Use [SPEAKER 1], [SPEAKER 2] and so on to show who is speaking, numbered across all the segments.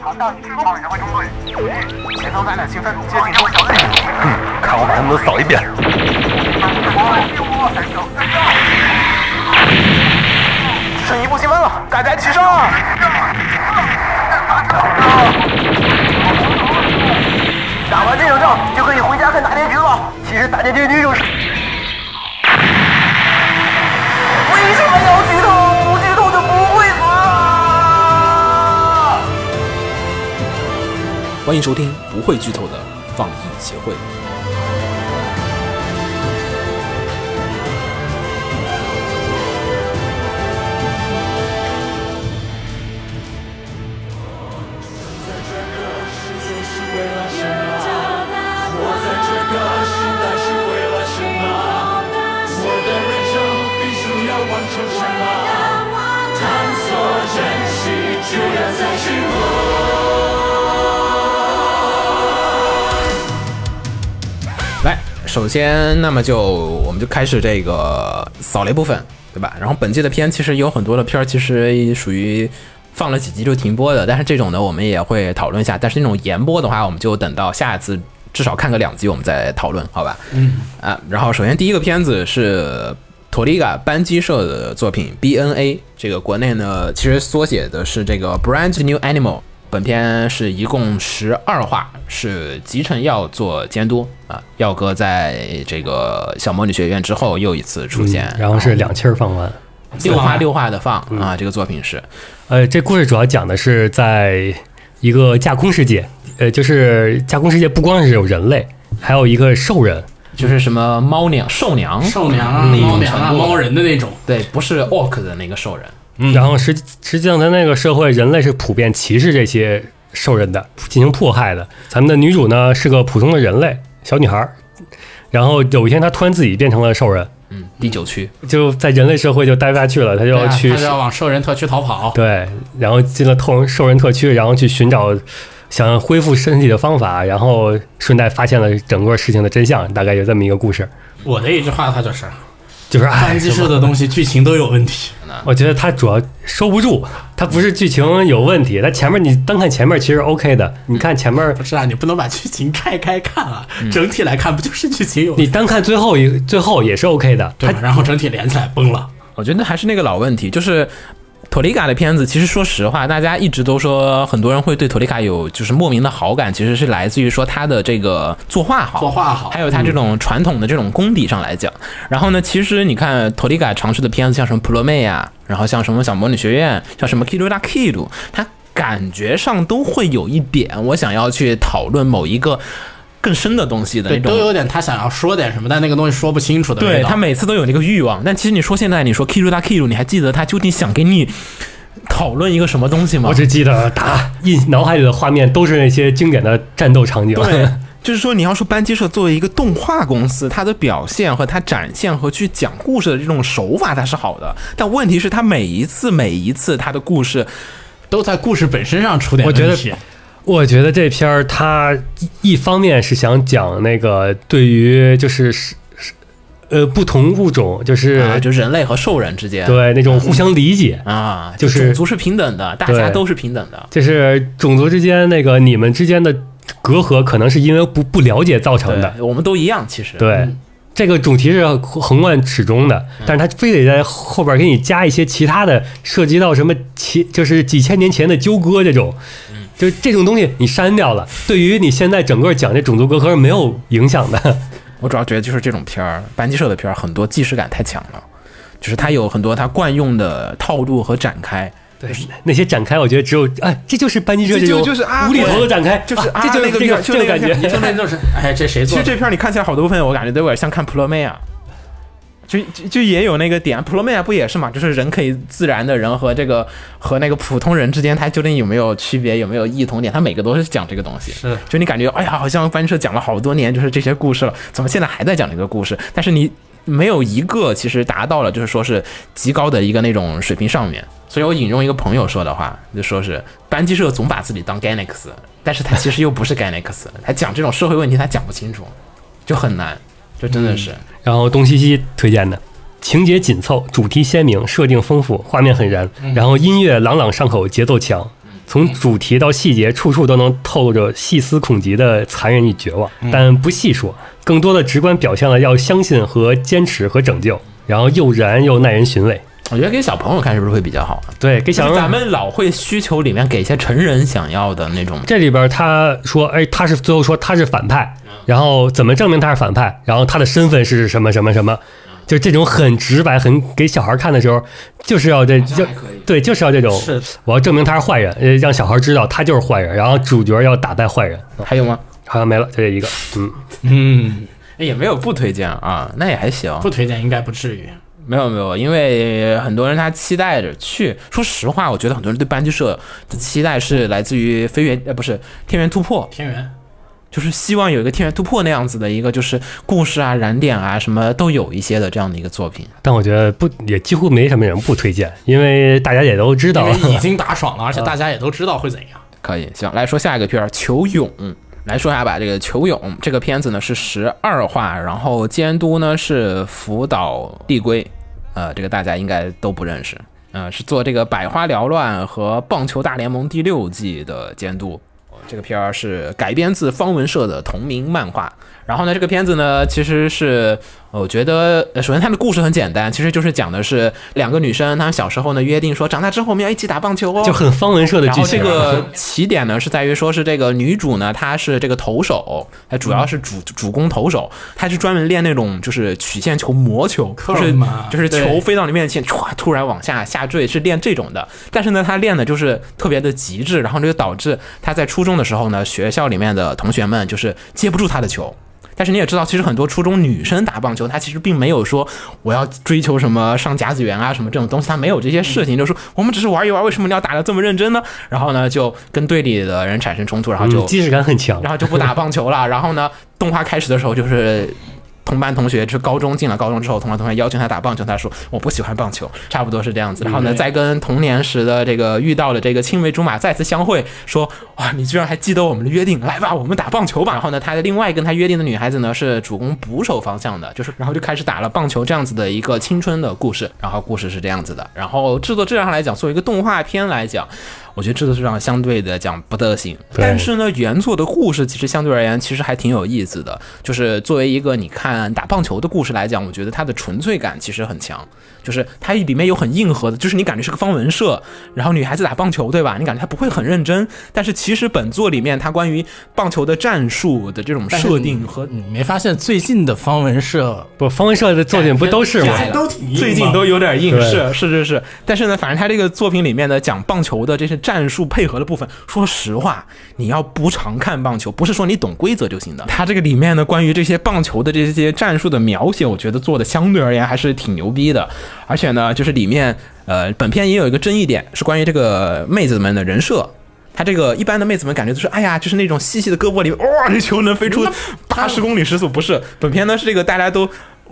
[SPEAKER 1] 强盗已经出炮，指挥中队，前方咱俩兴奋接近他们小队。
[SPEAKER 2] 看我把他们都扫一遍。
[SPEAKER 1] 剩一步积分了，大家齐上啊！打完这场仗就可以回家看大结局了。其实大结局就是……为什么要剧透？不剧透就不会死啊！
[SPEAKER 3] 欢迎收听不会剧透的放映协会。来，首先，那么就我们就开始这个扫雷部分，对吧？然后本季的片其实有很多的片儿，其实属于放了几集就停播的，但是这种呢，我们也会讨论一下。但是那种延播的话，我们就等到下一次至少看个两集，我们再讨论，好吧？嗯啊，然后首先第一个片子是。托利嘎班机社的作品 BNA，这个国内呢其实缩写的是这个 Brand New Animal，本片是一共十二话，是吉成耀做监督啊。耀哥在这个小魔女学院之后又一次出现，
[SPEAKER 4] 嗯然
[SPEAKER 5] 啊
[SPEAKER 4] 后是两嗯气儿放完。
[SPEAKER 3] 六话六话的放啊，这个作品是
[SPEAKER 4] 呃，这故事主要讲的是在一个架空世界，呃，就是架空世界不光是有人类，还有一个兽人，
[SPEAKER 3] 就是什么猫娘兽娘
[SPEAKER 5] 兽娘啊、
[SPEAKER 3] 那种
[SPEAKER 5] 猫娘啊、
[SPEAKER 3] 程度
[SPEAKER 5] 猫人的那种，
[SPEAKER 3] 对，不是 Orc 的那个兽人，
[SPEAKER 5] 嗯
[SPEAKER 4] 然后实实际上在那个社会，人类是普遍歧视这些兽人的，进行迫害的。咱们的女主呢是个普通的人类小女孩儿，然后有一天她突然自己变成了兽人，
[SPEAKER 3] 嗯，第九区
[SPEAKER 4] 就在人类社会就待不下去了，她就
[SPEAKER 5] 对
[SPEAKER 4] 要
[SPEAKER 5] 啊
[SPEAKER 4] 去
[SPEAKER 5] 他就要往兽人特区逃跑。
[SPEAKER 4] 对，然后进了特兽人特区，然后去寻找想恢复身体的方法，然后顺带发现了整个事情的真相，大概有这么一个故事。
[SPEAKER 5] 我的一句话，他就是
[SPEAKER 4] 就是哎
[SPEAKER 5] 单，机社的东西剧情都有问题。
[SPEAKER 4] 我觉得它主要收不住，它不是剧情有问题，它前面你单看前面其实 OK 的，你看前面
[SPEAKER 5] 不是啊，你不能把剧情拆开看啊，整体来看不就是剧情有问
[SPEAKER 4] 你
[SPEAKER 5] 题
[SPEAKER 4] 单看最后一最后也是 OK 的，
[SPEAKER 5] 对
[SPEAKER 4] 它
[SPEAKER 5] 吧？然后整体连起来崩了。
[SPEAKER 3] 我觉得还是那个老问题，就是呃托利卡的片子，其实说实话，大家一直都说很多人会对托利卡有就是莫名的好感，其实是来自于说他的这个作画好，
[SPEAKER 5] 作画好
[SPEAKER 3] 还有他这种传统的这种功底上来讲。然后呢，其实你看托利卡尝试的片子，像什么《普罗妹》啊，然后像什么《小魔女学院》，像什么《Kiru La Kiru》，他感觉上都会有一点我想要去讨论某一个更深的东西的那
[SPEAKER 5] 对，
[SPEAKER 3] 种
[SPEAKER 5] 都有点他想要说点什么，但那个东西说不清楚的
[SPEAKER 3] 对
[SPEAKER 5] 味道。
[SPEAKER 3] 他每次都有那个欲望，但其实你说现在你说 Kiru 大 Kiru，你还记得他究竟想给你讨论一个什么东西吗
[SPEAKER 4] 我？只记得打印脑海里的画面都是那些经典的战斗场景。
[SPEAKER 3] 对，就是说你要说班机社作为一个动画公司，它的表现和它展现和去讲故事的这种手法它是好的，但问题是它每一次每一次它的故事啊
[SPEAKER 5] 都在故事本身上出点
[SPEAKER 4] 我觉得
[SPEAKER 5] 问题。
[SPEAKER 4] 我觉得这片儿它一一方面是想讲那个对于就是是是呃不同物种就是、
[SPEAKER 3] 啊，就人类和兽人之间
[SPEAKER 4] 对那种互相理解，
[SPEAKER 3] 啊，
[SPEAKER 4] 就是
[SPEAKER 3] 种族是平等的，大家
[SPEAKER 4] 对
[SPEAKER 3] 都是平等的。
[SPEAKER 4] 就是种族之间那个你们之间的隔阂可能是因为不不了解造成的。
[SPEAKER 3] 对，我们都一样，其实
[SPEAKER 4] 对，这个主题是横贯始终的，但是它非得在后边给你加一些其他的，涉及到什么其就是几千年前的纠葛这种，嗯就是这种东西你删掉了，对于你现在整个讲这种族隔阂是没有影响的。
[SPEAKER 3] 我主要觉得就是这种片儿，班级社的片儿很多即视感太强了，就是它有很多它惯用的套路和展开。
[SPEAKER 4] 对，那些展开，我觉得只有哎，这就是班级社
[SPEAKER 3] 这就
[SPEAKER 4] 种
[SPEAKER 3] 就是啊
[SPEAKER 4] 无厘头的展开，
[SPEAKER 3] 就是啊
[SPEAKER 4] 啊这就是
[SPEAKER 3] 那个
[SPEAKER 4] 这个
[SPEAKER 3] 就
[SPEAKER 4] 这
[SPEAKER 3] 那
[SPEAKER 4] 个
[SPEAKER 3] 个
[SPEAKER 4] 感
[SPEAKER 5] 你
[SPEAKER 4] 觉。
[SPEAKER 5] 就那就是，哎，这谁
[SPEAKER 3] 其
[SPEAKER 5] 做
[SPEAKER 3] 实
[SPEAKER 5] 的？
[SPEAKER 3] 这片儿你看起来好多部分，我感觉都有点像看《普啊罗梅亚》，就就就也有那个点，《普罗梅亚》不也是嘛？就是人可以自然的人和这个和那个普通人之间，他究竟有没有区别，有没有异同点？他每个都是讲这个东西。
[SPEAKER 5] 是
[SPEAKER 3] 就你感觉哎呀，好像班社讲了好多年，就是这些故事了，怎么现在还在讲这个故事？但是你没有一个其实达到了，就是说是极高的一个那种水平上面。所以我引用一个朋友说的话，就说是班级社总把自己当 Ganex，但是他其实又不是 Ganex，他讲这种社会问题他讲不清楚，就很难，就真的是。
[SPEAKER 4] 然后东西西推荐的，情节紧凑，主题鲜明，设定丰富，画面很燃，然后音乐朗朗上口，节奏强。从主题到细节，处处都能透露着细思恐极的残忍与绝望，
[SPEAKER 3] 嗯
[SPEAKER 4] 但不细说，更多的直观表现了要相信和坚持和拯救，然后又燃又耐人寻味。
[SPEAKER 3] 我觉得给小朋友看是不是会比较好？
[SPEAKER 4] 对，给小
[SPEAKER 3] 就
[SPEAKER 4] 朋
[SPEAKER 3] 是咱
[SPEAKER 4] 友
[SPEAKER 3] 们老会需求里面给一些成人想要的那种，
[SPEAKER 4] 这里边他说，哎，他是最后说他是反派，然后怎么证明他是反派，然后他的身份是什么什么什么，就这种很直白、很给小孩看的时候，就是要这就对，就是要这种
[SPEAKER 5] 是，
[SPEAKER 4] 我要证明他是坏人，呃，让小孩知道他就是坏人，然后主角要打败坏人，
[SPEAKER 3] 还有吗？
[SPEAKER 4] 好像没了，就这一个，嗯，
[SPEAKER 5] 嗯，
[SPEAKER 3] 哎也没有不推荐啊，那也还行。
[SPEAKER 5] 不推荐应该不至于。
[SPEAKER 3] 没有没有，因为很多人他期待着去。说实话，我觉得很多人对班级社的期待是来自于飞跃，呃，不是天元突破，
[SPEAKER 5] 天元，
[SPEAKER 3] 就是希望有一个天元突破那样子的一个，就是故事啊、燃点啊什么都有一些的这样的一个作品。
[SPEAKER 4] 但我觉得不也几乎没什么人不推荐，因为大家也都知
[SPEAKER 5] 因
[SPEAKER 4] 道
[SPEAKER 5] 为，已经打爽了，而且大家也都知道会怎样。
[SPEAKER 3] 可以，行，来说下一个片儿《球勇》。来说一下吧，这个《球勇》这个片子呢是十二话，然后监督呢是福岛立规，呃，这个大家应该都不认识，呃，是做这个《百花缭乱》和《棒球大联盟》第六季的监督。这个片儿是改编自方文社的同名漫画。然后呢，这个片子呢，其实是呃我觉得，呃首先它的故事很简单，其实就是讲的是两个女生，她们小时候呢约定说，长大之后我们要一起打棒球哦，
[SPEAKER 4] 就很方文社的
[SPEAKER 3] 然
[SPEAKER 4] 剧
[SPEAKER 3] 后这
[SPEAKER 4] 情。啊
[SPEAKER 3] 个 起点呢，是在于说是这个女主呢，她是这个投手，她主要是主主攻投手，她是专门练那种就是曲线球、魔球，
[SPEAKER 5] 克
[SPEAKER 3] 就
[SPEAKER 5] 尔
[SPEAKER 3] 是
[SPEAKER 5] 嘛
[SPEAKER 3] 就是
[SPEAKER 5] 对
[SPEAKER 3] 球飞到你面前，歘突然往下下坠，是练这种的。但是呢，她练的就是特别的极致，然后这就导致她在初中的时候呢，学校里面的同学们就是接不住她的球。但是你也知道，其实很多初中女生打棒球，她其实并没有说我要追求什么上甲子园啊什么这种东西，她没有这些事情，就是说我们只是玩一玩，为什么你要打得这么认真呢？然后呢，就跟队里的人产生冲突，然后就、
[SPEAKER 4] 嗯，即视感很强
[SPEAKER 3] 然，后就不打棒球了。然后呢，动画开始的时候就是。同班同学，就高中进了高中之后，同班同学邀请他打棒球，他说我不喜欢棒球，差不多是这样子。然后呢，再跟童年时的这个遇到的这个青梅竹马再次相会，说哇，你居然还记得我们的约定，来吧，我们打棒球吧。然后呢，他的另外跟他约定的女孩子呢是主攻捕手方向的，就是然后就开始打了棒球这样子的一个青春的故事。然后故事是这样子的，然后制作质量上来讲，作为一个动画片来讲，我觉得制作质量相对的讲不得行，
[SPEAKER 4] 对
[SPEAKER 3] 但是呢，原作的故事其实相对而言其实还挺有意思的。就是作为一个你看打棒球的故事来讲，我觉得它的纯粹感其实很强，就是它里面有很硬核的，就是你感觉是个方文社，然后女孩子打棒球，对吧？你感觉她不会很认真，但是其实本作里面它关于棒球的战术的这种
[SPEAKER 5] 但是
[SPEAKER 3] 设定和
[SPEAKER 5] 你没发现最近的方文社
[SPEAKER 4] 不，方文社的作品不都是吗？
[SPEAKER 3] 对
[SPEAKER 5] 都挺硬吗
[SPEAKER 3] 最近都有点硬，
[SPEAKER 4] 对
[SPEAKER 3] 是是是是。但是呢，反正他这个作品里面的讲棒球的这些战术配合的部分，说实话，你要不常看棒球，不是说你懂规则就行的。他这个里面呢，关于这些棒球的这些战术的描写，我觉得做的相对而言还是挺牛逼的。而且呢，就是里面呃，本片也有一个争议点，是关于这个妹子们的人设。他这个一般的妹子们感觉就是，哎呀，就是那种细细的胳膊里面，哇，这球能飞出八十公里时速，不是？本片呢是这个大家都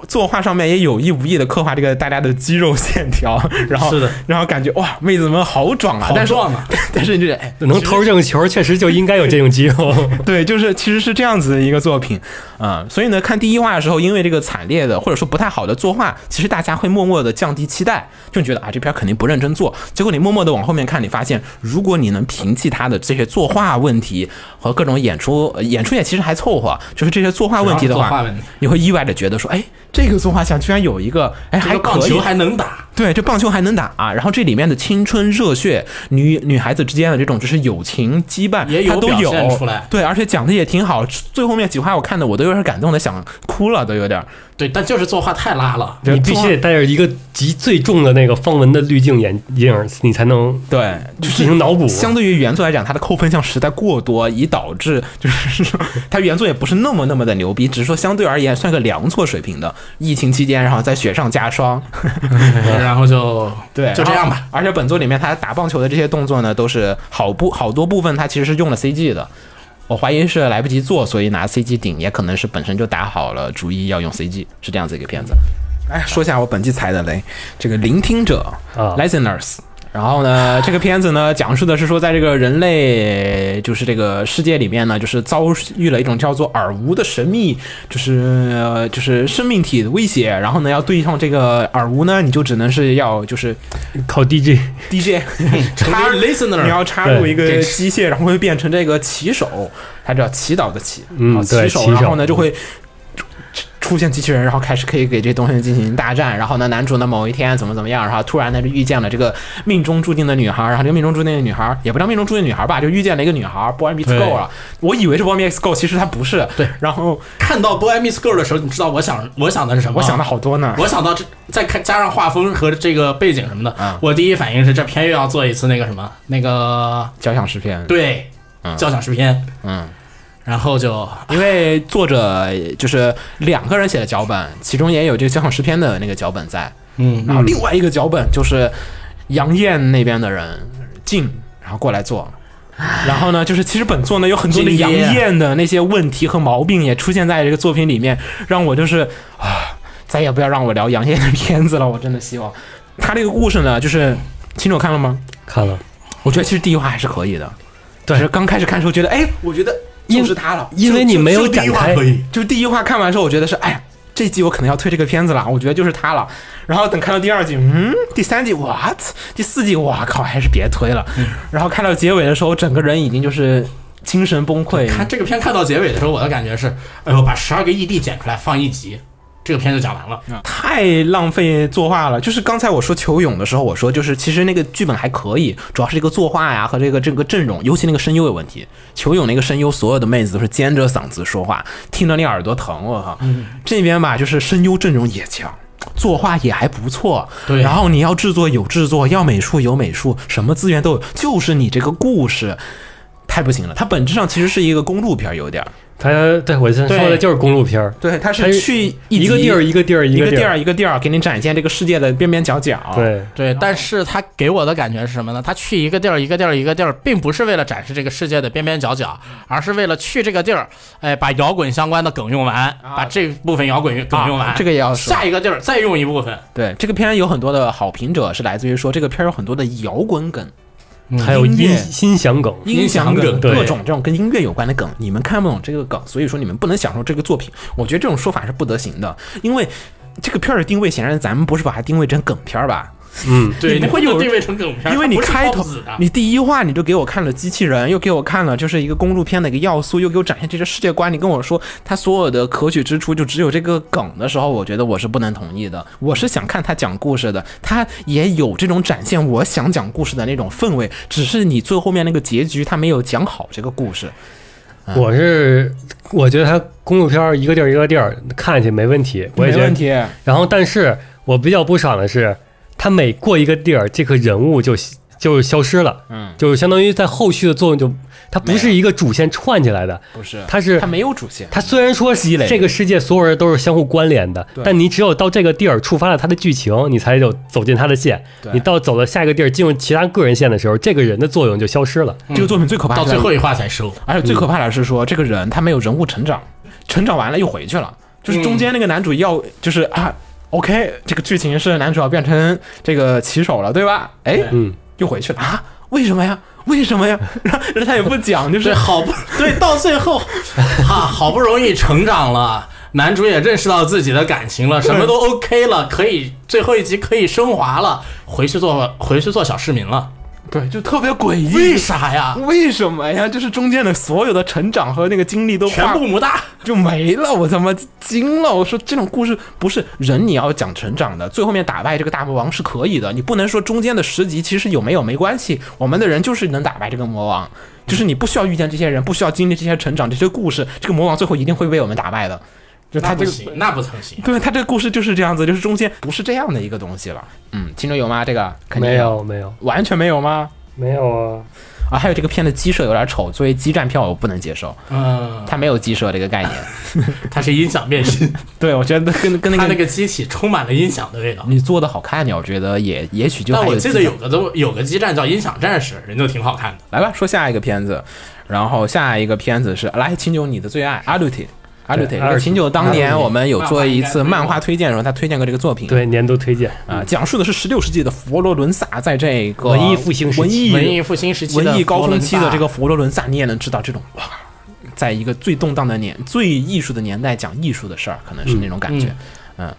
[SPEAKER 3] 作画上面也有意无意的刻画这个大家的肌肉线条，然后
[SPEAKER 5] 是的
[SPEAKER 3] 然后感觉哇，妹子们好壮啊，
[SPEAKER 5] 好
[SPEAKER 3] 但是
[SPEAKER 5] 壮 啊，
[SPEAKER 3] 但是你这哎，
[SPEAKER 4] 能投这种球，确实就应该有这种肌 肉。
[SPEAKER 3] 对，就是其实是这样子的一个作品，啊、所以呢，看第一话的时候，因为这个惨烈的或者说不太好的作画，其实大家会默默的降低期待，就觉得啊这片儿肯定不认真做。结果你默默的往后面看，你发现如果你能平替他的这些作画问题和各种演出，呃演出也其实还凑合，就是这些作画问题的
[SPEAKER 5] 主要是作画
[SPEAKER 3] 话
[SPEAKER 5] 问题，
[SPEAKER 3] 你会意外的觉得说，哎，这个作画像居然有一个，哎，
[SPEAKER 5] 这
[SPEAKER 3] 还
[SPEAKER 5] 个棒
[SPEAKER 3] 可以
[SPEAKER 5] 球，还能打，
[SPEAKER 3] 对，这棒球还能打、啊然后这里面的青春热血，女女孩子之间的这种就是友情羁绊，
[SPEAKER 5] 也有
[SPEAKER 3] 它都
[SPEAKER 5] 表
[SPEAKER 3] 有
[SPEAKER 5] 现出来
[SPEAKER 3] 对，而且讲的也挺好，最后面几话我看的我都有点感动的想哭了，都有点。
[SPEAKER 5] 对，但就是作画太拉了。
[SPEAKER 4] 你必须得带着一个极最重的那个方文的滤镜眼影儿，你才能
[SPEAKER 3] 对，就
[SPEAKER 4] 进行
[SPEAKER 3] 是
[SPEAKER 4] 脑补。
[SPEAKER 3] 相对于原作来讲，它的扣分项实在过多，以导致就是 说它原作也不是那么那么的牛逼，只是说相对而言算个良作水平的。疫情期间，然后再雪上加霜，
[SPEAKER 5] 然后就
[SPEAKER 3] 对，
[SPEAKER 5] 就这样吧。。
[SPEAKER 3] 而且本作里面他打棒球的这些动作呢，都是好部好多部分他其实是用了 CG 的。我怀疑是来不及做，所以拿 CG 顶，也可能是本身就打好了主意要用 CG，是这样子一个片子。哎，说一下我本季踩的雷，这个聆听者、
[SPEAKER 4] 啊
[SPEAKER 3] l i s t e n e r s 然后呢，这个片子呢，讲述的是说，在这个人类就是这个世界里面呢，就是遭遇了一种叫做耳无的神秘，就是、呃就是生命体的威胁。然后呢，要对抗这个耳无呢，你就只能是要就是
[SPEAKER 4] 靠 DJ
[SPEAKER 3] DJ
[SPEAKER 5] 成
[SPEAKER 3] 插
[SPEAKER 5] 为 listener
[SPEAKER 3] 你要插入
[SPEAKER 4] 对
[SPEAKER 3] 一个
[SPEAKER 5] 这
[SPEAKER 3] 机械，然后会变成这个骑手，它叫祈祷的祈，
[SPEAKER 4] 嗯
[SPEAKER 3] 然后
[SPEAKER 4] 对
[SPEAKER 3] 骑手，
[SPEAKER 4] 骑
[SPEAKER 3] 然后
[SPEAKER 4] 手
[SPEAKER 3] 呢就会出现机器人，然后开始可以给这东西进行大战。然后呢，男主呢某一天怎么怎么样，然后突然他就遇见了这个命中注定的女孩，然后这个命中注定的女孩也不叫命中注定的女孩吧，就遇见了一个女孩 Boy Meets
[SPEAKER 5] 对
[SPEAKER 3] Girl 了。我以为是 Boy Meets Girl，其实她不是。
[SPEAKER 5] 对
[SPEAKER 3] 然后
[SPEAKER 5] 看到《Boy Meets Girl》的时候，你知道我想我想的是什么？
[SPEAKER 3] 我想的，好多呢。
[SPEAKER 5] 啊我想到这再看加上画风和这个背景什么的，
[SPEAKER 3] 嗯
[SPEAKER 5] 我第一反应是这片又要做一次那个什么那个
[SPEAKER 3] 交响诗篇，
[SPEAKER 5] 对、交响诗篇，
[SPEAKER 3] 啊嗯，
[SPEAKER 5] 然后就
[SPEAKER 3] 因为作者就是两个人写的脚本，其中也有这个交响诗篇的那个脚本在。
[SPEAKER 5] 嗯
[SPEAKER 3] 然后另外一个脚本就是杨艳那边的人进，然后过来做。然后呢，就是其实本作呢有很多的
[SPEAKER 5] 敬业
[SPEAKER 3] 杨艳的那些问题和毛病也出现在这个作品里面，让我就是啊，再也不要让我聊杨艳的片子了，我真的希望他这个故事呢，就是亲手看了吗？
[SPEAKER 4] 看了，
[SPEAKER 3] 我觉得其实第一话还是可以的，
[SPEAKER 4] 对
[SPEAKER 3] 只是刚开始看的时候觉得，哎，我觉得
[SPEAKER 4] 因
[SPEAKER 3] 就是他了，
[SPEAKER 4] 因为你没有展开，
[SPEAKER 5] 以，
[SPEAKER 3] 就第一话看完之后，我觉得是，哎呀，这季我可能要推这个片子了，我觉得就是它了。然后等看到第二季，嗯，第三季，what？第四季，我靠，还是别推了。然后看到结尾的时候，整个人已经就是精神崩溃。
[SPEAKER 5] 看这个片看到结尾的时候，我的感觉是，哎呦，把十二个异地剪出来放一集，这个片就讲完了。
[SPEAKER 3] 太浪费作画了。就是刚才我说球泳的时候，我说就是其实那个剧本还可以，主要是这个作画呀和这个这个阵容，尤其那个声优有问题。球泳那个声优，所有的妹子都是尖着嗓子说话，听得你耳朵疼。我靠，
[SPEAKER 4] 嗯
[SPEAKER 3] 这边吧就是声优阵容也强。作画也还不错，
[SPEAKER 5] 对
[SPEAKER 3] 然后你要制作有制作，要美术有美术，什么资源都有，就是你这个故事太不行了。它本质上其实是一个公路片儿，有点儿，
[SPEAKER 4] 他对我想说的
[SPEAKER 3] 对
[SPEAKER 4] 就是公路片儿，
[SPEAKER 3] 对，它
[SPEAKER 4] 它
[SPEAKER 3] 是
[SPEAKER 4] 是
[SPEAKER 3] 去
[SPEAKER 4] 一个
[SPEAKER 3] 集
[SPEAKER 4] 地儿一个地儿
[SPEAKER 3] 一
[SPEAKER 4] 个
[SPEAKER 3] 个
[SPEAKER 4] 地
[SPEAKER 3] 地，儿一个地儿给你展现这个世界的边边角角。，
[SPEAKER 4] 对，
[SPEAKER 5] 对，但是他给我的感觉是什么呢？他去一个地儿一个地儿一个地儿，并不是为了展示这个世界的边边角角，而是为了去这个地儿，哎，把摇滚相关的梗用完，把这部分摇滚梗用完，
[SPEAKER 3] 啊这个也要说
[SPEAKER 5] 下一个地儿再用一部 分。
[SPEAKER 3] 对，这个片有很多的好评者是来自于说这个片有很多的摇滚梗、
[SPEAKER 4] 还有
[SPEAKER 3] 音
[SPEAKER 4] 嗯音
[SPEAKER 3] 乐
[SPEAKER 4] 音嗯响梗，
[SPEAKER 5] 音响
[SPEAKER 3] 响
[SPEAKER 5] 梗
[SPEAKER 3] 梗、
[SPEAKER 4] 对
[SPEAKER 3] 各种这种跟音乐有关的梗，你们看不懂这个梗，所以说你们不能享受这个作品。我觉得这种说法是不得行的，因为这个片儿的定位显然咱们不是把它定位成梗片儿吧？
[SPEAKER 4] 嗯，
[SPEAKER 5] 对，
[SPEAKER 3] 你
[SPEAKER 5] 你
[SPEAKER 3] 不会
[SPEAKER 5] 会
[SPEAKER 3] 有
[SPEAKER 5] 有定位成梗片，
[SPEAKER 3] 因为
[SPEAKER 5] 它
[SPEAKER 3] 你
[SPEAKER 5] 不是
[SPEAKER 3] 开头
[SPEAKER 5] pop 子的
[SPEAKER 3] 你第一话你就给我看了机器人，又给我看了就是一个公路片的一个要素，又给我展现这个世界观。你跟我说它所有的可取之处就只有这个梗的时候，我觉得我是不能同意的。我是想看他讲故事的，他也有这种展现我想讲故事的那种氛围，只是你最后面那个结局他没有讲好这个故事。
[SPEAKER 4] 我是我觉得它公路片儿一个地儿一个地儿看去没问题，我也觉
[SPEAKER 3] 没问
[SPEAKER 4] 得。
[SPEAKER 3] 题，
[SPEAKER 4] 然后，但是我比较不爽的是，它每过一个地儿，这个人物就就消失了，
[SPEAKER 3] 嗯，
[SPEAKER 4] 就是相当于在后续的作用就它不是一个主线串起来的，
[SPEAKER 3] 不是，
[SPEAKER 4] 它是
[SPEAKER 3] 他没有主线，
[SPEAKER 4] 它虽然说
[SPEAKER 3] 积累
[SPEAKER 4] 这个世界所有人都是相互关联的，但你只有到这个地儿触发了它的剧情，你才有走进它的线
[SPEAKER 3] 对。
[SPEAKER 4] 你到走到下一个地儿进入其他个人线的时候，这个人的作用就消失了。
[SPEAKER 3] 这个作品最可怕
[SPEAKER 5] 到
[SPEAKER 3] 是
[SPEAKER 5] 最后一话才收。
[SPEAKER 3] 而且最可怕的是说，这个人他没有人物成长，成长完了又回去了，就是中间那个男主要就是啊，OK，这个剧情是男主要变成这个骑手了，对吧？哎，
[SPEAKER 4] 嗯，
[SPEAKER 3] 又回去了啊？为什么呀？为什么呀？ 然后他也不讲，就
[SPEAKER 5] 对，
[SPEAKER 3] 是
[SPEAKER 5] 好 不，对，到最后，哈、好不容易成长了，男主也认识到自己的感情了，什么都 OK 了，可以最后一集可以升华了，回去做回去做小市民了，
[SPEAKER 3] 对， 就特别诡
[SPEAKER 5] 为
[SPEAKER 3] 异。
[SPEAKER 5] 啥呀？
[SPEAKER 3] 为什么呀？就是中间的所有的成长和那个经历都
[SPEAKER 5] 全
[SPEAKER 3] 化
[SPEAKER 5] 部母大，
[SPEAKER 3] 就没了，我他妈惊了！我说这种故事不是人，你要讲成长的，最后面打败这个大魔王是可以的，你不能说中间的十集其实有没有没关系，我们的人就是能打败这个魔王，就是你不需要遇见这些人，不需要经历这些成长这些故事，这个魔王最后一定会被我们打败的。就他
[SPEAKER 5] 那
[SPEAKER 3] 这
[SPEAKER 5] 不
[SPEAKER 3] 个，
[SPEAKER 5] 行，那不曾行。
[SPEAKER 3] 对他这个故事就是这样子，就是中间不是这样的一个东西了。嗯，听众有吗？这个肯定
[SPEAKER 4] 没，有没有
[SPEAKER 3] 完全没有吗？
[SPEAKER 4] 没有啊，
[SPEAKER 3] 啊，还有这个片的鸡舍有点丑，作为基站票我不能接受，
[SPEAKER 5] 嗯，
[SPEAKER 3] 它没有鸡舍这个概念。
[SPEAKER 5] 它是音响变身，
[SPEAKER 3] 对，我觉得跟跟那
[SPEAKER 5] 它
[SPEAKER 3] 个
[SPEAKER 5] 那个机体充满了音响的味道。
[SPEAKER 3] 你做的好看，你我觉得也也许就
[SPEAKER 5] 但
[SPEAKER 3] 还
[SPEAKER 5] 我记得
[SPEAKER 3] 机
[SPEAKER 5] 有
[SPEAKER 3] 会
[SPEAKER 5] 个都有个基站叫音响战士，人就挺好看的。
[SPEAKER 3] 来吧，说下一个片子，然后下一个片子是来秦九你的最爱《阿鲁提》，阿绿腿，
[SPEAKER 4] 阿绿
[SPEAKER 3] 这秦九当年我们有做一次
[SPEAKER 5] 漫画
[SPEAKER 3] 漫
[SPEAKER 5] 应该推过
[SPEAKER 3] 画推荐的时候，他推荐过这个作品。
[SPEAKER 4] 对，年度推荐。
[SPEAKER 3] 啊，讲述的是十六世纪的佛罗伦萨，在这个
[SPEAKER 4] 文艺复兴时
[SPEAKER 3] 文
[SPEAKER 4] 期
[SPEAKER 3] 艺
[SPEAKER 5] 文艺复兴时期的
[SPEAKER 3] 文艺高峰期
[SPEAKER 5] 佛罗
[SPEAKER 3] 的
[SPEAKER 5] 伦萨
[SPEAKER 3] 这个佛罗伦萨，你也能知道这种哇，在一个最动荡的年、最艺术的年代讲艺术的事儿，可能是那种感觉。嗯，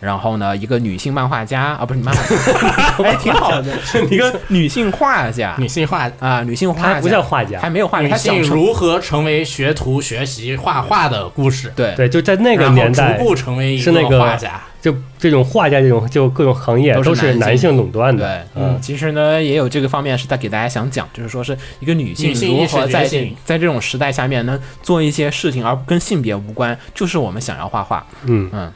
[SPEAKER 3] 然后呢，一个女性漫画家啊，不是漫画家，哎，挺好的，一个女性画家
[SPEAKER 5] 女性画，
[SPEAKER 3] 啊，女性画
[SPEAKER 4] 她
[SPEAKER 3] 家
[SPEAKER 4] 还不叫画家
[SPEAKER 3] 还没有画家，
[SPEAKER 5] 女
[SPEAKER 3] 她讲
[SPEAKER 5] 性
[SPEAKER 3] 述
[SPEAKER 5] 如何成为学徒学习画画的故事，
[SPEAKER 3] 对
[SPEAKER 4] 对，就在那个
[SPEAKER 5] 然后
[SPEAKER 4] 年代，
[SPEAKER 5] 逐步成为一
[SPEAKER 4] 是那个
[SPEAKER 5] 画家。
[SPEAKER 4] 就这种画家这种就各种行业
[SPEAKER 3] 都是
[SPEAKER 4] 都是
[SPEAKER 3] 男性
[SPEAKER 4] 男性垄断
[SPEAKER 3] 对
[SPEAKER 4] 的，，
[SPEAKER 3] 嗯，
[SPEAKER 4] 嗯，
[SPEAKER 3] 其实呢，也有这个方面是在给大家想讲，就是说是一个女性
[SPEAKER 5] 女性
[SPEAKER 3] 如
[SPEAKER 5] 意识
[SPEAKER 3] 何在这
[SPEAKER 5] 觉醒
[SPEAKER 3] 在这种时代下面呢，做一些事情而跟性别无关，就是我们想要画画，
[SPEAKER 4] 嗯
[SPEAKER 3] 嗯，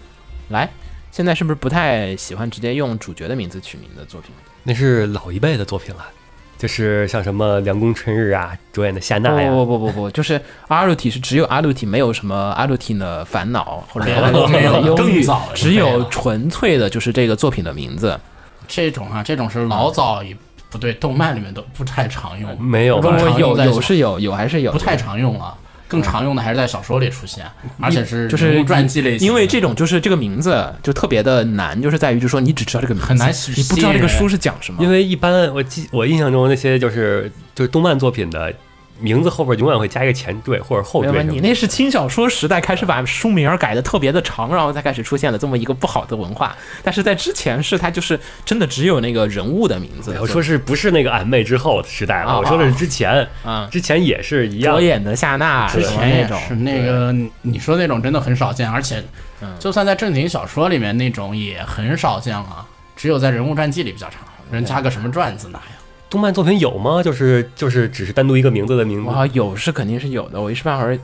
[SPEAKER 3] 来，现在是不是不太喜欢直接用主角的名字取名的作品？
[SPEAKER 4] 那是老一辈的作品了，就是像什么凉宫春日啊主演的夏
[SPEAKER 3] 不
[SPEAKER 4] 娜呀，
[SPEAKER 3] 不不不不，就是阿鲁体是只有阿鲁体，没有什么阿鲁体的烦恼或者
[SPEAKER 5] 没有
[SPEAKER 3] 阿鲁体
[SPEAKER 5] 没有
[SPEAKER 3] 的忧
[SPEAKER 5] 更
[SPEAKER 3] 郁
[SPEAKER 5] 早，了
[SPEAKER 3] 只
[SPEAKER 5] 没
[SPEAKER 3] 有
[SPEAKER 5] 有
[SPEAKER 3] 纯粹的就是这个作品的名字。
[SPEAKER 5] 这种啊，这种是老早也不对，动漫里面都不太常用，
[SPEAKER 4] 没有吧
[SPEAKER 5] 更？常用
[SPEAKER 3] 有
[SPEAKER 5] 在
[SPEAKER 3] 有是有有还是有
[SPEAKER 5] 不太常用了。更常用的还是在小说里出现，而且是
[SPEAKER 3] 就是
[SPEAKER 5] 人物传记类型的，
[SPEAKER 3] 因为这种就是这个名字就特别的难，就是在于就是说你只知道这个名字，
[SPEAKER 5] 很难吸
[SPEAKER 3] 你不知道这个
[SPEAKER 5] 吸引人
[SPEAKER 3] 书是讲什么。
[SPEAKER 4] 因为一般我记我印象中那些就是就是动漫作品的名字后边永远会加一个前缀或者后
[SPEAKER 3] 没有
[SPEAKER 4] 缀
[SPEAKER 3] 吧，
[SPEAKER 4] 什么
[SPEAKER 3] 你
[SPEAKER 4] 的。
[SPEAKER 3] 那是轻小说时代开始把书名儿改的特别的长，然后才开始出现了这么一个不好的文化。但是在之前是它就是真的只有那个人物的名字。
[SPEAKER 4] 我说是不是那个俺妹之后的时代
[SPEAKER 3] 啊
[SPEAKER 4] 了？我说的是之前
[SPEAKER 3] 啊，
[SPEAKER 4] 之前也是一样
[SPEAKER 3] 左。眼的夏娜
[SPEAKER 5] 之前也
[SPEAKER 3] 那种
[SPEAKER 5] 是那个你说那种真的很少见，而且
[SPEAKER 3] 嗯
[SPEAKER 5] 就算在正经小说里面那种也很少见啊，只有在人物传记里比较常用，人加个什么传字哪呀？
[SPEAKER 4] 动漫作品有吗？就是就是只是单独一个名字的名字。
[SPEAKER 3] 哇，有是肯定是有的。我一时半会儿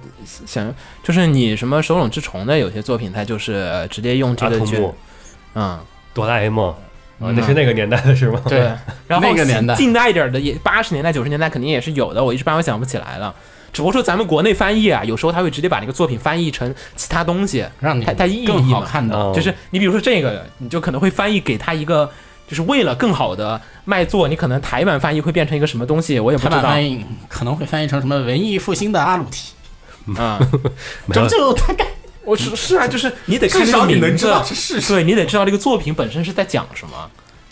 [SPEAKER 3] 想，就是你什么手冢治虫的有些作品，它就是呃直接用这
[SPEAKER 4] 阿
[SPEAKER 3] 个
[SPEAKER 4] 童
[SPEAKER 3] 角
[SPEAKER 4] 木、，
[SPEAKER 3] 嗯，
[SPEAKER 4] 哆啦 A 梦，啊，那是那个年代的是吗？
[SPEAKER 5] 对，
[SPEAKER 3] 然后
[SPEAKER 5] 那个年代
[SPEAKER 3] 近代一点的也八十年代、九十年代肯定也是有的，我一时半会儿想不起来了。只不过说咱们国内翻译啊，有时候他会直接把这个作品翻译成其他东西，
[SPEAKER 5] 让你
[SPEAKER 3] 它它意义
[SPEAKER 5] 更好
[SPEAKER 3] 嘛
[SPEAKER 5] 看到。
[SPEAKER 4] 哦
[SPEAKER 3] 就是你比如说这个，你就可能会翻译给他一个，就是为了更好的卖座，你可能台版翻译会变成一个什么东西，我也不
[SPEAKER 5] 台
[SPEAKER 3] 知道
[SPEAKER 5] 版
[SPEAKER 3] 啊
[SPEAKER 5] 翻译可能会翻译成什么文艺复兴的阿鲁提，。
[SPEAKER 3] 啊
[SPEAKER 4] 没有
[SPEAKER 5] 这就大概
[SPEAKER 3] 我是是啊，就是你得看
[SPEAKER 5] 至
[SPEAKER 3] 这个
[SPEAKER 5] 少你
[SPEAKER 3] 名字，
[SPEAKER 5] 能知道这是谁
[SPEAKER 3] 对你得知道这个作品本身是在讲什么。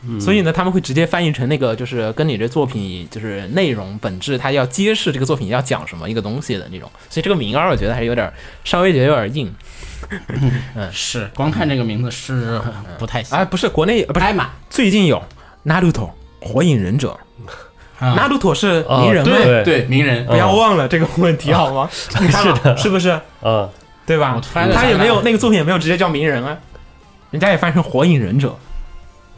[SPEAKER 5] 嗯
[SPEAKER 3] 所以呢，他们会直接翻译成那个，就是跟你这作品就是内容本质，它要揭示这个作品要讲什么一个东西的那种。所以这个名儿，我觉得还是有点儿稍微觉得有点硬。
[SPEAKER 5] 是光看这个名字是不太行。
[SPEAKER 3] 哎，不是国内，呃不是
[SPEAKER 5] 艾玛，
[SPEAKER 3] 最近有 Naruto 火影忍者
[SPEAKER 5] 啊
[SPEAKER 3] ，Naruto 是
[SPEAKER 4] 哦
[SPEAKER 3] 名人们，
[SPEAKER 4] 对嗯
[SPEAKER 5] 对哦名人
[SPEAKER 3] 不要忘了这个问题好 吗？你看了是不是？
[SPEAKER 4] 啊，
[SPEAKER 3] 对吧
[SPEAKER 5] 我突然？
[SPEAKER 3] 他
[SPEAKER 5] 想
[SPEAKER 3] 也
[SPEAKER 5] 起来
[SPEAKER 3] 没有
[SPEAKER 5] 了
[SPEAKER 3] 那个作品也没有直接叫名人啊，人家也翻译成火影忍者，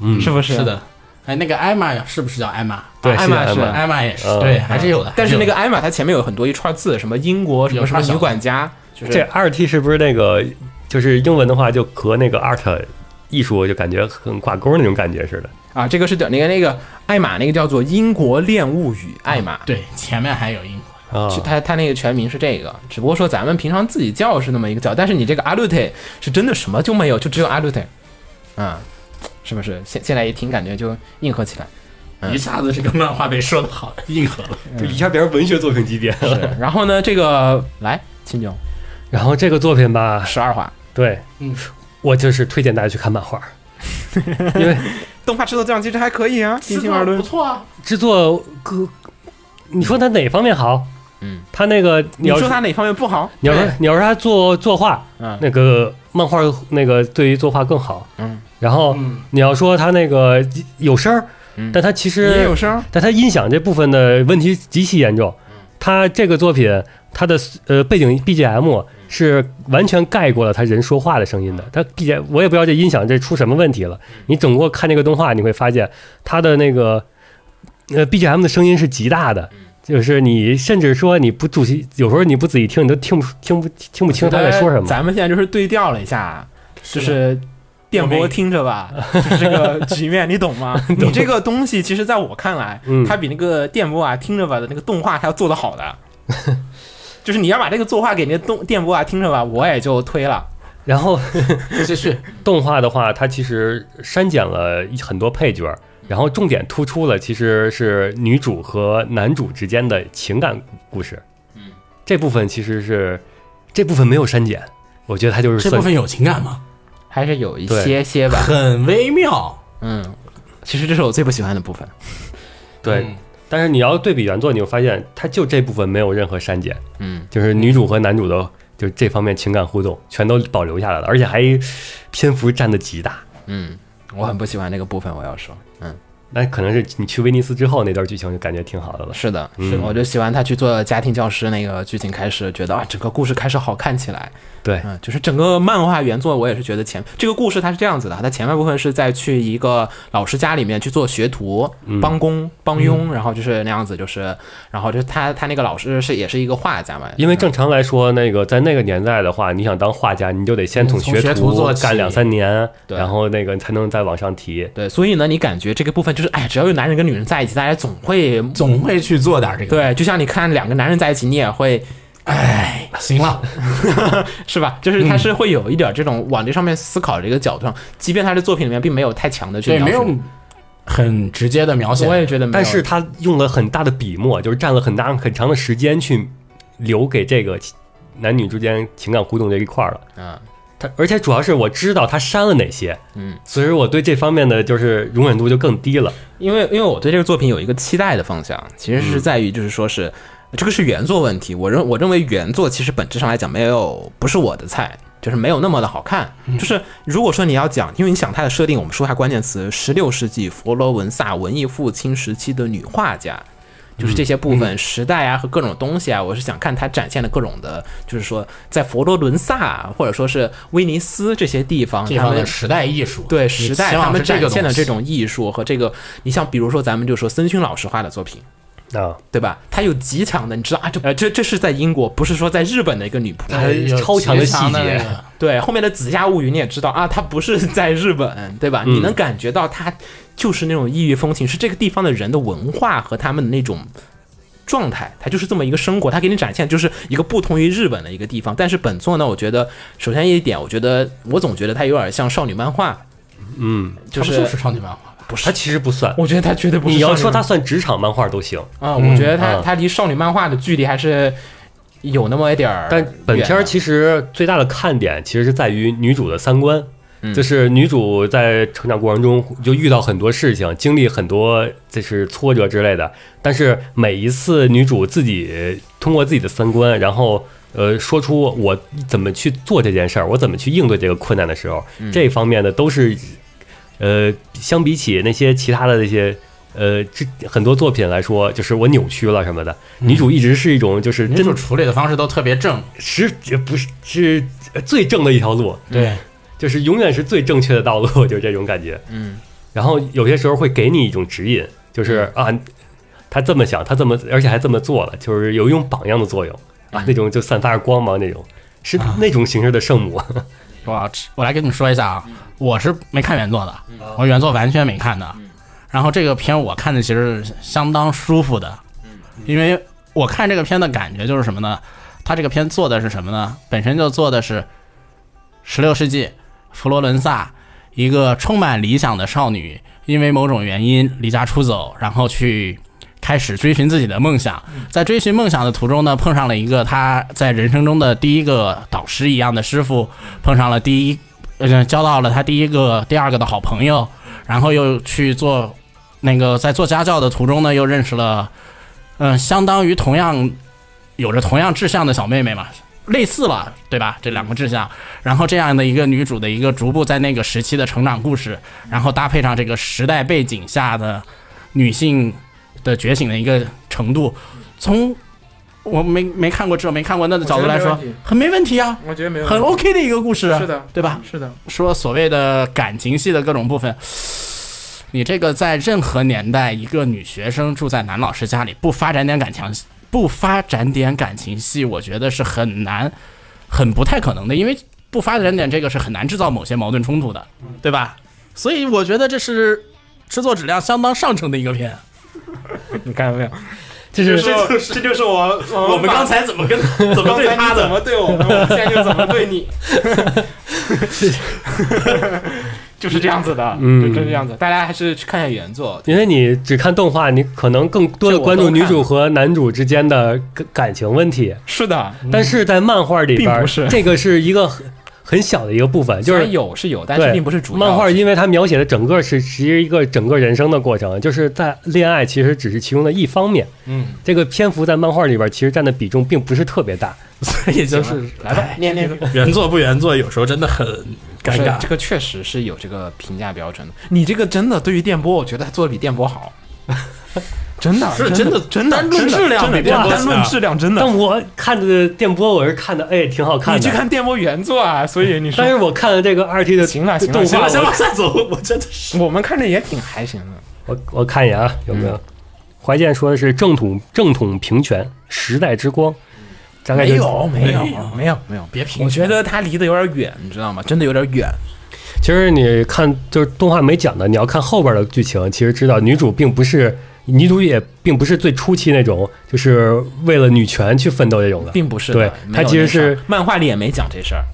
[SPEAKER 4] 嗯，
[SPEAKER 3] 是不是？啊
[SPEAKER 5] 是。的，哎，那个艾玛是不是叫艾玛？
[SPEAKER 4] 对，
[SPEAKER 3] 艾
[SPEAKER 4] 是
[SPEAKER 3] 玛是
[SPEAKER 4] 艾玛，
[SPEAKER 5] 艾玛也是
[SPEAKER 4] 嗯
[SPEAKER 5] 对，还是有的。
[SPEAKER 3] 但是那
[SPEAKER 5] 还有
[SPEAKER 3] 个
[SPEAKER 5] 的
[SPEAKER 3] 艾玛，它前面有很多一串字，什么英国什么
[SPEAKER 5] 有
[SPEAKER 3] 什么
[SPEAKER 5] 串小
[SPEAKER 3] 女管家，就是
[SPEAKER 4] 这二 T 是不是那个就是英文的话就和那个 art 艺术就感觉很挂钩那种感觉似的？
[SPEAKER 3] 啊，这个是叫那个那个艾玛，那个叫做英国恋物语艾玛。
[SPEAKER 5] 对前面还有英国。
[SPEAKER 4] 啊
[SPEAKER 3] 其，它它那个全名是这个，只不过说咱们平常自己叫是那么一个叫，但是你这个阿鲁特是真的什么就没有，就只有阿鲁特，啊，是不是？现现在也挺感觉就硬核起来。
[SPEAKER 5] 一下子这个漫画被说的好硬核了。
[SPEAKER 4] 就一下变成文学作品级别了。
[SPEAKER 3] 是，然后呢，这个来秦九
[SPEAKER 4] 然后这个作品吧，
[SPEAKER 3] 十二话
[SPEAKER 4] 对，
[SPEAKER 5] 嗯，
[SPEAKER 4] 我就是推荐大家去看漫画，因为
[SPEAKER 3] 动画制作质量其实还可以啊，平心而论
[SPEAKER 5] 不，错啊，
[SPEAKER 4] 制作各，你说它哪方面好？
[SPEAKER 3] 嗯，
[SPEAKER 4] 它那个你
[SPEAKER 3] 你
[SPEAKER 4] 要
[SPEAKER 3] 说它哪方面不好？
[SPEAKER 4] 你要说
[SPEAKER 5] 对
[SPEAKER 4] 你要说他做作画，
[SPEAKER 3] 嗯
[SPEAKER 4] 那个漫画那个对于作画更好，
[SPEAKER 3] 嗯，
[SPEAKER 4] 然后
[SPEAKER 5] 嗯
[SPEAKER 4] 你要说他那个有声儿，
[SPEAKER 3] 嗯
[SPEAKER 4] 但他其实
[SPEAKER 3] 也有声儿，
[SPEAKER 4] 但他音响这部分的问题极其严重。他这个作品，他的呃背景 BGM 是完全盖过了他人说话的声音的。他 BGM 我也不知道这音响这出什么问题了。你整个看这个动画，你会发现他的那个呃 BGM 的声音是极大的。就是你，甚至说你不仔细，有时候你不仔细听，你都听不听不听不清他在说什么。
[SPEAKER 3] 咱们现在就是对调了一下，就是电波听着吧，就是这个局面，你 懂吗？你这个东西，其实在我看来
[SPEAKER 4] 嗯，
[SPEAKER 3] 它比那个电波啊听着吧的那个动画还要做得好 的。就是你要把这个作画给那动电波啊听着吧，我也就推了。
[SPEAKER 4] 然 后
[SPEAKER 5] 继续。
[SPEAKER 4] 动画的话，它其实删减了一很多配角儿，然后重点突出了其实是女主和男主之间的情感故事。嗯，这部分其实是这部分没有删减，我觉得它就是
[SPEAKER 5] 这
[SPEAKER 4] 算
[SPEAKER 5] 部分有情感吗？
[SPEAKER 3] 还是有一
[SPEAKER 4] 对
[SPEAKER 3] 些些吧。
[SPEAKER 5] 很微妙。
[SPEAKER 3] 嗯， 其实这是我最不喜欢的部分。
[SPEAKER 4] 对。
[SPEAKER 5] 嗯
[SPEAKER 4] 但是你要对比原作，你会发现它就这部分没有任何删减，
[SPEAKER 3] 嗯，
[SPEAKER 4] 就是女主和男主的就这方面情感互动全都保留下来了，而且还篇幅占的极大。
[SPEAKER 3] 嗯，我很不喜欢这个部分，我要说，嗯，
[SPEAKER 4] 那可能是你去威尼斯之后那段剧情就感觉挺好的了。
[SPEAKER 3] 是的，是的我就喜欢他去做家庭教师那个剧情开始，觉得啊，整个故事开始好看起来。
[SPEAKER 4] 对，
[SPEAKER 3] 嗯，就是整个漫画原作，我也是觉得前这个故事它是这样子的，它前半部分是在去一个老师家里面去做学徒、
[SPEAKER 5] 嗯
[SPEAKER 3] 帮工、帮佣，然后就是那样子，就是，然后就是他他那个老师是也是一个画家嘛，
[SPEAKER 4] 因为正常来说，那个在那个年代的话，你想当画家，你就得先从
[SPEAKER 5] 从学徒
[SPEAKER 4] 徒
[SPEAKER 5] 做起
[SPEAKER 4] 干两三年，
[SPEAKER 3] 对
[SPEAKER 4] 然后那个才能再往上提。
[SPEAKER 3] 对，所以呢，你感觉这个部分就是，哎，只要有男人跟女人在一起，大家总会
[SPEAKER 5] 总会去做点这个。
[SPEAKER 3] 对，就像你看两个男人在一起，你也会
[SPEAKER 5] 哎，行了，
[SPEAKER 3] 是吧？就是
[SPEAKER 5] 嗯
[SPEAKER 3] 他是会有一点这种往这上面思考这个角度上，即便他的作品里面并没有太强的去
[SPEAKER 5] 对，
[SPEAKER 3] 描
[SPEAKER 5] 没
[SPEAKER 3] 述
[SPEAKER 5] 有很直接的描写。
[SPEAKER 3] 我也觉得没有，
[SPEAKER 4] 但是他用了很大的笔墨，就是占了很大很长的时间去留给这个男女之间情感互动这一块儿了。
[SPEAKER 3] 嗯，
[SPEAKER 4] 他而且主要是我知道他删了哪些，
[SPEAKER 3] 嗯，
[SPEAKER 4] 所以说我对这方面的就是容忍度就更低了。
[SPEAKER 3] 因为因为我对这个作品有一个期待的方向，其实是在于就是说是、这个是原作问题，我认我认为原作其实本质上来讲没有不是我的菜。就是没有那么的好看，就是如果说你要讲，因为你想它的设定，我们说一下关键词：十六世纪佛罗伦萨文艺复兴时期的女画家，就是这些部分、时代啊和各种东西啊，我是想看它展现的各种的，就是说在佛罗伦萨啊或者说是威尼斯这些地方，
[SPEAKER 5] 地
[SPEAKER 3] 他
[SPEAKER 5] 方
[SPEAKER 3] 们
[SPEAKER 5] 的时代艺术，
[SPEAKER 3] 对
[SPEAKER 5] 你
[SPEAKER 3] 时代，
[SPEAKER 5] 希望
[SPEAKER 3] 他们
[SPEAKER 5] 是这
[SPEAKER 3] 展
[SPEAKER 5] 个
[SPEAKER 3] 现的
[SPEAKER 5] 东
[SPEAKER 3] 这，
[SPEAKER 5] 西
[SPEAKER 3] 种艺术和这个，你像比如说咱们就说森勋老师画的作品，
[SPEAKER 4] 啊，
[SPEAKER 3] 对吧？他有极强的，你知道啊，这哎呃这这是在英国，不是说在日本的一个女仆。
[SPEAKER 4] 它
[SPEAKER 5] 哎有
[SPEAKER 4] 超强的
[SPEAKER 5] 极
[SPEAKER 4] 细
[SPEAKER 5] 那
[SPEAKER 4] 节
[SPEAKER 5] 个
[SPEAKER 3] 对，后面的《紫夏物语》你也知道啊，它不 是在日本，对吧？你能感觉到它就是那种异域风情，是这个地方的人的文化和他们的那种状态，它就是这么一个生活，它给你展现就是一个不同于日本的一个地方。但是本作呢，我觉得首先一点，我觉得我总觉得它有点像少女漫画，
[SPEAKER 4] 嗯，
[SPEAKER 3] 就
[SPEAKER 5] 它
[SPEAKER 3] 是
[SPEAKER 5] 不就是少女漫画吧？
[SPEAKER 4] 不是，他其实不算。
[SPEAKER 3] 我觉得它绝对不是
[SPEAKER 4] 你
[SPEAKER 3] 少
[SPEAKER 4] 要
[SPEAKER 3] 女
[SPEAKER 4] 说
[SPEAKER 3] 漫画
[SPEAKER 4] 他算职场漫画都行，
[SPEAKER 3] 啊，我觉得它
[SPEAKER 4] 嗯
[SPEAKER 3] 它离少女漫画的距离还是有那么一点儿远
[SPEAKER 4] 但
[SPEAKER 3] 的。
[SPEAKER 4] 本片儿其实最大的看点其实是在于女主的三观，
[SPEAKER 3] 嗯
[SPEAKER 4] 就是女主在成长过程中就遇到很多事情，经历很多就是挫折之类的，但是每一次女主自己通过自己的三观，然后。呃，说出我怎么去做这件事儿，我怎么去应对这个困难的时候，
[SPEAKER 3] 嗯
[SPEAKER 4] 这方面的都是，呃，相比起那些其他的那些，呃，这很多作品来说，就是我扭曲了什么的。
[SPEAKER 3] 嗯
[SPEAKER 4] 女主一直是一种就是
[SPEAKER 5] 女
[SPEAKER 4] 真
[SPEAKER 5] 主处理的方式都特别正，
[SPEAKER 4] 是这不是是呃最正的一条路，
[SPEAKER 5] 对，
[SPEAKER 4] 就是永远是最正确的道路， 就是这种感觉。
[SPEAKER 3] 嗯，
[SPEAKER 4] 然后有些时候会给你一种指引，就是
[SPEAKER 3] 嗯
[SPEAKER 4] 啊，他这么想，他这么，而且还这么做了，就是有一种榜样的作用
[SPEAKER 3] 嗯
[SPEAKER 4] 啊，那种就散发着光芒那种，是
[SPEAKER 3] 啊
[SPEAKER 4] 那种形式的圣母。
[SPEAKER 3] 哦
[SPEAKER 5] 我我来跟你说一下啊，我是没看原作的，我原作完全没看的。然后这个片我看的其实是相当舒服的，因为我看这个片的感觉就是什么呢？它这个片做的是什么呢？本身就做的是十六世纪佛罗伦萨一个充满理想的少女，因为某种原因离家出走，然后去开始追寻自己的梦想。在追寻梦想的途中呢，碰上了一个她在人生中的第一个导师一样的师傅，碰上了第一，呃，交到了她第一个、第二个的好朋友，然后又去做那个在做家教的途中呢，又认识了，嗯、相当于同样有着同样志向的小妹妹嘛。类似了，对吧？这两个志向，然后这样的一个女主的一个逐步在那个时期的成长故事，然后搭配上这个时代背景下的女性的觉醒的一个程度，从我没没看过这没看过那的角度来
[SPEAKER 3] 我
[SPEAKER 5] 说
[SPEAKER 3] 觉得没问题，
[SPEAKER 5] 很没问题啊，
[SPEAKER 3] 我觉得没
[SPEAKER 5] 很 OK 的一个故事，啊
[SPEAKER 3] 是的
[SPEAKER 5] 对吧？
[SPEAKER 3] 是的，
[SPEAKER 5] 说所谓的感情戏的各种部分，你这个在任何年代，一个女学生住在男老师家里，不发展点感情，不发展点感情戏，我觉得是很难，很不太可能的，因为不发展点这个是很难制造某些矛盾冲突的，
[SPEAKER 3] 嗯
[SPEAKER 5] 对吧？所以我觉得这是制作质量相当上乘的一个片。
[SPEAKER 3] 你看到没有？
[SPEAKER 4] 这是
[SPEAKER 3] 这就是我
[SPEAKER 5] 我们刚才怎么跟怎么对他的？
[SPEAKER 3] 么对我们，我们现在就怎么对你。就是这样子的，
[SPEAKER 4] 嗯
[SPEAKER 3] 就就是这样子。大家还是去看一下原作，
[SPEAKER 4] 因为你只看动画，你可能更多的关注女主和男主之间的感感情问题，
[SPEAKER 3] 是的，
[SPEAKER 4] 但是在漫画里边
[SPEAKER 3] 嗯并
[SPEAKER 4] 儿
[SPEAKER 3] 不是，
[SPEAKER 4] 这个是一个很很小的一个部分，就
[SPEAKER 3] 虽
[SPEAKER 4] 是
[SPEAKER 3] 然有是有，但
[SPEAKER 4] 对，
[SPEAKER 3] 是并不是主要。
[SPEAKER 4] 漫画，因为它描写的整个是其实一个整个人生的过程，就是在恋爱其实只是其中的一方面。
[SPEAKER 5] 嗯，
[SPEAKER 4] 这个篇幅在漫画里边其实占的比重并不是特 别大。
[SPEAKER 5] 所以就是
[SPEAKER 3] 来哎吧，
[SPEAKER 5] 念念原作不原作，有时候真的很尴
[SPEAKER 3] 是
[SPEAKER 5] 尬
[SPEAKER 3] 这。个确实是有这个评价标准的。你这个真的对于电波，我觉得他做的比电波好， 真的啊
[SPEAKER 5] 是
[SPEAKER 3] 真
[SPEAKER 5] 真的
[SPEAKER 3] 真的
[SPEAKER 5] 单论
[SPEAKER 3] 真的
[SPEAKER 5] 质量
[SPEAKER 3] 真的
[SPEAKER 5] 比电波
[SPEAKER 3] 单论
[SPEAKER 5] 强
[SPEAKER 3] 质量真的。
[SPEAKER 4] 但我看的电波，我是看的，哎，挺好看的。
[SPEAKER 3] 你去看电波原作啊，所以你说
[SPEAKER 4] 但是我看了这个二 T 的
[SPEAKER 3] 行了行了
[SPEAKER 4] 动
[SPEAKER 5] 行
[SPEAKER 4] 画，
[SPEAKER 5] 了行
[SPEAKER 4] 我
[SPEAKER 5] 了，再走，我真的 是
[SPEAKER 3] 我们看着也挺还行的。
[SPEAKER 4] 我我看一眼啊，有没
[SPEAKER 3] 嗯
[SPEAKER 4] 有？怀建说的是正统正统平权，时代之光，大概
[SPEAKER 3] 没
[SPEAKER 4] 就
[SPEAKER 3] 有没有
[SPEAKER 5] 没有
[SPEAKER 3] 没有没有，
[SPEAKER 5] 别评价
[SPEAKER 3] 我觉得他离得有点远，你知道吗？真的有点远。
[SPEAKER 4] 其实你看，就是动画没讲的，你要看后边的剧情，其实知道女主并不是女主，也并不是最初期那种就是为了女权去奋斗这种的。
[SPEAKER 3] 并不是
[SPEAKER 4] 对
[SPEAKER 3] 的，没
[SPEAKER 4] 它
[SPEAKER 3] 有
[SPEAKER 4] 其
[SPEAKER 3] 那
[SPEAKER 4] 实是
[SPEAKER 3] 事儿漫画里也没讲这事儿，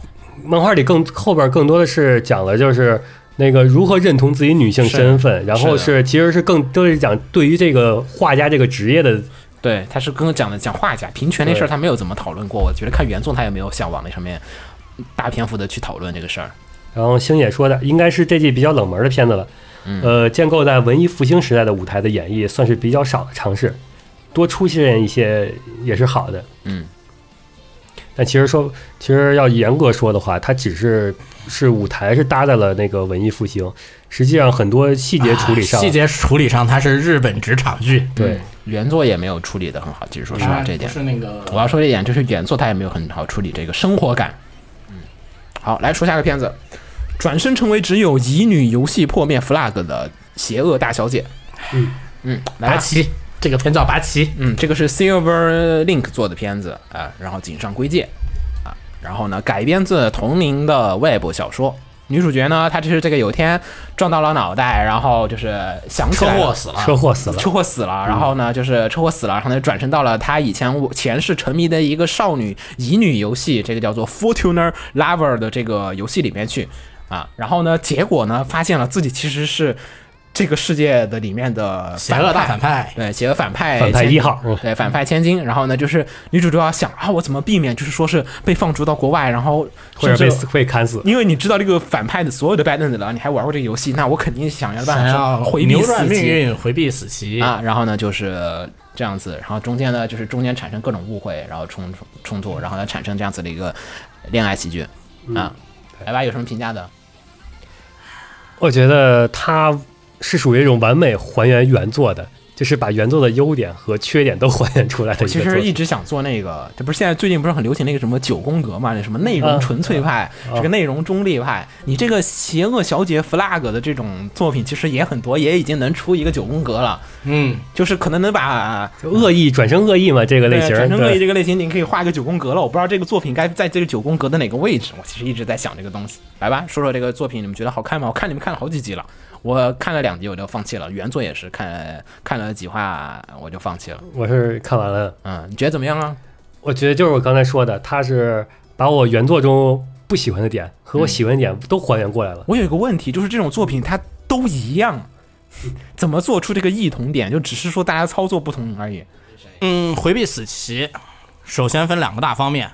[SPEAKER 4] 漫画里更后边更多的是讲了就是那个如何认同自己女性身份，然后
[SPEAKER 3] 是
[SPEAKER 4] 是其实是更都是讲对于这个画家这个职业的。
[SPEAKER 3] 对，他是跟我讲的讲画家平权那事儿，他没有怎么讨论过。我觉得看原作他也没有像往那上面大篇幅的去讨论这个事儿。
[SPEAKER 4] 然后星野说的应该是这季比较冷门的片子了，呃，建构在文艺复兴时代的舞台的演绎算是比较少的尝试，多出现一些也是好的。
[SPEAKER 3] 嗯，
[SPEAKER 4] 但其实说，其实要严格说的话，它只是是舞台是搭在了那个文艺复兴，实际上很多啊细节处理上，
[SPEAKER 5] 细节处理上，它是日本职场剧，
[SPEAKER 4] 对
[SPEAKER 3] 嗯，原作也没有处理的很好，其实说实话这一点，
[SPEAKER 5] 哎是那个
[SPEAKER 3] 我要说这一点就是原作他也没有很好处理这个生活感。嗯，好，来说下个片子，转身成为只有乙女游戏破灭 flag 的邪恶大小姐。嗯嗯，来
[SPEAKER 5] 拔
[SPEAKER 3] 吧。
[SPEAKER 5] 旗，这个片叫拔旗，
[SPEAKER 3] 嗯，这个是 Silver Link 做的片子啊，然后井上圭介啊，然后呢改编自同名的 Web 小说。女主角呢，她就是这个有天撞到了脑袋，然后就是想起
[SPEAKER 5] 车
[SPEAKER 3] 来
[SPEAKER 5] 祸死了，
[SPEAKER 4] 车祸死了
[SPEAKER 3] 车。祸死了，然后呢，就是车祸死了，然后呢，转身到了她以前我前世沉迷的一个少女乙女游戏，这个叫做 Fortuner Lover 的这个游戏里面去啊，然后呢，结果呢，发现了自己其实是这个世界的里面的
[SPEAKER 5] 邪恶大反派，
[SPEAKER 3] 对，写个反派
[SPEAKER 4] 反派
[SPEAKER 3] 千
[SPEAKER 4] 一号嗯
[SPEAKER 3] 对，反派千金。然后呢，就是女主就要想啊，我怎么避免，就是说是被放逐到国外，然后
[SPEAKER 4] 或者
[SPEAKER 3] 甚
[SPEAKER 4] 被
[SPEAKER 3] 至
[SPEAKER 4] 死被砍死，
[SPEAKER 3] 因为你知道这个反派的所有的 bad end 了，你还玩过这个游戏，那我肯定想要办
[SPEAKER 5] 想
[SPEAKER 3] 法
[SPEAKER 5] 要
[SPEAKER 3] 说回避
[SPEAKER 5] 扭
[SPEAKER 3] 死
[SPEAKER 5] 转命
[SPEAKER 3] 机
[SPEAKER 5] 运，回避死期，
[SPEAKER 3] 啊。然后呢，就是这样子，然后中间呢，就是中间产生各种误会，然后冲冲冲突，然后呢产生这样子的一个恋爱喜剧
[SPEAKER 4] 嗯
[SPEAKER 3] 啊。来吧，有什么评价的？
[SPEAKER 4] 我觉得它是属于一种完美还原原作的，就是把原作的优点和缺点都还原出来的
[SPEAKER 3] 我
[SPEAKER 4] 一
[SPEAKER 3] 其
[SPEAKER 4] 个作
[SPEAKER 3] 实一
[SPEAKER 4] 品。
[SPEAKER 3] 直想做那个，这不是现在最近不是很流行那个什么九宫格嘛？那什么内
[SPEAKER 4] 啊
[SPEAKER 3] 容纯粹派，这个内容中立派。你这个邪恶小姐 flag 的这种作品其实也很多，也已经能出一个九宫格了，
[SPEAKER 5] 嗯，
[SPEAKER 3] 就是可能能把
[SPEAKER 4] 就恶意转生恶意嘛，这个
[SPEAKER 3] 对
[SPEAKER 4] 类型，
[SPEAKER 3] 转成恶意
[SPEAKER 4] 对，
[SPEAKER 3] 这个类型，你可以画一个九宫格了。我不知道这个作品该在这个九宫格的哪个位置。我其实一直在想这个东西。来吧，说说这个作品，你们觉得好看吗？我看你们看了好几集了，我看了两集我就放弃了，原作也是看了看了几话我就放弃了。
[SPEAKER 4] 我是看完了。
[SPEAKER 3] 嗯，你觉得怎么样啊？
[SPEAKER 4] 我觉得就是我刚才说的，它是把我原作中不喜欢的点和我喜欢的点都还原过来
[SPEAKER 5] 嗯
[SPEAKER 4] 了。
[SPEAKER 3] 我有一个问题，就是这种作品它都一样， 怎么做出这个异同点？就只是说大家操作不同而已。
[SPEAKER 5] 嗯，回避死棋，首先分两个大方面，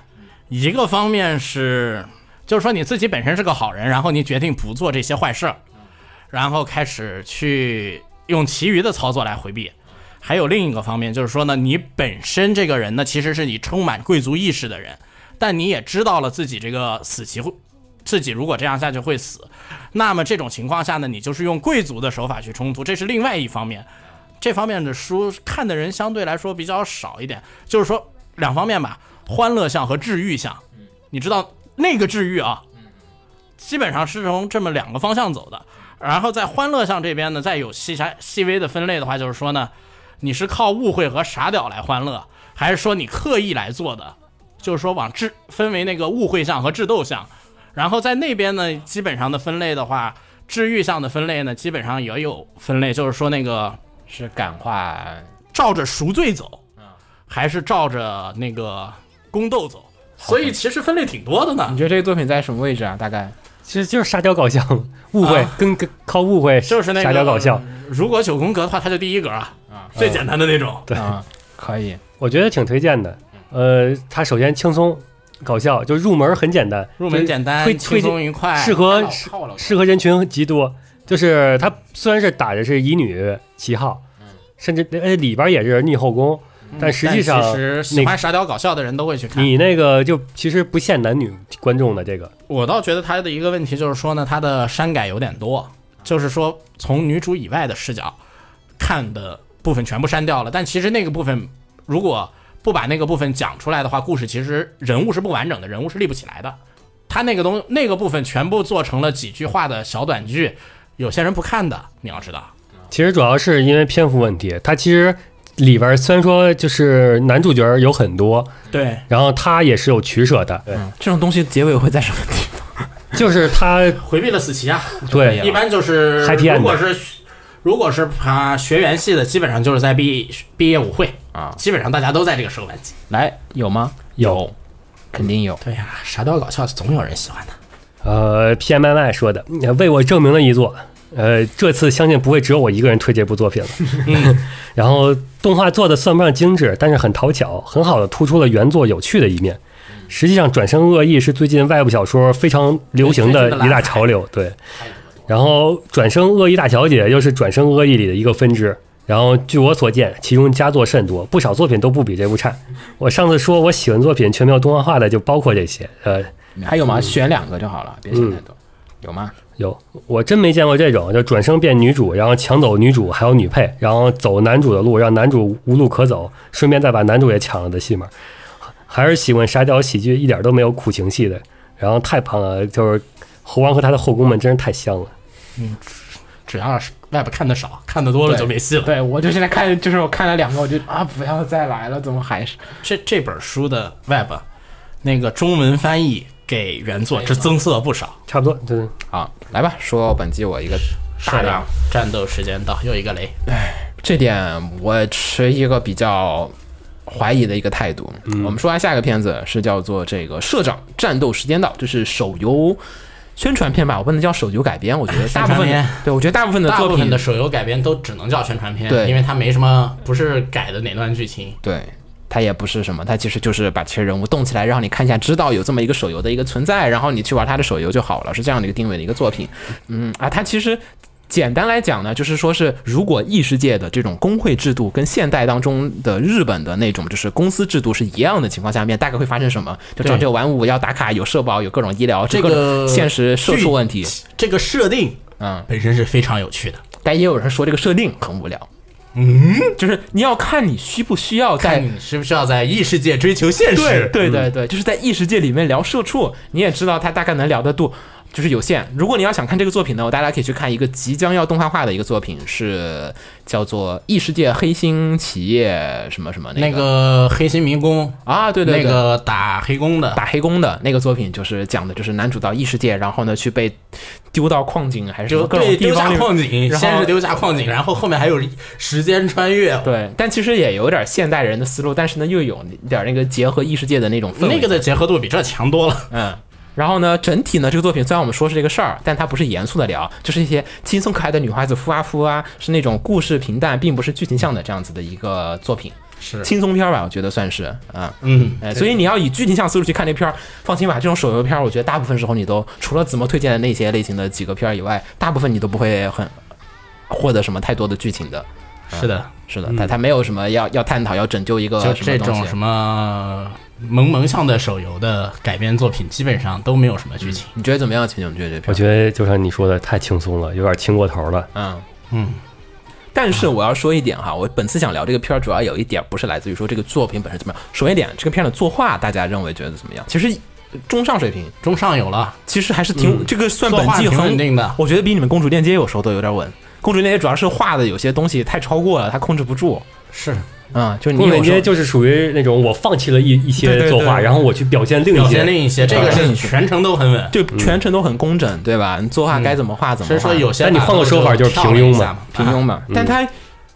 [SPEAKER 5] 一个方面是，就是说你自己本身是个好人，然后你决定不做这些坏事儿，然后开始去用其余的操作来回避。还有另一个方面就是说呢，你本身这个人呢，其实是你充满贵族意识的人，但你也知道了自己这个死棋会，自己如果这样下去会死。那么这种情况下呢，你就是用贵族的手法去冲突，这是另外一方面。这方面的书看的人相对来说比较少一点，就是说两方面吧，欢乐向和治愈向。你知道那个治愈啊，基本上是从这么两个方向走的。然后在欢乐向这边呢，再有细狭细微的分类的话，就是说呢，你是靠误会和傻屌来欢乐，还是说你刻意来做的？就是说往智分为那个误会向和智斗向。然后在那边呢，基本上的分类的话，治愈向的分类呢，基本上也有分类，就是说那个。
[SPEAKER 3] 是感化，
[SPEAKER 5] 照着赎罪走，还是照着那个宫斗走？所以其实分类挺多的
[SPEAKER 3] 你
[SPEAKER 5] 呢。
[SPEAKER 3] 觉得这个作品在什么位置啊？大概
[SPEAKER 4] 其实就是沙雕搞笑，误会、
[SPEAKER 5] 啊
[SPEAKER 4] 跟跟靠误会，
[SPEAKER 5] 就是那个嗯
[SPEAKER 4] 沙雕搞笑，。
[SPEAKER 5] 如果九宫格的话，它就第一格啊，最简单的那种。
[SPEAKER 4] 对，
[SPEAKER 3] 啊，可以，
[SPEAKER 4] 我觉得挺推荐的。呃，它首先轻松搞笑，就入门很简单，
[SPEAKER 5] 入门简哎单
[SPEAKER 4] 推，
[SPEAKER 5] 轻
[SPEAKER 4] 推
[SPEAKER 5] 松愉快，
[SPEAKER 4] 适
[SPEAKER 3] 呃
[SPEAKER 4] 合
[SPEAKER 5] 看老
[SPEAKER 4] 适
[SPEAKER 5] 看我老
[SPEAKER 4] 适合人群极多。就是它虽然是打着是以女旗号，甚至呃里边也是逆后宫，但实际上
[SPEAKER 5] 嗯但其实喜
[SPEAKER 4] 那
[SPEAKER 5] 欢沙雕搞笑的人都会去看。
[SPEAKER 4] 你那个就其实不限男女观众的这个，
[SPEAKER 5] 我倒觉得他的一个问题就是说呢，他的删改有点多，就是说从女主以外的视角看的部分全部删掉了，但其实那个部分如果不把那个部分讲出来的话，故事其实人物是不完整的，人物是立不起来的。他那个东那个部分全部做成了几句话的小短剧，有些人不看的，你要知道。
[SPEAKER 4] 其实主要是因为篇幅问题。它其实里边虽然说就是男主角有很多，
[SPEAKER 5] 对，
[SPEAKER 4] 然后他也是有取舍的，
[SPEAKER 3] 嗯
[SPEAKER 6] 这种东西结尾会在什么地方？
[SPEAKER 4] 就是他
[SPEAKER 5] 回避了死棋啊，
[SPEAKER 4] 对
[SPEAKER 5] 一般就是
[SPEAKER 4] Happy end
[SPEAKER 5] 如果是如果是啊学员系的，基本上就是在毕毕业舞会啊，基本上大家都在这个时候完结。
[SPEAKER 3] 来有吗？
[SPEAKER 4] 有
[SPEAKER 3] 肯定有。
[SPEAKER 5] 对呀、傻屌搞笑总有人喜欢的。
[SPEAKER 4] 呃 P M I Y 说的呃为我证明了一座，呃，这次相信不会只有我一个人推这部作品了。 然后动画做的算不上精致，但是很讨巧，很好的突出了原作有趣的一面。实际上，转身恶意是最近外部小说非常流行的一大潮流，对。然后，转生恶意大小姐又是转生恶意里的一个分支。然后，据我所见，其中佳作甚多，不少作品都不比这部差。我上次说我喜欢作品全没有动画化的，就包括这些。呃，
[SPEAKER 3] 嗯还有吗？选两个就好了，别选太多。嗯有吗？
[SPEAKER 4] 有，我真没见过这种，就转生变女主，然后抢走女主还有女配，然后走男主的路，让男主无路可走，顺便再把男主也抢了的戏码。还是喜欢沙雕喜剧，一点都没有苦情戏的。然后太胖了，就是猴王和他的后宫们真是太香了。
[SPEAKER 5] 只要是外边看的少，看的多了就没戏了。
[SPEAKER 3] 对我就现在看， 就是我看了两个，我就啊，不要再来了，怎么还是？
[SPEAKER 5] 这这本书的 Web 那个中文翻译给原作这增色不少。
[SPEAKER 4] 差不多，对，
[SPEAKER 3] 好，来吧，说本季我一个
[SPEAKER 5] 大量战斗时间到，又一个雷。
[SPEAKER 3] 这点我持一个比较怀疑的一个态度。我们说完下一个片子是叫做这个《社长战斗时间到》，这是手游宣传片吧？我不能叫手游改编，我觉得大部分
[SPEAKER 5] 宣传片
[SPEAKER 3] 对我觉得大部分的
[SPEAKER 5] 大
[SPEAKER 3] 作
[SPEAKER 5] 部分
[SPEAKER 3] 品
[SPEAKER 5] 的手游改编都只能叫宣传片，
[SPEAKER 3] 对
[SPEAKER 5] 因为它没什么不是改的哪段剧情。
[SPEAKER 3] 对。它也不是什么，它其实就是把这些人物动起来，让你看一下，知道有这么一个手游的一个存在，然后你去玩它的手游就好了，是这样的一个定位的一个作品。嗯啊，它其实简单来讲呢，就是说是如果异世界的这种工会制度跟现代当中的日本的那种就是公司制度是一样的情况下面，大概会发生什么？就
[SPEAKER 5] 对
[SPEAKER 3] 朝九晚五要打卡，有社保，有各种医疗，
[SPEAKER 5] 这
[SPEAKER 3] 各
[SPEAKER 5] 个
[SPEAKER 3] 种现实社畜问题。
[SPEAKER 5] 这个设定，
[SPEAKER 3] 嗯，
[SPEAKER 5] 本身是非常有趣的。
[SPEAKER 3] 但也有人说这个设定很无聊。嗯，就是你要看你需不需要在
[SPEAKER 5] 看你需不需要在异世界追求现
[SPEAKER 3] 对
[SPEAKER 5] 实？
[SPEAKER 3] 对对对，就是在异世界里面聊社畜，你也知道他大概能聊的度就是有限。如果你要想看这个作品呢，大家可以去看一个即将要动画化的一个作品，是叫做《异世界黑心企业》什么什么
[SPEAKER 5] 那
[SPEAKER 3] 个
[SPEAKER 5] 个黑心迷宫，
[SPEAKER 3] 啊，对对
[SPEAKER 5] 那
[SPEAKER 3] 对。
[SPEAKER 5] 个打黑工的，
[SPEAKER 3] 打黑工的那个作品，就是讲的就是男主到异世界，然后呢去被丢到矿井还是什
[SPEAKER 5] 就
[SPEAKER 3] 么各
[SPEAKER 5] 对
[SPEAKER 3] 种地
[SPEAKER 5] 丢
[SPEAKER 3] 方
[SPEAKER 5] 下
[SPEAKER 3] 里面
[SPEAKER 5] 矿井，
[SPEAKER 3] 然后
[SPEAKER 5] 先是丢下矿井，然后后面还有时间穿越。
[SPEAKER 3] 对，但其实也有点现代人的思路，但是呢又有点那个结合异世界的那种氛围。
[SPEAKER 5] 那个的结合度比这强多了。
[SPEAKER 3] 嗯，然后呢，整体呢，这个作品虽然我们说是这个事儿，但它不是严肃的聊，就是一些轻松可爱的女孩子敷啊敷啊，是那种故事平淡，并不是剧情向的这样子的一个作品，
[SPEAKER 5] 是
[SPEAKER 3] 轻松片儿吧，我觉得算是啊。
[SPEAKER 5] 嗯，
[SPEAKER 3] 哎，所以你要以剧情向思路去看这片儿，放心吧，这种手游片儿，我觉得大部分时候你都除了子墨推荐的那些类型的几个片儿以外，大部分你都不会很获得什么太多的剧情的。
[SPEAKER 5] 是的，
[SPEAKER 3] 是的，它它没有什么要要探讨、要拯救一个
[SPEAKER 5] 就
[SPEAKER 3] 什么
[SPEAKER 5] 这
[SPEAKER 3] 呃东
[SPEAKER 5] 种
[SPEAKER 3] 西
[SPEAKER 5] 什，么萌萌向的手游的改编作品，基本上都没有什么剧情。
[SPEAKER 3] 你觉得怎么样？秦总，你觉得这片
[SPEAKER 4] 我
[SPEAKER 3] 儿？
[SPEAKER 4] 觉得就像你说的，太轻松了，有点轻过头了。
[SPEAKER 3] 嗯。
[SPEAKER 5] 嗯，
[SPEAKER 3] 但是我要说一点哈，我本次想聊这个片儿，主要有一点不是来自于说这个作品本身怎么样。首先一点，这个片儿的作画大家认为觉得怎么样？其实呃中上水平，
[SPEAKER 5] 中上有了，
[SPEAKER 3] 其实还是挺、这个算
[SPEAKER 5] 嗯作
[SPEAKER 3] 本
[SPEAKER 5] 画
[SPEAKER 3] 季
[SPEAKER 5] 挺
[SPEAKER 3] 很
[SPEAKER 5] 稳定的
[SPEAKER 3] 我觉得比你们公主链接有时候都有点稳。公主链接主要是画的有些东西太超过了，它控制不住。
[SPEAKER 5] 是
[SPEAKER 3] 嗯，就是你
[SPEAKER 4] 宫
[SPEAKER 3] 有
[SPEAKER 4] 本
[SPEAKER 3] 时候
[SPEAKER 4] 街就是属于那种我放弃了一一
[SPEAKER 3] 对
[SPEAKER 4] 些
[SPEAKER 3] 对
[SPEAKER 4] 作
[SPEAKER 3] 对
[SPEAKER 4] 画，然后我去表现另
[SPEAKER 5] 表
[SPEAKER 4] 一些
[SPEAKER 5] 现另一些，这个
[SPEAKER 3] 另
[SPEAKER 5] 是
[SPEAKER 3] 一些
[SPEAKER 5] 全程都很稳。
[SPEAKER 3] 就全程都很工整，对吧？你作画该怎么画怎么
[SPEAKER 5] 嗯所
[SPEAKER 3] 画。
[SPEAKER 5] 以说有些
[SPEAKER 4] 但你换个说法就是平庸嘛
[SPEAKER 5] 嘛，啊
[SPEAKER 3] 平庸嘛，但它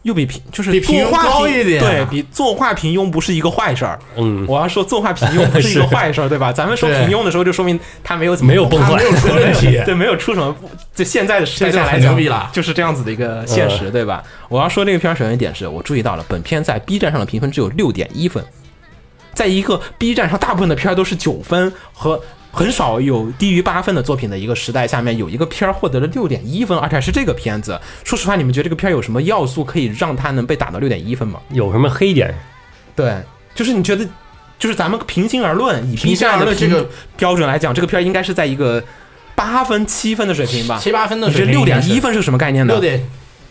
[SPEAKER 3] 又比平就是
[SPEAKER 5] 嗯比平庸
[SPEAKER 3] 作画
[SPEAKER 5] 高一点啊
[SPEAKER 3] 对比作画平庸不是一个坏事儿。
[SPEAKER 4] 嗯
[SPEAKER 3] 我要说作画平庸不是一个坏事儿，对 吧？咱们说
[SPEAKER 5] 对
[SPEAKER 3] 平庸的时候，就说明他没有怎么。
[SPEAKER 4] 没有崩坏，
[SPEAKER 5] 没有出问 题
[SPEAKER 3] 对，没有出什么不，就现在的时代
[SPEAKER 5] 这就
[SPEAKER 3] 下来
[SPEAKER 5] 很
[SPEAKER 3] 讲
[SPEAKER 5] 牛逼了
[SPEAKER 3] 就是这样子的一个现实，
[SPEAKER 5] 嗯
[SPEAKER 3] 对吧？我要说这个片儿首先一点是我注意到了，本片在 B 站上的评分只有六点一分，在一个 B 站上大部分的片儿都是九分和。很少有低于八分的作品的一个时代下面，有一个片儿获得了六点一分，而且还是这个片子。说实话，你们觉得这个片儿有什么要素可以让它能被打到六点一分吗？
[SPEAKER 4] 有什么黑点？
[SPEAKER 3] 对，就是你觉得，就是咱们平心而论，以 B
[SPEAKER 5] 平心而
[SPEAKER 3] 站的
[SPEAKER 5] 论这
[SPEAKER 3] 评
[SPEAKER 5] 个
[SPEAKER 3] 标准来讲，这个片儿应该是在一个八分、七分的水平吧？
[SPEAKER 5] 七八分的
[SPEAKER 3] 你这
[SPEAKER 5] 水平
[SPEAKER 3] 六
[SPEAKER 5] 应该
[SPEAKER 3] 点
[SPEAKER 5] 是，
[SPEAKER 3] 一分是什么概念呢？
[SPEAKER 5] 六点，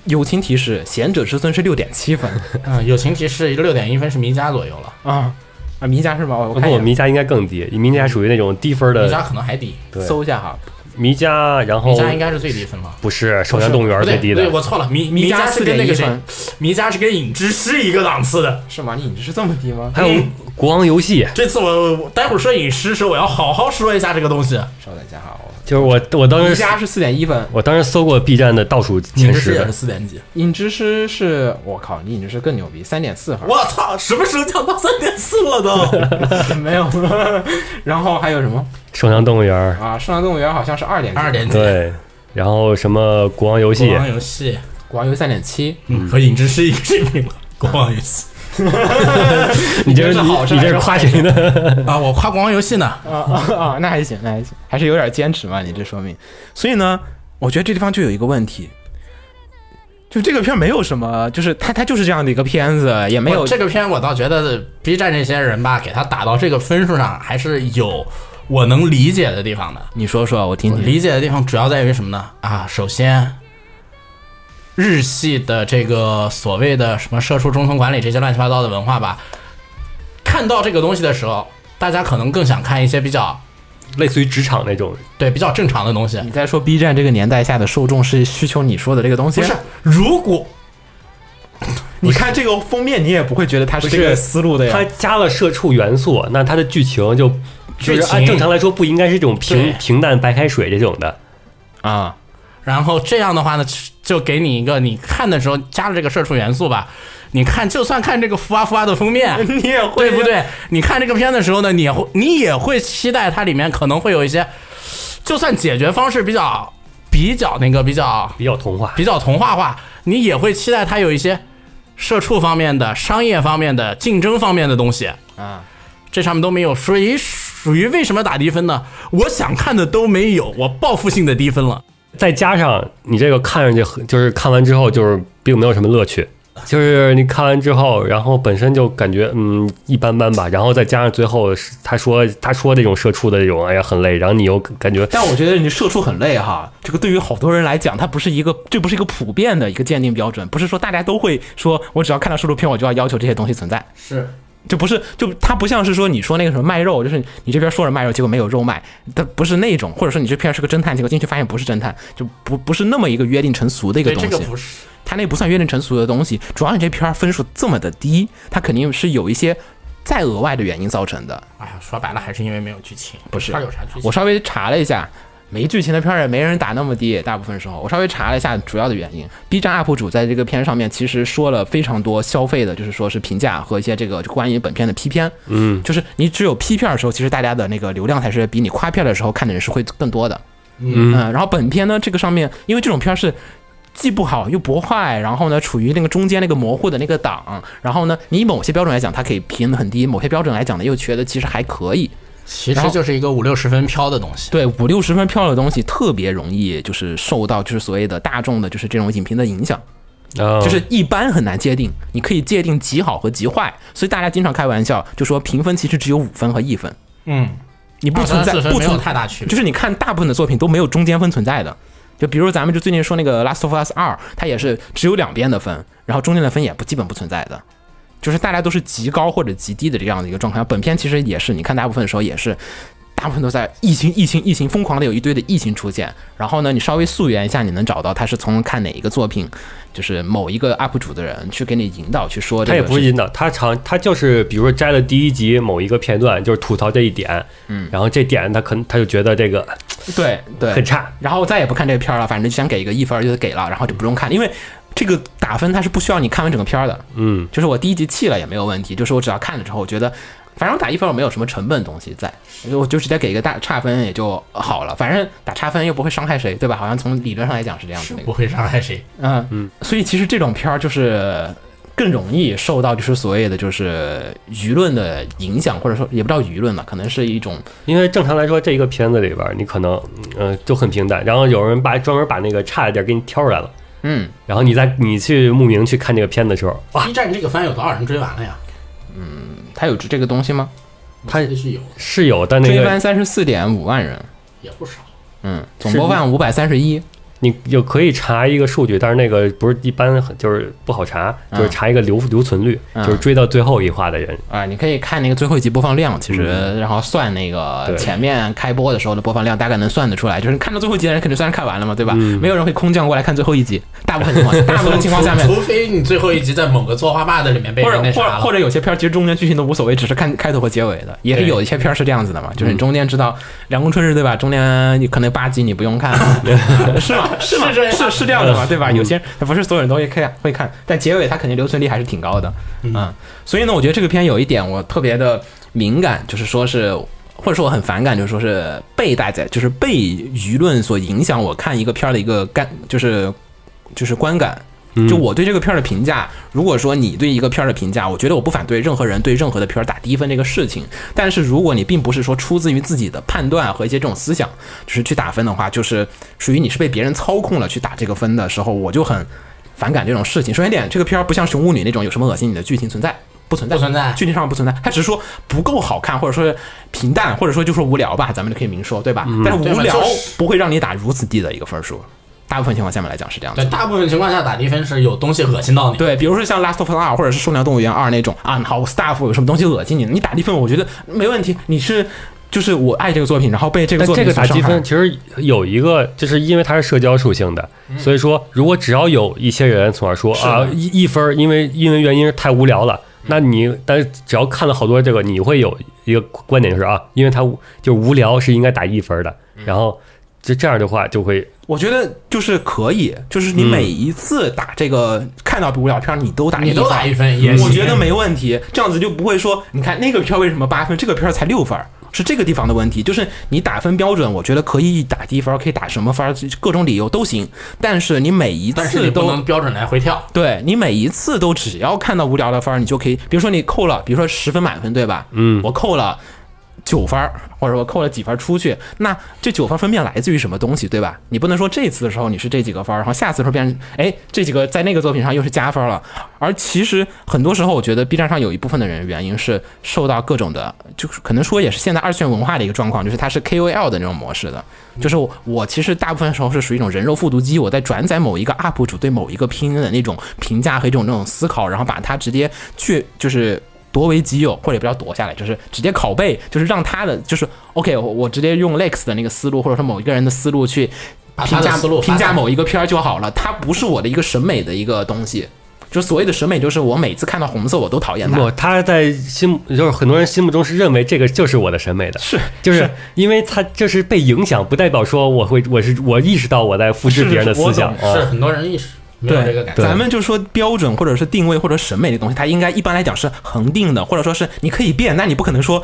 [SPEAKER 3] 友情提示：贤者之孙是六点七分
[SPEAKER 5] 嗯，友情提示六点一分是迷家左右了，
[SPEAKER 3] 啊啊！迷家是吧？我
[SPEAKER 4] 不，
[SPEAKER 3] 看一
[SPEAKER 4] 我
[SPEAKER 3] 眼
[SPEAKER 4] 迷家应该更低，迷家属于那种低分
[SPEAKER 5] 迷家
[SPEAKER 4] 的，
[SPEAKER 5] 可能还低，
[SPEAKER 4] 对，
[SPEAKER 3] 搜一下哈，
[SPEAKER 4] 迷家，然后
[SPEAKER 5] 迷家应该是最低分了。
[SPEAKER 4] 不是首阳动物园
[SPEAKER 5] 不对
[SPEAKER 4] 最低
[SPEAKER 5] 对，
[SPEAKER 4] 的，
[SPEAKER 5] 我错了，迷迷
[SPEAKER 3] 家
[SPEAKER 5] 家
[SPEAKER 3] 四
[SPEAKER 5] 是
[SPEAKER 3] 点
[SPEAKER 5] 跟那
[SPEAKER 3] 一
[SPEAKER 5] 个谁
[SPEAKER 3] 分，
[SPEAKER 5] 迷家是跟影之师一个档次的。
[SPEAKER 3] 是吗？你你是这么低 吗？
[SPEAKER 4] 还有国王游戏，
[SPEAKER 5] 这次我我待会儿说影师时，我要好好说一下这个东西。
[SPEAKER 3] 稍等一下哈，
[SPEAKER 4] 就是我我当
[SPEAKER 3] 迷
[SPEAKER 4] 时
[SPEAKER 3] 家是四点一分，
[SPEAKER 4] 我当时搜过 B 站的倒数
[SPEAKER 5] 影
[SPEAKER 4] 前
[SPEAKER 5] 之师
[SPEAKER 4] 十
[SPEAKER 5] 也是
[SPEAKER 4] 的，
[SPEAKER 5] 四点几，
[SPEAKER 3] 影之师是我靠，你影之师更牛逼，三点四分。
[SPEAKER 5] 我操，什么时候降到三点四了都？
[SPEAKER 3] 没有，然后还有什么
[SPEAKER 4] 首阳动物园，
[SPEAKER 3] 啊？圣诞动物园好像是二点
[SPEAKER 5] 二点几，
[SPEAKER 4] 对，然后什么国王游
[SPEAKER 5] 啊国
[SPEAKER 4] 戏，
[SPEAKER 5] 王游戏嗯
[SPEAKER 3] 国王游戏三点七，
[SPEAKER 5] 和影之师一个水平了。国王游戏
[SPEAKER 4] 你这
[SPEAKER 3] 你这
[SPEAKER 4] 是
[SPEAKER 3] 是好事
[SPEAKER 4] 你
[SPEAKER 3] 还
[SPEAKER 4] 这是
[SPEAKER 3] 是
[SPEAKER 4] 夸谁呢？
[SPEAKER 5] 啊，我夸国王游戏呢，
[SPEAKER 3] 啊啊 啊！那还行，那还行，还是有点坚持嘛。你这说明，所以呢，我觉得这地方就有一个问题，就这个片儿没有什么，就是它它就是这样的一个片子，也没有
[SPEAKER 5] 我这个片，我倒觉得 B 站这些人吧，给他打到这个分数上，还是有我能理解的地方的。
[SPEAKER 3] 你说说，我听
[SPEAKER 5] 我
[SPEAKER 3] 听。
[SPEAKER 5] 理解的地方主要在于什么呢？啊，首先，日系的这个所谓的什么社畜中层管理这些乱七八糟的文化吧，看到这个东西的时候，大家可能更想看一些比较
[SPEAKER 4] 类似于职场那种，
[SPEAKER 5] 对比较正常的东西。
[SPEAKER 3] 你在说 B 站这个年代下的受众是需求你说的这个东西？
[SPEAKER 5] 不是，，如果
[SPEAKER 3] 你看这个封面，你也不会觉得它是
[SPEAKER 4] 不是
[SPEAKER 3] 这个思路的
[SPEAKER 4] 它
[SPEAKER 5] 啊
[SPEAKER 3] 呀。
[SPEAKER 4] 加了社畜元素，那它的剧情就就
[SPEAKER 5] 剧情
[SPEAKER 4] 是按正常来说不应该是这种平
[SPEAKER 5] 对
[SPEAKER 4] 平淡白开水这种的，
[SPEAKER 3] 啊，
[SPEAKER 5] 然后这样的话呢，就给你一个你看的时候加了这个社畜元素吧。你看，就算看这个福娃福啊娃的封面，
[SPEAKER 4] 嗯
[SPEAKER 3] 你也会
[SPEAKER 5] 对不？对？你看这个片的时候呢，你也会你也会期待它里面可能会有一些，就算解决方式比较比较那个比较
[SPEAKER 4] 比较童话。
[SPEAKER 5] 比较童话化，你也会期待它有一些社畜方面的、商业方面的、竞争方面的东西。
[SPEAKER 3] 啊，
[SPEAKER 5] 这上面都没有，属于属于为什么打低分呢？我想看的都没有，我报复性的低分了。
[SPEAKER 4] 再加上你这个看上去很，就是看完之后就是并没有什么乐趣，就是你看完之后，然后本身就感觉嗯一般般吧，然后再加上最后是他说他说这种社畜的这种哎呀很累，然后你又感觉
[SPEAKER 3] 但我觉得你社畜很累哈，这个对于好多人来讲，它不是一个，这不是一个普遍的一个鉴定标准，不是说大家都会说，我只要看到社畜片，我就要要求这些东西存在。
[SPEAKER 5] 是，
[SPEAKER 3] 就不是，就它不像是说你说那个什么卖肉，就是你这边说着卖肉，结果没有肉卖，它不是那种，或者说你这片是个侦探，结果进去发现不是侦探，就不不是那么一个约定成俗的一个
[SPEAKER 5] 对
[SPEAKER 3] 东
[SPEAKER 5] 这
[SPEAKER 3] 西。
[SPEAKER 5] 个不是。
[SPEAKER 3] 它那不算约定成俗的东西，主要你这片儿分数这么的低，它肯定是有一些再额外的原因造成的。
[SPEAKER 5] 哎呀，说白了还是因为没有剧情，
[SPEAKER 3] 不是
[SPEAKER 5] 这儿有啥剧情？
[SPEAKER 3] 我稍微查了一下，没剧情的片儿也没人打那么低，大部分时候我稍微查了一下主要的原因。B 站 UP 主在这个片上面其实说了非常多消费的，就是说是评价和一些这个关于本片的批片。嗯，就是你只有批片的时候，其实大家的那个流量才是比你夸片的时候看的人是会更多的。嗯，然后本片呢，这个上面因为这种片儿是。既不好又不坏，然后呢，处于那个中间那个模糊的那个档，然后呢，你以某些标准来讲，它可以评得很低；某些标准来讲呢，又觉得其实还可以。
[SPEAKER 5] 其
[SPEAKER 3] 然
[SPEAKER 5] 实
[SPEAKER 3] 后
[SPEAKER 5] 就是一个五六十分飘的东西。
[SPEAKER 3] 对五六十分票的东西特别容易就是受到就是所谓的大众的就是这种影评的影响，
[SPEAKER 5] 嗯
[SPEAKER 4] 就
[SPEAKER 3] 就是一般很难界定，你可以界定极好和极坏，所以大家经常开玩笑就说评分其实只有五分和一分，
[SPEAKER 5] 嗯，
[SPEAKER 3] 你不存在
[SPEAKER 5] 二三四分
[SPEAKER 3] 不
[SPEAKER 5] 没有
[SPEAKER 3] 存
[SPEAKER 5] 太大区别。
[SPEAKER 3] 就是你看大部分的作品都没有中间分存在的，就比如咱们就最近说那个《Last of Us 二》，它也是只有两边的分，然后中间的分也不基本不存在的，就是大家都是极高或者极低的这样的一个状况。本片其实也是，你看大部分的时候也是。大部分都在疫情、疫情、疫情，疯狂的有一堆的疫情出现。然后呢，你稍微溯源一下，你能找到他是从看哪一个作品，就是某一个 UP 主的人去给你引导去说这
[SPEAKER 4] 他
[SPEAKER 3] 个事
[SPEAKER 4] 也
[SPEAKER 3] 情。
[SPEAKER 4] 不是引导，他常他就是比如说摘了第一集某一个片段，就是吐槽这一点，嗯，然后这点他可能他就觉得这个
[SPEAKER 3] 对对
[SPEAKER 4] 很差，
[SPEAKER 3] 然后再也不看这片儿了，反正就想给一个一分儿就给了，然后就不用看，因为。这个打分它是不需要你看完整个片儿的，
[SPEAKER 4] 嗯，
[SPEAKER 3] 就是我第一集弃了也没有问题，就是我只要看了之后，我觉得反正我打一分我没有什么成本东西在，我就直接给一个大差分也就好了，反正打差分又不会伤害谁，对吧？好像从理论上来讲是这样子的。
[SPEAKER 5] 不会伤害谁。
[SPEAKER 3] 嗯嗯，所以其实这种片儿就是更容易受到就是所谓的就是舆论的影响，或者说也不知道舆论吧，可能是一种
[SPEAKER 4] 因为正常来说，这一个片子里边，你可能嗯、呃就很平淡，然后有人把专门把那个差的点给你挑出来了，
[SPEAKER 3] 嗯，
[SPEAKER 4] 然后你在你去慕名去看这个片子的时候，哇，
[SPEAKER 5] B 站这个番有多少人追完了呀？
[SPEAKER 3] 它有这个东西吗？
[SPEAKER 5] 他是有，
[SPEAKER 4] 是有，但那
[SPEAKER 3] 追番
[SPEAKER 4] 个
[SPEAKER 3] 三十四点五万人，
[SPEAKER 5] 也不少。
[SPEAKER 3] 嗯，总播放五百三十一，
[SPEAKER 4] 你有可以查一个数据，但是那个不是一般很就是不好查，就是查一个留留存率，
[SPEAKER 3] 嗯
[SPEAKER 4] 就是追到最后一话的人，
[SPEAKER 3] 啊，你可以看那个最后一集播放量，其实、然后算那个
[SPEAKER 4] 对
[SPEAKER 3] 前面开播的时候的播放量，大概能算得出来。就是看到最后一集的人，肯定虽然看完了嘛，对吧？没有人会空降过来看最后一集，大部分情 况，大部分情况下面
[SPEAKER 5] 除，除非你最后一集在某个作画坝的里面被
[SPEAKER 3] 或
[SPEAKER 5] 人
[SPEAKER 3] 者
[SPEAKER 5] 那
[SPEAKER 3] 或
[SPEAKER 5] 啥
[SPEAKER 3] 者
[SPEAKER 5] 了，
[SPEAKER 3] 或者有些片儿其实中间剧情都无所谓，只是看开头和结尾的，也是
[SPEAKER 4] 对
[SPEAKER 3] 有一些片儿是这样子的嘛，
[SPEAKER 5] 嗯
[SPEAKER 3] 就是你中间知道《凉宫春日》对吧？中间你可能八集你不用看， 是吗？是吗？
[SPEAKER 5] 这样
[SPEAKER 3] 是
[SPEAKER 5] 嗯
[SPEAKER 3] 是这样的嘛，对吧？有些人不是所有人都会看会看，但结尾它肯定留存率还是挺高的，嗯，所以呢，我觉得这个片有一点我特别的敏感，就是说是。或者说我很反感，就是说是被大家，就是被舆论所影响，我看一个片儿的一个感，就是就是观感。就我对这个片儿的评价，如果说你对一个片儿的评价，我觉得我不反对任何人对任何的片儿打低分这个事情。但是如果你并不是说出自于自己的判断和一些这种思想，就是去打分的话，就是属于你是被别人操控了去打这个分的时候，我就很反感这种事情。首先一点，这个片儿不像《熊巫女》那种有什么恶心你的剧情存在。不存在，
[SPEAKER 5] 不存在
[SPEAKER 3] 剧情上不存在，它只是说不够好看，或者说平淡，或者说就说无聊吧，咱们就可以明说，对吧？但是
[SPEAKER 5] 对
[SPEAKER 3] 无
[SPEAKER 5] 吧
[SPEAKER 3] 聊
[SPEAKER 5] 就是
[SPEAKER 3] 不会让你打如此低的一个分数，大部分情况下面来讲是这样子
[SPEAKER 5] 对，。大部分情况下打低分是有东西恶心到你。
[SPEAKER 3] 对，比如说像《Last of Us 二》或者是《数量动物园二》那种啊，好 staff 有什么东西恶心你，你打低分，我觉得没问题。你是就是我爱这个作品，然后被这个
[SPEAKER 4] 但
[SPEAKER 3] 作
[SPEAKER 4] 这
[SPEAKER 3] 品
[SPEAKER 4] 个
[SPEAKER 3] 所
[SPEAKER 4] 打积
[SPEAKER 3] 伤害
[SPEAKER 4] 分，其实有一个，就是因为它是社交属性的，所以说如果只要有一些人从而说啊一一分儿，因为因为原因是太无聊了，那你但是只要看了好多这个，你会有一个观点就是啊，因为它无就是无聊是应该打一分儿的，然后就这样的话就会
[SPEAKER 3] 我觉得就是可以，就是
[SPEAKER 5] 嗯
[SPEAKER 3] 你每一次打这个、看到无聊片儿，你都打
[SPEAKER 5] 你
[SPEAKER 3] 一分
[SPEAKER 5] 都打一分也
[SPEAKER 3] 我
[SPEAKER 5] 行
[SPEAKER 3] 觉得没问题。这样子就不会说，你看那个片儿为什么八分，这个片儿才六分儿，是这个地方的问题。就是你打分标准，我觉得可以打低分儿，可以打什么分儿，各种理由都行。但是你每一
[SPEAKER 5] 但是你
[SPEAKER 3] 次
[SPEAKER 5] 不
[SPEAKER 3] 都
[SPEAKER 5] 能标准来回跳，
[SPEAKER 3] 对你每一次都只要看到无聊的分儿，你就可以，比如说你扣了，比如说十分满分，对吧？嗯，我扣了九分儿，或者我扣了几分儿出去，那这九分儿分别来自于什么东西，对吧？你不能说这次的时候你是这几个分儿，然后下次的时候变成哎这几个在那个作品上又是加分儿了。而其实很多时候，我觉得 B 站上有一部分的人原因是受到各种的，就是可能说也是现在二次元文化的一个状况，就是它是 KOL 的那种模式的，就是我我其实大部分时候是属于一种人肉复读机，我在转载某一个 UP 主对某一个拼音的那种评价和一种那种思考，然后把它直接去就是。夺为己有，或者也不叫夺下来，就是直接拷贝，就是让他的就是 OK，我我直接用 Lex 的那个思路，或者说某一个人的思路去
[SPEAKER 5] 把
[SPEAKER 3] 评
[SPEAKER 5] 他的
[SPEAKER 3] 价
[SPEAKER 5] 思路
[SPEAKER 3] 评
[SPEAKER 5] 发
[SPEAKER 3] 价
[SPEAKER 5] 散
[SPEAKER 3] 某一个片儿就好了，它不是我的一个审美的一个东西。就所谓的审美，就是我每次看到红色我都讨厌它。
[SPEAKER 4] 不，他在心目就是很多人心目中是认为这个就是我的审美的，是就是因为他就是被影响，不代表说我会我是我意识到我在复制别人的思想，
[SPEAKER 5] 是
[SPEAKER 4] 啊
[SPEAKER 5] 很多人意识没有这个
[SPEAKER 3] 哦对
[SPEAKER 5] 感，觉。啊
[SPEAKER 3] 咱们就说标准或者是定位或者审美的东西，它应该一般来讲是恒定的，或者说是你可以变，但你不可能说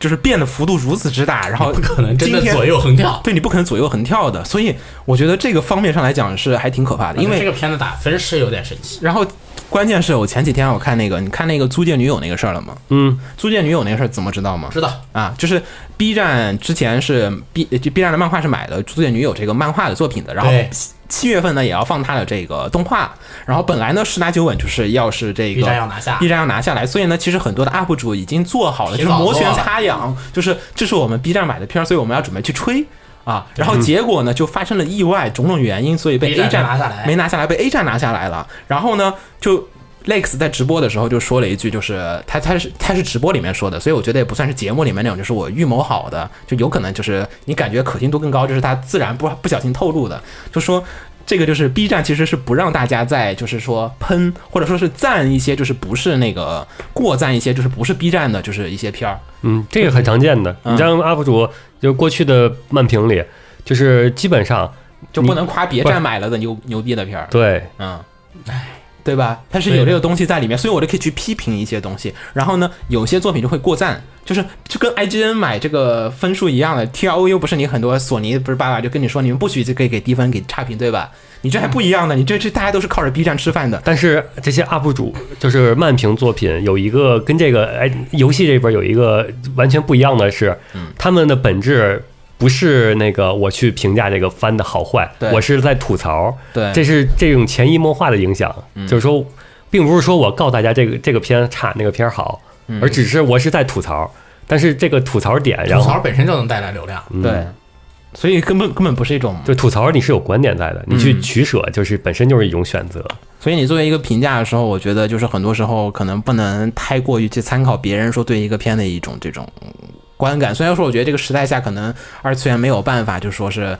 [SPEAKER 3] 就是变的幅度如此之大，然后
[SPEAKER 5] 不可能真的
[SPEAKER 3] 今天
[SPEAKER 5] 左右横跳。
[SPEAKER 3] 对你不可能左右横跳的，所以我觉得这个方面上来讲是还挺可怕的，因为
[SPEAKER 5] 这个片子打分是有点神奇。
[SPEAKER 3] 然后关键是我前几天我看那个，你看那个租借女友那个事儿了吗？
[SPEAKER 4] 嗯，
[SPEAKER 3] 租借女友那个事儿怎么知道吗？
[SPEAKER 5] 知道
[SPEAKER 3] 啊，就是 B 站之前是 B 就 B 站的漫画是买了《租借女友》这个漫画的作品的，然后
[SPEAKER 5] 对
[SPEAKER 3] 七七月份呢也要放它的这个动画，然后本来呢十拿九稳就是要是这个
[SPEAKER 5] B 站要拿下
[SPEAKER 3] B 站要拿下来，所以呢其实很多的 UP 主已经做好了，就
[SPEAKER 5] 提
[SPEAKER 3] 是
[SPEAKER 5] 早
[SPEAKER 3] 摩拳
[SPEAKER 5] 做了
[SPEAKER 3] 擦痒，就是这是我们 B 站买的片儿，所以我们要准备去吹。啊，然后结果呢，就发生了意外，种种原因，所以被
[SPEAKER 5] B
[SPEAKER 3] A
[SPEAKER 5] 站
[SPEAKER 3] 站
[SPEAKER 5] 拿下来
[SPEAKER 3] 没拿下来，被 A 站拿下来了。然后呢，就 Lex 在直播的时候就说了一句，就是他他是他是直播里面说的，所以我觉得也不算是节目里面那种，就是我预谋好的，就有可能就是你感觉可信度更高，就是他自然不不小心透露的，就说。这个就是 B 站其实是不让大家在就是说喷或者说是赞一些就是不是那个过赞一些就是不是 B 站的就是一些片儿，
[SPEAKER 4] 嗯，这个很常见的。你像 UP 主，就过去的漫评里，就是基本上
[SPEAKER 3] 就
[SPEAKER 4] 你
[SPEAKER 3] 不能夸别
[SPEAKER 4] 不是
[SPEAKER 3] 站买了的牛牛逼的片儿。
[SPEAKER 4] 对，
[SPEAKER 3] 嗯，对吧？它是有这个东西在里面，所以我就可以去批评一些东西。然后呢，有些作品就会过赞，就是就跟 IGN 买这个分数一样的。T R O U 不是你很多索尼不是爸爸就跟你说，你们不许就可以给低分给差评，对吧？你这还不一样呢，你这这大家都是靠着 B 站吃饭的。
[SPEAKER 4] 但是这些 UP 主就是慢评作品，有一个跟这个哎游戏这边有一个完全不一样的是，他们的本质不是那个我去评价这个番的好坏
[SPEAKER 3] 对，
[SPEAKER 4] 我是在吐槽，
[SPEAKER 3] 对
[SPEAKER 4] 这是这种潜移默化的影响，就是说，并不是说我告诉大家这个这个片差那个片好，而只是我是在吐槽，但是这个吐槽点，然
[SPEAKER 5] 吐槽
[SPEAKER 4] 后
[SPEAKER 5] 本身就能带来流量，
[SPEAKER 3] 对，所以根本根本不是一种
[SPEAKER 4] 就吐槽你是有观点在的，你
[SPEAKER 5] 嗯
[SPEAKER 4] 去取舍就是本身就是一种选择，
[SPEAKER 3] 所以你作为一个评价的时候，我觉得就是很多时候可能不能太过于去参考别人说对一个片的一种这种嗯观感。虽然说我觉得这个时代下可能二次元没有办法就说是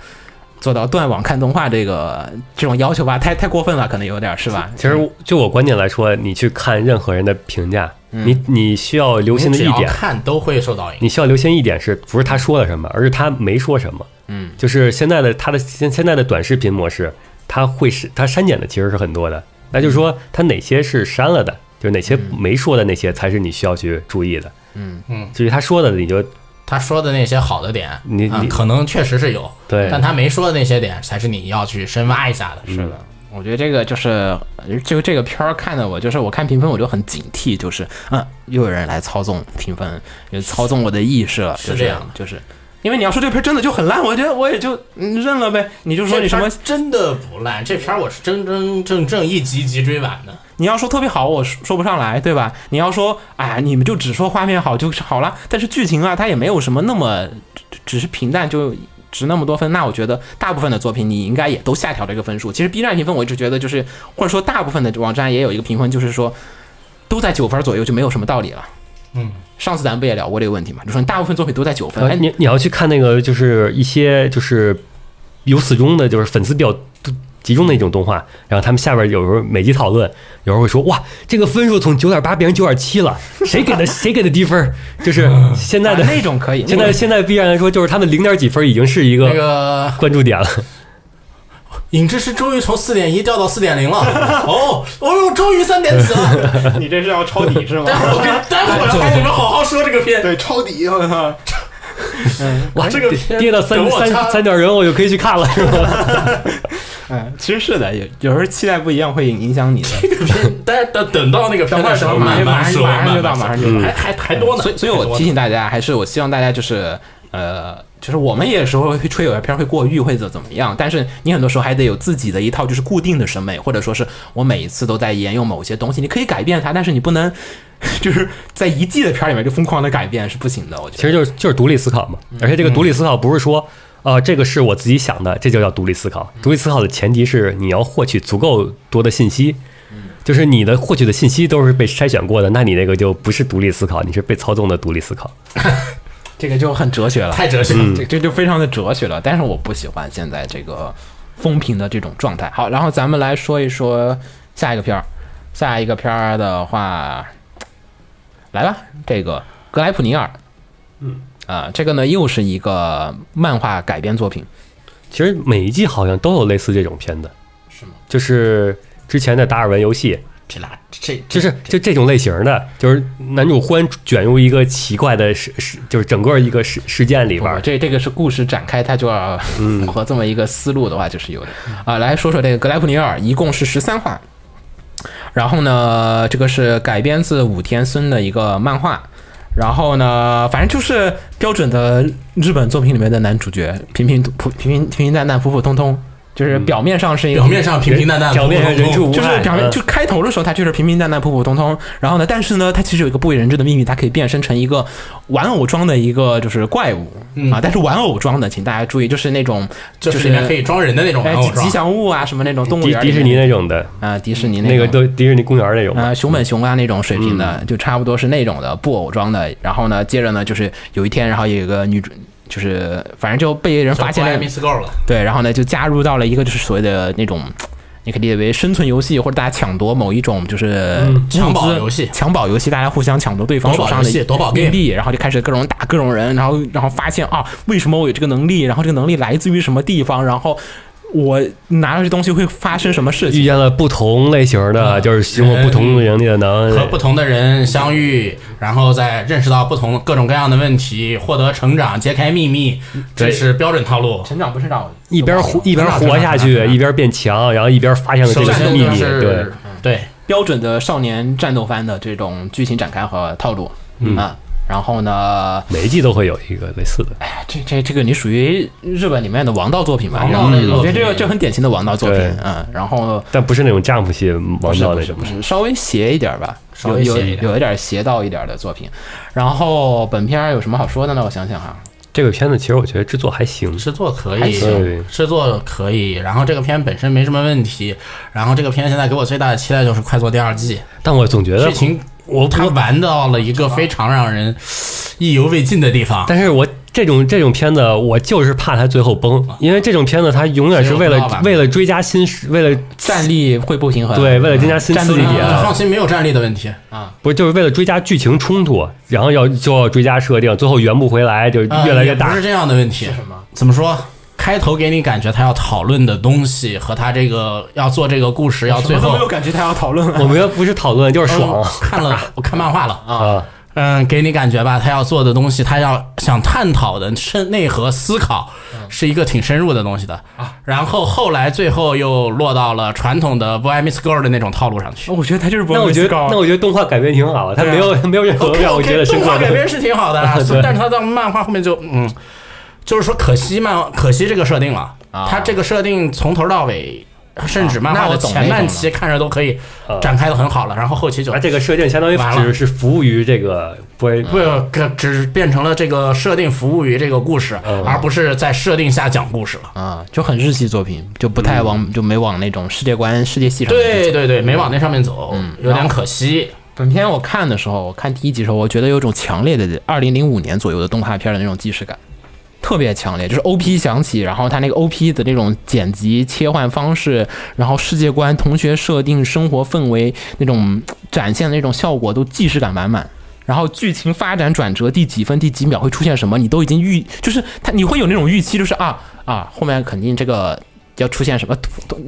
[SPEAKER 3] 做到断网看动画这个这种要求吧，太太过分了，可能有点是吧？
[SPEAKER 4] 其实
[SPEAKER 5] 嗯
[SPEAKER 4] 我就我观点来说，你去看任何人的评价，你你需要留心
[SPEAKER 5] 嗯你
[SPEAKER 4] 的
[SPEAKER 5] 只
[SPEAKER 4] 一
[SPEAKER 5] 要
[SPEAKER 4] 点，
[SPEAKER 5] 看都会受到影响。
[SPEAKER 4] 你需要留心一点是不是他说了什么，而是他没说什么。嗯，就是现在的他的现现在的短视频模式，他会是他删减的其实是很多的，那就是
[SPEAKER 5] 嗯
[SPEAKER 4] 说他哪些是删了的，就是哪些没说的那些才是你需要去注意的。嗯
[SPEAKER 5] 嗯，
[SPEAKER 4] 至于他说的，你就
[SPEAKER 5] 他说的那些好的点，
[SPEAKER 4] 你
[SPEAKER 5] 啊
[SPEAKER 4] 你
[SPEAKER 5] 可能确实是有，
[SPEAKER 4] 对
[SPEAKER 5] 但他没说的那些点才是你要去深挖一下
[SPEAKER 3] 嗯
[SPEAKER 5] 的。是的，
[SPEAKER 3] 我觉得这个就是就这个片儿看的我就是我看评分我就很警惕，就是嗯，又有人来操纵评分，也操纵我的意识了，就是
[SPEAKER 5] 这样的
[SPEAKER 3] 就是。因为你要说这片儿真的就很烂，我觉得我也就嗯认了呗。你就说你什么
[SPEAKER 5] 这片儿真的不烂，这片儿我是真真正正一集集追完的。
[SPEAKER 3] 你要说特别好，我说说不上来，对吧？你要说，哎呀，你们就只说画面好就是好了，但是剧情啊，它也没有什么那么，只只是平淡就值那么多分。那我觉得大部分的作品你应该也都下调这个分数。其实 B 站评分我一直觉得就是，或者说大部分的网站也有一个评分，就是说都在九分左右就没有什么道理了。
[SPEAKER 5] 嗯，
[SPEAKER 3] 上次咱们不也聊过这个问题嘛？就说你大部分作品都在九分，
[SPEAKER 4] 呃
[SPEAKER 3] 哎，
[SPEAKER 4] 你你要去看那个，就是一些就是由始终的，就是粉丝比较多集中的一种动画，然后他们下边有时候每集讨论，有时候会说哇，这个分数从九点八变成九点七了，谁给的谁给的低分儿？就是现在
[SPEAKER 3] 啊
[SPEAKER 4] 的、
[SPEAKER 3] 那 种可以，
[SPEAKER 4] 现
[SPEAKER 3] 那
[SPEAKER 4] 在
[SPEAKER 3] 个
[SPEAKER 4] 现在必然来说，就是他们零点几分已经是一
[SPEAKER 5] 那
[SPEAKER 4] 个
[SPEAKER 5] 个
[SPEAKER 4] 关注点了。
[SPEAKER 5] 影之师终于从四点一掉到四点 零了，哦，哦呦，终于三点几了。
[SPEAKER 7] 你这是要抄底是吗
[SPEAKER 5] 待会儿我跟待会儿我要跟你们好好说这个片。
[SPEAKER 7] 对，抄 底，我操！
[SPEAKER 4] 哇，
[SPEAKER 5] 这个
[SPEAKER 4] 跌跌到三
[SPEAKER 5] 等我
[SPEAKER 4] 三
[SPEAKER 5] 插
[SPEAKER 4] 三点零，我就可以去看了，是吧？
[SPEAKER 3] 哎，其实是的，有有时候期待不一样会影响 你的。
[SPEAKER 5] 但是等等到那个片
[SPEAKER 3] 等会
[SPEAKER 5] 的
[SPEAKER 3] 儿，
[SPEAKER 5] 时
[SPEAKER 3] 等会
[SPEAKER 5] 候，
[SPEAKER 3] 儿，马
[SPEAKER 5] 慢
[SPEAKER 3] 上马
[SPEAKER 5] 慢
[SPEAKER 3] 上马上
[SPEAKER 5] 说，
[SPEAKER 3] 就
[SPEAKER 5] 慢
[SPEAKER 3] 到，
[SPEAKER 5] 慢
[SPEAKER 3] 马上就
[SPEAKER 5] 说
[SPEAKER 3] 到。
[SPEAKER 5] 还还还多呢。
[SPEAKER 3] 所以，所以
[SPEAKER 5] 还多
[SPEAKER 3] 我
[SPEAKER 5] 呢
[SPEAKER 3] 提醒大家，还是我希望大家就是，呃，就是我们也有时候会吹有些片儿会过誉，或者怎么样，但是你很多时候还得有自己的一套就是固定的审美，或者说是我每一次都在沿用某些东西，你可以改变它，但是你不能 就是在一季的片儿里面就疯狂的改变是不行的，我
[SPEAKER 4] 其
[SPEAKER 3] 觉
[SPEAKER 4] 实
[SPEAKER 3] 得。
[SPEAKER 4] 就是就是独立思考嘛，而且这个独立思考不是说，呃，这个是我自己想的，这就叫独立思考。独立思考的前提是你要获取足够多的信息，就是你的获取的信息都是被筛选过的，那你那个就不是独立思考，你是被操纵的独立思考。
[SPEAKER 3] 这个就很哲学了，
[SPEAKER 5] 太哲学了。
[SPEAKER 3] 这这就非常的哲学了。但是我不喜欢现在这个风评的这种状态。好，然后咱们来说一说下一个片儿。下一个片儿的话，来吧，这个格莱普尼尔。嗯，啊、这个呢又是一个漫画改编作品。
[SPEAKER 4] 其实每一季好像都有类似这种片子，是吗？就是之前的达尔文游戏，
[SPEAKER 5] 这俩这
[SPEAKER 4] 就
[SPEAKER 5] 这
[SPEAKER 4] 是就这种类型的，就是男主忽然卷入一个奇怪的事事，就是整个一个事事件里边
[SPEAKER 3] 不
[SPEAKER 4] 儿
[SPEAKER 3] 不，这这个是故事展开，它就要
[SPEAKER 5] 嗯
[SPEAKER 3] 符合这么一个思路的话，就是有的啊。来说说这个《格莱普尼尔》，一共是十三话。然后呢，这个是改编自武田孙的一个漫画。然后呢，反正就是标准的日本作品里面的男主角，平平普平平平平淡淡、普普通通，就是表面上是一个
[SPEAKER 5] 嗯表面上平平淡淡，
[SPEAKER 4] 表面上人畜无害，
[SPEAKER 3] 就是表面
[SPEAKER 4] 嗯
[SPEAKER 3] 就开头的时候，他就是平平淡淡、普普通通。然后呢，但是呢，他其实有一个不为人知的秘密，他可以变身成一个玩偶装的一个就是怪物、啊。但是玩偶装的，请大家注意，就是那种
[SPEAKER 5] 就
[SPEAKER 3] 就是是
[SPEAKER 5] 里面可以哦装人的那种
[SPEAKER 3] 哎
[SPEAKER 5] 玩偶
[SPEAKER 3] 吉吉
[SPEAKER 5] 装。
[SPEAKER 3] 祥物啊，什么那种动物
[SPEAKER 4] 迪
[SPEAKER 3] 园里
[SPEAKER 4] 迪士尼那种的，
[SPEAKER 3] 啊、迪士尼
[SPEAKER 4] 那个
[SPEAKER 3] 种
[SPEAKER 4] 都迪士尼公园那种嘛
[SPEAKER 3] 啊、熊本熊啊那种水平的，就差不多是那种的布偶装的。然后呢，接着呢，就是有一天，然后有一个女主，就是反正就被人发现那
[SPEAKER 5] 了
[SPEAKER 3] 个
[SPEAKER 5] Miss Girl 了，
[SPEAKER 3] 对，然后呢就加入到了一个就是所谓的那种，你可以理解为生存游戏，或者大家抢夺某一种就是物资
[SPEAKER 5] 嗯抢宝游戏
[SPEAKER 3] 抢宝游戏，大家互相抢夺对方
[SPEAKER 5] 夺
[SPEAKER 3] 手
[SPEAKER 5] 宝
[SPEAKER 3] 上
[SPEAKER 5] 游
[SPEAKER 3] 的
[SPEAKER 5] 戏夺宝
[SPEAKER 3] 硬
[SPEAKER 5] game
[SPEAKER 3] 币，然后就开始各种打各种人，然后然后发现啊，为什么我有这个能力？然后这个能力来自于什么地方？然后。我拿着这东西会发生什么事
[SPEAKER 4] 遇
[SPEAKER 3] 情。
[SPEAKER 4] 见了不同类型的，就是经过不同能力的能
[SPEAKER 5] 哎和不同的人相遇，然后再认识到不同各种各样的问题，获得成长，揭开秘密，这是标准套路。
[SPEAKER 7] 成长不成长，
[SPEAKER 4] 一边活一边
[SPEAKER 5] 成长
[SPEAKER 4] 活下
[SPEAKER 5] 成
[SPEAKER 4] 去，
[SPEAKER 5] 长
[SPEAKER 4] 一边变强，然后一边发现了这
[SPEAKER 5] 首
[SPEAKER 4] 个
[SPEAKER 5] 先
[SPEAKER 4] 秘
[SPEAKER 5] 就
[SPEAKER 4] 密。对
[SPEAKER 5] 是，对，
[SPEAKER 7] 标准的少年战斗番的这种剧情展开和套路、
[SPEAKER 5] 嗯
[SPEAKER 7] 啊。然后呢，
[SPEAKER 4] 每一季都会有一个类似的。
[SPEAKER 7] 哎这这这个你属于日本里面的王道作品吧？
[SPEAKER 5] 王道
[SPEAKER 7] 然后
[SPEAKER 5] 类作
[SPEAKER 7] 我觉得这个
[SPEAKER 5] 品
[SPEAKER 7] 这很典型的王道作品
[SPEAKER 4] 对，
[SPEAKER 7] 嗯。然后
[SPEAKER 4] 但不是那种 jump 系
[SPEAKER 7] 不
[SPEAKER 4] 王
[SPEAKER 7] 是
[SPEAKER 4] 道
[SPEAKER 7] 不
[SPEAKER 4] 那
[SPEAKER 7] 是
[SPEAKER 4] 种
[SPEAKER 7] 不，是，稍微邪一点儿吧，
[SPEAKER 5] 稍
[SPEAKER 7] 有
[SPEAKER 5] 微
[SPEAKER 7] 有
[SPEAKER 5] 邪一点
[SPEAKER 7] 有一点邪道一点儿的作品。然后本片儿有什么好说的呢？我想想哈，
[SPEAKER 4] 这个片子其实我觉得制作还行，
[SPEAKER 5] 制作可
[SPEAKER 7] 还
[SPEAKER 5] 以
[SPEAKER 4] 行，
[SPEAKER 5] 制作可以。然后这个片本身没什么问题，然后这个片现在给我最大的期待就是快做第二季，
[SPEAKER 4] 但我总觉得
[SPEAKER 5] 剧情
[SPEAKER 4] 呃我
[SPEAKER 5] 它玩到了一个非常让人意犹未尽的地方。
[SPEAKER 4] 但是我这种这种片子，我就是怕它最后崩，因为这种片子它永远是为
[SPEAKER 5] 所以我不知道
[SPEAKER 4] 了
[SPEAKER 5] 吧
[SPEAKER 4] 为了追加新，为了
[SPEAKER 7] 战力会不平衡，嗯
[SPEAKER 4] 对为了增加新
[SPEAKER 7] 战
[SPEAKER 4] 刺
[SPEAKER 7] 力
[SPEAKER 4] 激
[SPEAKER 5] 啊
[SPEAKER 4] 点啊
[SPEAKER 5] 你放心，没有战力的问题。
[SPEAKER 4] 不是就是为了追加剧情冲突，然后要就要追加设定，最后圆不回来，就
[SPEAKER 5] 呃
[SPEAKER 4] 越来越
[SPEAKER 5] 也不
[SPEAKER 4] 大
[SPEAKER 5] 是。这样的问题。什么？怎么说？开头给你感觉他要讨论的东西和他这个要做这个故事要最
[SPEAKER 3] 我都
[SPEAKER 5] 后
[SPEAKER 3] 没有感觉他要讨论
[SPEAKER 7] 啊
[SPEAKER 3] 了。
[SPEAKER 4] 我们不是讨论，就是爽
[SPEAKER 5] 嗯看 了，我看漫画了。
[SPEAKER 4] 啊！
[SPEAKER 5] 嗯，给你感觉吧，他要做的东西，他要想探讨的深内核思考，是一个挺深入的东西的。然后后来最后又落到了传统的 boy meets girl 的那种套路上去。
[SPEAKER 3] 我觉得他就是不
[SPEAKER 4] 那我觉得，
[SPEAKER 3] 高
[SPEAKER 4] 那我觉得动画改编挺好，它没有没有任何
[SPEAKER 5] OK
[SPEAKER 4] 让我觉得
[SPEAKER 5] OK，
[SPEAKER 4] 深
[SPEAKER 5] 啊哦动
[SPEAKER 4] 刻
[SPEAKER 5] 画改
[SPEAKER 4] 的
[SPEAKER 5] 编。是挺好的啊，
[SPEAKER 4] 对
[SPEAKER 5] 但是他到漫画后面就嗯，就是说可惜漫可惜这个设定了，
[SPEAKER 7] 啊
[SPEAKER 5] 他这个设定从头到尾，甚至漫
[SPEAKER 7] 那
[SPEAKER 5] 画
[SPEAKER 7] 我
[SPEAKER 5] 的
[SPEAKER 7] 懂
[SPEAKER 5] 前
[SPEAKER 7] 那
[SPEAKER 5] 半
[SPEAKER 7] 种
[SPEAKER 5] 期看着都可以
[SPEAKER 4] 啊
[SPEAKER 5] 展开的很好了，然后后期就
[SPEAKER 4] 它啊这个设定相当于
[SPEAKER 5] 完了嗯
[SPEAKER 4] 只是服务于这个不会
[SPEAKER 5] 不，可呃只变成了这个设定服务于这个故事，
[SPEAKER 4] 嗯
[SPEAKER 5] 而不是在设定下讲故事了。
[SPEAKER 7] 啊，就很日系作品，就不太往就没往那种世界观、世界系上面去
[SPEAKER 5] 对对嗯对，没往那上面走，有点可惜。
[SPEAKER 7] 本片我看的时候，我看第一集的时候，我觉得有种强烈的二零零五年左右的动画片的那种既视感，特别强烈。就是 OP 响起，然后它那个 OP 的那种剪辑切换方式，然后世界观、同学设定、生活氛围那种呃展现的那种效果都既视感满满。然后剧情发展转折，第几分、第几秒会出现什么，你都已经预，就是它你会有那种预期，就是啊啊，后面肯定这个要出现什么？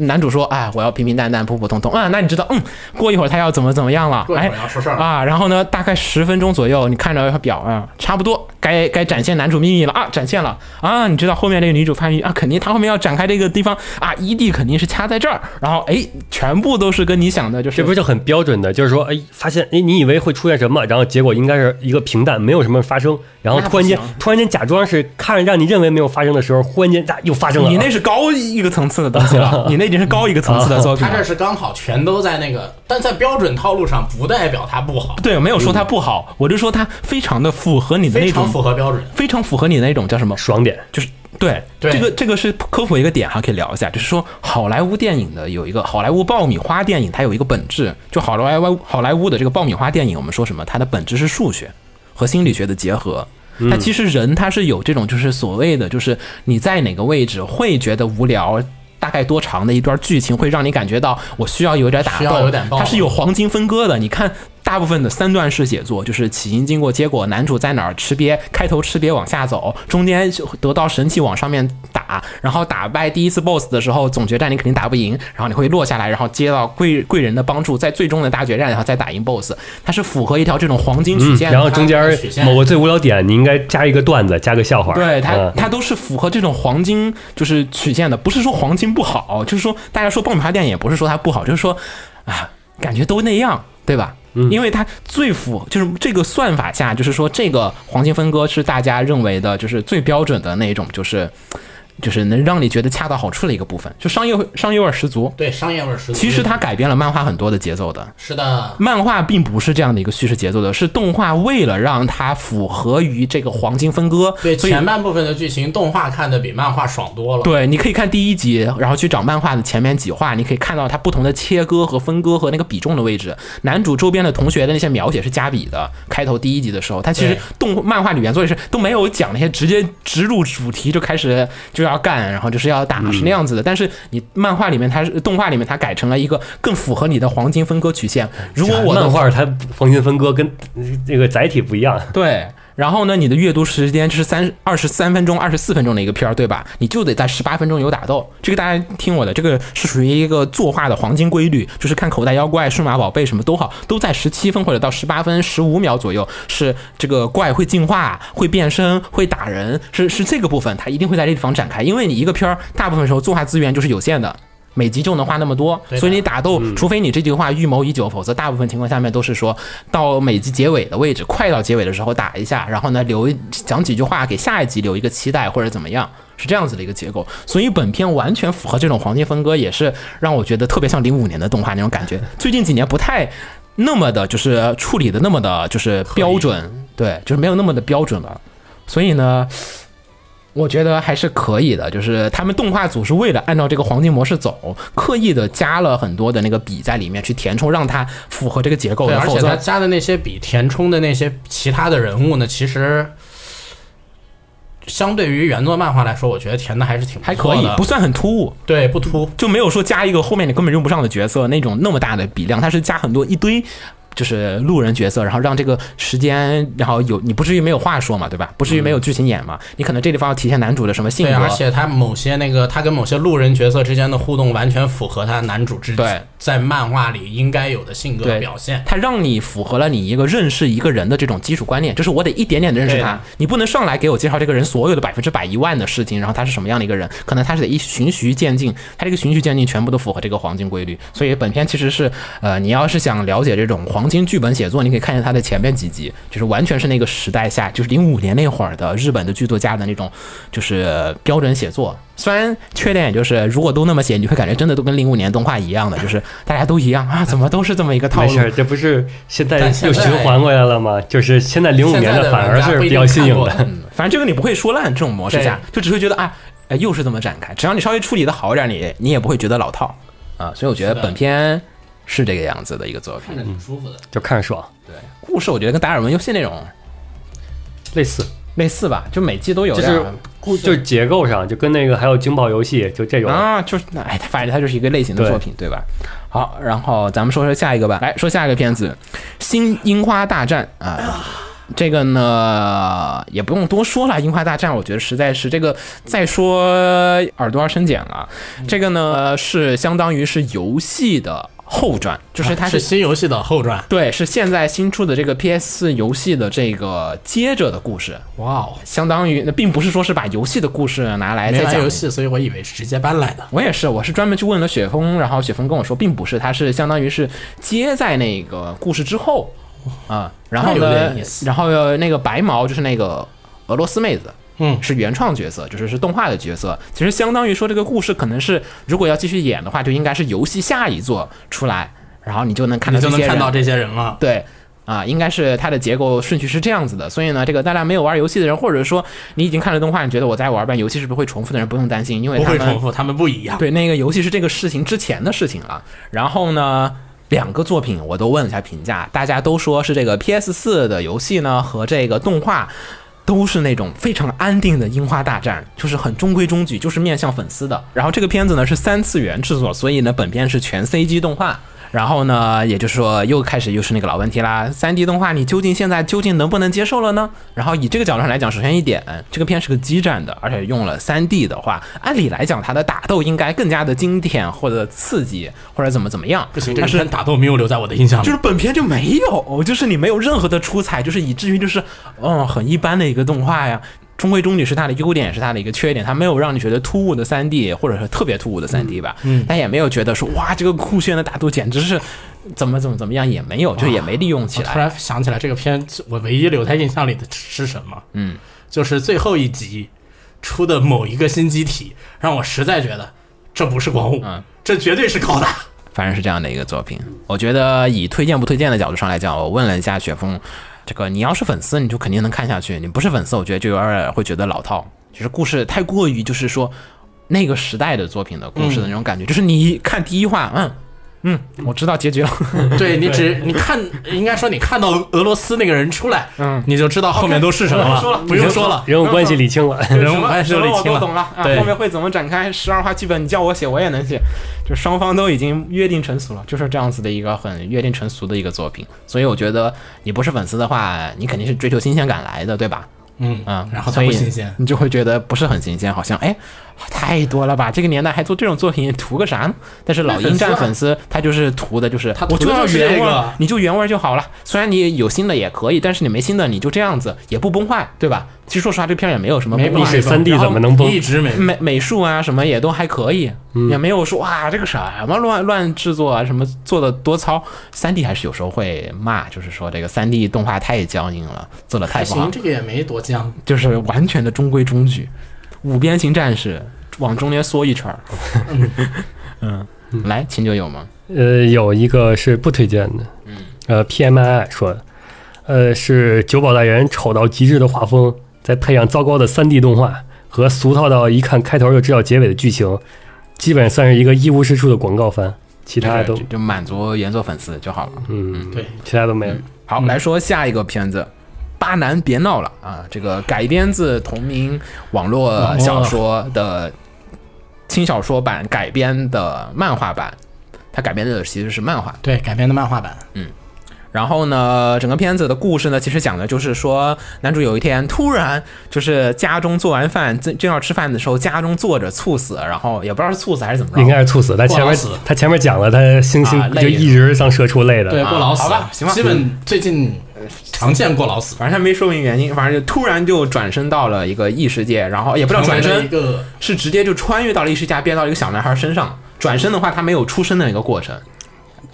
[SPEAKER 7] 男主说：“哎，我要平平淡淡、普普通通。”啊，那你知道，嗯，过一会儿他要怎么怎么样了？哎，
[SPEAKER 5] 要说事了，
[SPEAKER 7] 啊，然后呢，大概十分钟左右，你看着表啊，差不多该该展现男主秘密了啊，展现了啊，你知道后面这个女主发现啊，肯定她后面要展开这个地方啊，一地肯定是掐在这儿，然后哎，全部都是跟你想的，就是
[SPEAKER 4] 这不是就很标准的，就是说，哎，发现，哎，你以为会出现什么，然后结果应该是一个平淡，没有什么发生，然后
[SPEAKER 7] 那不
[SPEAKER 4] 突然间
[SPEAKER 7] 行，
[SPEAKER 4] 突然间假装是看着让你认为没有发生的时候，忽然间，啊，又发生了。
[SPEAKER 3] 你那是高一个层次的东西 了，你那已经是高一个层次的作品
[SPEAKER 5] 他
[SPEAKER 3] 了
[SPEAKER 5] 这。是刚好全都在那个，但在标准套路上不代表它不好，
[SPEAKER 3] 对，没有说它不好，我就说它非常的符合你的
[SPEAKER 5] 非
[SPEAKER 3] 那
[SPEAKER 5] 常
[SPEAKER 3] 种，
[SPEAKER 5] 符合标准。
[SPEAKER 3] 非常符合你的那种叫什么？
[SPEAKER 4] 爽点，
[SPEAKER 3] 就是对
[SPEAKER 5] 对
[SPEAKER 3] 这个这个是科普一个点哈，可以聊一下，就是说好莱坞电影的有一个好莱坞爆米花电影，它有一个本质，就好莱坞好莱坞的这个爆米花电影，我们说什么？它的本质是数学和心理学的结合。
[SPEAKER 5] 嗯
[SPEAKER 3] 它其实人他是有这种就是所谓的就是你在哪个位置会觉得无聊。大概多长的一段剧情会让你感觉到我需要有点打
[SPEAKER 5] 需要
[SPEAKER 3] 斗，
[SPEAKER 5] 有点爆
[SPEAKER 3] 它是有黄金分割的。你看，大部分的三段式写作就是起因、经过、结果，男主在哪儿吃瘪，开头吃瘪往下走，中间得到神器往上面打，然后打败第一次 BOSS 的时候，总决战你肯定打不赢，然后你会落下来，然后接到贵贵人的帮助，在最终的大决战，然后再打赢 BOSS。它是符合一条这种黄金曲
[SPEAKER 4] 嗯，
[SPEAKER 3] 线的。
[SPEAKER 4] 然后中间
[SPEAKER 5] 它的曲线
[SPEAKER 4] 某个最无聊点，你应该加一个段子，加个笑话。
[SPEAKER 3] 对它
[SPEAKER 4] 嗯，
[SPEAKER 3] 它都是符合这种黄金就是曲线的，不是说黄金不好，就是说大家说爆米花电影也不是说它不好，就是说啊，感觉都那样，对吧？因为它最符就是这个算法下，就是说这个黄金分割是大家认为的，就是最标准的那种，就是就是能让你觉得恰到好处的一个部分，就商业商业味儿十足。
[SPEAKER 5] 对，商业味儿十足。
[SPEAKER 3] 其实它改变了漫画很多的节奏的，
[SPEAKER 5] 是的，
[SPEAKER 3] 漫画并不是这样的一个叙事节奏的，是动画为了让它符合于这个黄金分割，
[SPEAKER 5] 对
[SPEAKER 3] 所以
[SPEAKER 5] 前半部分的剧情，动画看的比漫画爽多了。
[SPEAKER 3] 对，你可以看第一集，然后去找漫画的前面几话，你可以看到它不同的切割和分割和那个比重的位置。男主周边的同学的那些描写是加比的，开头第一集的时候，他其实
[SPEAKER 5] 对
[SPEAKER 3] 动漫画里原作也是都没有讲那些直接植入主题就开始就要干，然后就是要
[SPEAKER 5] 嗯
[SPEAKER 3] 打是那样子的。但是你漫画里面它是动画里面它改成了一个更符合你的黄金分割曲线。如果我的
[SPEAKER 4] 漫画它黄金分割跟呃这个载体不一样，
[SPEAKER 3] 对，然后呢，你的阅读时间是三二十三分钟、二十四分钟的一个片儿，对吧？你就得在十八分钟有打斗。这个大家听我的，这个是属于一个作画的黄金规律，就是看口袋妖怪、数码宝贝什么都好，都在十七分或者到十八分十五秒左右，是这个怪会进化、会变身、会打人，是是这个部分，它一定会在这地方展开。因为你一个片儿大部分时候作画资源就是有限的，每集就能画那么多，
[SPEAKER 4] 对的嗯
[SPEAKER 3] 所以你打斗，除非你这句话预谋已久，否则大部分情况下面都是说到每集结尾的位置，快到结尾的时候打一下，然后呢留一讲几句话给下一集留一个期待或者怎么样，是这样子的一个结构。所以本片完全符合这种黄金分割，也是让我觉得特别像零五年的动画那种感
[SPEAKER 4] 嗯
[SPEAKER 3] 觉。最近几年不太那么的，就是处理的那么的，就是标准，对，就是没有那么的标准了。所以呢，我觉得还是可以的，就是他们动画组是为了按照这个黄金模式走，刻意的加了很多的那个笔在里面去填充，让它符合这个结构。
[SPEAKER 5] 对，而
[SPEAKER 3] 否
[SPEAKER 5] 且他
[SPEAKER 3] 则
[SPEAKER 5] 加的那些比填充的那些其他的人物呢，其实相对于原作漫画来说，我觉得填的还是挺不
[SPEAKER 3] 还
[SPEAKER 5] 错
[SPEAKER 3] 可以
[SPEAKER 5] 的，，
[SPEAKER 3] 不算很突兀，
[SPEAKER 5] 对不突。
[SPEAKER 3] 就没有说加一个后面你根本用不上的角色那种那么大的比量，它是加很多一堆。就是路人角色，然后让这个时间，然后有你不至于没有话说嘛，对吧？不至于没有剧情演嘛。你可能这地方要体现男主的什么性
[SPEAKER 5] 对，
[SPEAKER 3] 格，
[SPEAKER 5] 而且他某些那个他跟某些路人角色之间的互动，完全符合他男主之
[SPEAKER 3] 对
[SPEAKER 5] 在漫画里应该有的性格
[SPEAKER 3] 对
[SPEAKER 5] 表现。
[SPEAKER 3] 它让你符合了你一个认识一个人的这种基础观念，就是我得一点点的认识
[SPEAKER 5] 对
[SPEAKER 3] 他
[SPEAKER 5] 的，
[SPEAKER 3] 你不能上来给我介绍这个人所有的百分之百一万的事情，然后他是什么样的一个人，可能他是得一循序渐进，他这个循序渐进全部都符合这个黄金规律，所以本片其实是，呃，你要是想了解这种黄金剧本写作，你可以看一下它的前面几集，就是完全是那个时代下，就是零五年那会儿的日本的剧作家的那种，就是标准写作。虽然缺点也就是，如果都那么写，你会感觉真的都跟零五年动画一样的，就是大家都一样啊，怎么都是这么一个套
[SPEAKER 4] 没
[SPEAKER 3] 路
[SPEAKER 4] 事。儿，这不是现在
[SPEAKER 5] 但现
[SPEAKER 4] 又
[SPEAKER 5] 在
[SPEAKER 4] 循环回来了吗？就是现在零五
[SPEAKER 5] 现
[SPEAKER 4] 年
[SPEAKER 5] 在
[SPEAKER 4] 的反而
[SPEAKER 5] 玩家
[SPEAKER 4] 是
[SPEAKER 5] 不一
[SPEAKER 4] 比
[SPEAKER 5] 定
[SPEAKER 4] 较新颖
[SPEAKER 5] 看过
[SPEAKER 4] 的，
[SPEAKER 3] 嗯，反正这个你不会说烂，这种模式下就只会觉得啊，哎，又是这么展开。只要你稍微处理的好一点，你你也不会觉得老套啊。所以我觉得本片是这个样子的一个作品。
[SPEAKER 5] 看着挺舒服的。
[SPEAKER 4] 就看着爽，
[SPEAKER 3] 故事我觉得跟达尔文游戏那种
[SPEAKER 4] 类似，
[SPEAKER 3] 类似吧，就每季都有
[SPEAKER 4] 就
[SPEAKER 3] 点
[SPEAKER 4] 是
[SPEAKER 5] 啊
[SPEAKER 3] 儿
[SPEAKER 4] 故就是结构上就跟那个还有惊爆游戏就这种，
[SPEAKER 3] 啊，就是那哎，反正它就是一个类型的
[SPEAKER 4] 对
[SPEAKER 3] 作品，对吧？好，然后咱们说说下一个吧。来说下一个片子《新樱花大战》啊、这个呢也不用多说了，《樱花大战》我觉得实在是这个再说耳朵要生茧了。
[SPEAKER 5] 嗯
[SPEAKER 3] 这个呢是相当于是游戏的后传，就是它
[SPEAKER 5] 啊是新游戏的后传。
[SPEAKER 3] 对，是现在新出的这个 PS 游戏的这个接着的故事，
[SPEAKER 5] 哇哦，
[SPEAKER 3] 相当于那并不是说是把游戏的故事拿来
[SPEAKER 5] 没
[SPEAKER 3] 再
[SPEAKER 5] 玩
[SPEAKER 3] 讲
[SPEAKER 5] 游
[SPEAKER 3] 一
[SPEAKER 5] 戏，所以我以为是直接搬来的。
[SPEAKER 3] 我也是，我是专门去问了雪峰，然后雪峰跟我说，并不是，他是相当于是接在那个故事之后啊、然后
[SPEAKER 5] 那有
[SPEAKER 3] 呢
[SPEAKER 5] 点意，思
[SPEAKER 3] 然后呃那个白毛就是那个俄罗斯妹子。
[SPEAKER 5] 嗯
[SPEAKER 3] 是原创角色，就是是动画的角色。其实相当于说，这个故事可能是，如果要继续演的话，就应该是游戏下一座出来，然后你就能看
[SPEAKER 5] 你
[SPEAKER 3] 到
[SPEAKER 5] 就
[SPEAKER 3] 这
[SPEAKER 5] 能
[SPEAKER 3] 些
[SPEAKER 5] 看
[SPEAKER 3] 人
[SPEAKER 5] 到这些人了。
[SPEAKER 3] 对。啊，应该是它的结构顺序是这样子的，所以呢，这个大家没有玩游戏的人，或者说你已经看了动画，你觉得我在玩吧，游戏是不是会重复的人不用担心，因为
[SPEAKER 5] 不
[SPEAKER 3] 他
[SPEAKER 5] 会
[SPEAKER 3] 们
[SPEAKER 5] 重复，他们不一样。
[SPEAKER 3] 对，那个游戏是这个事情之前的事情了。然后呢，两个作品我都问了一下评价，大家都说是这个 PS 四的游戏呢和这个动画。都是那种非常安定的樱花大战，就是很中规中矩，就是面向粉丝的。然后这个片子呢是三次元制作，所以呢本片是全 CG 动画。然后呢，也就是说又开始又是那个老问题啦，3 D 动画你究竟现在究竟能不能接受了呢？然后以这个角度上来讲，首先一点，这个片是个激战的，而且用了3 D 的话，按理来讲它的打斗应该更加的经典或者刺激或者怎么怎么样，
[SPEAKER 5] 不行，这个片打斗没有留在我的印象里。
[SPEAKER 3] 就是本片就没有，就是你没有任何的出彩，就是以至于就是嗯很一般的一个动画呀。中规中矩是它的优点，也是它的一个缺点，它没有让你觉得突兀的三 D，或者是特别突兀的三 D 吧，嗯，但也没有觉得说哇这个酷炫的打斗简直是怎么怎么怎么样，也没有，就也没利用起
[SPEAKER 5] 我突
[SPEAKER 3] 来。
[SPEAKER 5] 然想起来，这个片我唯一留在印象里的是什么？嗯，就是最后一集出的某一个新机体，让我实在觉得这不是光雾，这绝对是高 达。
[SPEAKER 3] 反正是这样的一个作品，我觉得以推荐不推荐的角度上来讲，我问了一下雪峰，这个你要是粉丝，你就肯定能看下去；你不是粉丝，我觉得就有点会觉得老套，就是故事太过于就是说那个时代的作品的故事的那种
[SPEAKER 5] 嗯
[SPEAKER 3] 感觉，就是你看第一话，嗯嗯，我知道结局了，
[SPEAKER 5] 对你只你看，应该说你看到俄罗斯那个人出来，嗯，你就知道后面都是什么了，不用说了。
[SPEAKER 4] 啊人物关系理清了，
[SPEAKER 5] 人物关系
[SPEAKER 3] 什
[SPEAKER 5] 都
[SPEAKER 3] 么
[SPEAKER 5] 理
[SPEAKER 3] 我
[SPEAKER 5] 清
[SPEAKER 3] 都懂了，啊，
[SPEAKER 5] 对
[SPEAKER 3] 后面会怎么展开？十二话剧本你叫我写我也能写，就双方都已经约定成俗了，就是这样子的一个很约定成俗的一个作品。所以我觉得你不是粉丝的话，你肯定是追求新鲜感来的，对吧？
[SPEAKER 5] 嗯
[SPEAKER 3] 啊、
[SPEAKER 5] 然后它
[SPEAKER 3] 所以
[SPEAKER 5] 不新鲜。
[SPEAKER 3] 你就会觉得不是很新鲜，好像哎太多了吧？这个年代还做这种作品，图个啥呢？但是老鹰
[SPEAKER 5] 那
[SPEAKER 3] 战
[SPEAKER 5] 粉
[SPEAKER 3] 粉丝他就是图的就是
[SPEAKER 5] 他图
[SPEAKER 3] 我
[SPEAKER 5] 的
[SPEAKER 3] 就要
[SPEAKER 5] 就是
[SPEAKER 3] 原
[SPEAKER 5] 这
[SPEAKER 3] 味
[SPEAKER 5] 个
[SPEAKER 3] 儿，你就原味儿就好了。虽然你有新的也可以，但是你没新的你就这样子也不崩坏，对吧？其实说实话，这片儿也没有什么
[SPEAKER 5] 没
[SPEAKER 3] 崩坏
[SPEAKER 5] 办法
[SPEAKER 4] 历史三 D 怎么能崩
[SPEAKER 5] 一直没
[SPEAKER 3] 美美术啊什么也都还可以，也没有说哇这个什么乱乱制作啊，什么做的多糙。三 D 还是有时候会骂，就是说这个三 D 动画太僵硬了，做的太
[SPEAKER 5] 还
[SPEAKER 3] 不好
[SPEAKER 5] 行，，这个也没多僵。
[SPEAKER 3] 就是完全的中规中矩。五边形战士往中间缩一圈儿，嗯，来秦九有吗？
[SPEAKER 4] 呃，有一个是不推荐的，
[SPEAKER 3] 嗯
[SPEAKER 4] 呃，PMI 说的，呃，是九保代言人丑到极致的画风，再配上糟糕的 3D 动画和俗套到一看开头就知道结尾的剧情，基本算是一个一无是处的广告番，其他
[SPEAKER 3] 就
[SPEAKER 4] 都
[SPEAKER 3] 是就满足原作粉丝就好了。
[SPEAKER 4] 嗯，
[SPEAKER 5] 对，
[SPEAKER 4] 其他都没有。
[SPEAKER 3] 好，来说下一个片子。巴南别闹了啊！这个改编自同名网络小说的轻小说版改编的漫画版，它改编的其实是漫画。
[SPEAKER 5] 对，改编的漫画版，
[SPEAKER 3] 然后呢，整个片子的故事呢，其实讲的就是说，男主有一天突然就是家中做完饭，正正要吃饭的时候，家中坐着猝死，然后也不知道是猝死还是怎么着，
[SPEAKER 4] 应该是猝死，他前
[SPEAKER 5] 过劳
[SPEAKER 4] 面
[SPEAKER 5] 死
[SPEAKER 4] 他前面讲了，他星星
[SPEAKER 3] 啊累
[SPEAKER 4] 就一直上社畜累的，
[SPEAKER 5] 对，过劳死
[SPEAKER 3] 好吧行吧
[SPEAKER 5] 基本最近常见过劳死，
[SPEAKER 3] 反正他没说明原因，反正就突然就转身到了一个异世界，然后也不知道转
[SPEAKER 5] 成为了
[SPEAKER 3] 身
[SPEAKER 5] 一个
[SPEAKER 3] 是直接就穿越到了异世界，变到一个小男孩身上。转身的话，他没有出生的一个过程。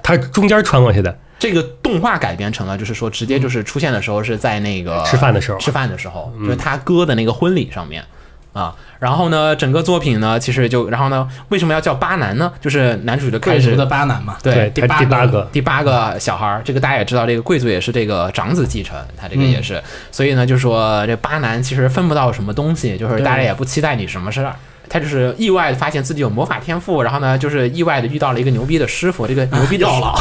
[SPEAKER 4] 他中间穿过去的，
[SPEAKER 3] 这个动画改编成了，就是说直接就是出现的时候是在那个
[SPEAKER 4] 吃饭的时候嗯
[SPEAKER 3] 吃饭的时候，就是他哥的那个婚礼上面啊。然后呢，整个作品呢，其实就然后呢，为什么要叫巴南呢？就是男主就开
[SPEAKER 5] 贵族
[SPEAKER 3] 始
[SPEAKER 5] 的巴南嘛，
[SPEAKER 3] 对
[SPEAKER 4] 他
[SPEAKER 5] 第
[SPEAKER 4] 第
[SPEAKER 5] 八
[SPEAKER 4] 八
[SPEAKER 5] 个
[SPEAKER 4] 个，
[SPEAKER 3] 第八个小孩儿，这个大家也知道，这个贵族也是这个长子继承，他这个也
[SPEAKER 4] 嗯
[SPEAKER 3] 是，所以呢，就说这巴南其实分不到什么东西，就是大家也不期待你什么事儿。他就是意外的发现自己有魔法天赋，然后呢，就是意外的遇到了一个牛逼的师傅，这个牛 逼的
[SPEAKER 5] 药老，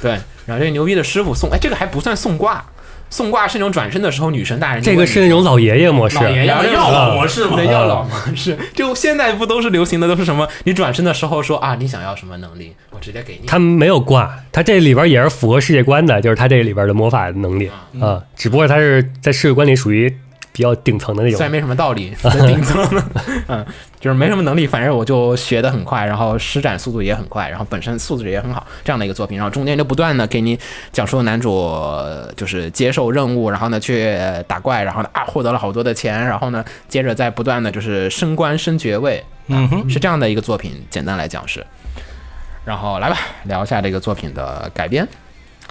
[SPEAKER 3] 对，然后这个牛逼的师傅送，哎，这个还不算送挂，送挂是那种转身的时候女神大人就
[SPEAKER 4] 这
[SPEAKER 3] 问
[SPEAKER 4] 个
[SPEAKER 3] 你
[SPEAKER 4] 是那种老爷爷模式，
[SPEAKER 3] 老爷爷
[SPEAKER 5] 要药老模式嘛
[SPEAKER 3] 对，，要老嘛， 是就现在不都是流行的都是什么？你转身的时候说啊，你想要什么能力，我直接给你。
[SPEAKER 4] 他没有挂，他这里边也是符合世界观的，就是他这里边的魔法能力啊，只不过他是在世界观里属于比较顶层的那
[SPEAKER 3] 虽然
[SPEAKER 4] 种。
[SPEAKER 3] 没什么道 理，在顶层呢，嗯，就是没什么能力，反正我就学得很快，然后施展速度也很快，然后本身素质也很好，这样的一个作品，然后中间就不断的给你讲述男主呃就是接受任务，然后呢去呃打怪，然后呢啊获得了好多的钱，然后呢接着再不断的就是升官升爵位，
[SPEAKER 5] 嗯哼，
[SPEAKER 3] 是这样的一个作品，简单来讲是。然后来吧，聊一下这个作品的改编。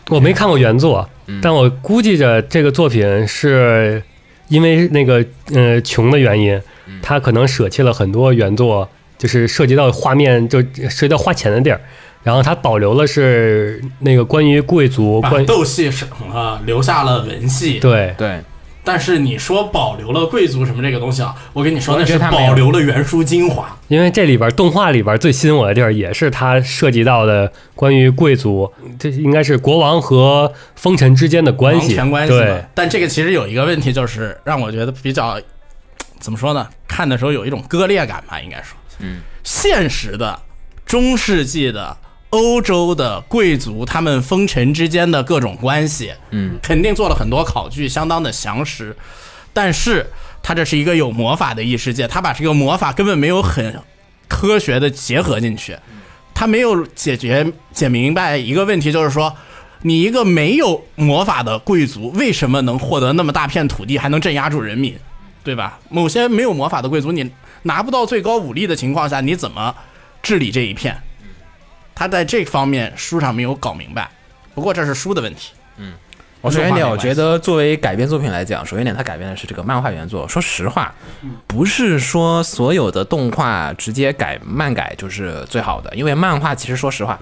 [SPEAKER 4] 我没看过原作，但我估计着这个作品是因为那个呃穷的原因，他可能舍弃了很多原作，就是涉及到画面就涉及到花钱的地儿，然后他保留了是那个关于贵族
[SPEAKER 5] 把
[SPEAKER 4] 关
[SPEAKER 5] 斗戏省了，留下了文戏，
[SPEAKER 4] 对
[SPEAKER 3] 对，
[SPEAKER 5] 但是你说保留了贵族什么这个东西啊，我跟你说
[SPEAKER 3] 我
[SPEAKER 5] 那
[SPEAKER 3] 觉
[SPEAKER 5] 是
[SPEAKER 3] 得他没有
[SPEAKER 5] 保留了原书精华，
[SPEAKER 4] 因为这里边动画里边最吸引我的地儿，也是它涉及到的关于贵族，这应该是国王和封臣之间的关
[SPEAKER 5] 王
[SPEAKER 4] 系，
[SPEAKER 5] 权关系嘛
[SPEAKER 4] 对，。
[SPEAKER 5] 但这个其实有一个问题，就是让我觉得比较怎么说呢？看的时候有一种割裂感吧，应该说，嗯，现实的中世纪的。欧洲的贵族，他们封臣之间的各种关系，嗯，肯定做了很多考据，相当的详实。但是它这是一个有魔法的异世界，它把这个魔法根本没有很科学的结合进去，它没有解决解明白一个问题，就是说。你一个没有魔法的贵族，为什么能获得那么大片土地，还能镇压住人民，对吧？某些没有魔法的贵族，你拿不到最高武力的情况下，你怎么治理这一片？他在这方面书上没有搞明白，不过这是书的问题。
[SPEAKER 3] 我首先一
[SPEAKER 5] 没
[SPEAKER 3] 点，
[SPEAKER 5] 关
[SPEAKER 3] 我
[SPEAKER 5] 系
[SPEAKER 3] 觉得作为改编作品来讲，首先一点，它改编的是这个漫画原作。说实话，不是说所有的动画直接改漫改就是最好的，因为漫画其实说实话，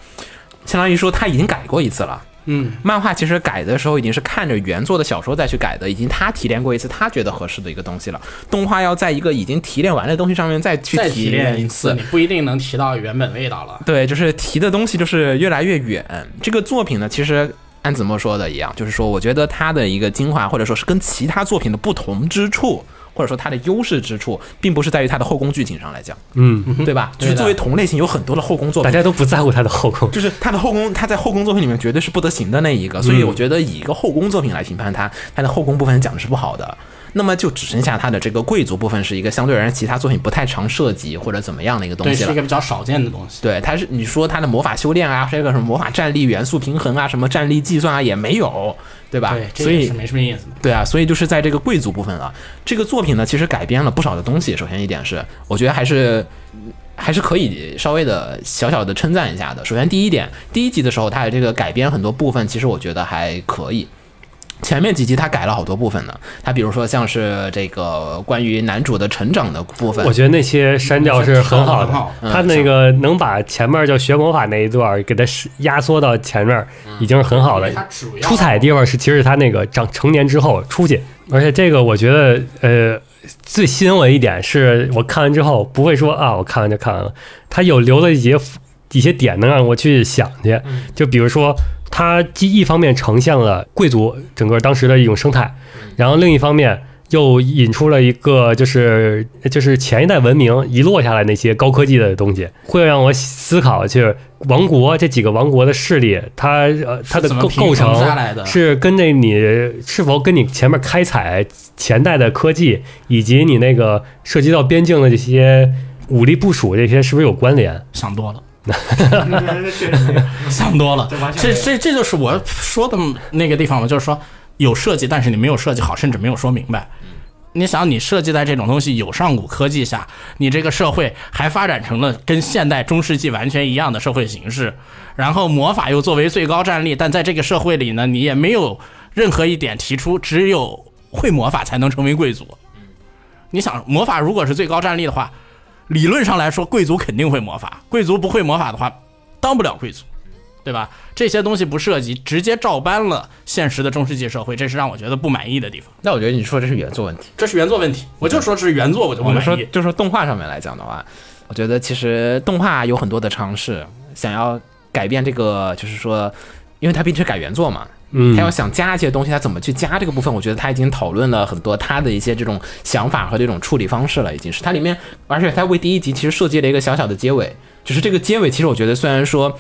[SPEAKER 3] 相当于说他已经改过一次了。
[SPEAKER 5] 嗯，
[SPEAKER 3] 漫画其实改的时候已经是看着原作的小说再去改的，已经他提炼过一次他觉得合适的一个东西了。动画要在一个已经提炼完的东西上面再去
[SPEAKER 5] 再
[SPEAKER 3] 提
[SPEAKER 5] 提炼一
[SPEAKER 3] 次
[SPEAKER 5] 次，你，不一定能提到原本味道了。
[SPEAKER 3] 对，就是提的东西就是越来越远。这个作品呢，其实安子墨说的一样，就是说，我觉得它的一个精华，或者说是跟其他作品的不同之处，或者说它的优势之处，并不是在于它的后宫剧情上来讲，
[SPEAKER 4] 嗯，
[SPEAKER 3] 对吧？就是作为同类型，有很多的后宫作
[SPEAKER 4] 大
[SPEAKER 3] 品。
[SPEAKER 4] 家都不在乎他的后宫，
[SPEAKER 3] 就是他的后宫，他在后宫作品里面绝对是不得行的那一个，
[SPEAKER 4] 嗯
[SPEAKER 3] 所以我觉得以一个后宫作品来评判他，他的后宫部分讲的是不好的。那么就只剩下他的这个贵族部分是一个相对而言其他作品不太常涉及或者怎么样的一个东
[SPEAKER 5] 对，
[SPEAKER 3] 西
[SPEAKER 5] 是
[SPEAKER 3] 了
[SPEAKER 5] 一个。比较少见的东西。
[SPEAKER 3] 对，他是你说他的魔法修炼啊，这个什么魔法战力元素平衡啊，什么战力计算啊也没有，对吧？
[SPEAKER 5] 对，这
[SPEAKER 3] 所
[SPEAKER 5] 个
[SPEAKER 3] 以
[SPEAKER 5] 是没什么意思的。
[SPEAKER 3] 对啊，所以就是在这个贵族部分啊，这个作品呢，其实改编了不少的东西。首先一点是，我觉得还是还是可以稍微的小小的称赞一下的。首先第一点，第一集的时候，它的这个改编很多部分，其实我觉得还可以。前面几集它改了好多部分呢，它比如说像是这个关于男主的成长的部分，
[SPEAKER 4] 我觉得那些删掉是很好
[SPEAKER 5] 嗯
[SPEAKER 4] 的，他那个能把前面就学魔法那一段儿给它压缩到前面，已经是很好了
[SPEAKER 5] 因为它主。要
[SPEAKER 4] 出彩的地方是，其实他那个长成年之后出去，而且这个我觉得呃最吸引我的一点是我看完之后不会说啊我看完就看完了，他有留了一些一些点能让我去想去，就比如说。它既一方面呈现了贵族整个当时的一种生态，
[SPEAKER 5] 嗯
[SPEAKER 4] 然后另一方面又引出了一个就是就是前一代文明遗落下来那些高科技的东西，会让我思考，就是王国这几个王国的势力，它呃它的
[SPEAKER 5] 怎么
[SPEAKER 4] 构
[SPEAKER 5] 平
[SPEAKER 4] 构成
[SPEAKER 5] 衡下来的
[SPEAKER 4] 是跟那你是否跟你前面开采前代的科技，以及你那个涉及到边境的这些武力部署这些是不是有关联？
[SPEAKER 5] 想多了。想多了，这这这就是我说的那个地方嘛，就是说有设计，但是你没有设计好，甚至没有说明白。你想，你设计在这种东西有上古科技下，你这个社会还发展成了跟现代中世纪完全一样的社会形式，然后魔法又作为最高战力，但在这个社会里呢，你也没有任何一点提出只有会魔法才能成为贵族。你想，魔法如果是最高战力的话，理论上来说，贵族肯定会魔法，贵族不会魔法的话，当不了贵族，对吧？这些东西不涉及，直接照搬了现实的中世纪社会，这是让我觉得不满意的地方。
[SPEAKER 3] 那我觉得你说这是原作问题。
[SPEAKER 5] 这是原作问题，我就说这是原作，我就不
[SPEAKER 3] 我们
[SPEAKER 5] 满
[SPEAKER 3] 说
[SPEAKER 5] 意。
[SPEAKER 3] 就说动画上面来讲的话，我觉得其实动画有很多的尝试，想要改变这个，就是说，因为它毕竟是改原作嘛，
[SPEAKER 4] 嗯
[SPEAKER 3] 他要想加一些东西，他怎么去加这个部分？我觉得他已经讨论了很多他的一些这种想法和这种处理方式了，已经是它里面，而且他为第一集其实设计了一个小小的结尾，就是这个结尾，其实我觉得虽然说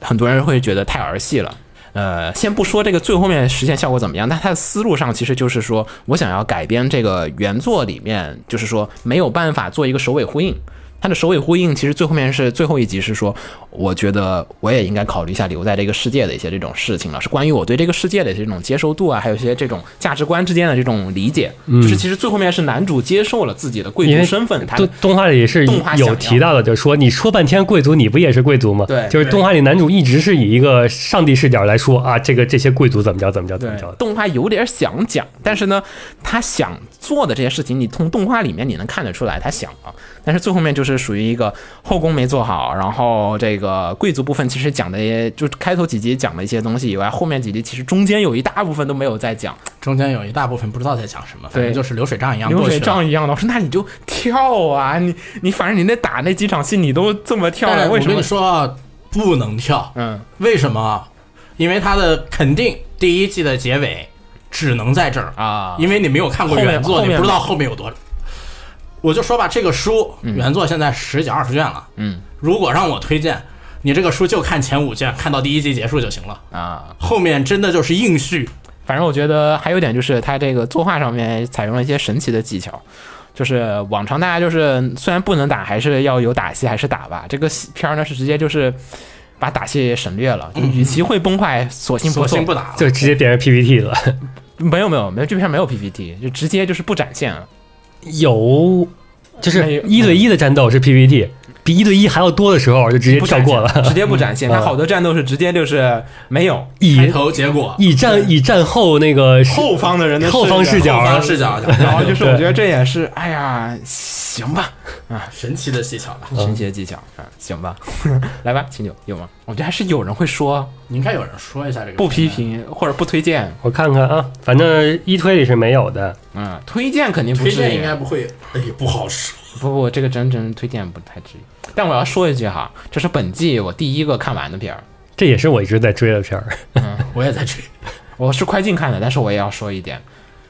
[SPEAKER 3] 很多人会觉得太儿戏了。呃，先不说这个最后面实现效果怎么样，但它的思路上其实就是说我想要改编这个原作里面，就是说没有办法做一个首尾呼应。它的首尾呼应其实最后面是最后一集是说，我觉得我也应该考虑一下留在这个世界的一些这种事情了，是关于我对这个世界的这种接受度啊，还有一些这种价值观之间的这种理解。就是其实最后面是男主接受了自己的贵
[SPEAKER 4] 因
[SPEAKER 3] 族
[SPEAKER 4] 为
[SPEAKER 3] 身份，他
[SPEAKER 4] 动动画里是
[SPEAKER 3] 动画想要
[SPEAKER 4] 有提到的，就是说你说半天贵族，你不也是贵族吗？
[SPEAKER 3] 对
[SPEAKER 4] 就是动画里男主一直是以一个上帝视角来说啊，这个这些贵族怎么着怎么着怎
[SPEAKER 3] 对
[SPEAKER 4] 么着，的。
[SPEAKER 3] 动画有点想讲，但是呢，他想做的这些事情，你从动画里面你能看得出来他想了，但是最后面就是属于一个后宫没做好，然后这个贵族部分其实讲的也就开头几集讲的一些东西以外，后面几集其实中间有一大部分都没有在讲，
[SPEAKER 5] 中间有一大部分不知道在讲什么，反
[SPEAKER 3] 对
[SPEAKER 5] 正就是流水账一样
[SPEAKER 3] 流
[SPEAKER 5] 过
[SPEAKER 3] 水
[SPEAKER 5] 去了。
[SPEAKER 3] 账一样的。我说那你就跳啊，你你反正你那打那几场戏你都这么跳
[SPEAKER 5] 但
[SPEAKER 3] 了，
[SPEAKER 5] 是我
[SPEAKER 3] 为什
[SPEAKER 5] 跟
[SPEAKER 3] 么
[SPEAKER 5] 你？说，不能跳，
[SPEAKER 3] 嗯，
[SPEAKER 5] 为什么？因为它的肯定第一季的结尾只能在这儿
[SPEAKER 3] 啊
[SPEAKER 5] 因为你没有看过
[SPEAKER 3] 后面
[SPEAKER 5] 原作，
[SPEAKER 3] 后
[SPEAKER 5] 你
[SPEAKER 3] 面
[SPEAKER 5] 不知道后面有多。我就说吧，这个书原作现在十几二十卷了，
[SPEAKER 3] 嗯，
[SPEAKER 5] 如果让我推荐，你这个书就看前五卷，看到第一季结束就行了，
[SPEAKER 3] 啊，
[SPEAKER 5] 后面真的就是硬续。
[SPEAKER 3] 反正我觉得还有一点就是它这个作画上面采用了一些神奇的技巧，就是往常大家就是虽然不能打，还是要有打戏，还是打吧。这个戏片儿呢是直接就是把打戏省略了，就与其会崩坏，嗯索性不
[SPEAKER 5] 索
[SPEAKER 3] 做
[SPEAKER 5] 性。不打了，
[SPEAKER 4] 就直接变成 PPT 了。
[SPEAKER 3] 没有没有没有，这片儿没有 PPT，就直接就是不展现了。
[SPEAKER 4] 有，就是
[SPEAKER 3] 没有
[SPEAKER 4] 一对一的战斗是 PPT，比一对一还要多的时候就直接
[SPEAKER 3] 不
[SPEAKER 4] 跳
[SPEAKER 3] 展
[SPEAKER 4] 过
[SPEAKER 3] 现
[SPEAKER 4] 了。
[SPEAKER 3] 直接不展现。
[SPEAKER 4] 嗯
[SPEAKER 3] 它好多战斗是直接就是没有，
[SPEAKER 4] 以
[SPEAKER 5] 开头结果
[SPEAKER 4] 以战以战后那个视
[SPEAKER 3] 后方的人的
[SPEAKER 4] 后方视角
[SPEAKER 5] 后
[SPEAKER 4] 啊
[SPEAKER 5] 方视角，
[SPEAKER 3] 然后就是我觉得这也是，哎呀，行吧，
[SPEAKER 5] 神奇的技巧吧。
[SPEAKER 3] 神奇的技巧啊，行吧， 来吧，秦九有吗？我觉得还是有人会说
[SPEAKER 5] 你应该有人说一下这个
[SPEAKER 3] 不批，评或者不推荐，
[SPEAKER 4] 我看看啊，反正一推里是没有的。
[SPEAKER 3] 嗯，推荐肯定不
[SPEAKER 5] 推
[SPEAKER 3] 至
[SPEAKER 5] 荐
[SPEAKER 3] 于
[SPEAKER 5] 应，该不会，哎，不好说。
[SPEAKER 3] 不不，这个真真推荐不太至于。但我要说一句哈，这是本季我第一个看完的片儿，
[SPEAKER 4] 这也是我一直在追的片儿，
[SPEAKER 5] 我也在追，
[SPEAKER 3] 我是快进看的，但是我也要说一点，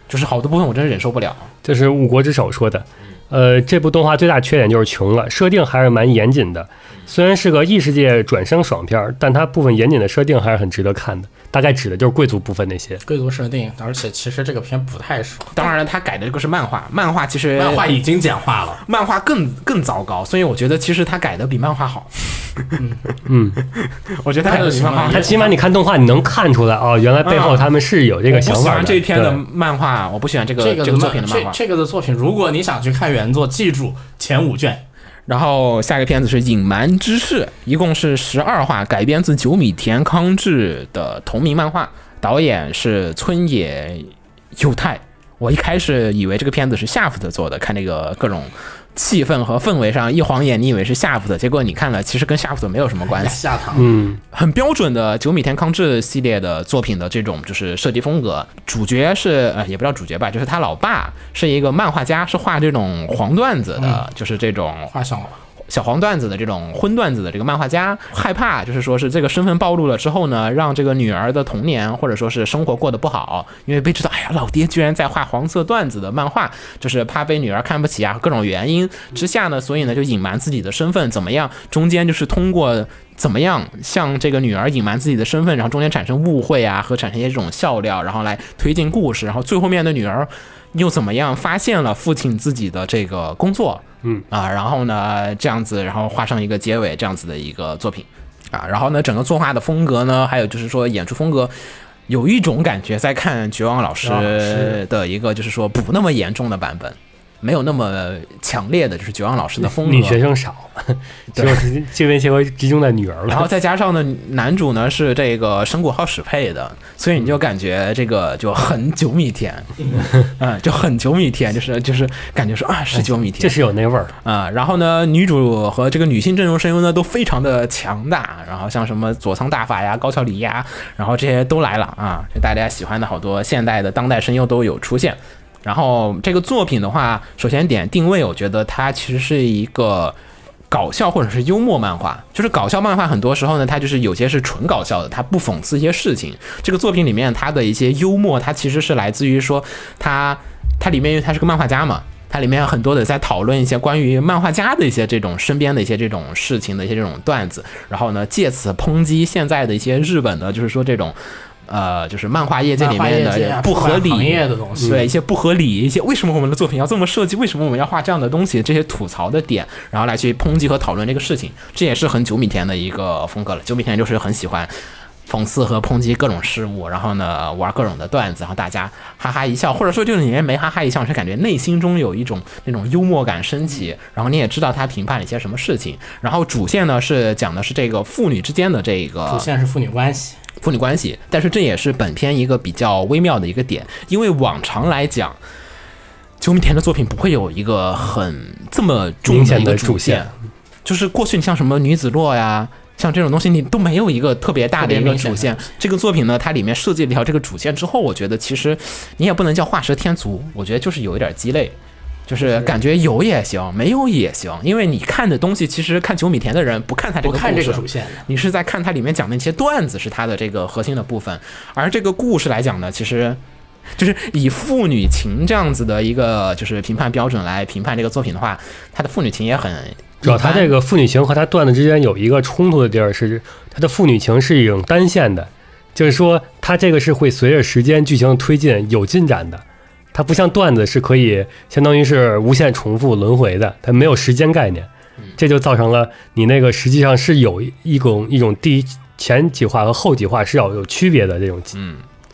[SPEAKER 3] 就是好多部分我真是忍受不了。
[SPEAKER 4] 这是《误国之手》说的。呃，这部动画最大缺点就是穷了，设定还是蛮严谨的。虽然是个异世界转生爽片儿，但它部分严谨的设定还是很值得看的。大概指的就是贵族部分那些。
[SPEAKER 3] 啊
[SPEAKER 5] 贵族设定，而且其实这个片不太熟，
[SPEAKER 3] 当然了，他改的这个是漫画，漫画其实
[SPEAKER 5] 漫画已经简化了。
[SPEAKER 3] 漫画更更糟糕，所以我觉得其实他改的比漫画好。
[SPEAKER 4] 嗯，
[SPEAKER 3] 我觉得他改的比漫画好。
[SPEAKER 4] 它起码你看动画，你能看出来哦，原来背后他们是有这
[SPEAKER 3] 啊我
[SPEAKER 4] 个
[SPEAKER 3] 不
[SPEAKER 4] 想
[SPEAKER 3] 喜
[SPEAKER 4] 法
[SPEAKER 3] 欢
[SPEAKER 4] 的。
[SPEAKER 3] 这一篇的
[SPEAKER 4] 对
[SPEAKER 3] 漫画，我不喜欢这个
[SPEAKER 5] 这个
[SPEAKER 3] 这个作品的漫画
[SPEAKER 5] 这。这个的作品，如果你想去看原作，记住前五卷。
[SPEAKER 3] 然后下一个片子是《隐瞒之事》，一共是十二话，改编自久米田康治的同名漫画，导演是村野佑太。我一开始以为这个片子是夏夫特做的，看那个各种气氛和氛围上，一晃眼你以为是夏夫特，结果你看了，其实跟夏夫特没有什么关系。
[SPEAKER 5] 下堂
[SPEAKER 4] 嗯，
[SPEAKER 3] 很标准的九米田康治系列的作品的这种就是设计风格。主角是呃也不叫主角吧，就是他老爸是一个漫画家，是画这种黄段子的，就是这种
[SPEAKER 5] 画上了，
[SPEAKER 3] 小黄段子的这种荤段子的这个漫画家，害怕就是说是这个身份暴露了之后呢，让这个女儿的童年或者说是生活过得不好，因为被知道，哎呀，老爹居然在画黄色段子的漫画，就是怕被女儿看不起啊，各种原因之下呢，所以呢就隐瞒自己的身份，怎么样？中间就是通过。怎么样向这个女儿隐瞒自己的身份，然后中间产生误会啊，和产生一些这种笑料，然后来推进故事，然后最后面的女儿又怎么样发现了父亲自己的这个工作，
[SPEAKER 4] 嗯
[SPEAKER 3] 啊，然后呢这样子，然后画上一个结尾这样子的一个作品啊，然后呢整个作画的风格呢，还有就是说演出风格。有一种感觉，在看绝望老
[SPEAKER 4] 啊
[SPEAKER 3] 师
[SPEAKER 4] 是
[SPEAKER 3] 的一个，就是说不那么严重的版本，没有那么强烈的，就是绝望老师的风格。
[SPEAKER 4] 女学 生少， 只有这边结合集中在女儿
[SPEAKER 3] 然后
[SPEAKER 4] 了。
[SPEAKER 3] 再加上呢，男主呢是这个神谷浩史配的，所以你就感觉这个就很九米田，嗯，就很九米田，就是就是感觉说啊是九米田，
[SPEAKER 4] 这是有那味儿，
[SPEAKER 3] 啊、然后呢，女主和这个女性阵容声优呢都非常的强大，然后像什么佐仓大法呀、高桥里呀，然后这些都来了啊，就大家喜欢的好多现代的当代声优都有出现。然后这个作品的话，首先点定位，我觉得它其实是一个搞笑或者是幽默漫画，就是搞笑漫画很多时候呢，它就是有些是纯搞笑的，它不讽刺一些事情。这个作品里面它的一些幽默，它其实是来自于说它它里面因为它是个漫画家嘛，它里面有很多的在讨论一些关于漫画家的一些这种身边的一些这种事情的一些这种段子，然后呢借此抨击现在的一些日本的，就是说这种。呃，就是漫画业界里
[SPEAKER 5] 漫画
[SPEAKER 3] 面
[SPEAKER 5] 业界
[SPEAKER 3] 的
[SPEAKER 5] 啊
[SPEAKER 3] 不合理
[SPEAKER 5] 出版行业的东西
[SPEAKER 3] 对一些不合理，一些为什么我们的作品要这么设计，为什么我们要画这样的东西，这些吐槽的点，然后来去抨击和讨论这个事情，这也是很九米田的一个风格了。九米田就是很喜欢讽刺和抨击各种事物，然后呢玩各种的段子，然后啊大家哈哈一笑，或者说就是你连没哈哈一笑，你是感觉内心中有一种那种幽默感升起，然后你也知道他评判了一些什么事情。然后主线呢是讲的是这个父女之间的这个
[SPEAKER 5] 主线是父女关系，
[SPEAKER 3] 父女关系，但是这也是本片一个比较微妙的一个点，因为往常来讲，九米田的作品不会有一个很这么重
[SPEAKER 4] 明显
[SPEAKER 3] 一个
[SPEAKER 4] 的
[SPEAKER 3] 主
[SPEAKER 4] 主线
[SPEAKER 3] 线，就是过去你像什么女子洛呀。像这种东西，你都没有一个特别大的一
[SPEAKER 5] 特
[SPEAKER 3] 个
[SPEAKER 5] 别明显
[SPEAKER 3] 主
[SPEAKER 5] 的
[SPEAKER 3] 线。这个作品呢，它里面设计了一条这个主线之后，我觉得其实你也不能叫画蛇添足，我觉得就是有一点鸡肋。就是感觉有也行，没有也行，因为你看的东西，其实看九米田的人不啊看他这
[SPEAKER 5] 不
[SPEAKER 3] 个
[SPEAKER 5] 看
[SPEAKER 3] 故
[SPEAKER 5] 这个
[SPEAKER 3] 事
[SPEAKER 5] 主线的，
[SPEAKER 3] 你是在看它里面讲的那些段子是它的这个核心的部分，而这个故事来讲呢，其实就是以父女情这样子的一个就是评判标准来评判这个作品的话，它的父女情也很
[SPEAKER 4] 主要他这
[SPEAKER 3] 个
[SPEAKER 4] 个父女情和他段子之间有一个冲突的地儿是，他的父女情是一种单线的，就是说他这个是会随着时间剧情的推进有进展的，它不像段子是可以相当于是无限重复轮回的，它没有时间概念，这就造成了你那个实际上是有一一种一种第一前几话和后几话是要有区别的这种，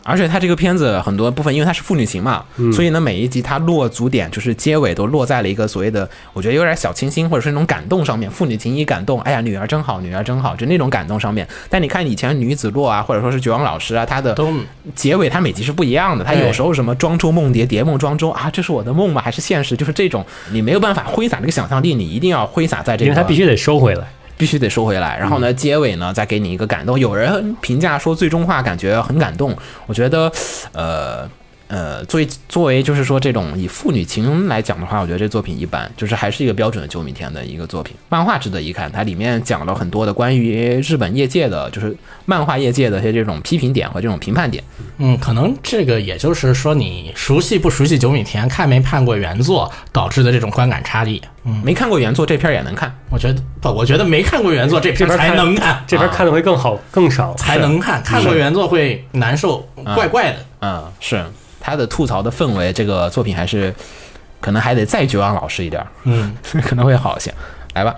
[SPEAKER 3] 而且它这个片子很多部分，因为它是父女情嘛，
[SPEAKER 4] 嗯
[SPEAKER 3] 所以呢，每一集它落足点就是结尾都落在了一个所谓的，我觉得有点小清新或者是那种感动上面，父女情一感动，哎呀，女儿真好，女儿真好，就那种感动上面。但你看以前女子洛啊，或者说是绝望老师啊，她的
[SPEAKER 5] 都
[SPEAKER 3] 结尾它每集是不一样的，
[SPEAKER 4] 哎
[SPEAKER 3] 它有时候什么庄周梦蝶，蝶梦庄周啊，这是我的梦吗？还是现实？就是这种，你没有办法挥洒这个想象力，你一定要挥洒在这
[SPEAKER 4] 因
[SPEAKER 3] 个，
[SPEAKER 4] 为它必须嗯得收回来。
[SPEAKER 3] 必须得收回来。然后呢，结尾呢再给你一个感动。有人评价说最终话感觉很感动，我觉得，呃，呃，作为作为就是说这种以父女情来讲的话，我觉得这作品一般，就是还是一个标准的九米田的一个作品。漫画值得一看，它里面讲了很多的关于日本业界的，就是漫画业界的一些这种批评点和这种评判点。
[SPEAKER 5] 嗯，可能这个也就是说你熟悉不熟悉九米田，看没看过原作导致的这种观感差异。嗯
[SPEAKER 3] 没看过原作这片儿也能看，
[SPEAKER 5] 我觉得不，我觉得没看过原作这
[SPEAKER 4] 这
[SPEAKER 5] 片
[SPEAKER 4] 边
[SPEAKER 5] 才
[SPEAKER 4] 看
[SPEAKER 5] 能看，
[SPEAKER 4] 这边看的会更好更少。
[SPEAKER 5] 才能看，看过原作会难受，怪怪的。
[SPEAKER 3] 嗯，是他的吐槽的氛围，这个作品还是可能还得再绝望老师一点儿，
[SPEAKER 5] 嗯，
[SPEAKER 3] 可能会好一些。来吧，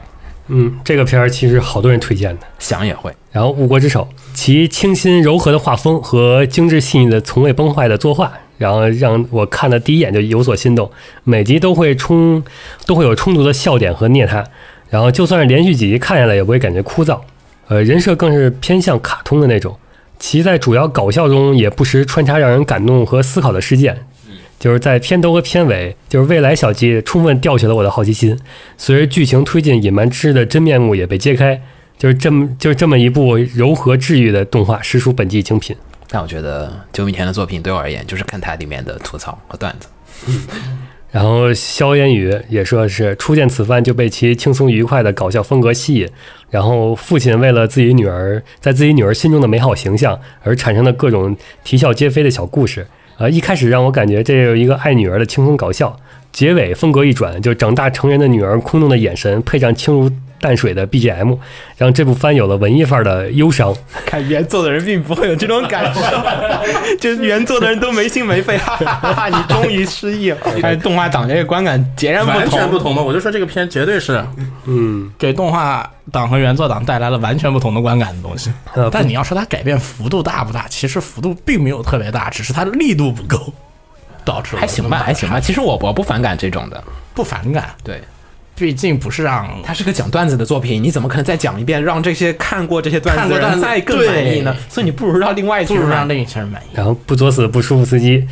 [SPEAKER 4] 嗯，这个片儿其实好多人推荐的。
[SPEAKER 3] 想也会，
[SPEAKER 4] 然后《五国之首》，其清新柔和的画风和精致细腻的、从未崩坏的作画，然后让我看的第一眼就有所心动。每集都会冲，都会有充足的笑点和虐他，然后就算是连续几集看下来，也不会感觉枯燥。呃，人设更是偏向卡通的那种，其在主要搞笑中也不时穿插让人感动和思考的事件。就是在片头和片尾，就是未来小季充分吊起了我的好奇心。随着剧情推进，隐瞒之的真面目也被揭开，就是这么就是这么一部柔和治愈的动画，实属本季精品。
[SPEAKER 3] 但我觉得九米田的作品对我而言，就是看它里面的吐槽和段子。
[SPEAKER 4] 然后萧烟雨也说是初见此番就被其轻松愉快的搞笑风格吸引，然后父亲为了自己女儿在自己女儿心中的美好形象而产生的各种啼笑皆非的小故事。呃，一开始让我感觉这有一个爱女儿的轻松搞笑，结尾风格一转，就长大成人的女儿空洞的眼神配上轻如淡水的 BGM，让这部番有了文艺范儿的忧伤。
[SPEAKER 7] 看原作的人并不会有这种感受， 就是原作的人都没心没肺，哈哈哈哈！你终于失忆了。
[SPEAKER 8] 哎
[SPEAKER 7] 哎
[SPEAKER 3] 但是动画党这个观感截然不
[SPEAKER 5] 完全
[SPEAKER 3] 同，
[SPEAKER 5] 不同嘛，我就说这个片绝对是
[SPEAKER 4] 嗯，
[SPEAKER 5] 给动画党和原作党带来了完全不同的观感的东西。
[SPEAKER 4] 呃，
[SPEAKER 5] 但你要说它改变幅度大不大，其实幅度并没有特别大，只是它力度不够，导致我
[SPEAKER 3] 还行嗯吧，还行吧。其实我我不反感这种的，
[SPEAKER 5] 不反感。
[SPEAKER 3] 对，
[SPEAKER 5] 毕竟不是让
[SPEAKER 3] 它是个讲段子的作品，你怎么可能再讲一遍，让这些看过这些段
[SPEAKER 5] 看
[SPEAKER 3] 子
[SPEAKER 5] 过
[SPEAKER 3] 的
[SPEAKER 5] 段
[SPEAKER 3] 人
[SPEAKER 5] 子
[SPEAKER 3] 再更满意呢？
[SPEAKER 5] 对
[SPEAKER 3] 所以你不如让另外一
[SPEAKER 5] 不
[SPEAKER 3] 群
[SPEAKER 5] 如
[SPEAKER 3] 人
[SPEAKER 5] 让另一群人满意。
[SPEAKER 4] 然后不作死不舒服司机，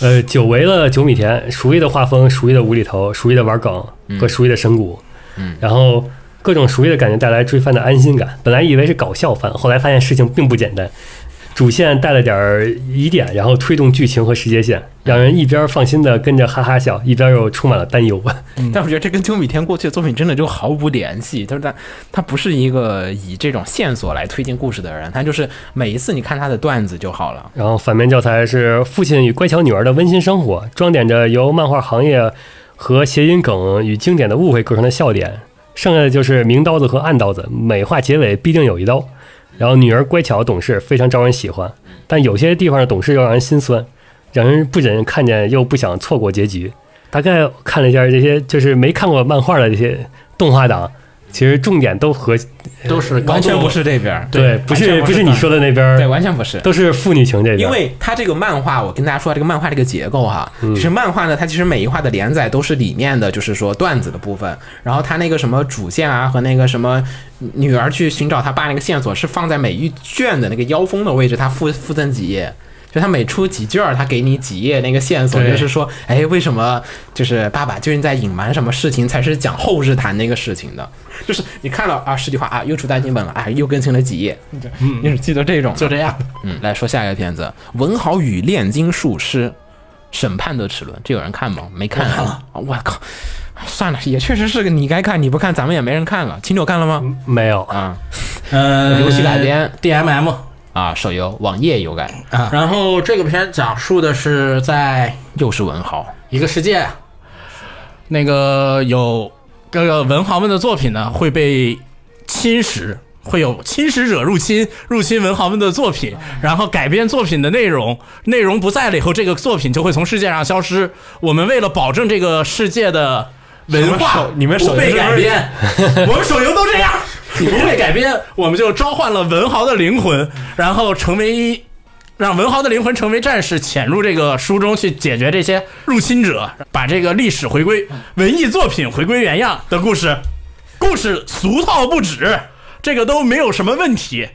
[SPEAKER 4] 呃，久违了九米田，熟悉的画风，熟悉的无厘头，熟悉的玩梗和熟悉的神谷，嗯，然后各种熟悉的感觉带来追番的安心感。本来以为是搞笑番，后来发现事情并不简单，主线带了点儿疑点，然后推动剧情和时间线，让人一边放心的跟着哈哈笑，一边又充满了担忧。
[SPEAKER 3] 但我觉得这跟九米天过去的作品真的就毫无联系，就是他他不是一个以这种线索来推进故事的人，他就是每一次你看他的段子就好了。
[SPEAKER 4] 然后反面教材是《父亲与乖巧女儿的温馨生活》，装点着由漫画行业和谐音梗与经典的误会构成的笑点。剩下的就是明刀子和暗刀子，美化结尾必定有一刀。然后女儿乖巧懂事，非常招人喜欢，但有些地方的懂事又让人心酸，让人不忍看见又不想错过结局。大概看了一下这些，就是没看过漫画的这些动画党，其实重点都和
[SPEAKER 5] 都是高
[SPEAKER 3] 完全
[SPEAKER 5] 度
[SPEAKER 3] 不是这边儿，
[SPEAKER 5] 对
[SPEAKER 4] 不
[SPEAKER 5] 完
[SPEAKER 4] 是
[SPEAKER 5] 全不
[SPEAKER 4] 不
[SPEAKER 5] 是
[SPEAKER 4] 是你说的那边
[SPEAKER 3] 对，
[SPEAKER 4] 儿，
[SPEAKER 3] 完全不是。
[SPEAKER 4] 都是父女情这边。
[SPEAKER 3] 因为它这个漫画，我跟大家说，这个漫画这个结构哈，就是漫画呢，它其实每一话的连载都是里面的，就是说段子的部分，然后它那个什么主线啊和那个什么女儿去寻找她爸那个线索是放在每一卷的那个腰封的位置，它附附赠几页。就它每出几卷儿，它给你几页那个线索，
[SPEAKER 5] 对
[SPEAKER 3] 就是说，哎，为什么就是爸爸究竟在隐瞒什么事情，才是讲后日谈那个事情的？就是你看了啊，十几话啊，又出单行本了，啊，又更新了几页，你只记得这种，
[SPEAKER 5] 就这样。
[SPEAKER 3] 嗯，来说下一个片子《文豪与炼金术师：审判的齿轮》，这有人看吗？没看、啊，啊我靠！算了，也确实是个你该看，你不看，咱们也没人看了。秦九看了吗？
[SPEAKER 4] 没有，
[SPEAKER 3] 啊
[SPEAKER 5] 嗯，
[SPEAKER 3] 游戏改编
[SPEAKER 5] DMM
[SPEAKER 3] 啊，手游、网页游改，
[SPEAKER 5] 啊。然后这个片讲述的是在
[SPEAKER 3] 又是文豪，
[SPEAKER 5] 一个世界，啊那个有这个文豪们的作品呢会被侵蚀，会有侵蚀者入侵，入侵文豪们的作品，然后改编作品的内容，内容不在了以后，这个作品就会从世界上消失。我们为了保证这个世界的文化
[SPEAKER 7] 你们手
[SPEAKER 5] 不被
[SPEAKER 7] 你们手游是不是
[SPEAKER 5] 改编， 我们手游都这 样。不被改编，我们就召唤了文豪的灵魂，然后成为一让文豪的灵魂成为战士，潜入这个书中去解决这些入侵者，把这个历史回归、文艺作品回归原样的故事。故事俗套不止，这个都没有什么问题。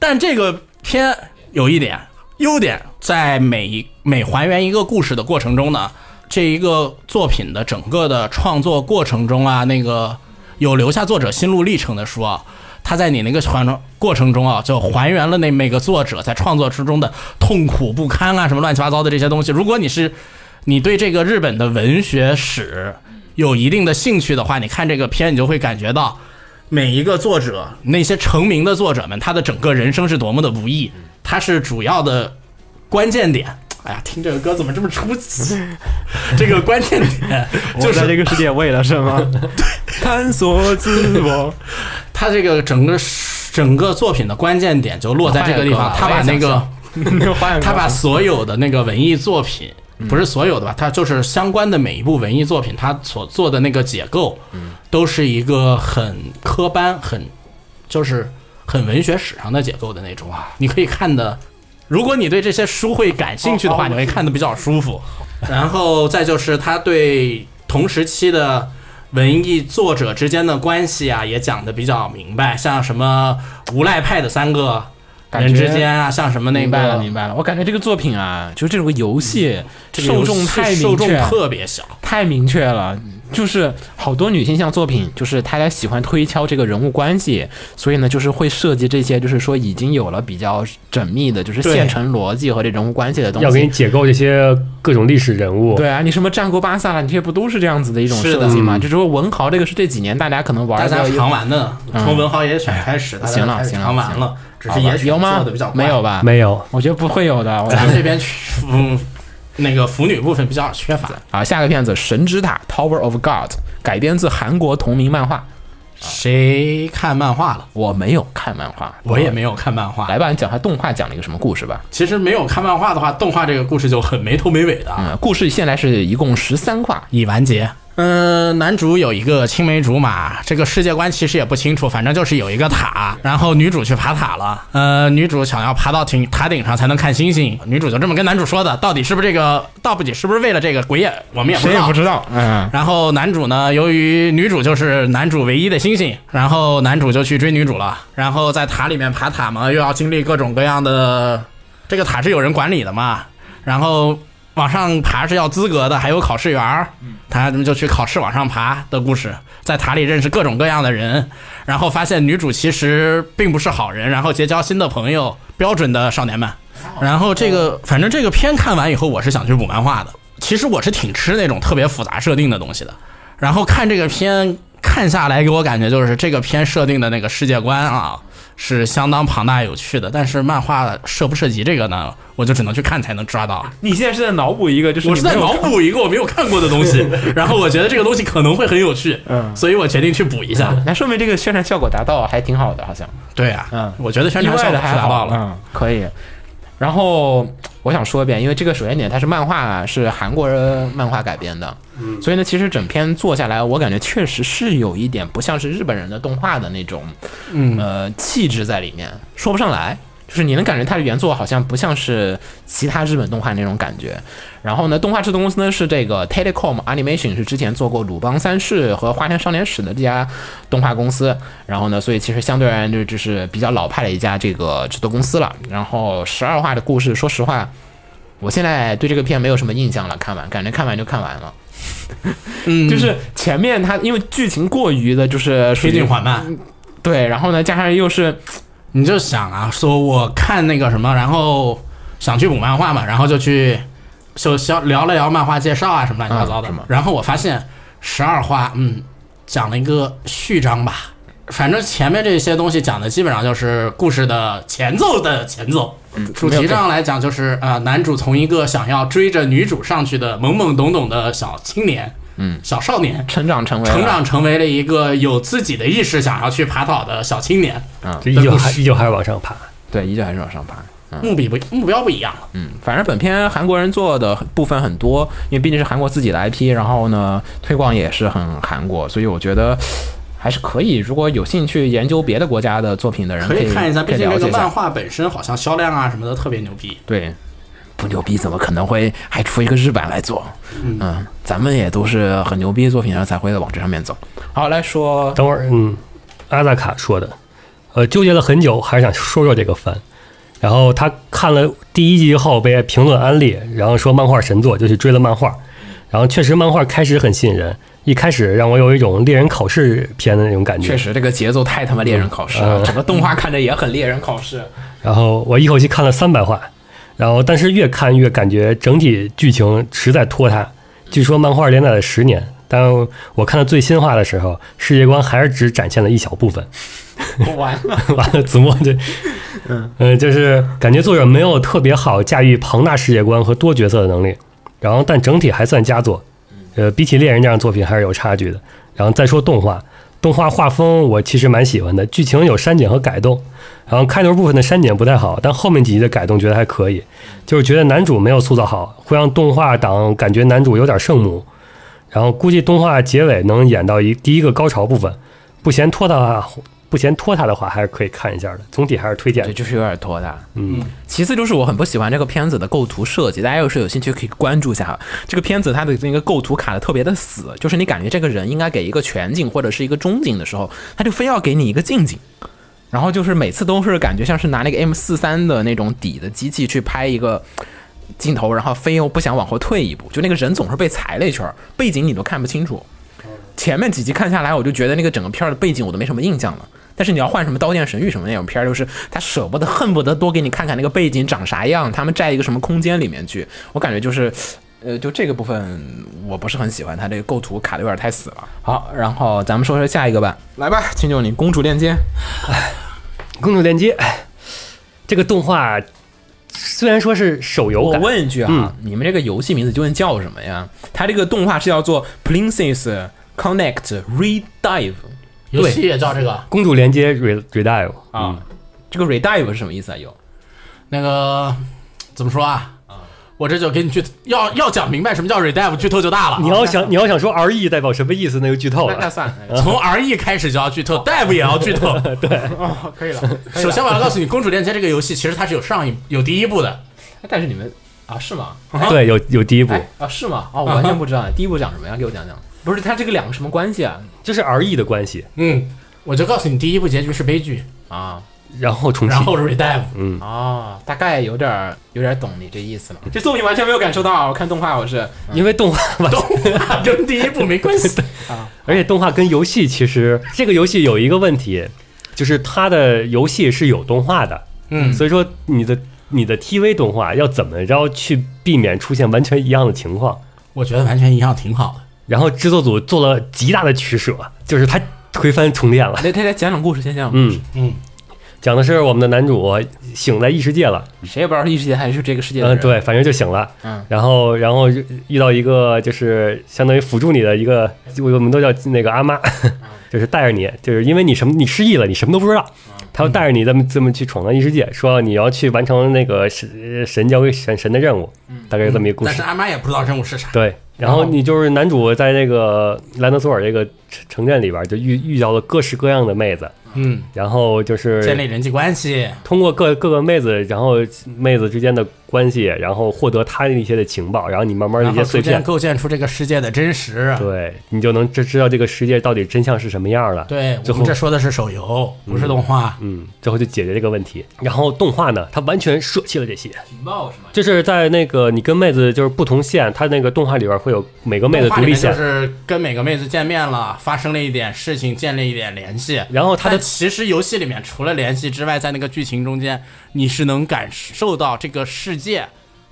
[SPEAKER 5] 但这个片有一点优点，在每一每还原一个故事的过程中呢，这一个作品的整个的创作过程中啊，那个有留下作者心路历程的说，他在你那个环中过程中啊，就还原了那每个作者在创作之中的痛苦不堪啊，什么乱七八糟的这些东西。如果你是你对这个日本的文学史有一定的兴趣的话，你看这个片，你就会感觉到每一个作者，那些成名的作者们，他的整个人生是多么的不易，他是主要的关键点。哎呀，听这个歌怎么这么出奇？这个关键 点就
[SPEAKER 8] 我在
[SPEAKER 5] 是
[SPEAKER 8] 这个世界为了什么？ 探索自我。
[SPEAKER 5] 他这个整个整个作品的关键点就落在这个地方，他
[SPEAKER 3] 换
[SPEAKER 5] 把
[SPEAKER 3] 一个
[SPEAKER 5] 那
[SPEAKER 3] 歌
[SPEAKER 5] 个
[SPEAKER 3] 啊换一个
[SPEAKER 5] 他把所有的那个文艺作品，不是所有的吧，他就是相关的每一部文艺作品，他所做的那个解构，都是一个很科班、很就是很文学史上的解构的那种啊。你可以看的，如果你对这些书会感兴趣的话，你会看的比较舒服。然后再就是他对同时期的。文艺作者之间的关系啊，也讲的比较明白，像什么无赖派的三个
[SPEAKER 3] 感
[SPEAKER 5] 人
[SPEAKER 3] 觉
[SPEAKER 5] 之间啊，像什么那
[SPEAKER 3] 明白
[SPEAKER 5] 个
[SPEAKER 3] 了，明白了。我感觉这个作品啊，就是这种游戏
[SPEAKER 5] 嗯这个游
[SPEAKER 3] 受
[SPEAKER 5] 戏
[SPEAKER 3] 众太
[SPEAKER 5] 受
[SPEAKER 3] 明
[SPEAKER 5] 众
[SPEAKER 3] 确，
[SPEAKER 5] 特别小，
[SPEAKER 3] 太明确了。就是好多女性向作品，就是大家喜欢推敲这个人物关系，所以呢，就是会涉及这些，就是说已经有了比较缜密的，就是
[SPEAKER 5] 对
[SPEAKER 3] 现成逻辑和这人物关系的东西。
[SPEAKER 4] 要给你解构这些各种历史人物。
[SPEAKER 3] 对啊，你什么战国巴萨了，你这些不都是这样子的一种
[SPEAKER 5] 是的嗯
[SPEAKER 3] 设计吗？就只有文豪这个是这几年大家可能
[SPEAKER 5] 大
[SPEAKER 3] 玩
[SPEAKER 5] 家
[SPEAKER 3] 的。
[SPEAKER 5] 常玩的，从文豪野犬开始，大家
[SPEAKER 3] 哎行了
[SPEAKER 5] 开始
[SPEAKER 3] 行了
[SPEAKER 5] 常玩
[SPEAKER 3] 行
[SPEAKER 5] 了，只
[SPEAKER 3] 好
[SPEAKER 5] 是
[SPEAKER 3] 吧
[SPEAKER 5] 野犬
[SPEAKER 3] 啊有吗
[SPEAKER 5] 做的比较？
[SPEAKER 3] 没有，吧？
[SPEAKER 4] 没有，
[SPEAKER 3] 我觉得不会有的。我
[SPEAKER 5] 咱 们这边去嗯，那个腐女部分比较缺乏，
[SPEAKER 3] 啊，下个片子《神之塔》（Tower of God） 改编自韩国同名漫画，
[SPEAKER 5] 谁看漫画了？
[SPEAKER 3] 我没有看漫画，
[SPEAKER 5] 我也没有看漫画。
[SPEAKER 3] 来吧，你讲下动画讲了一个什么故事吧？
[SPEAKER 5] 其实没有看漫画的话，动画这个故事就很没头没尾的啊，
[SPEAKER 3] 嗯，故事现在是一共十三话，
[SPEAKER 5] 已完结。嗯，男主有一个青梅竹马，这个世界观其实也不清楚，反正就是有一个塔，然后女主去爬塔了。呃，女主想要爬到顶塔顶上才能看星星，女主就这么跟男主说的，到底是不是这个，到底是不是为了这个，鬼也我们也不知道。
[SPEAKER 3] 知道。嗯，
[SPEAKER 5] 然后男主呢，由于女主就是男主唯一的星星，然后男主就去追女主了。然后在塔里面爬塔嘛，又要经历各种各样的，这个塔是有人管理的嘛。然后往上爬是要资格的，还有考试员儿，他们就去考试往上爬的故事，在塔里认识各种各样的人，然后发现女主其实并不是好人，然后结交新的朋友，标准的少年漫。然后这个，反正这个片看完以后，我是想去补漫画的。其实我是挺吃那种特别复杂设定的东西的。然后看这个片看下来，给我感觉就是这个片设定的那个世界观啊，是相当庞大有趣的。但是漫画涉不涉及这个呢，我就只能去看才能抓到。
[SPEAKER 3] 嗯
[SPEAKER 8] 你现在是在脑补一个，就是
[SPEAKER 5] 我是在
[SPEAKER 8] 你没有
[SPEAKER 5] 脑补一个我没有看过的东西，然后我觉得这个东西可能会很有趣，所以我决定去补一下。
[SPEAKER 3] 那说明这个宣传效果达到还挺好的，好像
[SPEAKER 5] 对啊，
[SPEAKER 3] 嗯
[SPEAKER 5] 我觉得宣
[SPEAKER 3] 意
[SPEAKER 5] 传效
[SPEAKER 3] 外
[SPEAKER 5] 果
[SPEAKER 3] 的
[SPEAKER 5] 是
[SPEAKER 3] 还
[SPEAKER 5] 达到
[SPEAKER 3] 好
[SPEAKER 5] 了。
[SPEAKER 3] 嗯，可以。然后我想说一遍，因为这个首先点它是漫画，是韩国人漫画改编的，所以呢，其实整篇做下来，我感觉确实是有一点不像是日本人的动画的那种，
[SPEAKER 5] 嗯
[SPEAKER 3] 呃，气质在里面，说不上来。就是你能感觉它的原作好像不像是其他日本动画那种感觉。然后呢，动画制作公司呢是这个 Telecom Animation，是之前做过《鲁邦三世》和《花田少年史》的这家动画公司。然后呢，所以其实相对而言就就是比较老派的一家这个制作公司了。然后十二话的故事，说实话，我现在对这个片没有什么印象了，看完感觉看完就看完了。
[SPEAKER 5] 嗯，
[SPEAKER 3] 就是前面它因为剧情过于的，就是属于
[SPEAKER 5] 推进缓慢。
[SPEAKER 3] 对，然后呢，加上又是
[SPEAKER 5] 你就想啊，说我看那个什么，然后想去补漫画嘛，然后就去就聊聊了聊漫画介绍啊什么乱七八糟
[SPEAKER 3] 嗯
[SPEAKER 5] 的。
[SPEAKER 3] 是吗
[SPEAKER 5] 然后我发现十二话，嗯，讲了一个序章吧，反正前面这些东西讲的基本上就是故事的前奏的前奏。主
[SPEAKER 3] 没有
[SPEAKER 5] 题
[SPEAKER 3] 对
[SPEAKER 5] 上来讲，就是啊、呃男主从一个想要追着女主上去的懵懵懂懂的小青年，嗯，啊小少年，
[SPEAKER 3] 成长成为了
[SPEAKER 5] 成长成为了一个有自己的意识想要去爬岛的小青年，
[SPEAKER 4] 这依旧还依旧还是往上爬。
[SPEAKER 3] 对，依旧还是往上爬。
[SPEAKER 5] 目比不目标不一样了。
[SPEAKER 3] 反正本片韩国人做的部分很多，因为毕竟是韩国自己的 IP，然后呢推广也是很韩国，所以我觉得还是可以。如果有兴趣研究别的国家的作品的人，
[SPEAKER 5] 可
[SPEAKER 3] 以
[SPEAKER 5] 以看一下，
[SPEAKER 3] 可
[SPEAKER 5] 毕
[SPEAKER 3] 以
[SPEAKER 5] 竟
[SPEAKER 3] 了
[SPEAKER 5] 这
[SPEAKER 3] 解
[SPEAKER 5] 个
[SPEAKER 3] 一
[SPEAKER 5] 漫
[SPEAKER 3] 下。
[SPEAKER 5] 画本身好像销量啊什么的特别牛逼。
[SPEAKER 3] 对，不牛逼怎么可能会还出一个日版来做？嗯咱们也都是很牛逼的作品，然后才会往这上面走。好，来说
[SPEAKER 4] 等会儿，嗯，阿萨卡说的，呃，纠结了很久，还是想说说这个番。然后他看了第一集后被
[SPEAKER 8] 嗯
[SPEAKER 4] 评论安利，然后说漫画神作，就去追了漫画。然后确实漫画开始很吸引人，一一开始让我有一种猎人考试片的那种感觉。
[SPEAKER 3] 确实，这个节奏太他妈猎人考试
[SPEAKER 5] 嗯
[SPEAKER 3] 了，整个动画看着也很猎人考试。
[SPEAKER 4] 然后我一口气看了三百话，然后但是越看越感觉整体剧情实在拖沓。据说漫画连载了十年，但我看到最新话的时候，世界观还是只展现了一小部分。
[SPEAKER 3] 完了，
[SPEAKER 4] 完了，子墨这，嗯、呃，就是感觉作者没有特别好驾驭庞大世界观和多角色的能力，然后但整体还算佳作，呃，比起猎人这样的作品还是有差距的。然后再说动画，动画画风我其实蛮喜欢的，剧情有删减和改动，然后开头部分的删减不太好，但后面几集的改动觉得还可以，就是觉得男主没有塑造好，会让动画党感觉男主有点圣母，然后估计动画结尾能演到一第一个高潮部分，不嫌拖沓的话不嫌拖沓的话，还是可以看一下的。总体还是推荐
[SPEAKER 3] 对，
[SPEAKER 4] 的。
[SPEAKER 3] 就是有点拖沓。
[SPEAKER 4] 嗯，
[SPEAKER 3] 其次就是我很不喜欢这个片子的构图设计，大家要是有兴趣可以关注一下。这个片子它的那个构图卡的特别的死，就是你感觉这个人应该给一个全景或者是一个中景的时候，他就非要给你一个近景。然后就是每次都是感觉像是拿那个 M 四三的那种底的机器去拍一个镜头，然后非又不想往后退一步，就那个人总是被裁了一圈儿，背景你都看不清楚。前面几集看下来，我就觉得那个整个片儿的背景我都没什么印象了。但是你要换什么《刀剑神域》什么那种片儿，就是他舍不得、恨不得多给你看看那个背景长啥样，他们在一个什么空间里面去。我感觉就是，呃，就这个部分我不是很喜欢，他这个构图卡的有点太死了。好，然后咱们说说下一个吧，来吧，青九你公主链接，
[SPEAKER 4] 公主链接，哎这个动画虽然说是手游
[SPEAKER 3] 我
[SPEAKER 4] 感，
[SPEAKER 3] 问一句啊，
[SPEAKER 4] 嗯
[SPEAKER 3] 你们这个游戏名字究竟叫什么呀？它这个动画是叫做《Princess Connect Redive》，
[SPEAKER 5] 游戏也叫这个
[SPEAKER 4] 公主连接 re redive
[SPEAKER 3] 啊，这个 Redive 是什么意思啊？有
[SPEAKER 5] 那个怎么说啊？我这就给你剧要要讲明白什么叫 redive，剧透就大了。
[SPEAKER 4] 你要想你要想说 R E 代表什么意思，那就剧透
[SPEAKER 3] 那那
[SPEAKER 4] 了。
[SPEAKER 3] 算了，
[SPEAKER 5] 从 R E 开始就要剧透，dive 也要剧透。对，哦，可以了。首先我要告诉你，《公主链接》这个游戏其实它是有上一有第一部的，
[SPEAKER 3] 但是你们啊是吗？
[SPEAKER 4] 对，有有第一部，
[SPEAKER 3] 哎啊是吗？哦，我完全不知道， 第一部讲什么呀？给我讲讲。不是，它这个两个什么关系啊？
[SPEAKER 4] 就是 R E 的关系，
[SPEAKER 5] 嗯，我就告诉你，第一部结局是悲剧，
[SPEAKER 3] 啊
[SPEAKER 4] 然后重启
[SPEAKER 5] 然。后 redive。
[SPEAKER 3] 哦，大概有点儿有点儿懂你这意思了。这作品完全没有感受到啊，我看动画我是
[SPEAKER 4] 因为动画完，
[SPEAKER 5] 跟第一部没关系。
[SPEAKER 4] 而且动画跟游戏其实这个游戏有一个问题，就是它的游戏是有动画的，
[SPEAKER 5] 嗯，
[SPEAKER 4] 所以说你的你的 TV 动画要怎么着去避免出现完全一样的情况？
[SPEAKER 5] 我觉得完全一样，挺好的。
[SPEAKER 4] 然后制作组做了极大的取舍，就是他推翻重练了。
[SPEAKER 3] 来来来讲讲故事，先讲。
[SPEAKER 4] 嗯
[SPEAKER 5] 嗯，
[SPEAKER 4] 讲的是我们的男主醒在异世界了，
[SPEAKER 3] 谁也不知道是异世界还是这个世界的
[SPEAKER 4] 嗯，
[SPEAKER 3] 人。
[SPEAKER 4] 对，反正就醒了。
[SPEAKER 3] 嗯，
[SPEAKER 4] 然后然后就遇到一个就是相当于辅助你的一个，就我们都叫那个阿妈，
[SPEAKER 3] 嗯
[SPEAKER 4] 就是带着你，就是因为你什么你失忆了，你什么都不知道，
[SPEAKER 3] 嗯
[SPEAKER 4] 他要带着你这么这么去闯荡异世界，说你要去完成那个神神交给神神的任务，
[SPEAKER 3] 嗯
[SPEAKER 4] 大概是这么一个故
[SPEAKER 5] 但
[SPEAKER 4] 事
[SPEAKER 5] 是。阿妈也不知道任务是啥。
[SPEAKER 4] 对，然后你就是男主在那个兰德索尔这个城城镇里边，就遇遇到了各式各样的妹子，
[SPEAKER 5] 嗯，
[SPEAKER 4] 然后就是
[SPEAKER 5] 建立人际关系。
[SPEAKER 4] 通过各各个妹子，然后妹子之间的关系，然后获得她的一些的情报，然后你慢慢的
[SPEAKER 5] 然
[SPEAKER 4] 一
[SPEAKER 5] 后
[SPEAKER 4] 些
[SPEAKER 5] 逐
[SPEAKER 4] 碎
[SPEAKER 5] 渐
[SPEAKER 4] 片，
[SPEAKER 5] 构建出这个世界的真实。
[SPEAKER 4] 对你就能知知道这个世界到底真相是什么样了。
[SPEAKER 5] 对，
[SPEAKER 4] 最
[SPEAKER 5] 我
[SPEAKER 4] 后
[SPEAKER 5] 们这说的是手游，不是动画。
[SPEAKER 4] 嗯，最后就解决这个问题。然后动画呢，它完全舍弃了这些，
[SPEAKER 3] 情报是吗？
[SPEAKER 4] 就是在那个你跟妹子就是不同线，它那个动画里边会有每个妹子
[SPEAKER 5] 动画
[SPEAKER 4] 独
[SPEAKER 5] 里
[SPEAKER 4] 立
[SPEAKER 5] 面
[SPEAKER 4] 线，
[SPEAKER 5] 就是跟每个妹子见面了，发生了一点事情，建立一点联系。
[SPEAKER 4] 然后它的
[SPEAKER 5] 但其实游戏里面除了联系之外，在那个剧情中间，你是能感受到这个世界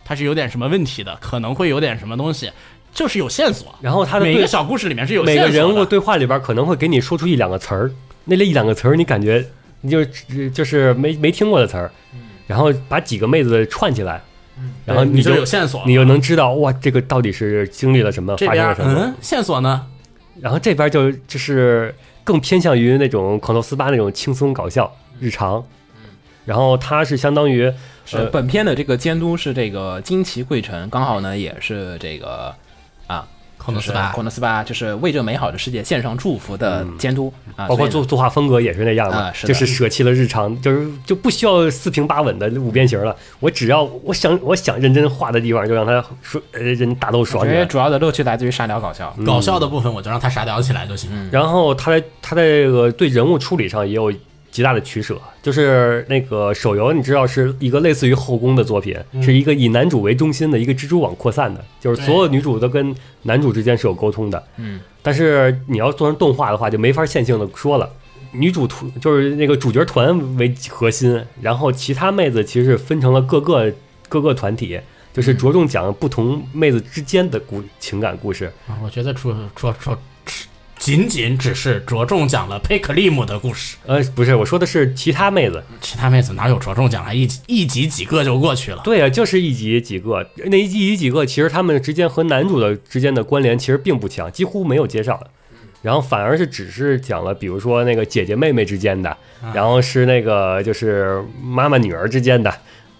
[SPEAKER 5] 它是有点什么问题的，可能会有点什么东西，就是有线索。
[SPEAKER 4] 然后它的
[SPEAKER 5] 每
[SPEAKER 4] 对
[SPEAKER 5] 个小故事里面是有
[SPEAKER 4] 每
[SPEAKER 5] 线
[SPEAKER 4] 个
[SPEAKER 5] 索的
[SPEAKER 4] 人物对话里边可能会给你说出一两个词儿，那一两个词儿你感觉你就是就是没没听过的词儿，然后把几个妹子串起来，然后
[SPEAKER 5] 嗯对
[SPEAKER 4] 你
[SPEAKER 5] 你
[SPEAKER 4] 就
[SPEAKER 5] 有线索了，
[SPEAKER 4] 你就能知道哇，这个到底是经历了什么，
[SPEAKER 5] 这
[SPEAKER 4] 发生
[SPEAKER 5] 边
[SPEAKER 4] 了什么。
[SPEAKER 5] 嗯线索呢？
[SPEAKER 4] 然后这边就就是更偏向于那种狂斗斯巴那种轻松搞笑
[SPEAKER 5] 嗯
[SPEAKER 4] 日常，然后它是相当于
[SPEAKER 3] 是
[SPEAKER 4] 呃
[SPEAKER 3] 本片的这个监督是这个金崎贵臣，刚好呢也是这个啊，
[SPEAKER 5] 可
[SPEAKER 3] 就是孔德斯巴，就是为这美好的世界献上祝福的监督啊，
[SPEAKER 4] 包括
[SPEAKER 3] 所以
[SPEAKER 4] 作作画风格也是那样嘛，
[SPEAKER 3] 啊是的
[SPEAKER 4] 就是舍弃了日常，就是就不需要四平八稳的五边形了。我只要我想我想认真画的地方，就让他说呃人打斗爽
[SPEAKER 3] 我
[SPEAKER 4] 起
[SPEAKER 3] 觉得
[SPEAKER 4] 来。
[SPEAKER 3] 主要的乐趣来自于沙雕搞笑。
[SPEAKER 5] 搞笑的部分我就让
[SPEAKER 4] 嗯
[SPEAKER 5] 他傻屌起来就行。
[SPEAKER 4] 呃然后他在他在这个对人物处理上也有极大的取舍，就是那个手游，你知道是一个类似于后宫的作品，是一个以男主为中心的一个蜘蛛网扩散的，就是所有女主都跟男主之间是有沟通的。
[SPEAKER 3] 嗯，
[SPEAKER 4] 但是你要做成动画的话，就没法线性的说了。女主团就是那个主角团为核心，然后其他妹子其实是分成了各个各个团体，就是嗯着重讲不同妹子之间的故情感故事。
[SPEAKER 5] 啊我觉得主主主仅仅只是着重讲了佩克利姆的故事，
[SPEAKER 4] 呃，不是，我说的是其他妹子。
[SPEAKER 5] 其他妹子哪有着重讲啊？一集一集几个就过去了。
[SPEAKER 4] 对啊，就是一集几个，那一集几个，其实他们之间和男主的之间的关联其实并不强，几乎没有介绍的。然后反而是只是讲了，比如说那个姐姐妹妹之间的，
[SPEAKER 5] 啊
[SPEAKER 4] 然后是那个就是妈妈女儿之间的，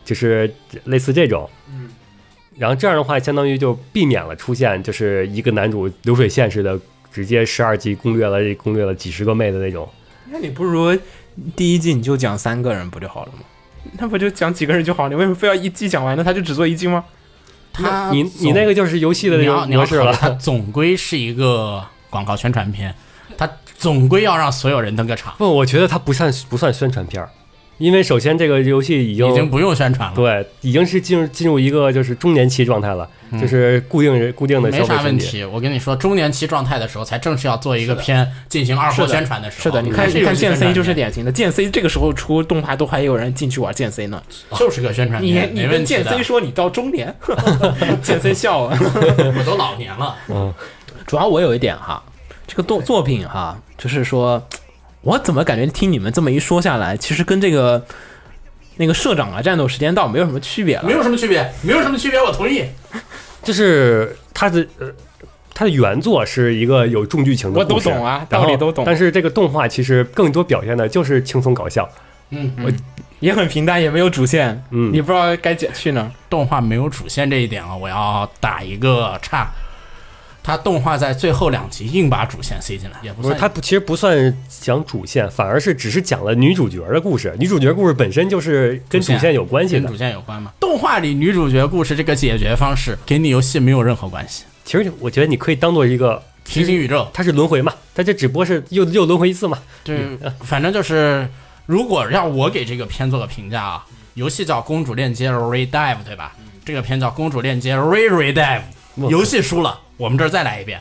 [SPEAKER 4] 就是类似这种。
[SPEAKER 5] 嗯
[SPEAKER 4] 然后这样的话，相当于就避免了出现就是一个男主流水线式的直接十二集攻略了攻略了几十个妹的那种。
[SPEAKER 3] 那你不如第一季你就讲三个人不就好了吗？那不就讲几个人就好？你为什么非要一季讲完呢？他就只做一季吗？
[SPEAKER 5] 他
[SPEAKER 4] 你你那个就是游戏的那
[SPEAKER 5] 你要
[SPEAKER 4] 种
[SPEAKER 5] 你要
[SPEAKER 4] 模式
[SPEAKER 5] 考虑，
[SPEAKER 4] 了。
[SPEAKER 5] 它总归是一个广告宣传片，它总归要让所有人登个场，
[SPEAKER 4] 不，我觉得它不算不算宣传片儿，因为首先这个游戏已经
[SPEAKER 5] 已经不用宣传了。
[SPEAKER 4] 对，已经是进入进入一个就是中年期状态了，就是固定人固定的消
[SPEAKER 5] 嗯没
[SPEAKER 4] 费
[SPEAKER 5] 啥问
[SPEAKER 4] 群体。
[SPEAKER 5] 题，我跟你说，中年期状态的时候，才正是要做一个片进行二货宣传的时候。
[SPEAKER 3] 是的，你哦看
[SPEAKER 5] 这
[SPEAKER 3] 你看剑 C
[SPEAKER 5] 片
[SPEAKER 3] 就是典型的，剑 C 这个时候出动画都还有人进去玩剑 C 呢。
[SPEAKER 5] 就是个宣传
[SPEAKER 3] 你
[SPEAKER 5] 片，
[SPEAKER 3] 你
[SPEAKER 5] 没
[SPEAKER 3] 跟
[SPEAKER 5] 问题
[SPEAKER 3] 剑
[SPEAKER 5] 的
[SPEAKER 3] C。说你到中年， 剑 C 笑了。
[SPEAKER 5] 我都老年了，
[SPEAKER 3] 主要我有一点哈，这个作作品哈，就是说，我怎么感觉听你们这么一说下来，其实跟这个那个社长啊战斗时间到没有什么区别了
[SPEAKER 5] 没。有什么区别，没有什么区别，我同意。
[SPEAKER 4] 就是它的呃，它的原作是一个有重剧情的
[SPEAKER 3] 我都
[SPEAKER 4] 故事
[SPEAKER 3] 懂啊
[SPEAKER 4] 然后
[SPEAKER 3] 道理都懂
[SPEAKER 4] 但是这个动画其实更多表现的就是轻松搞笑。
[SPEAKER 3] 也很平淡，也没有主线，
[SPEAKER 4] 嗯
[SPEAKER 3] 你不知道该解去哪儿。
[SPEAKER 5] 动画没有主线这一点啊，我要打一个岔。他动画在最后两集硬把主线塞进来，也不
[SPEAKER 4] 不是，
[SPEAKER 5] 算
[SPEAKER 4] 它不其实不算讲主线，反而是只是讲了女主角的故事。女主角故事本身就是跟主线有关系
[SPEAKER 5] 跟
[SPEAKER 4] 的
[SPEAKER 5] 主。线有关嘛。动画里女主角故事这个解决方式，跟你游戏没有任何关系。
[SPEAKER 4] 其实我觉得你可以当做一个，
[SPEAKER 5] 平行宇宙，
[SPEAKER 4] 它是轮回嘛，它这只不过是又又轮回一次嘛。
[SPEAKER 5] 对，反正就是，如果让我给这个片做个评价啊，游戏叫《公主链接 Redive》，对吧？这个片叫《公主链接 Re Redive》，
[SPEAKER 4] 我
[SPEAKER 5] 游戏输了，我们这儿再来一遍。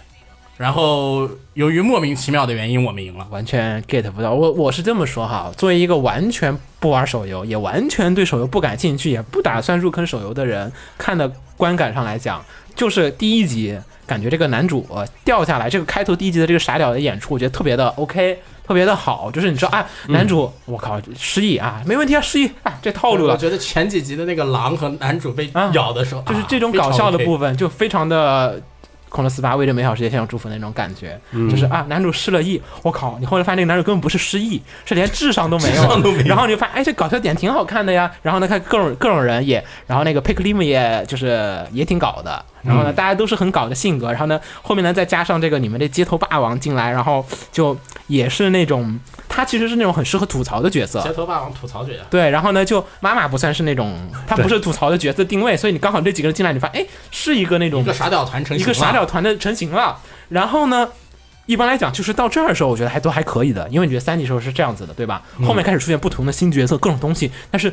[SPEAKER 5] 然后由于莫名其妙的原因，我们赢了。
[SPEAKER 3] 完全 get 不到。我我是这么说哈，作为一个完全不玩手游，也完全对手游不感兴趣，也不打算入坑手游的人，看的观感上来讲，就是第一集感觉这个男主、呃掉下来，这个开头第一集的这个傻屌的演出，我觉得特别的 OK。特别的好，就是你知道啊，男主，我靠，失忆啊，没问题啊，失忆啊，这套路了
[SPEAKER 5] 我，觉得前几集的那个狼和男主被
[SPEAKER 3] 啊
[SPEAKER 5] 咬的时候，
[SPEAKER 3] 就是这种搞笑的部
[SPEAKER 5] 分。
[SPEAKER 3] 分，就非常的恐龙斯巴为这美好世界献上祝福那种感觉，就是啊，男主失了忆，我靠，你后来发现那个男主根本不是失忆，是连智商都没
[SPEAKER 5] 智商都
[SPEAKER 3] 有
[SPEAKER 5] 没，有
[SPEAKER 3] 然后你就发现哎，这搞笑点挺好看的呀，然后呢，看各种各种人也，然后那个佩克利姆也就是也挺搞的，然后呢，大家都是很搞的性格，然后呢，后面呢再加上这个你们这街头霸王进来，然后就也是那种他其实是那种很适合吐槽的角色，
[SPEAKER 5] 街头霸王吐槽啊角色，
[SPEAKER 3] 对，然后呢，就妈妈不算是那种，她不是吐槽的角色定位，所以你刚好这几个人进来，你发现哎，是一个那种
[SPEAKER 5] 一个傻屌团成
[SPEAKER 3] 一
[SPEAKER 5] 型
[SPEAKER 3] 个傻
[SPEAKER 5] 了
[SPEAKER 3] 屌团的成型了。然后呢，一般来讲就是到这儿的时候，我觉得还都还可以的，因为你觉得三级时候是这样子的，对吧？
[SPEAKER 5] 嗯
[SPEAKER 3] 后面开始出现不同的新角色，各种东西，但是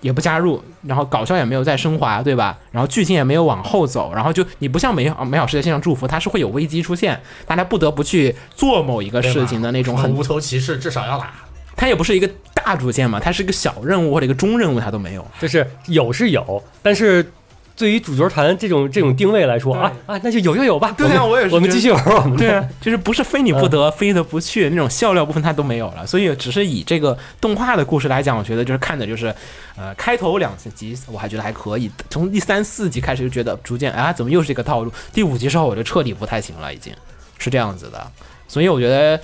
[SPEAKER 3] 也不加入，然后搞笑也没有再升华，对吧？然后剧情也没有往后走，然后就你不像美好美好世界线上祝福，它是会有危机出现，大家不得不去做某一个
[SPEAKER 5] 对吧
[SPEAKER 3] 事情的那种很
[SPEAKER 5] 无头骑士至少要打。
[SPEAKER 3] 它也不是一个大主线嘛，它是一个小任务或者一个中任务，它都没有。
[SPEAKER 4] 就是有是有，但是对于主角团这种这种定位来说啊啊，那就有就有吧。
[SPEAKER 3] 对啊
[SPEAKER 4] 我
[SPEAKER 3] 我
[SPEAKER 4] 们
[SPEAKER 3] 也是
[SPEAKER 4] 我们继续玩我们的。
[SPEAKER 3] 对啊，就是不是非你不得、非得不去那种笑料部分，它都没有了。所以只是以这个动画的故事来讲，我觉得就是看的就是，呃，开头两集我还觉得还可以，从第三四集开始就觉得逐渐啊，怎么又是这个套路？第五集之后我就彻底不太行了，已经是这样子的。所以我觉得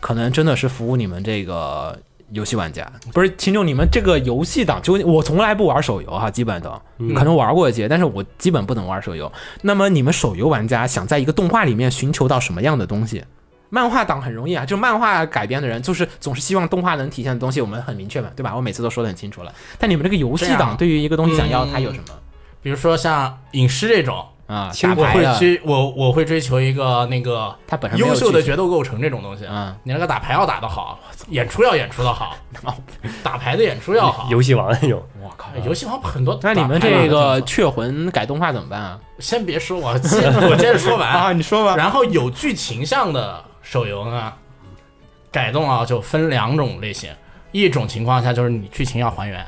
[SPEAKER 3] 可能真的是服务你们这个。游戏玩家不是秦九，你们这个游戏党，就我从来不玩手游哈，基本都可能玩过一些，但是我基本不能玩手游。那么你们手游玩家想在一个动画里面寻求到什么样的东西？漫画党很容易啊，就漫画改编的人，就是总是希望动画能体现的东西，我们很明确嘛，对吧？我每次都说得很清楚了。但你们这个游戏
[SPEAKER 5] 这样
[SPEAKER 3] 党对于一个东西想要，
[SPEAKER 5] 嗯
[SPEAKER 3] 它有什么？
[SPEAKER 5] 比如说像影视这种，
[SPEAKER 3] 啊，
[SPEAKER 4] 其实
[SPEAKER 3] 打
[SPEAKER 5] 我
[SPEAKER 3] 牌
[SPEAKER 5] 会
[SPEAKER 3] 的，
[SPEAKER 5] 追我我会追求一个那个
[SPEAKER 3] 他本身没有
[SPEAKER 5] 优秀的
[SPEAKER 3] 剧情
[SPEAKER 5] 决斗构成这种东西。
[SPEAKER 3] 嗯，
[SPEAKER 5] 你那个打牌要打得好，演出要演出的 好，打牌的演出要
[SPEAKER 3] 啊
[SPEAKER 5] 好。
[SPEAKER 4] 游戏王那种，
[SPEAKER 5] 我靠，游戏王很多打
[SPEAKER 3] 那你
[SPEAKER 5] 牌嘛。
[SPEAKER 3] 们这个
[SPEAKER 5] 挺好
[SPEAKER 3] 雀魂改动画怎么办啊？
[SPEAKER 5] 先别说，我接 我接着说完
[SPEAKER 3] 啊，你说吧。
[SPEAKER 5] 然后有剧情向的手游呢，改动啊就分两种类型，一种情况下就是你剧情要还原，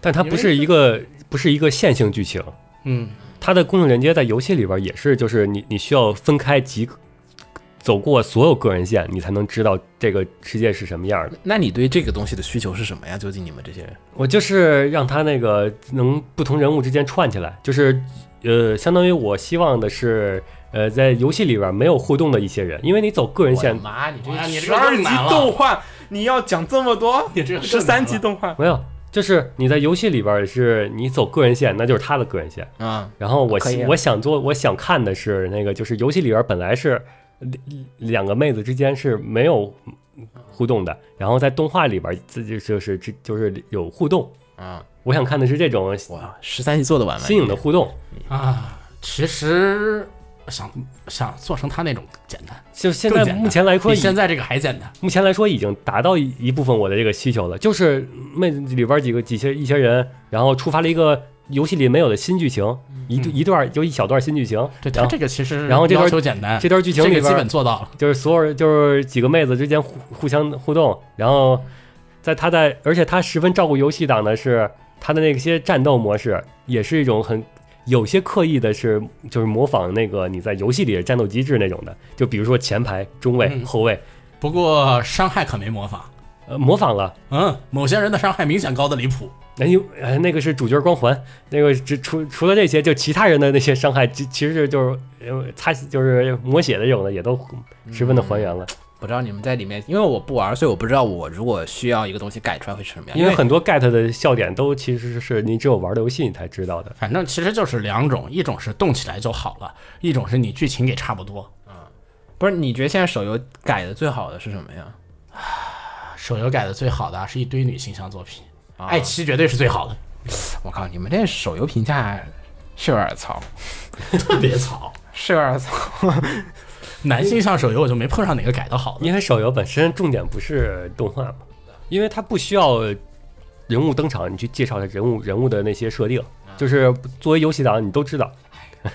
[SPEAKER 4] 但它不是一个不是一个线性剧情，
[SPEAKER 5] 嗯，
[SPEAKER 4] 它的功能连接在游戏里边也是，就是你你需要分开几个走过所有个人线，你才能知道这个世界是什么样的。
[SPEAKER 3] 那你对这个东西的需求是什么呀？究竟你们这些人？
[SPEAKER 4] 我就是让它那个能不同人物之间串起来，就是呃，相当于我希望的是。呃，在游戏里边没有互动的一些人，因为你走个人
[SPEAKER 3] 我的
[SPEAKER 4] 线
[SPEAKER 3] 妈，你这
[SPEAKER 5] 哇你这
[SPEAKER 8] 十
[SPEAKER 5] 个
[SPEAKER 8] 二
[SPEAKER 5] 更
[SPEAKER 8] 级
[SPEAKER 5] 难
[SPEAKER 8] 动
[SPEAKER 5] 了，
[SPEAKER 8] 画，你要讲这么多？
[SPEAKER 5] 你这个
[SPEAKER 8] 十三级动画，
[SPEAKER 4] 没有，就是你在游戏里边是你走个人线，那就是他的个人线。
[SPEAKER 3] 啊，
[SPEAKER 4] 然后我
[SPEAKER 3] 可以啊
[SPEAKER 4] 我想做，我想看的是那个，就是游戏里边本来是两两个妹子之间是没有互动的，然后在动画里边自己就是这就是有互动。
[SPEAKER 3] 啊，
[SPEAKER 4] 我想看的是这种
[SPEAKER 3] 哇，十三级做的完吗？
[SPEAKER 4] 新颖的互动，
[SPEAKER 5] 啊！其实想想做成他那种简单，
[SPEAKER 4] 就现
[SPEAKER 5] 更
[SPEAKER 4] 在
[SPEAKER 5] 简单
[SPEAKER 4] 目前来说
[SPEAKER 5] 比
[SPEAKER 4] 已
[SPEAKER 5] 现在这个还简单。
[SPEAKER 4] 目前来说已经达到一一部分我的这个需求了，就是妹子里边几个几些一些人，然后触发了一个游戏里没有的新剧情，一一段就一小段新剧情，
[SPEAKER 5] 嗯对
[SPEAKER 4] 然
[SPEAKER 5] 他
[SPEAKER 4] 后
[SPEAKER 5] 这个其实
[SPEAKER 4] 然后这段
[SPEAKER 5] 要求简单，
[SPEAKER 4] 这段剧情
[SPEAKER 5] 这
[SPEAKER 4] 里
[SPEAKER 5] 个
[SPEAKER 4] 边
[SPEAKER 5] 基本做到了。
[SPEAKER 4] 就是所有人就是几个妹子之间互互相互动，然后在他在，而且他十分照顾游戏党的是他的那些战斗模式，也是一种很有些刻意的是就是模仿那个你在游戏里的战斗机制那种的，就比如说前排、中卫、
[SPEAKER 5] 嗯
[SPEAKER 4] 后卫，
[SPEAKER 5] 不过伤害可没模仿，
[SPEAKER 4] 呃，模仿了。
[SPEAKER 5] 嗯，某些人的伤害明显高的离谱。
[SPEAKER 4] 哎呦，哎，那个是主角光环，那个只除除了这些，就其他人的那些伤害，其其实就是呃擦就是抹血的这种的，也都十分的还原了。
[SPEAKER 3] 不知道你们在里面，因为我不玩，所以我不知道我如果需要一个东西改出来会是什么样。
[SPEAKER 4] 因为很多 get 的笑点都其实是你只有玩儿游戏你才知道的。
[SPEAKER 5] 反正其实就是两种，一种是动起来就好了，一种是你剧情给差不多。
[SPEAKER 3] 不是，你觉得现在手游改的最好的是什么呀？
[SPEAKER 5] 手游改的最好的啊是一堆女性向作品，爱奇艺绝对是最好的，
[SPEAKER 3] 我靠，你们这手游评价是有点糙，
[SPEAKER 5] 特别草。
[SPEAKER 3] 是有点糙。
[SPEAKER 5] 男性向手游我就没碰上哪个改的好的。
[SPEAKER 4] 因为手游本身重点不是动画嘛，因为它不需要人物登场，你去介绍他人物人物的那些设定，就是作为游戏党你都知道。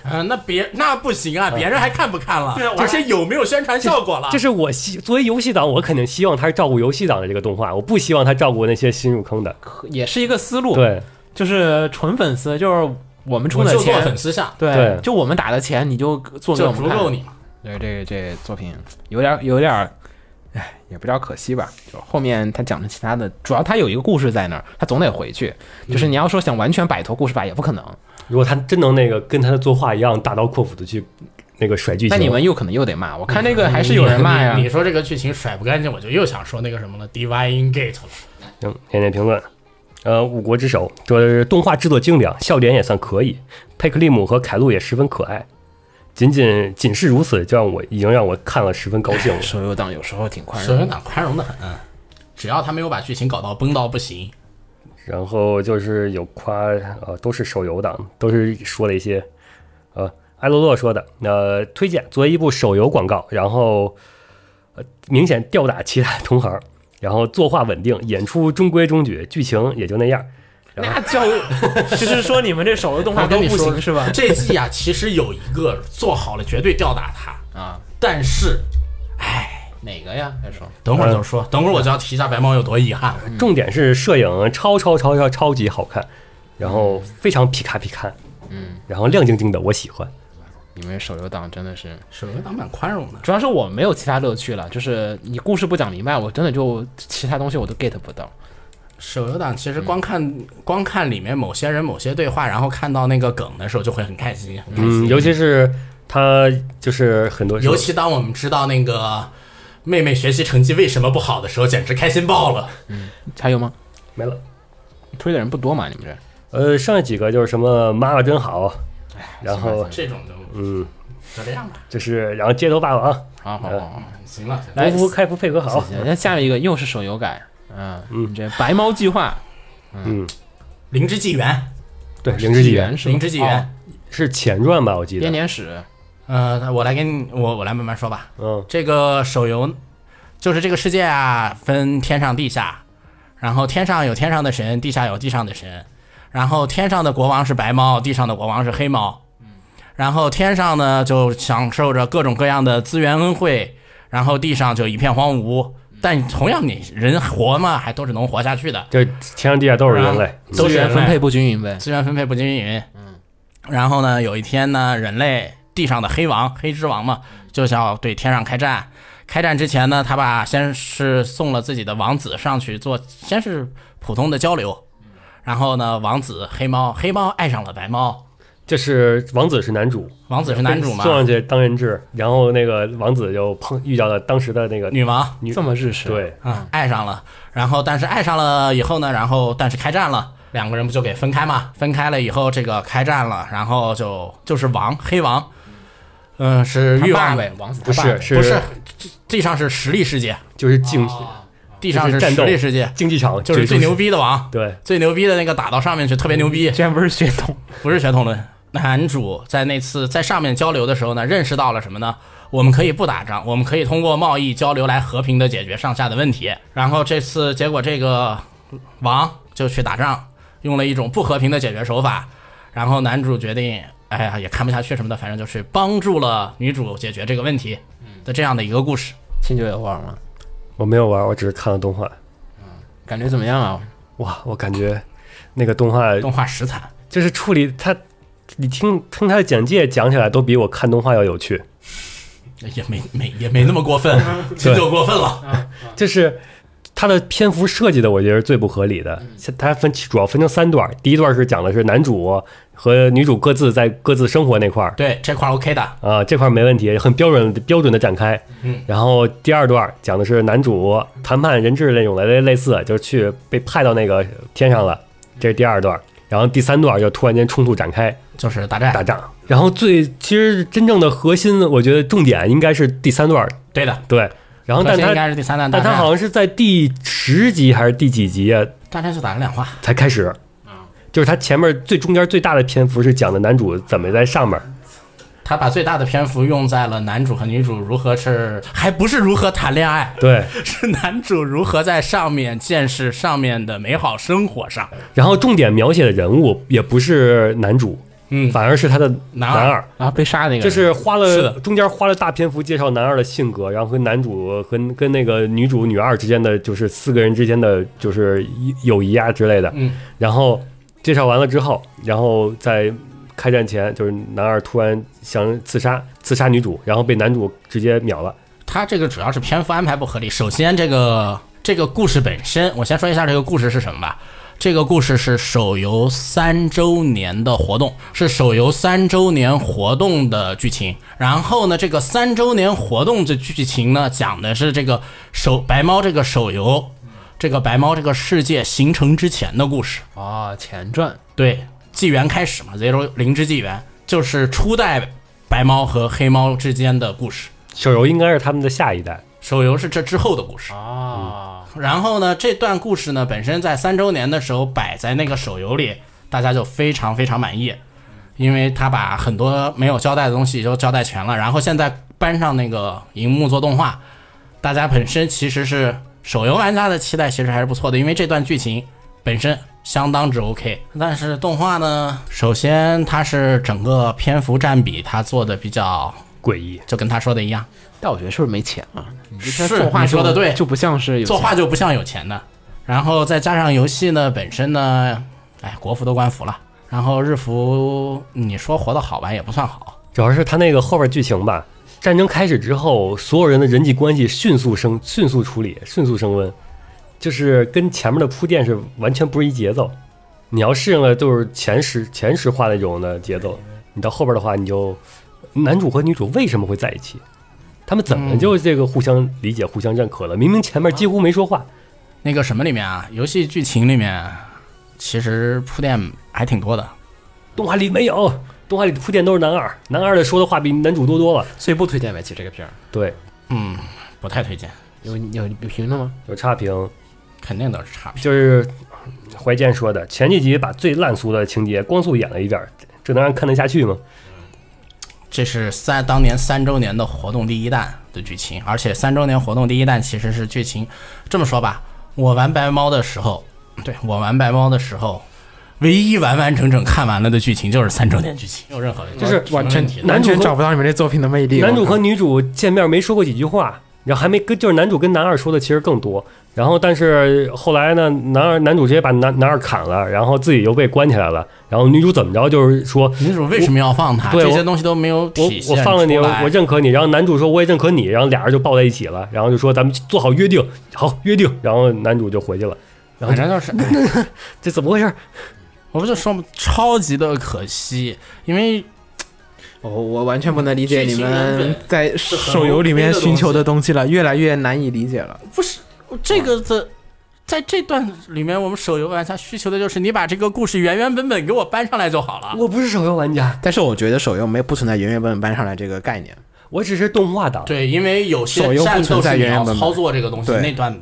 [SPEAKER 5] 嗯、那别那不行啊，别人还看不看了？
[SPEAKER 8] 对啊我
[SPEAKER 5] 而且有没有宣传效果了？
[SPEAKER 4] 这是我希作为游戏党，我肯定希望他是照顾游戏党的这个动画，我不希望他照顾那些新入坑的。
[SPEAKER 3] 也是一个思路，
[SPEAKER 4] 对，
[SPEAKER 3] 就是纯粉丝，就是我们出
[SPEAKER 5] 我
[SPEAKER 3] 的
[SPEAKER 5] 就做
[SPEAKER 3] 钱
[SPEAKER 5] 粉，丝向，
[SPEAKER 3] 对，
[SPEAKER 4] 对
[SPEAKER 3] 就我们打的钱，你就做给
[SPEAKER 5] 就
[SPEAKER 3] 我们
[SPEAKER 5] 足
[SPEAKER 3] 看。
[SPEAKER 5] 够你。
[SPEAKER 3] 对，这个这个作品有点有点，哎，也不知道可惜吧。就后面他讲的其他的，主要他有一个故事在那儿，他总得回去。就是你要说想完全摆脱故事吧，也不可能。
[SPEAKER 4] 如果他真能那个跟他的作画一样大刀阔斧的去那个甩剧
[SPEAKER 3] 那
[SPEAKER 4] 情，
[SPEAKER 3] 你们又可能又得骂。我看这个还是有人骂呀
[SPEAKER 5] 你。你说这个剧情甩不干净，我就又想说那个什么了，Divine Gate 了。
[SPEAKER 4] 行，念念评论。呃，五国之首，这动画制作精良，笑点也算可以，佩克利姆和凯路也十分可爱。仅仅仅是如此，就让我已经让我看了十分高兴了。
[SPEAKER 3] 手游党有时候挺宽
[SPEAKER 5] 手
[SPEAKER 3] 容
[SPEAKER 5] 游
[SPEAKER 3] 的，
[SPEAKER 5] 党宽容的很，啊只要他没有把剧情搞到崩到不行，
[SPEAKER 4] 然后就是有夸，呃，都是手游党，都是说了一些，呃，艾洛洛说的，呃，推荐作为一部手游广告，然后，呃，明显吊打其他同行，然后作画稳定，演出中规中矩，剧情也就那样。
[SPEAKER 8] 那叫就是说你们这手游动画
[SPEAKER 5] 我
[SPEAKER 8] 都
[SPEAKER 5] 跟你
[SPEAKER 8] 不
[SPEAKER 5] 说
[SPEAKER 8] 行是吧？
[SPEAKER 5] 这季啊，其实有一个做好了，绝对吊打他
[SPEAKER 3] 啊。
[SPEAKER 5] 但是
[SPEAKER 3] 哪个呀？再说
[SPEAKER 5] 等会儿就说，等会儿我就要提一下白猫有多遗憾。
[SPEAKER 4] 重点是摄影超超超超超级好看，然后非常皮卡皮卡，嗯，然后亮晶晶的，我喜欢。
[SPEAKER 3] 你们手游党真的是，
[SPEAKER 5] 手游党蛮宽容的，
[SPEAKER 3] 主要是我没有其他乐趣了。就是你故事不讲明白，我真的就其他东西我都 get 不到。
[SPEAKER 5] 手游党其实光看、光看里面某些人某些对话，然后看到那个梗的时候就会很开心，很开心。
[SPEAKER 4] 嗯，尤其是他就是很多，
[SPEAKER 5] 尤其当我们知道那个妹妹学习成绩为什么不好的时候，简直开心爆了。
[SPEAKER 3] 还有吗？
[SPEAKER 4] 没了。
[SPEAKER 3] 推的人不多嘛？你们这
[SPEAKER 4] 呃，剩下几个就是什么妈妈真好，然后
[SPEAKER 5] 这种就
[SPEAKER 4] 嗯，
[SPEAKER 5] 就这样吧，
[SPEAKER 4] 就是然后街头霸王，
[SPEAKER 3] 好好好好。
[SPEAKER 5] 行了。行了
[SPEAKER 4] 来福开服配合好，
[SPEAKER 3] 行，那下面一个又是手游改，
[SPEAKER 5] 啊
[SPEAKER 3] 嗯，你这白猫计划
[SPEAKER 4] 嗯，
[SPEAKER 5] 灵之纪元，
[SPEAKER 4] 对，灵之纪元，
[SPEAKER 3] 是吗哦
[SPEAKER 5] 灵之纪元，
[SPEAKER 4] 是前传吧？我记
[SPEAKER 7] 编
[SPEAKER 4] 得，
[SPEAKER 7] 年史，
[SPEAKER 5] 呃，我来给你，我我来慢慢说吧。
[SPEAKER 4] 嗯，
[SPEAKER 5] 这个手游就是这个世界啊，分天上地下，然后天上有天上的神，地下有地上的神，然后天上的国王是白猫，地上的国王是黑猫，然后天上呢就享受着各种各样的资源恩惠，然后地上就一片荒芜。但同样你人活嘛，还都是能活下去的，
[SPEAKER 4] 就天上地下都是人类，
[SPEAKER 5] 嗯
[SPEAKER 4] 嗯
[SPEAKER 5] 都
[SPEAKER 7] 资
[SPEAKER 5] 是
[SPEAKER 7] 源
[SPEAKER 5] 人
[SPEAKER 7] 分
[SPEAKER 5] 类
[SPEAKER 7] 配不均匀呗。
[SPEAKER 5] 资源分配不均匀。嗯，然后呢，有一天呢，人类地上的黑王、黑之王嘛，就想要对天上开战。开战之前呢，他把先是送了自己的王子上去做，先是普通的交流，然后呢，王子黑猫，黑猫爱上了白猫，
[SPEAKER 4] 就是王子是男主，
[SPEAKER 5] 王子是男主嘛
[SPEAKER 4] 送，上去当人质，然后那个王子就碰遇到了当时的那个
[SPEAKER 5] 女王
[SPEAKER 4] 女
[SPEAKER 7] 这么日式，，
[SPEAKER 4] 对，
[SPEAKER 5] 啊、爱上了，然后但是爱上了以后呢，然后但是开战了。两个人不就给分开嘛？分开了以后，这个开战了，然后就就是王黑王，嗯、是
[SPEAKER 7] 他
[SPEAKER 5] 欲
[SPEAKER 7] 爸
[SPEAKER 5] 望
[SPEAKER 7] 呗，王子
[SPEAKER 4] 不
[SPEAKER 7] 他爸
[SPEAKER 4] 是
[SPEAKER 5] 不是，地上是实力世界，
[SPEAKER 4] 就是竞
[SPEAKER 5] 地上
[SPEAKER 4] 就是
[SPEAKER 5] 实
[SPEAKER 4] 战斗
[SPEAKER 5] 力世界，
[SPEAKER 4] 竞技场，
[SPEAKER 5] 哦就是最牛，逼的王，
[SPEAKER 4] 对，
[SPEAKER 5] 最牛逼的那个打到上面去，特别牛逼，
[SPEAKER 7] 居然不是血统，
[SPEAKER 5] 不是血统论。男主在那次在上面交流的时候呢，认识到了什么呢？我们可以不打仗，我们可以通过贸易交流来和平的解决上下的问题。然后这次结果这个王就去打仗，用了一种不和平的解决手法。然后男主决定，哎呀也看不下去什么的，反正就是帮助了女主解决这个问题的这样的一个故事。
[SPEAKER 7] 清酒有玩吗？
[SPEAKER 4] 我没有玩，我只是看了动画，
[SPEAKER 7] 感觉怎么样啊？
[SPEAKER 4] 哇，我感觉那个动画
[SPEAKER 5] 动画实惨。
[SPEAKER 4] 就是处理它，你听听它的简介讲起来都比我看动画要有趣，
[SPEAKER 5] 也没没也没那么过分，这就过分
[SPEAKER 4] 啊
[SPEAKER 5] 了。
[SPEAKER 4] 就是。它的篇幅设计的，我觉得是最不合理的。
[SPEAKER 5] 嗯
[SPEAKER 4] 它分主要分成三段，第一段是讲的是男主和女主各自在各自生活那块儿，
[SPEAKER 5] 对，这块儿 OK 的，
[SPEAKER 4] 啊，这块儿没问题，很标准标准的展开。
[SPEAKER 5] 嗯，
[SPEAKER 4] 然后第二段讲的是男主谈判人质那种的类类似，就是去被派到那个天上了，这是第二段。然后第三段就突然间冲突展开，
[SPEAKER 5] 就是大战。
[SPEAKER 4] 打仗。然后最其实真正的核心，我觉得重点应该是第三段，
[SPEAKER 5] 对的，
[SPEAKER 4] 对。然嗯后但
[SPEAKER 5] 核心应该
[SPEAKER 4] 他
[SPEAKER 5] 是第三弹大
[SPEAKER 4] 但
[SPEAKER 5] 战，
[SPEAKER 4] 他好像是在第十集还是第几集啊
[SPEAKER 5] 大战就打了两话，
[SPEAKER 4] 才开始，就是他前面最中间最大的篇幅是讲的男主怎么在上面，
[SPEAKER 5] 他把最大的篇幅用在了男主和女主如何是，还不是如何谈恋爱，
[SPEAKER 4] 对。
[SPEAKER 5] 是男主如何在上面见识上面的美好生活上。
[SPEAKER 4] 然后重点描写的人物也不是男主，
[SPEAKER 5] 嗯，
[SPEAKER 4] 反而是他的男
[SPEAKER 5] 男二
[SPEAKER 4] 二，
[SPEAKER 7] 啊，被杀那个人，
[SPEAKER 4] 就是花
[SPEAKER 5] 是
[SPEAKER 4] 了
[SPEAKER 5] 的
[SPEAKER 4] 中间花了大篇幅介绍男二的性格，然后跟男主跟跟那个女主女二之间的就是四个人之间的就是友谊啊之类的。
[SPEAKER 5] 嗯，
[SPEAKER 4] 然后介绍完了之后，然后在开战前，就是男二突然想刺杀刺杀女主，然后被男主直接秒了。
[SPEAKER 5] 他这个主要是篇幅安排不合理。首先，这个这个故事本身，我先说一下这个故事是什么吧。这个故事是手游三周年的活动，是手游三周年活动的剧情。然后呢，这个三周年活动的剧情呢，讲的是这个手白猫这个手游，这个白猫这个世界形成之前的故事。
[SPEAKER 7] 哦，前传，
[SPEAKER 5] 对，纪元开始嘛，Zero 零之纪元就是初代白猫和黑猫之间的故事。
[SPEAKER 4] 手游应该是他们的下一代，
[SPEAKER 5] 手游是这之后的故事哦。然后呢，这段故事呢，本身在三周年的时候摆在那个手游里，大家就非常非常满意，因为他把很多没有交代的东西就交代全了。然后现在搬上那个荧幕做动画，大家本身其实是手游玩家的期待其实还是不错的，因为这段剧情本身相当之 OK。但是动画呢，首先它是整个篇幅占比它做的比较，
[SPEAKER 4] 诡异。
[SPEAKER 5] 就跟他说的一样，
[SPEAKER 7] 但我觉得是不是没钱啊？你这
[SPEAKER 5] 是
[SPEAKER 7] 作画
[SPEAKER 5] 你说
[SPEAKER 7] 就
[SPEAKER 5] 得对
[SPEAKER 7] 就不像是有
[SPEAKER 5] 作
[SPEAKER 7] 钱
[SPEAKER 5] 画就不像有钱的，然后再加上游戏呢本身呢，哎，国服都关服了，然后日服你说活得好吧也不算好，
[SPEAKER 4] 主要是他那个后边剧情吧，战争开始之后，所有人的人际关系迅速升、迅速处理、迅速升温，就是跟前面的铺垫是完全不是一节奏。你要适应了就是前十前十话那种的节奏，你到后边的话，你就男主和女主为什么会在一起？他们怎么就这个互相理解、互相认可了？明明前面几乎没说话，
[SPEAKER 5] 那个什么里面啊，游戏剧情里面其实铺垫还挺多的，
[SPEAKER 4] 动画里没有，动画里铺垫都是男二，男二的说的话比男主多多了。
[SPEAKER 7] 所以不推荐尾崎这个片儿。
[SPEAKER 4] 对，
[SPEAKER 5] 嗯，不太推荐，
[SPEAKER 7] 有有有评论吗？
[SPEAKER 4] 有差评，
[SPEAKER 5] 肯定都是差评。
[SPEAKER 4] 就是怀建说的，前几集把最烂俗的情节光速演了一遍，这能让人看得下去吗？
[SPEAKER 5] 这是三当年三周年的活动第一弹的剧情，而且三周年活动第一弹其实是剧情。这么说吧，我玩白猫的时候，对我玩白猫的时候，唯一完完整整看完了的剧情就是三周年剧情，没有任何的
[SPEAKER 4] 就是
[SPEAKER 5] 完全题的。
[SPEAKER 4] 男
[SPEAKER 3] 完
[SPEAKER 4] 主
[SPEAKER 3] 全
[SPEAKER 4] 和
[SPEAKER 3] 找不到你们这作品的魅力。
[SPEAKER 4] 男主
[SPEAKER 3] 我靠
[SPEAKER 4] 和女主见面没说过几句话，然后还没跟就是男主跟男二说的其实更多。然后但是后来呢，男二男主直接把男男二砍了，然后自己又被关起来了。然后女主怎么着就是说。
[SPEAKER 5] 女主为什么要放他？
[SPEAKER 4] 对
[SPEAKER 5] 这
[SPEAKER 4] 我
[SPEAKER 5] 些东西都没有
[SPEAKER 4] 我
[SPEAKER 5] 体现
[SPEAKER 4] 我放了你，
[SPEAKER 5] 出
[SPEAKER 4] 我
[SPEAKER 5] 来
[SPEAKER 4] 我认可你。然后男主说我也认可你，然后俩人就抱在一起了。然后就说咱们做好约定，好约定。然后男主就回去了。
[SPEAKER 5] 反正就是，
[SPEAKER 4] 这怎么回事？
[SPEAKER 5] 我不是说吗超级的可惜，因为
[SPEAKER 3] 我我完全不能理解
[SPEAKER 5] 剧
[SPEAKER 3] 你
[SPEAKER 5] 情原
[SPEAKER 3] 们
[SPEAKER 5] 本
[SPEAKER 3] 在
[SPEAKER 5] 很
[SPEAKER 3] 手游里面
[SPEAKER 5] OK 的
[SPEAKER 3] 寻求
[SPEAKER 5] 东西
[SPEAKER 3] 的东西了，越来越难以理解了。
[SPEAKER 5] 不是这个的，在这段里面，我们手游玩家需求的就是你把这个故事原原本本给我搬上来就好了。
[SPEAKER 4] 我不是手游玩家，
[SPEAKER 3] 但是我觉得手游没有不存在原原本本搬上来这个概念。
[SPEAKER 4] 我只是动画党。
[SPEAKER 5] 对，因为有
[SPEAKER 3] 手
[SPEAKER 5] 些
[SPEAKER 3] 游不
[SPEAKER 5] 战
[SPEAKER 3] 存
[SPEAKER 5] 斗
[SPEAKER 3] 在
[SPEAKER 5] 是你
[SPEAKER 3] 原
[SPEAKER 5] 要
[SPEAKER 3] 原本本
[SPEAKER 5] 操作这个东西，
[SPEAKER 3] 对
[SPEAKER 5] 那段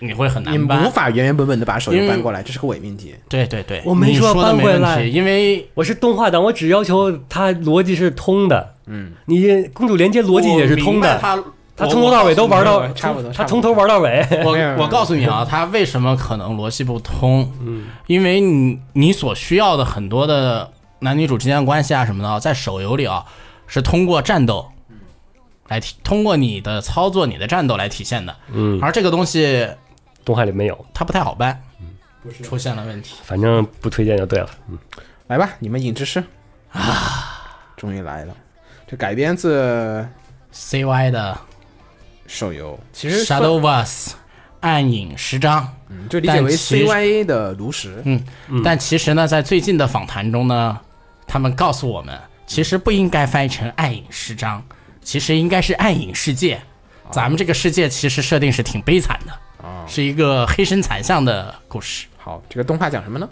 [SPEAKER 5] 你会很
[SPEAKER 3] 你
[SPEAKER 5] 难
[SPEAKER 3] 无
[SPEAKER 5] 搬。
[SPEAKER 3] 法原原本本的把手游
[SPEAKER 5] 因为
[SPEAKER 3] 搬过来，这是个伪命题。
[SPEAKER 5] 对对对，
[SPEAKER 4] 我没
[SPEAKER 5] 你
[SPEAKER 4] 说
[SPEAKER 5] 说的
[SPEAKER 4] 搬
[SPEAKER 5] 没
[SPEAKER 4] 回
[SPEAKER 5] 问
[SPEAKER 4] 来
[SPEAKER 5] 题，因为
[SPEAKER 4] 我是动画党，我只要求它逻辑是通的。嗯，你公主连接逻辑也是通
[SPEAKER 5] 我明白
[SPEAKER 4] 的，
[SPEAKER 5] 他
[SPEAKER 4] 他
[SPEAKER 5] 我
[SPEAKER 4] 从头到尾都玩到
[SPEAKER 3] 我，差不多
[SPEAKER 4] 他从头玩到尾。
[SPEAKER 5] 我
[SPEAKER 3] 没有没有
[SPEAKER 5] 我告诉你啊，它为什么可能逻辑不通？嗯，因为你你所需要的很多的男女主之间的关系啊什么的啊，在手游里啊，是通过战斗来体，通过你的操作、你的战斗来体现的。
[SPEAKER 4] 嗯，
[SPEAKER 5] 而这个东西
[SPEAKER 4] 动画里没有，
[SPEAKER 5] 它不太好搬，出现了问题。
[SPEAKER 4] 反正不推荐就对了。嗯
[SPEAKER 3] 来吧，你们影之师啊，终于来了。这改编自
[SPEAKER 5] C Y 的
[SPEAKER 3] 手游，其实
[SPEAKER 5] Shadow of Us 暗影十章，
[SPEAKER 3] 嗯就理解
[SPEAKER 5] 但
[SPEAKER 3] 为
[SPEAKER 5] 其实
[SPEAKER 3] CYA 的炉石。
[SPEAKER 5] 嗯，但其实呢，在最近的访谈中呢，他们告诉我们，其实不应该翻译成暗影十章，其实应该是暗影世界。咱们这个世界其实设定是挺悲惨的，是一个黑身残像的故事。
[SPEAKER 3] 好，这个动画讲什么呢？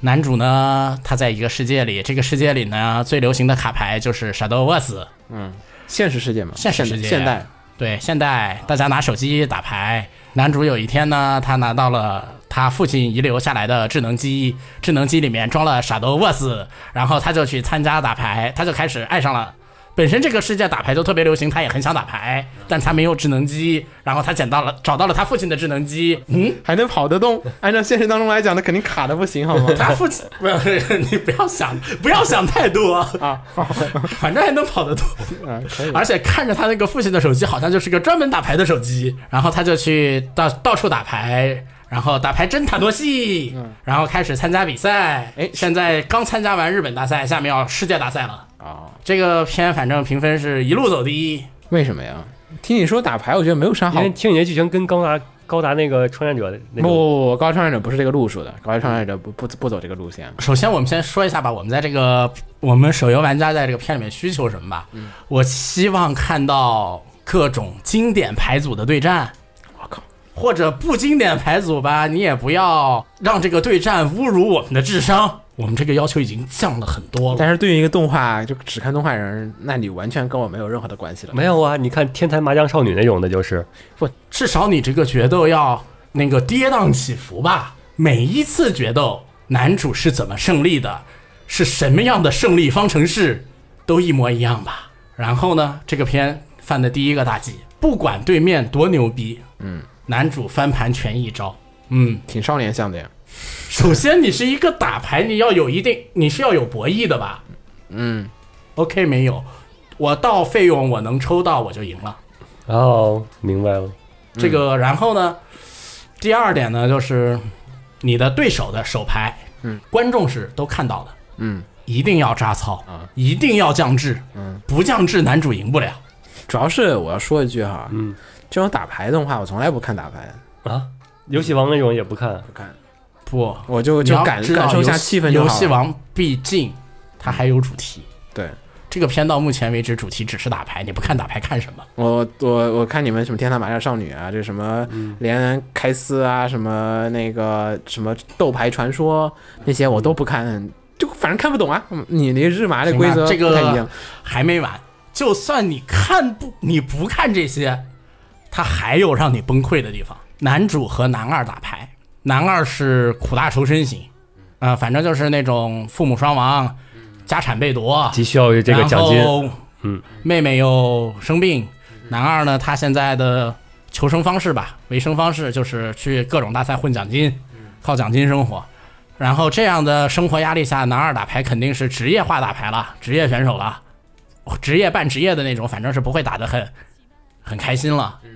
[SPEAKER 5] 男主呢，他在一个世界里，这个世界里呢，最流行的卡牌就是 Shadow of Us，
[SPEAKER 3] 现实世界嘛，
[SPEAKER 5] 现实世界
[SPEAKER 3] 现代。
[SPEAKER 5] 对，现在大家拿手机打牌。男主有一天呢，他拿到了他父亲遗留下来的智能机，智能机里面装了 Shadow Wars，然后他就去参加打牌，他就开始哎爱上了。本身这个世界打牌就特别流行，他也很想打牌，但他没有智能机，然后他捡到了找到了他父亲的智能机，嗯，
[SPEAKER 3] 还能跑得动？按照现实当中来讲，那肯定卡的不行，好吗？
[SPEAKER 5] 他父亲不是 你不要想不要想太多 啊，反正还能跑得动。
[SPEAKER 3] 啊，可以。
[SPEAKER 5] 而且看着他那个父亲的手机，好像就是个专门打牌的手机，然后他就去到到处打牌，然后打牌真塔多戏，然后开始参加比赛。
[SPEAKER 3] 哎
[SPEAKER 5] 现在刚参加完日本大赛，下面要世界大赛了。
[SPEAKER 3] 啊，
[SPEAKER 5] 这个片反正评分是一路走第一，
[SPEAKER 3] 为什么呀？听你说打牌，我觉得没有啥
[SPEAKER 4] 因
[SPEAKER 3] 好
[SPEAKER 4] 为。听你的剧情跟高达高达那个穿山者那
[SPEAKER 3] 不不
[SPEAKER 4] 种，
[SPEAKER 3] 不不，高创业者不是这个路数的，高创业者不不不走这个路线。
[SPEAKER 5] 首先，我们先说一下吧，我们在这个我们手游玩家在这个片里面需求什么吧。
[SPEAKER 3] 嗯
[SPEAKER 5] 我希望看到各种经典牌组的对战。
[SPEAKER 3] 我靠，
[SPEAKER 5] 或者不经典牌组吧，你也不要让这个对战侮辱我们的智商。我们这个要求已经降了很多了。
[SPEAKER 3] 但是对于一个动画，就只看动画人，那你完全跟我没有任何的关系了。
[SPEAKER 4] 没有啊？你看天才麻将少女那种的，就是
[SPEAKER 5] 至少你这个决斗要那个跌宕起伏吧。每一次决斗，男主是怎么胜利的，是什么样的胜利方程式，都一模一样吧。然后呢，这个片犯的第一个大忌，不管对面多牛逼，嗯，男主翻盘全一招，嗯，
[SPEAKER 3] 挺少年向的呀。
[SPEAKER 5] 首先，你是一个打牌，你要有一定，你是要有博弈的吧？嗯，OK，没有，我到费用我能抽到我就赢了。
[SPEAKER 4] 哦，明白了。
[SPEAKER 3] 嗯
[SPEAKER 5] 这个，然后呢，第二点呢，就是你的对手的手牌，嗯，观众是都看到的，
[SPEAKER 3] 嗯，啊
[SPEAKER 5] 一定要扎操，一定要降智，嗯，不降智男主赢不了。
[SPEAKER 3] 主要是我要说一句哈，嗯，这种打牌动画我从来不看打牌，
[SPEAKER 4] 啊，游戏王那种也不看，
[SPEAKER 3] 不看，
[SPEAKER 5] 不，
[SPEAKER 3] 我就
[SPEAKER 5] 你
[SPEAKER 3] 就
[SPEAKER 5] 要
[SPEAKER 3] 感
[SPEAKER 5] 知道
[SPEAKER 3] 感受一下
[SPEAKER 5] 游戏
[SPEAKER 3] 气氛就
[SPEAKER 5] 游
[SPEAKER 3] 好了。
[SPEAKER 5] 戏王毕竟它还有主题，
[SPEAKER 3] 对
[SPEAKER 5] 这个片到目前为止主题只是打牌，你不看打牌看什么？
[SPEAKER 3] 我我我看你们什么天堂麻将少女啊，这什么
[SPEAKER 5] 嗯
[SPEAKER 3] 连开司啊，什么那个什么斗牌传说那些我都不看，就反正看不懂啊。嗯你那日麻的规则
[SPEAKER 5] 行吧这
[SPEAKER 3] 不太一样
[SPEAKER 5] 个，还没完，就算你看不你不看这些，他还有让你崩溃的地方。男主和男二打牌，男二是苦大仇深型，啊、反正就是那种父母双亡，家产被夺，
[SPEAKER 4] 急需要这个奖金
[SPEAKER 5] 然。后嗯妹妹又生病，男二呢，他现在的求生方式吧，维生方式就是去各种大赛混奖金，
[SPEAKER 4] 嗯
[SPEAKER 5] 靠奖金生活。然后这样的生活压力下，男二打牌肯定是职业化打牌了，职业选手了，职业半职业的那种，反正是不会打得很很开心了。
[SPEAKER 4] 嗯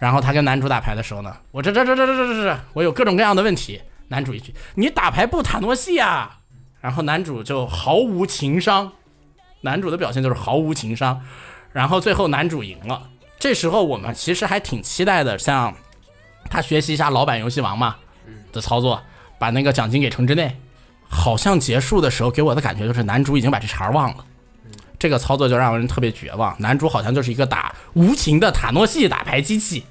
[SPEAKER 5] 然后他跟男主打牌的时候呢，我这这这这这这这这，我有各种各样的问题。男主一句：“你打牌不塔诺戏啊？”然后男主就毫无情商，男主的表现就是毫无情商，然后最后男主赢了。这时候我们其实还挺期待的，像他学习一下老版游戏王嘛的操作，把那个奖金给城之内。好像结束的时候给我的感觉就是男主已经把这茬儿忘了，这个操作就让人特别绝望。男主好像就是一个打无情的塔诺系打牌机器。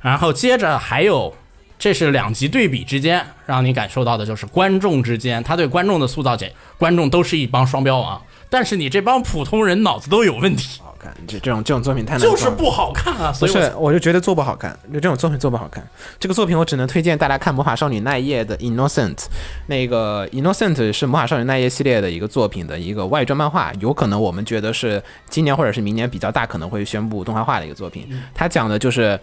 [SPEAKER 5] 然后接着还有，这是两极对比之间，让你感受到的就是观众之间，他对观众的塑造解，观众都是一帮双标王，但是你这帮普通人脑子都有问题，
[SPEAKER 3] 好看，这这种这种作品太难做
[SPEAKER 5] 就
[SPEAKER 3] 了，
[SPEAKER 5] 是不好看啊，
[SPEAKER 3] 不
[SPEAKER 5] 所以
[SPEAKER 3] 是
[SPEAKER 5] 我，
[SPEAKER 3] 我就觉得做不好看，就这种作品做不好看。这个作品我只能推荐大家看《魔法少女奈叶》的《Innocent》，那个《Innocent》是《魔法少女奈叶》系列的一个作品的一个外传漫画，有可能我们觉得是今年或者是明年比较大可能会宣布动画化的一个作品。
[SPEAKER 4] 嗯
[SPEAKER 3] 它讲的就是，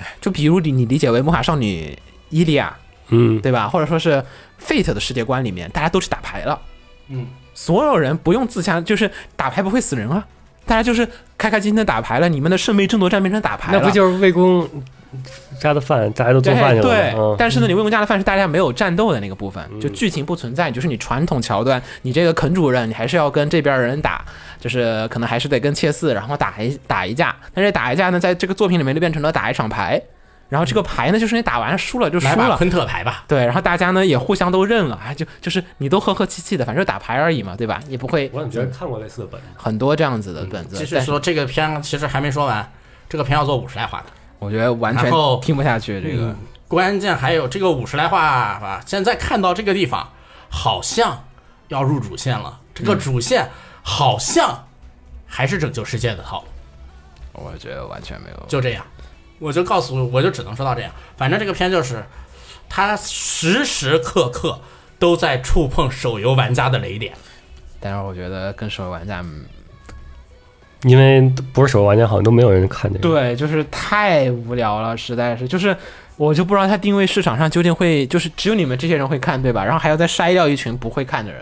[SPEAKER 3] 哎就比如你你理解为《魔法少女伊利亚》，
[SPEAKER 4] 嗯，
[SPEAKER 3] 对吧？或者说是 Fate 的世界观里面，大家都去打牌了，
[SPEAKER 5] 嗯，
[SPEAKER 3] 所有人不用自强，就是打牌不会死人啊。大家就是开开心心的打牌了，你们的圣杯争夺战变成打牌了，
[SPEAKER 4] 那不就是魏公家的饭，大家都做饭
[SPEAKER 3] 对
[SPEAKER 4] 去了
[SPEAKER 3] 对、
[SPEAKER 4] 吗？嗯
[SPEAKER 3] 但是呢，你魏公家的饭是大家没有战斗的那个部分，就剧情不存在，就是你传统桥段，你这个肯主任，你还是要跟这边人打，就是可能还是得跟切四，然后打一打一架。但是打一架呢，在这个作品里面就变成了打一场牌，然后这个牌呢，就是你打完输了就
[SPEAKER 5] 买
[SPEAKER 3] 输
[SPEAKER 5] 把
[SPEAKER 3] 了。
[SPEAKER 5] 昆特牌吧，
[SPEAKER 3] 对，然后大家呢也互相都认了，哎，就就是你都和和气气的，反正打牌而已嘛，对吧？也不会
[SPEAKER 4] 我怎么觉得看过类似的本？
[SPEAKER 3] 很多这样子的本子。
[SPEAKER 5] 其实
[SPEAKER 3] 但是
[SPEAKER 5] 说这个片其实还没说完，这个片要做五十来话的。
[SPEAKER 3] 我觉得完全
[SPEAKER 5] 然后嗯
[SPEAKER 3] 听不下去这个。
[SPEAKER 5] 关键还有这个五十来话吧，现在看到这个地方，好像要入主线了。这个主线好像还是拯救世界的套路，
[SPEAKER 3] 我觉得完全没有。
[SPEAKER 5] 就这样。我就告诉，我就只能说到这样。反正这个片就是，它时时刻刻都在触碰手游玩家的雷点。
[SPEAKER 3] 但是我觉得跟手游玩家嗯
[SPEAKER 4] 因为不是手游玩家，好像都没有人看这个。
[SPEAKER 3] 对，就是太无聊了，实在是，就是我就不知道它定位市场上究竟会，就是只有你们这些人会看，对吧？然后还要再筛掉一群不会看的人，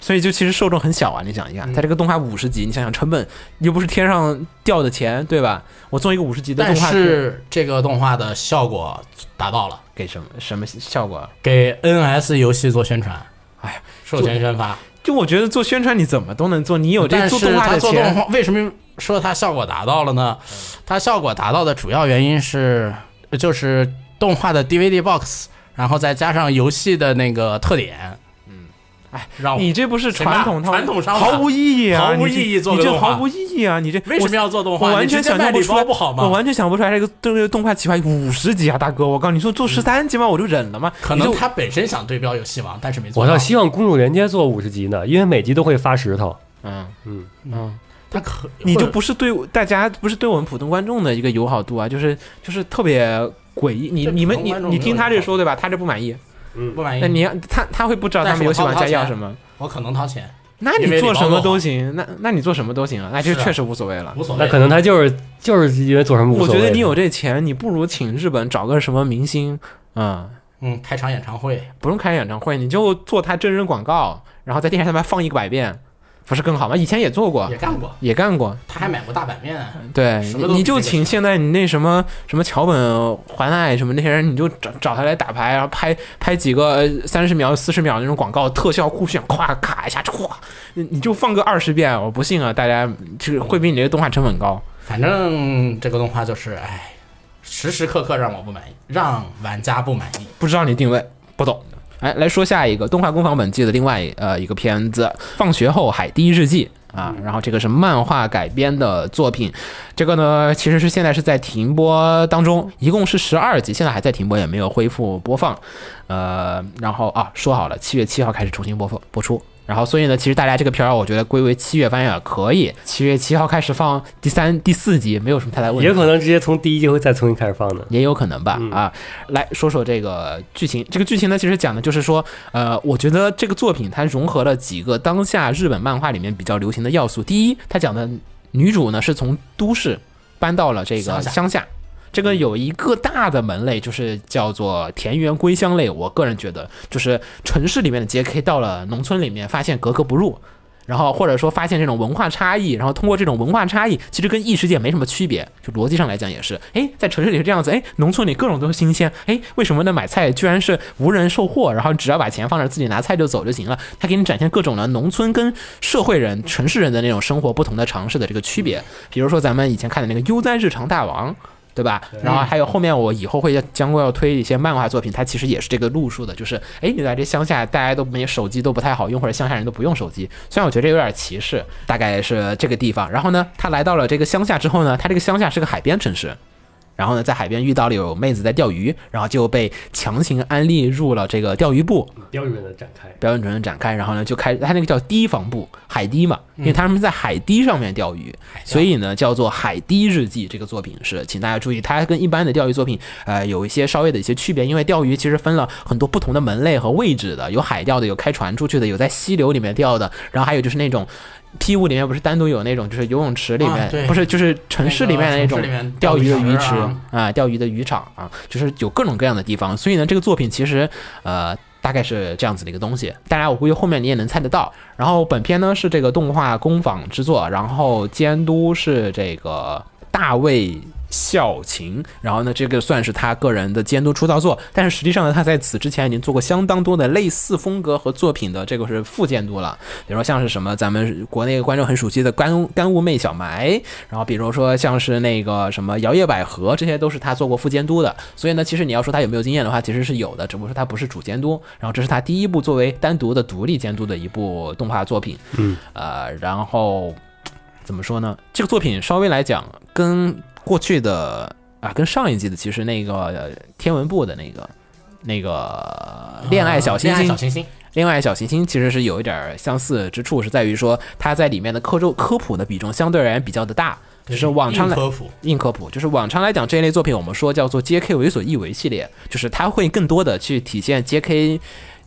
[SPEAKER 3] 所以就其实受众很小啊。你想一
[SPEAKER 5] 嗯
[SPEAKER 3] 下，它这个动画五十集，你想想成本又不是天上掉的钱，对吧？我做一个五十集的
[SPEAKER 5] 但
[SPEAKER 3] 动画
[SPEAKER 5] 是这个动画的效果达到了，
[SPEAKER 3] 给什么什么效果？啊
[SPEAKER 5] 给 NS 游戏做宣传，
[SPEAKER 3] 哎，
[SPEAKER 5] 授权宣发。
[SPEAKER 3] 就我觉得做宣传你怎么都能做，你有这
[SPEAKER 5] 但
[SPEAKER 3] 做
[SPEAKER 5] 是
[SPEAKER 3] 动画
[SPEAKER 5] 他
[SPEAKER 3] 的
[SPEAKER 5] 做动
[SPEAKER 3] 钱，
[SPEAKER 5] 画为什么说它效果达到了呢？它效果达到的主要原因是，呃就是动画的 DVD box，然后再加上游戏的那个特点，嗯，哎，让我
[SPEAKER 3] 你这不是
[SPEAKER 5] 行吧
[SPEAKER 3] 传统套
[SPEAKER 5] 传统商法
[SPEAKER 3] 毫无意义啊，
[SPEAKER 5] 毫无
[SPEAKER 3] 你这
[SPEAKER 5] 意义做
[SPEAKER 3] 你
[SPEAKER 5] 个
[SPEAKER 3] 这
[SPEAKER 5] 动画
[SPEAKER 3] 毫无意义啊，你这
[SPEAKER 5] 为什么
[SPEAKER 3] 我
[SPEAKER 5] 要做动画？
[SPEAKER 3] 我完全
[SPEAKER 5] 你直接
[SPEAKER 3] 想
[SPEAKER 5] 卖
[SPEAKER 3] 象不
[SPEAKER 5] 礼
[SPEAKER 3] 出来，
[SPEAKER 5] 包不好
[SPEAKER 3] 我
[SPEAKER 5] 吗？
[SPEAKER 3] 完全想不出来这个这个动画企划五十集啊，大哥，我告诉你说做十三集嘛，我就忍了嘛。
[SPEAKER 5] 嗯可
[SPEAKER 3] 你
[SPEAKER 5] 能
[SPEAKER 3] 就
[SPEAKER 5] 他本身想对标游戏王，但是没做
[SPEAKER 4] 我
[SPEAKER 5] 到。
[SPEAKER 4] 倒希望公主连接做五十集呢，因为每集都会发石头。
[SPEAKER 3] 嗯
[SPEAKER 4] 嗯
[SPEAKER 3] 嗯，
[SPEAKER 5] 他可
[SPEAKER 3] 你就
[SPEAKER 5] 或者
[SPEAKER 3] 不是对我大家不是对我们普通观众的一个友好度啊，就是就是特别诡异。你
[SPEAKER 5] 对
[SPEAKER 3] 你们
[SPEAKER 5] 普通
[SPEAKER 3] 你
[SPEAKER 5] 观众
[SPEAKER 3] 你
[SPEAKER 5] 没有
[SPEAKER 3] 听他
[SPEAKER 5] 友
[SPEAKER 3] 这
[SPEAKER 5] 好
[SPEAKER 3] 说对吧？他这不满意，
[SPEAKER 5] 不满
[SPEAKER 3] 那
[SPEAKER 5] 意，
[SPEAKER 3] 你他他会不知道他
[SPEAKER 5] 哎但是
[SPEAKER 3] 们
[SPEAKER 5] 我
[SPEAKER 3] 游戏
[SPEAKER 5] 掏
[SPEAKER 3] 玩
[SPEAKER 5] 掏
[SPEAKER 3] 家要
[SPEAKER 5] 钱
[SPEAKER 3] 什么？
[SPEAKER 5] 我可能掏钱，
[SPEAKER 3] 那
[SPEAKER 5] 因为
[SPEAKER 3] 你
[SPEAKER 5] 礼
[SPEAKER 3] 做
[SPEAKER 5] 包
[SPEAKER 3] 什么
[SPEAKER 5] 够
[SPEAKER 3] 都
[SPEAKER 5] 好
[SPEAKER 3] 行，那那你做什么都行了，那就是
[SPEAKER 5] 啊
[SPEAKER 3] 确实无所谓了。
[SPEAKER 5] 无所谓。
[SPEAKER 4] 那可能他就是就是因为做什么无
[SPEAKER 3] 我
[SPEAKER 4] 所
[SPEAKER 3] 觉
[SPEAKER 4] 谓。
[SPEAKER 3] 得你有这钱，你不如请日本找个什么明星，嗯，
[SPEAKER 5] 嗯，开场演唱会，
[SPEAKER 3] 不用开演唱会，你就做他真人广告，然后在电视上面放一百遍，不是更好吗？以前也做过
[SPEAKER 5] 也，干过，
[SPEAKER 3] 也干过。
[SPEAKER 5] 他还买过大版面。
[SPEAKER 3] 对，
[SPEAKER 5] 什么都
[SPEAKER 3] 你
[SPEAKER 5] 比这
[SPEAKER 3] 就
[SPEAKER 5] 个
[SPEAKER 3] 请
[SPEAKER 5] 强
[SPEAKER 3] 现在你那什么什么桥本环奈什么那些人，你就找找他来打牌，然后拍拍几个呃三十秒、四十秒那种广告特效酷炫，咵卡一下，唰，你你就放个二十遍，我不信啊，大家这个会比你这个动画成本高。
[SPEAKER 5] 反正这个动画就是，哎，时时刻刻让我不满意，让玩家不满意。
[SPEAKER 3] 不知道你定位，不懂。哎，来说下一个《动画工坊本纪》的另外呃一个片子《放学后海第一日记》啊，然后这个是漫画改编的作品，这个呢其实是现在是在停播当中，一共是十二集，现在还在停播，也没有恢复播放。呃，然后啊说好了，七月七号开始重新播放播出然后所以呢，其实大家这个片儿，我觉得归为七月番也可以，七月七号开始放第三、第四集，没有什么太大问题。
[SPEAKER 4] 也可能直接从第一集会再重新开始放的。
[SPEAKER 3] 也有可能吧、啊，来说说这个剧情。这个剧情呢，其实讲的就是说，呃，我觉得这个作品它融合了几个当下日本漫画里面比较流行的要素。第一，它讲的女主呢是从都市搬到了这个
[SPEAKER 5] 乡下
[SPEAKER 3] 乡下。这个有一个大的门类，就是叫做田园归乡类。我个人觉得，就是城市里面的 J.K. 到了农村里面，发现格格不入，然后或者说发现这种文化差异，然后通过这种文化差异，其实跟异世界没什么区别，就逻辑上来讲也是，哎，在城市里是这样子，哎，农村里各种都新鲜，哎，为什么呢？买菜居然是无人售货，然后只要把钱放那儿自己拿菜就走就行了，他给你展现各种的农村跟社会人、城市人的那种生活不同的尝试的这个区别，比如说咱们以前看的那个《悠哉日常大王》。对吧？然后还有后面我以后会将会要推一些漫画作品，它其实也是这个路数的，就是哎，你在这乡下，大家都没手机都不太好用，或者乡下人都不用手机。虽然我觉得这有点歧视，大概是这个地方。然后呢，他来到了这个乡下之后呢，他这个乡下是个海边城市，然后呢，在海边遇到了有妹子在钓鱼，然后就被强行安利入了这个钓鱼部，
[SPEAKER 4] 标准的展开，
[SPEAKER 3] 标准准的展开，然后呢就开他那个叫堤防部海堤嘛，因为他们在海堤上面钓鱼，所以呢叫做《海堤日记》这个作品是，请大家注意，它跟一般的钓鱼作品呃有一些稍微的一些区别，因为钓鱼其实分了很多不同的门类和位置的，有海钓的，有开船出去的，有在溪流里面钓的，然后还有就是那种。P 五里面不是单独有那种，就是游泳池里面，
[SPEAKER 5] 啊对
[SPEAKER 3] 不是就是城市里面的那种
[SPEAKER 5] 那个城市里面
[SPEAKER 3] 钓鱼的
[SPEAKER 5] 钓鱼
[SPEAKER 3] 鱼
[SPEAKER 5] 池
[SPEAKER 3] 池
[SPEAKER 5] 啊
[SPEAKER 3] 啊，钓鱼的渔场啊，就是有各种各样的地方。所以呢，这个作品其实呃大概是这样子的一个东西。当然，我估计后面你也能猜得到。然后本片呢是这个动画工坊之作，然后监督是这个大卫。孝勤，然后呢，这个算是他个人的监督出道作，但是实际上呢，他在此之前已经做过相当多的类似风格和作品的，这个是副监督了。比如说像是什么咱们国内观众很熟悉的干干物妹小埋，然后比如说像是那个什么摇曳百合，这些都是他做过副监督的。所以呢，其实你要说他有没有经验的话，其实是有的，只不过说他不是主监督。然后这是他第一部作为单独的独立监督的一部动画作品。
[SPEAKER 4] 嗯，
[SPEAKER 3] 呃，然后怎么说呢？这个作品稍微来讲，跟过去的啊，跟上一季的其实那个呃天文部的那个。那个恋爱小星
[SPEAKER 5] 嗯啊恋爱
[SPEAKER 3] 星
[SPEAKER 5] 小，星星，
[SPEAKER 3] 另外，小行星其实是有一点儿相似之处，是在于说它在里面的科周科普的比重相对而言比较的大，就是往常来
[SPEAKER 5] 硬科普
[SPEAKER 3] 硬科普，就是往常来讲这一类作品，我们说叫做 J.K. 为所欲为系列，就是它会更多的去体现 J.K.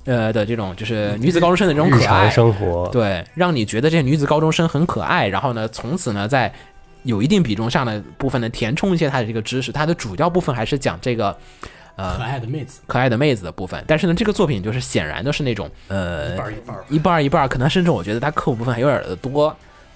[SPEAKER 3] 呃的这种就是女子高中生的这种
[SPEAKER 4] 日
[SPEAKER 3] 可
[SPEAKER 4] 常
[SPEAKER 3] 爱，
[SPEAKER 4] 生活，
[SPEAKER 3] 对，让你觉得这些女子高中生很可爱，然后呢，从此呢，在有一定比重上的部分呢，填充一些她的这个知识，它的主要部分还是讲这个。啊
[SPEAKER 5] 可爱的妹子，
[SPEAKER 3] 可爱的妹子的部分，但是呢，这个作品就是显然的是那种呃一半一半一半可能甚至我觉得它刻苦部分还有点儿的多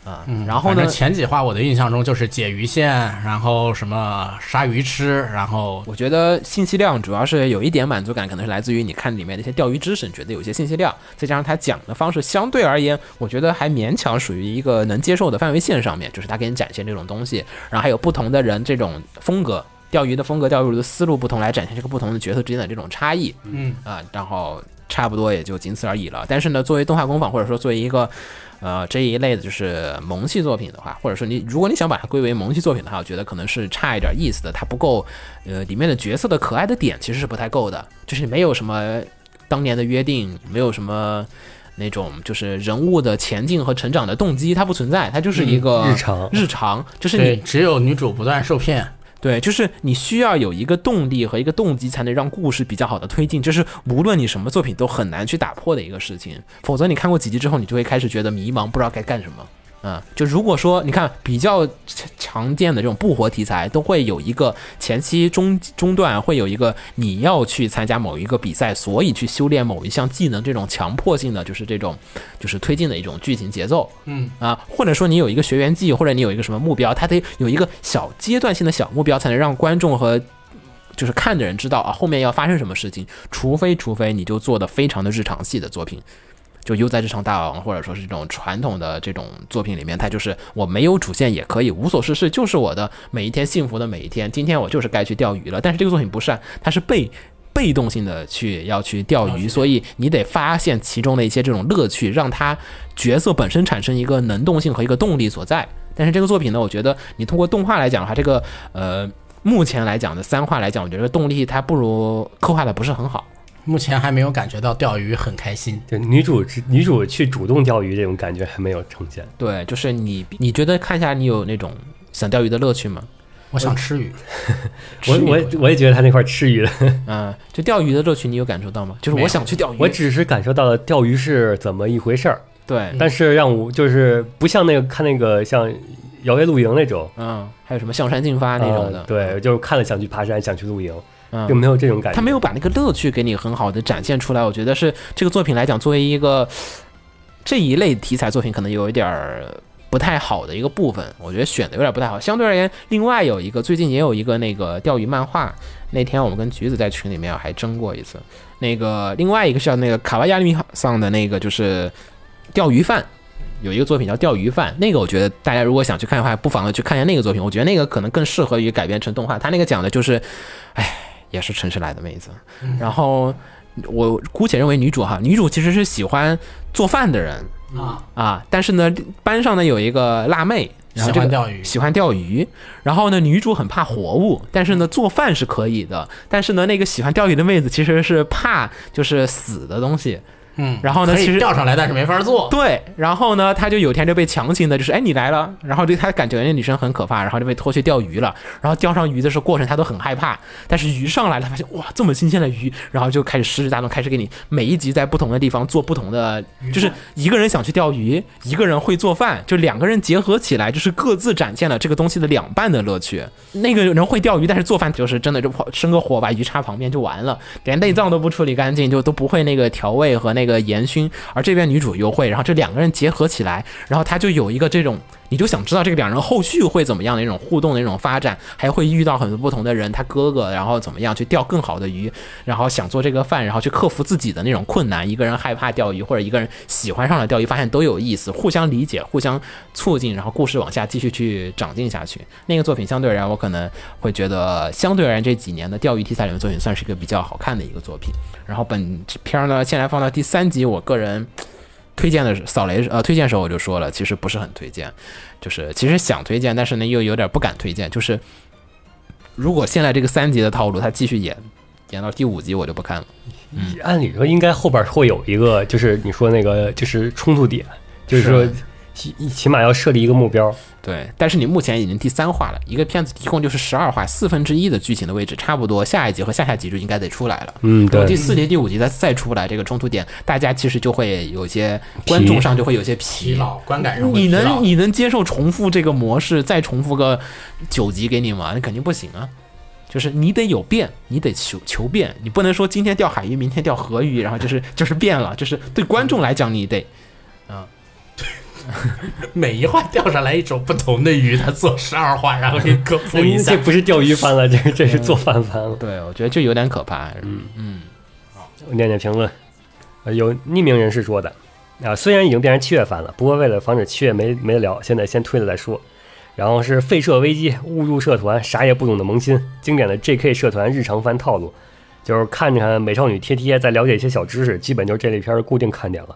[SPEAKER 3] 啊、然后
[SPEAKER 5] 嗯反
[SPEAKER 3] 呢
[SPEAKER 5] 正，前几话我的印象中就是解鱼线，然后什么杀鱼吃，然后
[SPEAKER 3] 我觉得信息量主要是有一点满足感，可能是来自于你看里面那些钓鱼知识，你觉得有些信息量，再加上他讲的方式相对而言，我觉得还勉强属于一个能接受的范围线上面，就是他给你展现这种东西，然后还有不同的人这种风格。钓鱼的风格、钓鱼的思路不同，来展现这个不同的角色之间的这种差异。
[SPEAKER 5] 嗯
[SPEAKER 3] 啊，然后差不多也就仅此而已了。但是呢，作为动画工坊或者说作为一个呃这一类的就是萌系作品的话，或者说你如果你想把它归为萌系作品的话，我觉得可能是差一点意思的，它不够呃里面的角色的可爱的点其实是不太够的，就是没有什么当年的约定，没有什么。那种就是人物的前进和成长的动机，它不存在，它就是一个
[SPEAKER 4] 嗯日常
[SPEAKER 3] 日常，就是你
[SPEAKER 5] 对，只有女主不断受骗，
[SPEAKER 3] 对，就是你需要有一个动力和一个动机，才能让故事比较好的推进。这是无论你什么作品都很难去打破的一个事情，否则你看过几集之后，你就会开始觉得迷茫，不知道该干什么。嗯，就如果说你看比较常常见的这种不活题材，都会有一个前期中中段会有一个你要去参加某一个比赛，所以去修炼某一项技能这种强迫性的，就是这种就是推进的一种剧情节奏。啊，或者说你有一个学员季，或者你有一个什么目标，它得有一个小阶段性的小目标，才能让观众和就是看的人知道啊后面要发生什么事情。除非除非你就做的非常的日常系的作品，就悠哉日常大王，或者说是这种传统的这种作品里面，它就是我没有主线也可以无所事事，就是我的每一天幸福的每一天。今天我就是该去钓鱼了，但是这个作品不是，啊，它是被。被动性的去要去钓鱼，所以你得发现其中的一些这种乐趣，让它角色本身产生一个能动性和一个动力所在。但是这个作品呢，我觉得你通过动画来讲的话，这个呃目前来讲的三话来讲，我觉得动力它不如刻画的不是很好。
[SPEAKER 5] 目前还没有感觉到钓鱼很开心。
[SPEAKER 4] 就女主之女主去主动钓鱼这种感觉还没有呈现。
[SPEAKER 3] 对，就是你你觉得看一下你有那种想钓鱼的乐趣吗？
[SPEAKER 5] 我想吃鱼，
[SPEAKER 4] 我
[SPEAKER 3] 吃鱼
[SPEAKER 4] 我
[SPEAKER 3] 好
[SPEAKER 4] 也我也觉得她那块吃鱼的，
[SPEAKER 3] 嗯，就钓鱼的乐趣你有感受到吗？就是
[SPEAKER 5] 没有
[SPEAKER 3] 我想去钓鱼，
[SPEAKER 4] 我只是感受到了钓鱼是怎么一回事儿，
[SPEAKER 3] 对，
[SPEAKER 4] 但是让我就是不像那个看那个像摇曳露营那种。
[SPEAKER 3] 嗯，还有什么象山竞发那种的，
[SPEAKER 4] 嗯对，就是看了想去爬山，想去露营，
[SPEAKER 3] 嗯
[SPEAKER 4] 并没有这种感觉。
[SPEAKER 3] 他没有把那个乐趣给你很好的展现出来。我觉得是这个作品来讲，作为一个这一类题材作品，可能有一点儿不太好的一个部分。我觉得选的有点不太好。相对而言，另外有一个最近也有一个那个钓鱼漫画，那天我们跟橘子在群里面还争过一次。那个另外一个是叫那个卡哇亚利米上的那个就是钓鱼饭。有一个作品叫《钓鱼饭》，那个我觉得大家如果想去看的话，不妨去看一下那个作品。我觉得那个可能更适合于改编成动画。他那个讲的就是哎也是城市来的妹子。
[SPEAKER 5] 嗯
[SPEAKER 3] 然后我姑且认为女主哈，女主其实是喜欢做饭的人
[SPEAKER 5] 啊
[SPEAKER 3] 啊，但是呢，班上呢有一个辣妹。然后这个
[SPEAKER 5] 喜欢钓鱼
[SPEAKER 3] 喜欢钓鱼。然后呢，女主很怕活物，但是呢，做饭是可以的。但是呢，那个喜欢钓鱼的妹子其实是怕就是死的东西。
[SPEAKER 5] 嗯，
[SPEAKER 3] 然后呢
[SPEAKER 5] 可以
[SPEAKER 3] 其实嗯
[SPEAKER 5] 钓上来，但是没法做。
[SPEAKER 3] 对，然后呢，她就有一天就被强行的，就是哎你来了，然后就她感觉那女生很可怕，然后就被拖去钓鱼了。然后钓上鱼的时候过程她都很害怕，但是鱼上来了，发现哇这么新鲜的鱼，然后就开始狮子大动，开始给你每一集在不同的地方做不同的，就是一个人想去钓鱼，一个人会做饭，就两个人结合起来，就是各自展现了这个东西的两半的乐趣。那个人会钓鱼，但是做饭就是真的就生个火把鱼插旁边就完了，连内脏都不处理干净，就都不会那个调味和那个盐熏。而这边女主又会，然后这两个人结合起来，然后他就有一个这种，你就想知道这个两人后续会怎么样的一种互动的一种发展，还会遇到很多不同的人，他哥哥，然后怎么样去钓更好的鱼，然后想做这个饭，然后去克服自己的那种困难。一个人害怕钓鱼，或者一个人喜欢上了钓鱼，发现都有意思，互相理解，互相促进，然后故事往下继续去长进下去。那个作品相对而言，我可能会觉得，相对而言这几年的钓鱼题材里面作品算是一个比较好看的一个作品。然后本片儿呢，现在放到第三集，我个人。推荐的时扫雷呃，推荐的时候我就说了，其实不是很推荐，就是其实想推荐，但是呢又有点不敢推荐。就是如果现在这个三级的套路，它继续演演到第五集，我就不看了。
[SPEAKER 4] 按理说应该后边会有一个，就是你说那个就是冲突点，就是说
[SPEAKER 5] 啊
[SPEAKER 4] 起起码要设立一个目标。
[SPEAKER 3] 对，但是你目前已经第三话了，一个片子一共就是十二话，四分之一的剧情的位置，差不多下一集和下下集就应该得出来了。
[SPEAKER 4] 嗯，
[SPEAKER 3] 如果第
[SPEAKER 4] 对，
[SPEAKER 3] 四集、第五集再再出来这个冲突点，大家其实就会有些观众上就会有些
[SPEAKER 5] 疲劳，观感上会
[SPEAKER 3] 你
[SPEAKER 5] 疲劳
[SPEAKER 3] 能你能接受重复这个模式，再重复个九集给你吗？那肯定不行啊。就是你得有变，你得求求变，你不能说今天钓海鱼，明天钓河鱼，然后就是就是变了，就是对观众来讲，你得
[SPEAKER 5] 每一话钓上来一种不同的鱼，他做十二话，然后给科普一
[SPEAKER 4] 嗯
[SPEAKER 5] 下
[SPEAKER 4] 这。
[SPEAKER 5] 嗯
[SPEAKER 4] 不是钓鱼番了，这是这是做饭番了。
[SPEAKER 3] 对我觉得就有点可怕。嗯
[SPEAKER 4] 我念念评论，呃有匿名人士说的啊，虽然已经变成七月番了，不过为了防止七月没没得聊，现在先推了再说。然后是废社危机、误入社团、啥也不懂的萌新，经典的 J.K. 社团日常番套路，就是看看美少女贴贴，再了解一些小知识，基本就是这类片儿的固定看点了。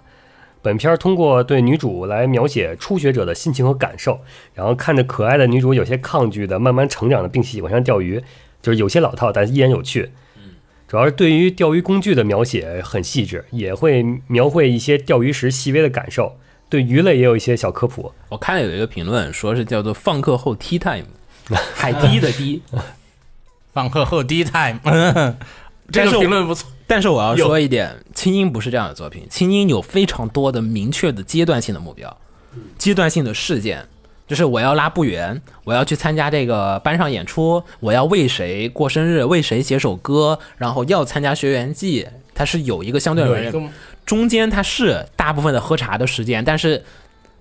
[SPEAKER 4] 本片儿通过对女主来描写初学者的心情和感受，然后看着可爱的女主有些抗拒的慢慢成长的，并喜欢上钓鱼，就是有些老套，但依然有趣。主要是对于钓鱼工具的描写很细致，也会描绘一些钓鱼时细微的感受。对鱼类也有一些小科普，
[SPEAKER 3] 我看了有一个评论说是叫做放课后 tea time，海堤的堤。
[SPEAKER 5] 放课后 D time，嗯 这
[SPEAKER 3] 但是
[SPEAKER 5] 个
[SPEAKER 3] 我
[SPEAKER 5] 评论不错。
[SPEAKER 3] 但是我要说一点，青音不是这样的作品。青音有非常多的明确的阶段性的目标，阶段性的事件，就是我要拉部员，我要去参加这个班上演出，我要为谁过生日，为谁写首歌，然后要参加学员季，它是有一个相对而
[SPEAKER 5] 有一
[SPEAKER 3] 言
[SPEAKER 5] 个
[SPEAKER 3] 中间它是大部分的喝茶的时间，但是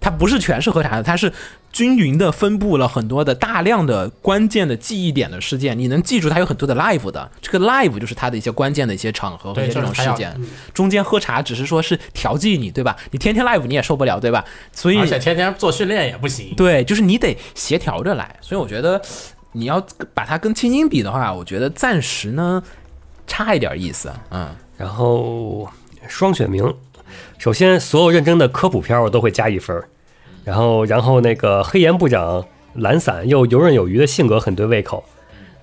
[SPEAKER 3] 它不是全是喝茶的，它是均匀的分布了很多的大量的关键的记忆点的事件，你能记住它有很多的 live 的，这个 live 就是它的一些关键的一些场合和一些这
[SPEAKER 5] 对就是
[SPEAKER 3] 种事
[SPEAKER 5] 它要
[SPEAKER 3] 件。中间喝茶只是说是调剂你，对吧？你天天 live 你也受不了，对吧？所以
[SPEAKER 5] 而且天天做训练也不行。
[SPEAKER 3] 对，就是你得协调着来。所以我觉得你要把它跟青音比的话，我觉得暂时呢差一点意思，嗯。
[SPEAKER 4] 然后双雪明。首先，所有认真的科普片儿我都会加一分儿。然后，然后那个黑岩部长懒散又游刃有余的性格很对胃口。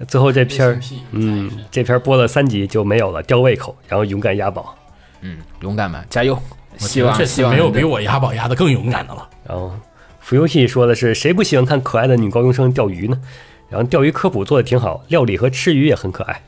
[SPEAKER 4] 最后这片儿
[SPEAKER 5] SMP，
[SPEAKER 4] 嗯，这片儿播了三集就没有了，吊胃口，然后勇敢押宝，
[SPEAKER 3] 勇敢吧，加油！希
[SPEAKER 5] 这
[SPEAKER 3] 望
[SPEAKER 5] 次
[SPEAKER 3] 希望
[SPEAKER 5] 没有
[SPEAKER 3] 你的
[SPEAKER 5] 比我押宝押的更勇敢的了。
[SPEAKER 4] 然后浮游戏说的是谁不喜欢看可爱的女高中生钓鱼呢？然后钓鱼科普做的挺好，料理和吃鱼也很可爱。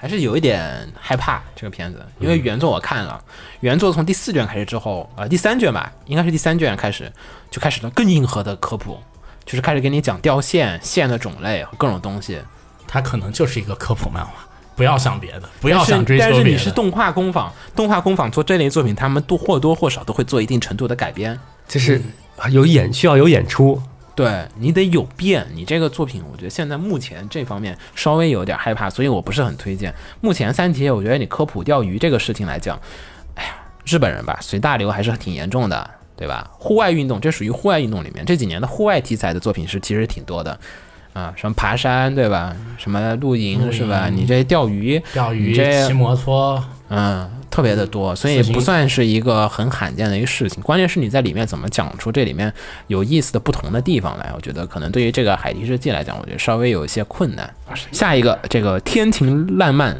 [SPEAKER 3] 还是有一点害怕这个片子，因为原作我看了，原作从第四卷开始之后，呃，第三卷吧，应该是第三卷开始就开始了更硬核的科普，就是开始给你讲掉线、线的种类和各种东西。
[SPEAKER 5] 它可能就是一个科普漫画，不要想别的，不要
[SPEAKER 3] 但是
[SPEAKER 5] 想追
[SPEAKER 3] 但
[SPEAKER 5] 求
[SPEAKER 3] 是
[SPEAKER 5] 别
[SPEAKER 3] 你是
[SPEAKER 5] 的。
[SPEAKER 3] 动画工坊，动画工坊做这类作品，他们都或多或少都会做一定程度的改编。
[SPEAKER 4] 就是啊有演需要有演出，
[SPEAKER 3] 对你得有变，你这个作品，我觉得现在目前这方面稍微有点害怕，所以我不是很推荐。目前三体，我觉得你科普钓鱼这个事情来讲，哎呀，日本人吧，随大流还是挺严重的，对吧？户外运动，这属于户外运动里面这几年的户外题材的作品是其实挺多的。啊，什么爬山对吧？什么露营是吧？你这钓鱼，
[SPEAKER 5] 钓鱼、
[SPEAKER 3] 你这
[SPEAKER 5] 骑摩托，
[SPEAKER 3] 嗯，特别的多，所以
[SPEAKER 5] 行
[SPEAKER 3] 不算是一个很罕见的一个事情。关键是你在里面怎么讲出这里面有意思的不同的地方来，我觉得可能对于这个《海底世界》来讲，我觉得稍微有一些困难。下一个这个《天晴烂漫》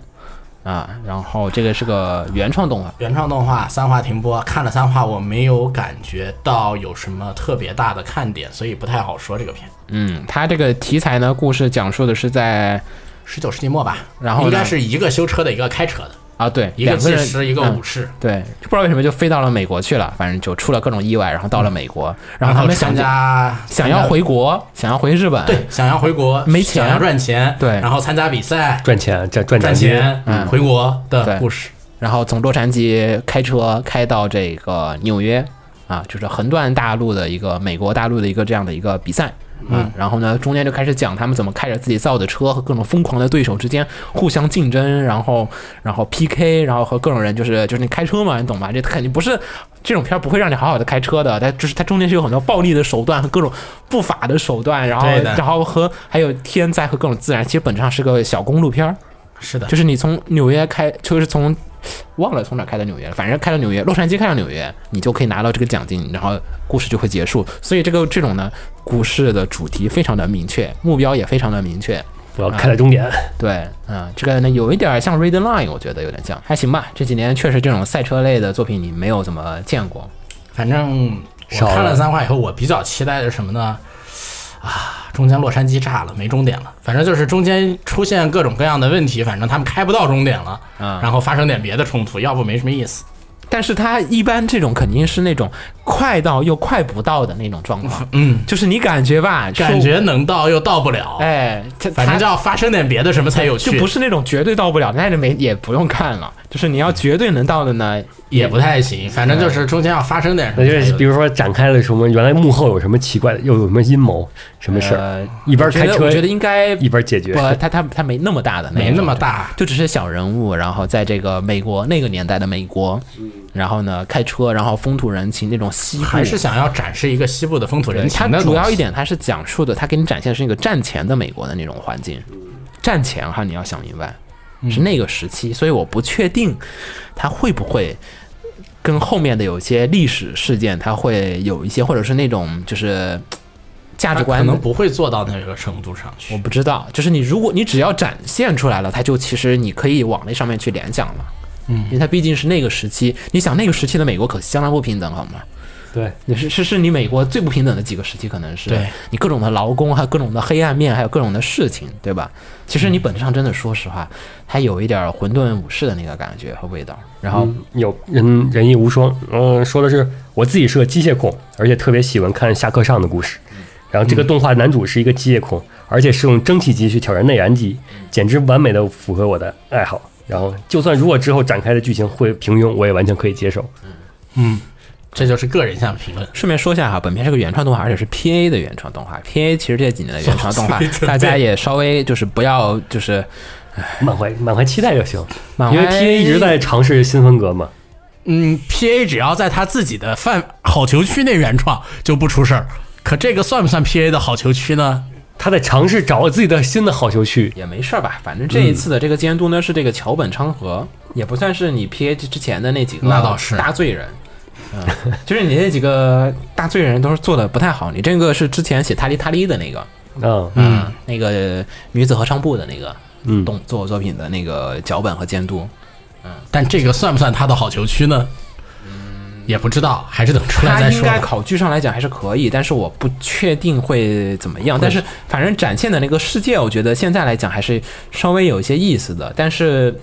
[SPEAKER 3] 啊，然后这个是个原创动画，
[SPEAKER 5] 原创动画三话停播，看了三话我没有感觉到有什么特别大的看点，所以不太好说这个片。
[SPEAKER 3] 嗯，它这个题材呢，故事讲述的是在
[SPEAKER 5] 十九世纪末吧，
[SPEAKER 3] 然后呢
[SPEAKER 5] 应该是一个修车的，一个开车的，
[SPEAKER 3] 啊，对，
[SPEAKER 5] 一个
[SPEAKER 3] 两
[SPEAKER 5] 技
[SPEAKER 3] 人
[SPEAKER 5] 师，一个
[SPEAKER 3] 嗯
[SPEAKER 5] 武士，
[SPEAKER 3] 对，就不知道为什么就飞到了美国去了，反正就出了各种意外，然后到了美国，然后他们想
[SPEAKER 5] 参加
[SPEAKER 3] 想要回国，想要回日本，
[SPEAKER 5] 对，想要回国，
[SPEAKER 3] 没钱
[SPEAKER 5] 想要赚钱，
[SPEAKER 3] 对
[SPEAKER 5] 然后参加比赛
[SPEAKER 4] 赚钱赚赚
[SPEAKER 5] 赚
[SPEAKER 4] 金，
[SPEAKER 5] 钱，
[SPEAKER 3] 嗯
[SPEAKER 5] 回国的
[SPEAKER 3] 对
[SPEAKER 5] 故事。
[SPEAKER 3] 然后从洛杉矶开车开到这个纽约啊，就是横断大陆的一个美国大陆的一个这样的一个比赛。嗯，然后呢，中间就开始讲他们怎么开着自己造的车和各种疯狂的对手之间互相竞争，然后然后 PK，然后和各种人就是就是你开车嘛，你懂吧？这肯定不是这种片儿不会让你好好的开车的，它就是它中间是有很多暴力的手段和各种不法的手段，然后
[SPEAKER 5] 对的
[SPEAKER 3] 然后和还有天灾和各种自然，其实本质上是个小公路片儿。
[SPEAKER 5] 是的，
[SPEAKER 3] 就是你从纽约开，就是从忘了从哪儿开到纽约了，反正开到纽约，洛杉矶开到纽约，你就可以拿到这个奖金，然后故事就会结束。所以这个这种呢，股市的主题非常的明确，目标也非常的明确。
[SPEAKER 4] 我要开在终点。
[SPEAKER 3] 对，嗯、这个呢有一点像 Red Line，我觉得有点像，还行吧。这几年确实这种赛车类的作品你没有怎么见过，
[SPEAKER 5] 反正我
[SPEAKER 4] 少了
[SPEAKER 5] 看了三话以后，我比较期待的是什么呢？啊，中间洛杉矶炸了，没终点了。反正就是中间出现各种各样的问题，反正他们开不到终点了，
[SPEAKER 3] 啊
[SPEAKER 5] 然后发生点别的冲突，要不没什么意思。
[SPEAKER 3] 但是它一般这种肯定是那种快到又快不到的那种状况，
[SPEAKER 5] 嗯，
[SPEAKER 3] 就是你感觉吧，
[SPEAKER 5] 感
[SPEAKER 3] 说
[SPEAKER 5] 觉能到又到不了，
[SPEAKER 3] 哎，这
[SPEAKER 5] 反
[SPEAKER 3] 它
[SPEAKER 5] 正就要发生点别的什么才有
[SPEAKER 3] 就
[SPEAKER 5] 趣，
[SPEAKER 3] 不是那种绝对到不了，但是没也不用看了。就是你要绝对能到的呢，
[SPEAKER 5] 也不太行。反正就是中间要发生点什
[SPEAKER 4] 那
[SPEAKER 5] 么才
[SPEAKER 4] 就
[SPEAKER 5] 有趣。
[SPEAKER 4] 是比如说展开了什么，原来幕后有什么奇怪的，又有什么阴谋，什么事儿，
[SPEAKER 3] 呃，
[SPEAKER 4] 一边
[SPEAKER 3] 我觉
[SPEAKER 4] 开
[SPEAKER 3] 得
[SPEAKER 4] 车
[SPEAKER 3] 我觉得应该
[SPEAKER 4] 一边解决
[SPEAKER 3] 不，他他他没那么大的，
[SPEAKER 5] 没那么，大，
[SPEAKER 3] 就只是小人物，然后在这个美国那个年代的美国，然后呢开车，然后风土人情那种西部，
[SPEAKER 5] 还是想要展示一个西部的风土人
[SPEAKER 3] 对它
[SPEAKER 5] 情的
[SPEAKER 3] 主
[SPEAKER 5] 东
[SPEAKER 3] 要
[SPEAKER 5] 西
[SPEAKER 3] 一点，它是讲述的，它给你展现的是一个战前的美国的那种环境。战前哈，你要想明白，是那个时期，所以我不确定它会不会跟后面的有些历史事件，它会有一些，或者是那种就是价值
[SPEAKER 5] 它
[SPEAKER 3] 观
[SPEAKER 5] 可
[SPEAKER 3] 的
[SPEAKER 5] 能不会做到那个程度上
[SPEAKER 3] 我
[SPEAKER 5] 去。
[SPEAKER 3] 不知道，就是你如果你只要展现出来了，它就其实你可以往那上面去联想了。嗯，因为它毕竟是那个时期，你想那个时期的美国可相当不平等，好吗？
[SPEAKER 4] 对，
[SPEAKER 3] 你是是是你美国最不平等的几个时期，可能是
[SPEAKER 5] 对
[SPEAKER 3] 你各种的劳工，还有各种的黑暗面，还有各种的事情，对吧？其实你本质上真的说实话，它有一点儿混沌武士的那个感觉和味道。然后，
[SPEAKER 4] 有人仁义无双。嗯，说的是我自己是个机械控，而且特别喜欢看下课上的故事。然后这个动画男主是一个机械控，而且是用蒸汽机去挑战内燃机，简直完美的符合我的爱好。然后，就算如果之后展开的剧情会平庸，我也完全可以接受。
[SPEAKER 5] 这就是个人向评论。
[SPEAKER 3] 顺便说一下哈，本片是个原创动画，而且是 P A 的原创动画。P A 其实这几年的原创动画
[SPEAKER 5] 所以准，备
[SPEAKER 3] 大家也稍微就是不要就是
[SPEAKER 4] 满怀满怀期待就行，
[SPEAKER 3] 满怀
[SPEAKER 4] 因为 T A 一直在尝试新风格嘛。
[SPEAKER 5] 嗯，P A 只要在他自己的范好球区内原创就不出事儿。可这个算不算 P A 的好球区呢？
[SPEAKER 4] 他在尝试找自己的新的好球区，
[SPEAKER 3] 也没事儿吧，反正这一次的这个监督呢是这个桥本昌和，也不算是你 P A 之前的那几个
[SPEAKER 5] 那倒是
[SPEAKER 3] 大 罪人。嗯，就是你那几个大罪人都是做的不太好，你这个是之前写《塔利塔利》的那个，
[SPEAKER 4] 嗯
[SPEAKER 3] 嗯，那个女子合唱部的那个
[SPEAKER 4] 嗯
[SPEAKER 3] 动作作品的那个脚本和监督，
[SPEAKER 5] 但这个算不算他的好球区呢？也不知道，还是等出来
[SPEAKER 3] 它
[SPEAKER 5] 再
[SPEAKER 3] 应
[SPEAKER 5] 说
[SPEAKER 3] 该
[SPEAKER 5] 吧。
[SPEAKER 3] 考据上来讲还是可以，但是我不确定会怎么样。但是反正展现的那个世界，我觉得现在来讲还是稍微有一些意思的，但是。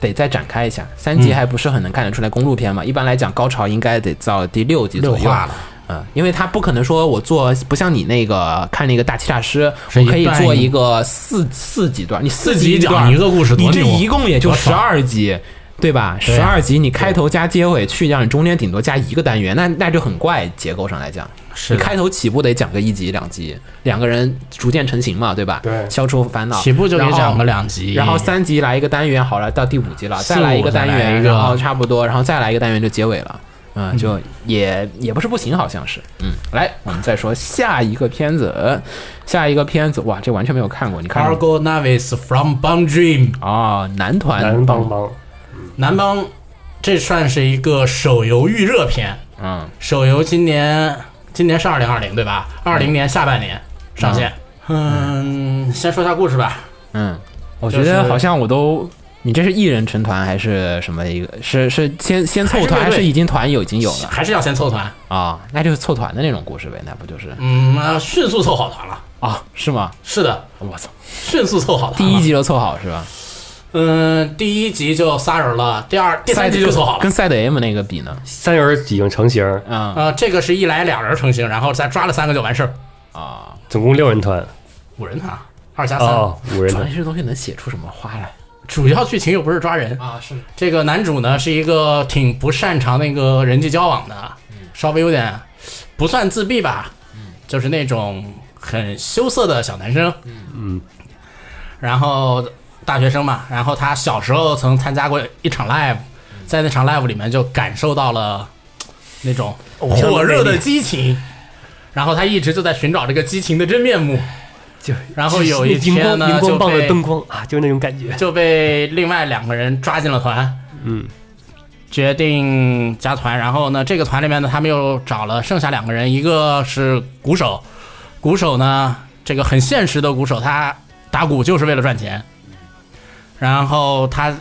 [SPEAKER 3] 嘖得再展开一下，三
[SPEAKER 5] 嗯
[SPEAKER 3] 集还不是很能看得出来公路片嘛。一般来讲，高潮应该得到第六集
[SPEAKER 5] 六
[SPEAKER 3] 左右。
[SPEAKER 5] 话了，
[SPEAKER 3] 嗯，因为他不可能说我做不像你那个看那个大欺诈师，
[SPEAKER 5] 是
[SPEAKER 3] 我
[SPEAKER 5] 一
[SPEAKER 3] 可以
[SPEAKER 5] 段
[SPEAKER 3] 做
[SPEAKER 5] 一
[SPEAKER 3] 一个四四集段，你四
[SPEAKER 5] 四
[SPEAKER 3] 集
[SPEAKER 5] 集讲
[SPEAKER 3] 段
[SPEAKER 5] 一个故事
[SPEAKER 3] 你
[SPEAKER 5] 多
[SPEAKER 3] 这
[SPEAKER 5] 牛啊
[SPEAKER 3] 一共也就
[SPEAKER 5] 多
[SPEAKER 3] 十
[SPEAKER 5] 爽
[SPEAKER 3] 二集。对吧？
[SPEAKER 5] 对
[SPEAKER 3] 十
[SPEAKER 5] 啊
[SPEAKER 3] 二集，你开头加结尾去掉，你中间顶多加一个单元，那那就很怪。结构上来讲，
[SPEAKER 5] 是
[SPEAKER 3] 你
[SPEAKER 5] 的
[SPEAKER 3] 开头起步得讲个一集两集，两个人逐渐成型嘛，对吧？
[SPEAKER 4] 对
[SPEAKER 3] 消除烦恼。
[SPEAKER 5] 起步就给
[SPEAKER 3] 然后
[SPEAKER 5] 讲个两集，
[SPEAKER 3] 然后三集来一个单元，好了，到第五集了，
[SPEAKER 5] 四
[SPEAKER 3] 再来一个单
[SPEAKER 5] 五再来一
[SPEAKER 3] 元，
[SPEAKER 5] 个
[SPEAKER 3] 然后差不多，然后再来一个单元就结尾了。嗯，就也也不是不行，好像是。嗯，来，我们再说下一个片子，下一个片子，哇，这完全没有看过，你看过
[SPEAKER 5] Cargo Navis from Bang Dream
[SPEAKER 3] 哦，男团
[SPEAKER 4] 男帮帮，
[SPEAKER 5] 南邦，这算是一个手游预热片。
[SPEAKER 3] 嗯，
[SPEAKER 5] 手游今年今年是二零二零对吧？二零年下半年上线。嗯，先说一下故事吧。
[SPEAKER 3] 嗯，我
[SPEAKER 5] 就
[SPEAKER 3] 觉
[SPEAKER 5] 是
[SPEAKER 3] 得好像我都，你这是艺人成团还是什么一个？是是先先凑团
[SPEAKER 5] 还
[SPEAKER 3] 还
[SPEAKER 5] 是乐队
[SPEAKER 3] 是已经团友已经有了
[SPEAKER 5] 还是要先凑团，
[SPEAKER 3] 啊、那就是凑团的那种故事呗，那不就是啊、啊
[SPEAKER 5] 嗯，那迅速凑好团了。
[SPEAKER 3] 是吗？
[SPEAKER 5] 是的，
[SPEAKER 3] 我操，
[SPEAKER 5] 迅速凑好团。
[SPEAKER 3] 第一，集就凑好是吧？
[SPEAKER 5] 嗯，第一集就仨人了，第二、第三集就凑好了
[SPEAKER 3] 跟。赛德 M 那个比呢？
[SPEAKER 4] 三人已经成型，
[SPEAKER 3] 嗯
[SPEAKER 5] 呃，这个是一来两人成型，然后再抓了三个就完事儿，
[SPEAKER 3] 啊，
[SPEAKER 4] 总共六人团
[SPEAKER 5] 五人团，二加三。
[SPEAKER 4] 哦，五人
[SPEAKER 3] 转
[SPEAKER 4] 团
[SPEAKER 3] 这东西能写出什么花来
[SPEAKER 5] 主要剧情又不是抓人，
[SPEAKER 3] 啊？是
[SPEAKER 5] 这个男主呢是一个挺不擅长那个人际交往的，稍微有点不算自闭吧，就是那种很羞涩的小男生。
[SPEAKER 4] 嗯，
[SPEAKER 5] 然后大学生嘛，然后他小时候曾参加过一场 live，在那场 live 里面就感受到了那种火热的激情，然后他一直就在寻找这个激情的真面目，
[SPEAKER 4] 就
[SPEAKER 5] 然后有一
[SPEAKER 4] 荧
[SPEAKER 5] 天
[SPEAKER 4] 光
[SPEAKER 5] 呢
[SPEAKER 4] 荧光棒
[SPEAKER 5] 就
[SPEAKER 4] 的
[SPEAKER 5] 被
[SPEAKER 4] 灯光啊，就是那种感觉，
[SPEAKER 5] 就被另外两个人抓进了团。
[SPEAKER 4] 嗯，
[SPEAKER 5] 决定加团，然后呢，这个团里面呢，他们又找了剩下两个人，一个是鼓手，鼓手呢，这个很现实的鼓手，他打鼓就是为了赚钱，然后他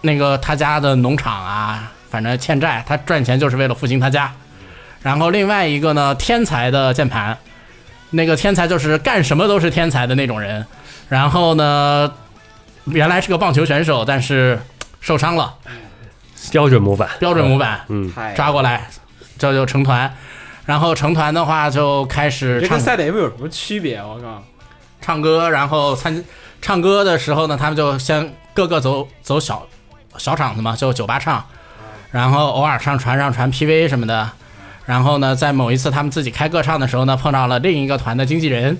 [SPEAKER 5] 那个他家的农场啊，反正欠债，他赚钱就是为了复兴他家，然后另外一个呢，天才的键盘，那个天才就是干什么都是天才的那种人，然后呢，原来是个棒球选手，但是受伤了，
[SPEAKER 4] 标准模板，
[SPEAKER 5] 标
[SPEAKER 8] 哎
[SPEAKER 5] 准模板。
[SPEAKER 4] 嗯，
[SPEAKER 5] 抓过来，这就成团。然后成团的话就开始
[SPEAKER 8] 这
[SPEAKER 5] 唱
[SPEAKER 8] 跟赛德 M 有什么区别？我靠，
[SPEAKER 5] 唱歌，然后参唱歌的时候呢，他们就先各个走走小小场子嘛，就酒吧唱，然后偶尔上船上传 PV 什么的。然后呢，在某一次他们自己开个唱的时候呢，碰到了另一个团的经纪人，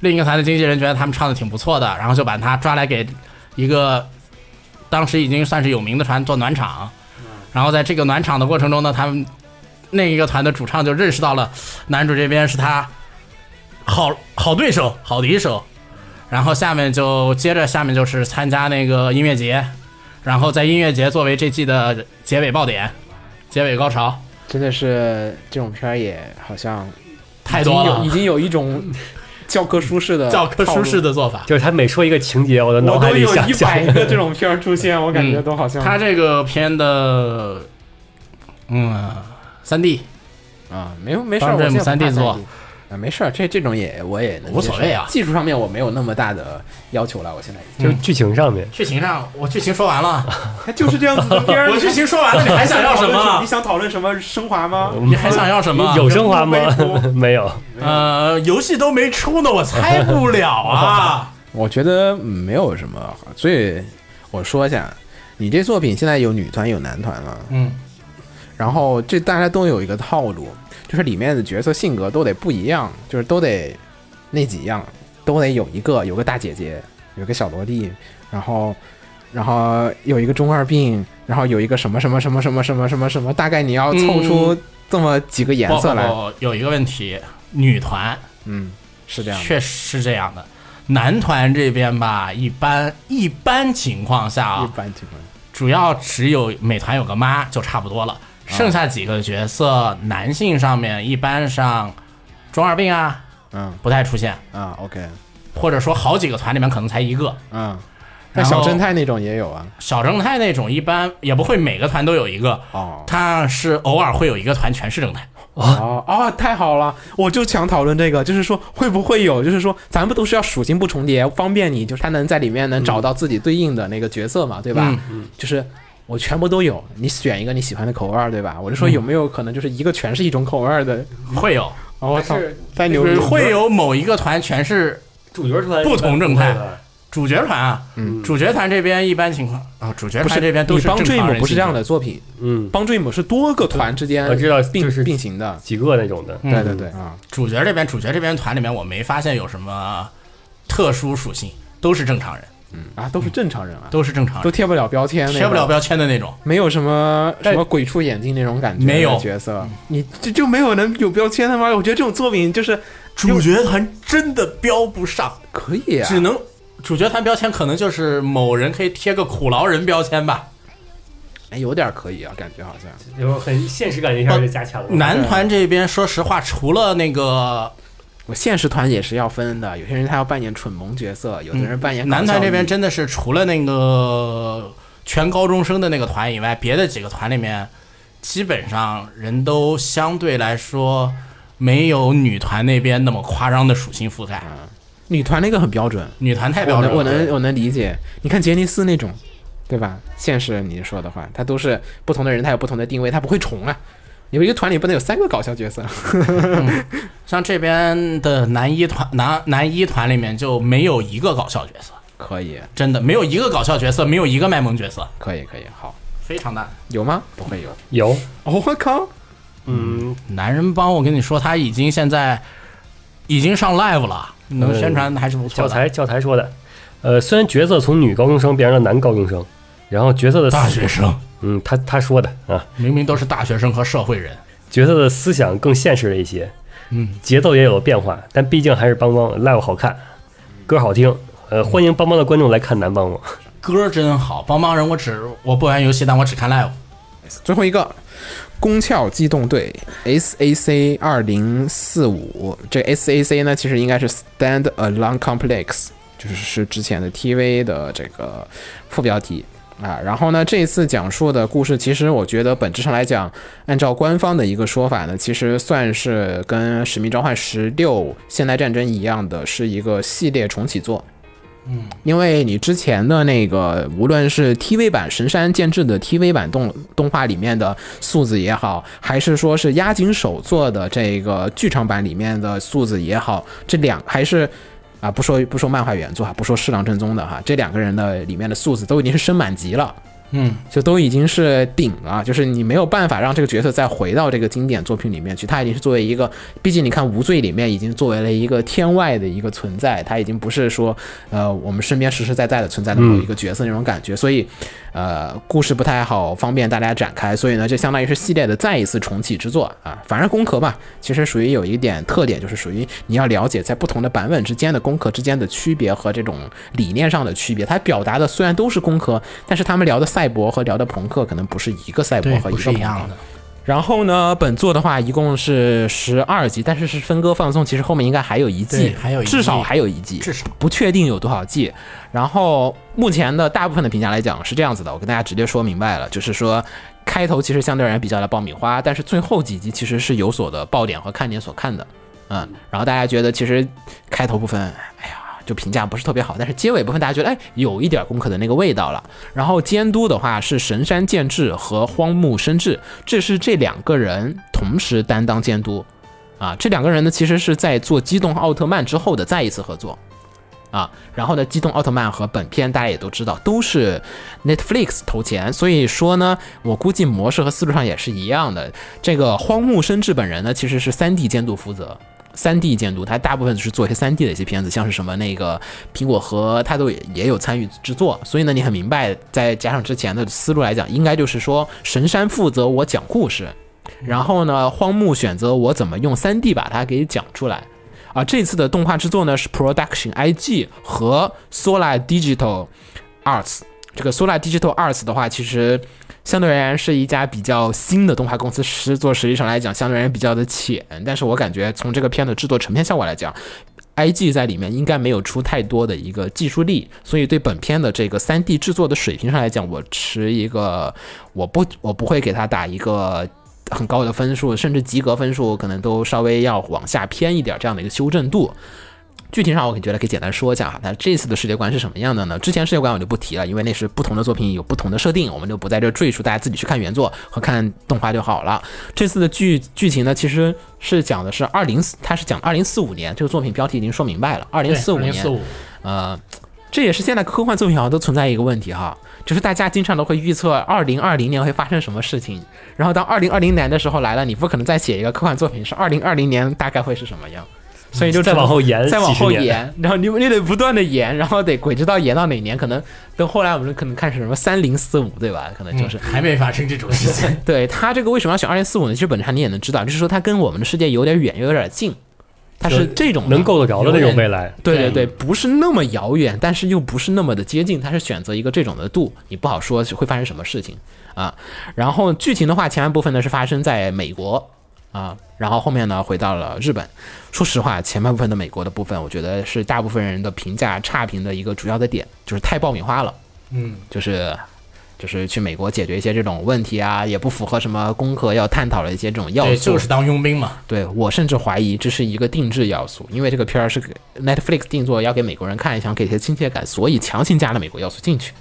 [SPEAKER 5] 另一个团的经纪人觉得他们唱的挺不错的，然后就把他抓来给一个当时已经算是有名的团做暖场。然后在这个暖场的过程中呢，他们另一个团的主唱就认识到了男主这边是他好好对手、好敌手，然后下面就接着下面就是参加那个音乐节，然后在音乐节作为这季的结尾爆点、结尾高潮，
[SPEAKER 7] 真的是这种片儿也好像
[SPEAKER 5] 太多了
[SPEAKER 7] 已经有已，经有一种教科书式的
[SPEAKER 5] 教科书式
[SPEAKER 7] 的，
[SPEAKER 5] 的做法。
[SPEAKER 4] 就是他每说一个情节，我的脑
[SPEAKER 7] 我
[SPEAKER 4] 海
[SPEAKER 7] 都
[SPEAKER 4] 里
[SPEAKER 7] 有
[SPEAKER 4] 想
[SPEAKER 7] 一
[SPEAKER 4] 象
[SPEAKER 7] 百 个这种片儿出现，我感觉
[SPEAKER 5] 嗯
[SPEAKER 7] 都好像
[SPEAKER 5] 他这个片的，嗯，三 D
[SPEAKER 7] 啊，没有没事，
[SPEAKER 5] 帮
[SPEAKER 7] 我
[SPEAKER 5] 这
[SPEAKER 7] 现在
[SPEAKER 5] 母三
[SPEAKER 7] 不怕
[SPEAKER 5] D 做
[SPEAKER 7] 三 D 啊，没事儿，这这种也我也能
[SPEAKER 5] 无所
[SPEAKER 7] 接受
[SPEAKER 5] 谓啊
[SPEAKER 7] 技术上面我没有那么大的要求了，我现在已经
[SPEAKER 4] 就是剧情上面，
[SPEAKER 5] 剧情上，我剧情说完了，
[SPEAKER 8] 它就是这样子的片儿。
[SPEAKER 5] 我
[SPEAKER 8] 你
[SPEAKER 5] 剧情说完了，你还想要什么
[SPEAKER 8] 你？想讨论什么升华吗？
[SPEAKER 5] 你还想要什么？
[SPEAKER 4] 有升华吗
[SPEAKER 8] 有微？博
[SPEAKER 4] 没有，
[SPEAKER 5] 呃，游戏都没出呢，我猜不了啊。
[SPEAKER 7] 我觉得嗯没有什么好，所以我说一下，你这作品现在有女团有男团了，
[SPEAKER 5] 嗯，
[SPEAKER 7] 然后这大家都有一个套路，就是里面的角色性格都得不一样，就是都得那几样，都得有一个有个大姐姐，有个小萝莉，然后然后有一个中二病，然后有一个什么什么什么什么什么什么什么，大概你要凑出这么几个颜
[SPEAKER 5] 不
[SPEAKER 7] 色
[SPEAKER 5] 不
[SPEAKER 7] 来，
[SPEAKER 5] 不，有一个问题，女团
[SPEAKER 7] 嗯，是这样的。
[SPEAKER 5] 确实是这样的，男团这边吧，一般一般情况下啊，
[SPEAKER 7] 般情况
[SPEAKER 5] 主要只有美团有个妈就差不多了，剩下几个角色，男性上面一般上中二病啊，
[SPEAKER 3] 嗯
[SPEAKER 5] 不太出现，
[SPEAKER 3] 啊，OK，
[SPEAKER 5] 或者说好几个团里面可能才一个。
[SPEAKER 3] 嗯，那
[SPEAKER 5] 然后
[SPEAKER 3] 小正太那种也有啊，
[SPEAKER 5] 小正太那种一般也不会每个团都有一个，
[SPEAKER 3] 哦
[SPEAKER 5] 他是偶尔会有一个团全是正太。
[SPEAKER 3] 哦哦，太好了，我就想讨论这个，就是说会不会有，就是说咱们都是要属性不重叠，方便你就是他能在里面能找到自己对应的那个角色嘛，对
[SPEAKER 4] 嗯
[SPEAKER 3] 吧？就是。我全部都有，你选一个你喜欢的口味儿，对吧？我就说有没有可能就是一个全是一种口味儿的？
[SPEAKER 5] 会有，
[SPEAKER 3] 哦我操，太牛逼
[SPEAKER 5] 嗯就是
[SPEAKER 3] 了！
[SPEAKER 5] 会有某一个团全是
[SPEAKER 4] 主角团
[SPEAKER 5] 不同正派主角团啊，主角团这边一般情况啊，主角
[SPEAKER 3] 不是
[SPEAKER 5] 团这边都
[SPEAKER 3] 你
[SPEAKER 5] 是
[SPEAKER 3] 帮
[SPEAKER 5] 正
[SPEAKER 3] dream
[SPEAKER 5] 常人
[SPEAKER 3] 不是
[SPEAKER 5] 进
[SPEAKER 3] 这样
[SPEAKER 5] 行
[SPEAKER 3] 的作品，
[SPEAKER 4] 嗯，
[SPEAKER 3] 帮 dream 是多个团之间
[SPEAKER 4] 我知道
[SPEAKER 3] 并
[SPEAKER 4] 就是
[SPEAKER 3] 并行的，
[SPEAKER 4] 几个那种的，
[SPEAKER 5] 嗯
[SPEAKER 3] 对对对啊，
[SPEAKER 5] 主角这边，主角这边团里面，我没发现有什么特殊属性，都是正常人，
[SPEAKER 3] 啊都是正常人啊，
[SPEAKER 5] 都是正常
[SPEAKER 3] 都
[SPEAKER 5] 人，
[SPEAKER 3] 贴不了标签，
[SPEAKER 5] 贴不了，标签的那种。
[SPEAKER 3] 没有什么什
[SPEAKER 4] 但
[SPEAKER 3] 么鬼畜眼镜那种感觉，
[SPEAKER 5] 没有
[SPEAKER 3] 角色，你这就没有能有标签的吗？我觉得这种作品就是
[SPEAKER 5] 主角团真的标不上，
[SPEAKER 3] 可以啊，
[SPEAKER 5] 只能主角团标签可能就是某人可以贴个苦劳人标签吧。
[SPEAKER 3] 哎有点可以啊，感觉好像
[SPEAKER 4] 有很现实感一下就加强了。
[SPEAKER 5] 男团这边，说实话，除了那个
[SPEAKER 3] 我现实团也是要分的，有些人他要扮演蠢萌角色，有的人扮演
[SPEAKER 5] 嗯男团这边
[SPEAKER 3] 真
[SPEAKER 5] 真的是除了那个全高中生的那个团以外，别的几个团里面，基本上人都相对来说没有女团那边那么夸张的属性覆盖。
[SPEAKER 3] 女团那个很标准，
[SPEAKER 5] 女团太
[SPEAKER 3] 我
[SPEAKER 5] 标准
[SPEAKER 3] 能
[SPEAKER 5] 了，
[SPEAKER 3] 我能我能理解，你看杰尼斯那种。对吧？现实你说的话，他都是不同的人，他有不同的定位，他不会重啊。你们一个团里不能有三个搞笑角色，
[SPEAKER 5] 像这边的男一团男男一团里面就没有一个搞笑角色，
[SPEAKER 3] 可以，
[SPEAKER 5] 真的没有一个搞笑角色，没有一个卖萌角色，
[SPEAKER 3] 可以，可以，好，
[SPEAKER 5] 非常难。
[SPEAKER 3] 有吗？不会有。
[SPEAKER 4] 有，
[SPEAKER 3] 哦我靠，
[SPEAKER 4] 嗯，
[SPEAKER 5] 男人帮我跟你说，他已经现在已经上 live 了，能宣传还是不错
[SPEAKER 4] 教
[SPEAKER 5] 的。
[SPEAKER 4] 材教材说的，呃，虽然角色从女高中生变成了男高中生，然后角色的
[SPEAKER 5] 大
[SPEAKER 4] 思
[SPEAKER 5] 学生
[SPEAKER 4] 嗯，他他说的啊，
[SPEAKER 5] 明明都是大学生和社会人，
[SPEAKER 4] 角色的思想更现实了一些，
[SPEAKER 5] 嗯，
[SPEAKER 4] 节奏也有了变化，但毕竟还是邦邦 live 好看，歌好听，呃，
[SPEAKER 3] 嗯
[SPEAKER 4] 欢迎邦邦的观众来看男邦邦。
[SPEAKER 5] 歌儿真好，帮帮人，我只我不玩游戏，但我只看 live。
[SPEAKER 3] 最后一个，宫壳机动队 SAC 二零四五，这 SAC 呢其实应该是 Stand Alone Complex，就是是之前的 TV 的这个副标题。啊，然后呢？这一次讲述的故事，其实我觉得本质上来讲，按照官方的一个说法呢，其实算是跟《使命召唤十六：现代战争》一样的，是一个系列重启作。因为你之前的那个，无论是 TV 版神山健治的 TV 版动动画里面的素子也好，还是说是押井守做的这个剧场版里面的素子也好，这两还是啊，不说不说漫画原作啊，不说侍郎正宗的哈，这两个人的里面的素子都已经是升满级了。
[SPEAKER 5] 嗯，
[SPEAKER 3] 就都已经是顶了，就是你没有办法让这个角色再回到这个经典作品里面去。他已经是作为一个，毕竟你看《无罪》里面已经作为了一个天外的一个存在，他已经不是说呃我们身边实实在在的存在的某一个角色那种感觉。所以，呃，故事不太好方便大家展开，所以呢，这相当于是系列的再一次重启之作啊。反正《攻壳》嘛，其实属于有一点特点，就是属于你要了解在不同的版本之间的攻壳之间的区别和这种理念上的区别。它表达的虽然都是攻壳，但是他们聊的赛博和聊的朋克可能哎不是一个赛博
[SPEAKER 5] 对，
[SPEAKER 3] 和一
[SPEAKER 5] 不
[SPEAKER 3] 个
[SPEAKER 5] 是一
[SPEAKER 3] 朋
[SPEAKER 5] 样
[SPEAKER 3] 克。
[SPEAKER 5] 的。
[SPEAKER 3] 然后呢，本作的话一共是十二集，但是是分割放送，其实后面应该还有一季
[SPEAKER 5] 对，还有一季
[SPEAKER 3] 至少还有一季，
[SPEAKER 5] 至少
[SPEAKER 3] 不确定有多少季。然后目前的大部分的评价来讲是这样子的，我跟大家直接说明白了，就是说开头其实相对而言比较的爆米花，但是最后几集其实是有所的爆点和看点所看的，嗯，然后大家觉得其实开头部分，哎呀。就评价不是特别好，但是结尾部分大家觉得哎有一点功课的那个味道了。然后监督的话是神山健治和荒木伸志，这是这两个人同时担当监督，啊，这两个人呢其实是在做机动奥特曼之后的再一次合作，啊，然后呢，机动奥特曼和本片大家也都知道都是 Netflix 投钱，所以说呢，我估计模式和思路上也是一样的。这个荒木伸志本人呢，其实是三 D 监督负责。三 D 监督，他大部分是做一些三 D 的一些片子，像是什么那个苹果核，他都也也有参与制作，所以呢，你很明白，再加上之前的思路来讲，应该就是说神山负责我讲故事，然后呢，荒木选择我怎么用三 D 把它给讲出来。啊，这次的动画制作呢是 Production IG 和 Solar Digital Arts。这个 Solar Digital Arts 的话，其实相对而言是一家比较新的动画公司，实做实力上来讲，相对而言比较的浅。但是我感觉从这个片的制作成片效果来讲，IG 在里面应该没有出太多的一个技术力，所以对本片的这个 3D 制作的水平上来讲，我持一个我不我不会给它打一个。很高的分数，甚至及格分数，可能都稍微要往下偏一点，这样的一个修正度。具体上，我觉得可以简单说一下哈。那这次的世界观是什么样的呢？之前世界观我就不提了，因为那是不同的作品有不同的设定，我们就不在这赘述，大家自己去看原作和看动画就好了。这次的剧剧情呢，其实是讲的是二零，它是讲二零四五年，这个作品标题已经说明白了，二零四五
[SPEAKER 5] 零四
[SPEAKER 3] 年，
[SPEAKER 5] 五，
[SPEAKER 3] 呃，这也是现在科幻作品好像都存在一个问题哈，就是大家经常都会预测二零二零年会发生什么事情，然后当二零二零年的时候来了，你不可能再写一个科幻作品是二零二零年大概会是什么样，所以就
[SPEAKER 4] 再
[SPEAKER 3] 只能
[SPEAKER 4] 往后延，
[SPEAKER 3] 再往后
[SPEAKER 4] 几十年，
[SPEAKER 3] 延，然后你你得不断的延，然后得鬼知道延到哪年，可能等后来我们可能看是什么三零四五，对吧？可能
[SPEAKER 4] 嗯
[SPEAKER 3] 就是、
[SPEAKER 5] 还没发生这种 事情。
[SPEAKER 3] 对他这个为什么要选二零四五呢？其实本质上你也能知道，就是说它跟我们的世界有点远，又有点近，它是
[SPEAKER 4] 就
[SPEAKER 3] 这种的
[SPEAKER 4] 能够得着的那
[SPEAKER 5] 有
[SPEAKER 4] 种
[SPEAKER 5] 点
[SPEAKER 4] 未来。
[SPEAKER 3] 对对
[SPEAKER 5] 对
[SPEAKER 3] 对，不是那么遥远，但是又不是那么的接近，它是选择一个这种的度，你不好说会发生什么事情啊。然后剧情的话，前半部分呢是发生在美国啊，然后后面呢回到了日本。说实话，前半部分的美国的部分，我觉得是大部分人的评价差评的一个主要的点，就是太爆米花了。
[SPEAKER 5] 嗯，
[SPEAKER 3] 就是就是去美国解决一些这种问题啊，也不符合什么攻壳要探讨的一些这种要素。
[SPEAKER 5] 对，就是当佣兵嘛。
[SPEAKER 3] 对我甚至怀疑这是一个定制要素，因为这个片儿是给 Netflix 定做，要给美国人看，想给些亲切感，所以强行加了美国要素进去。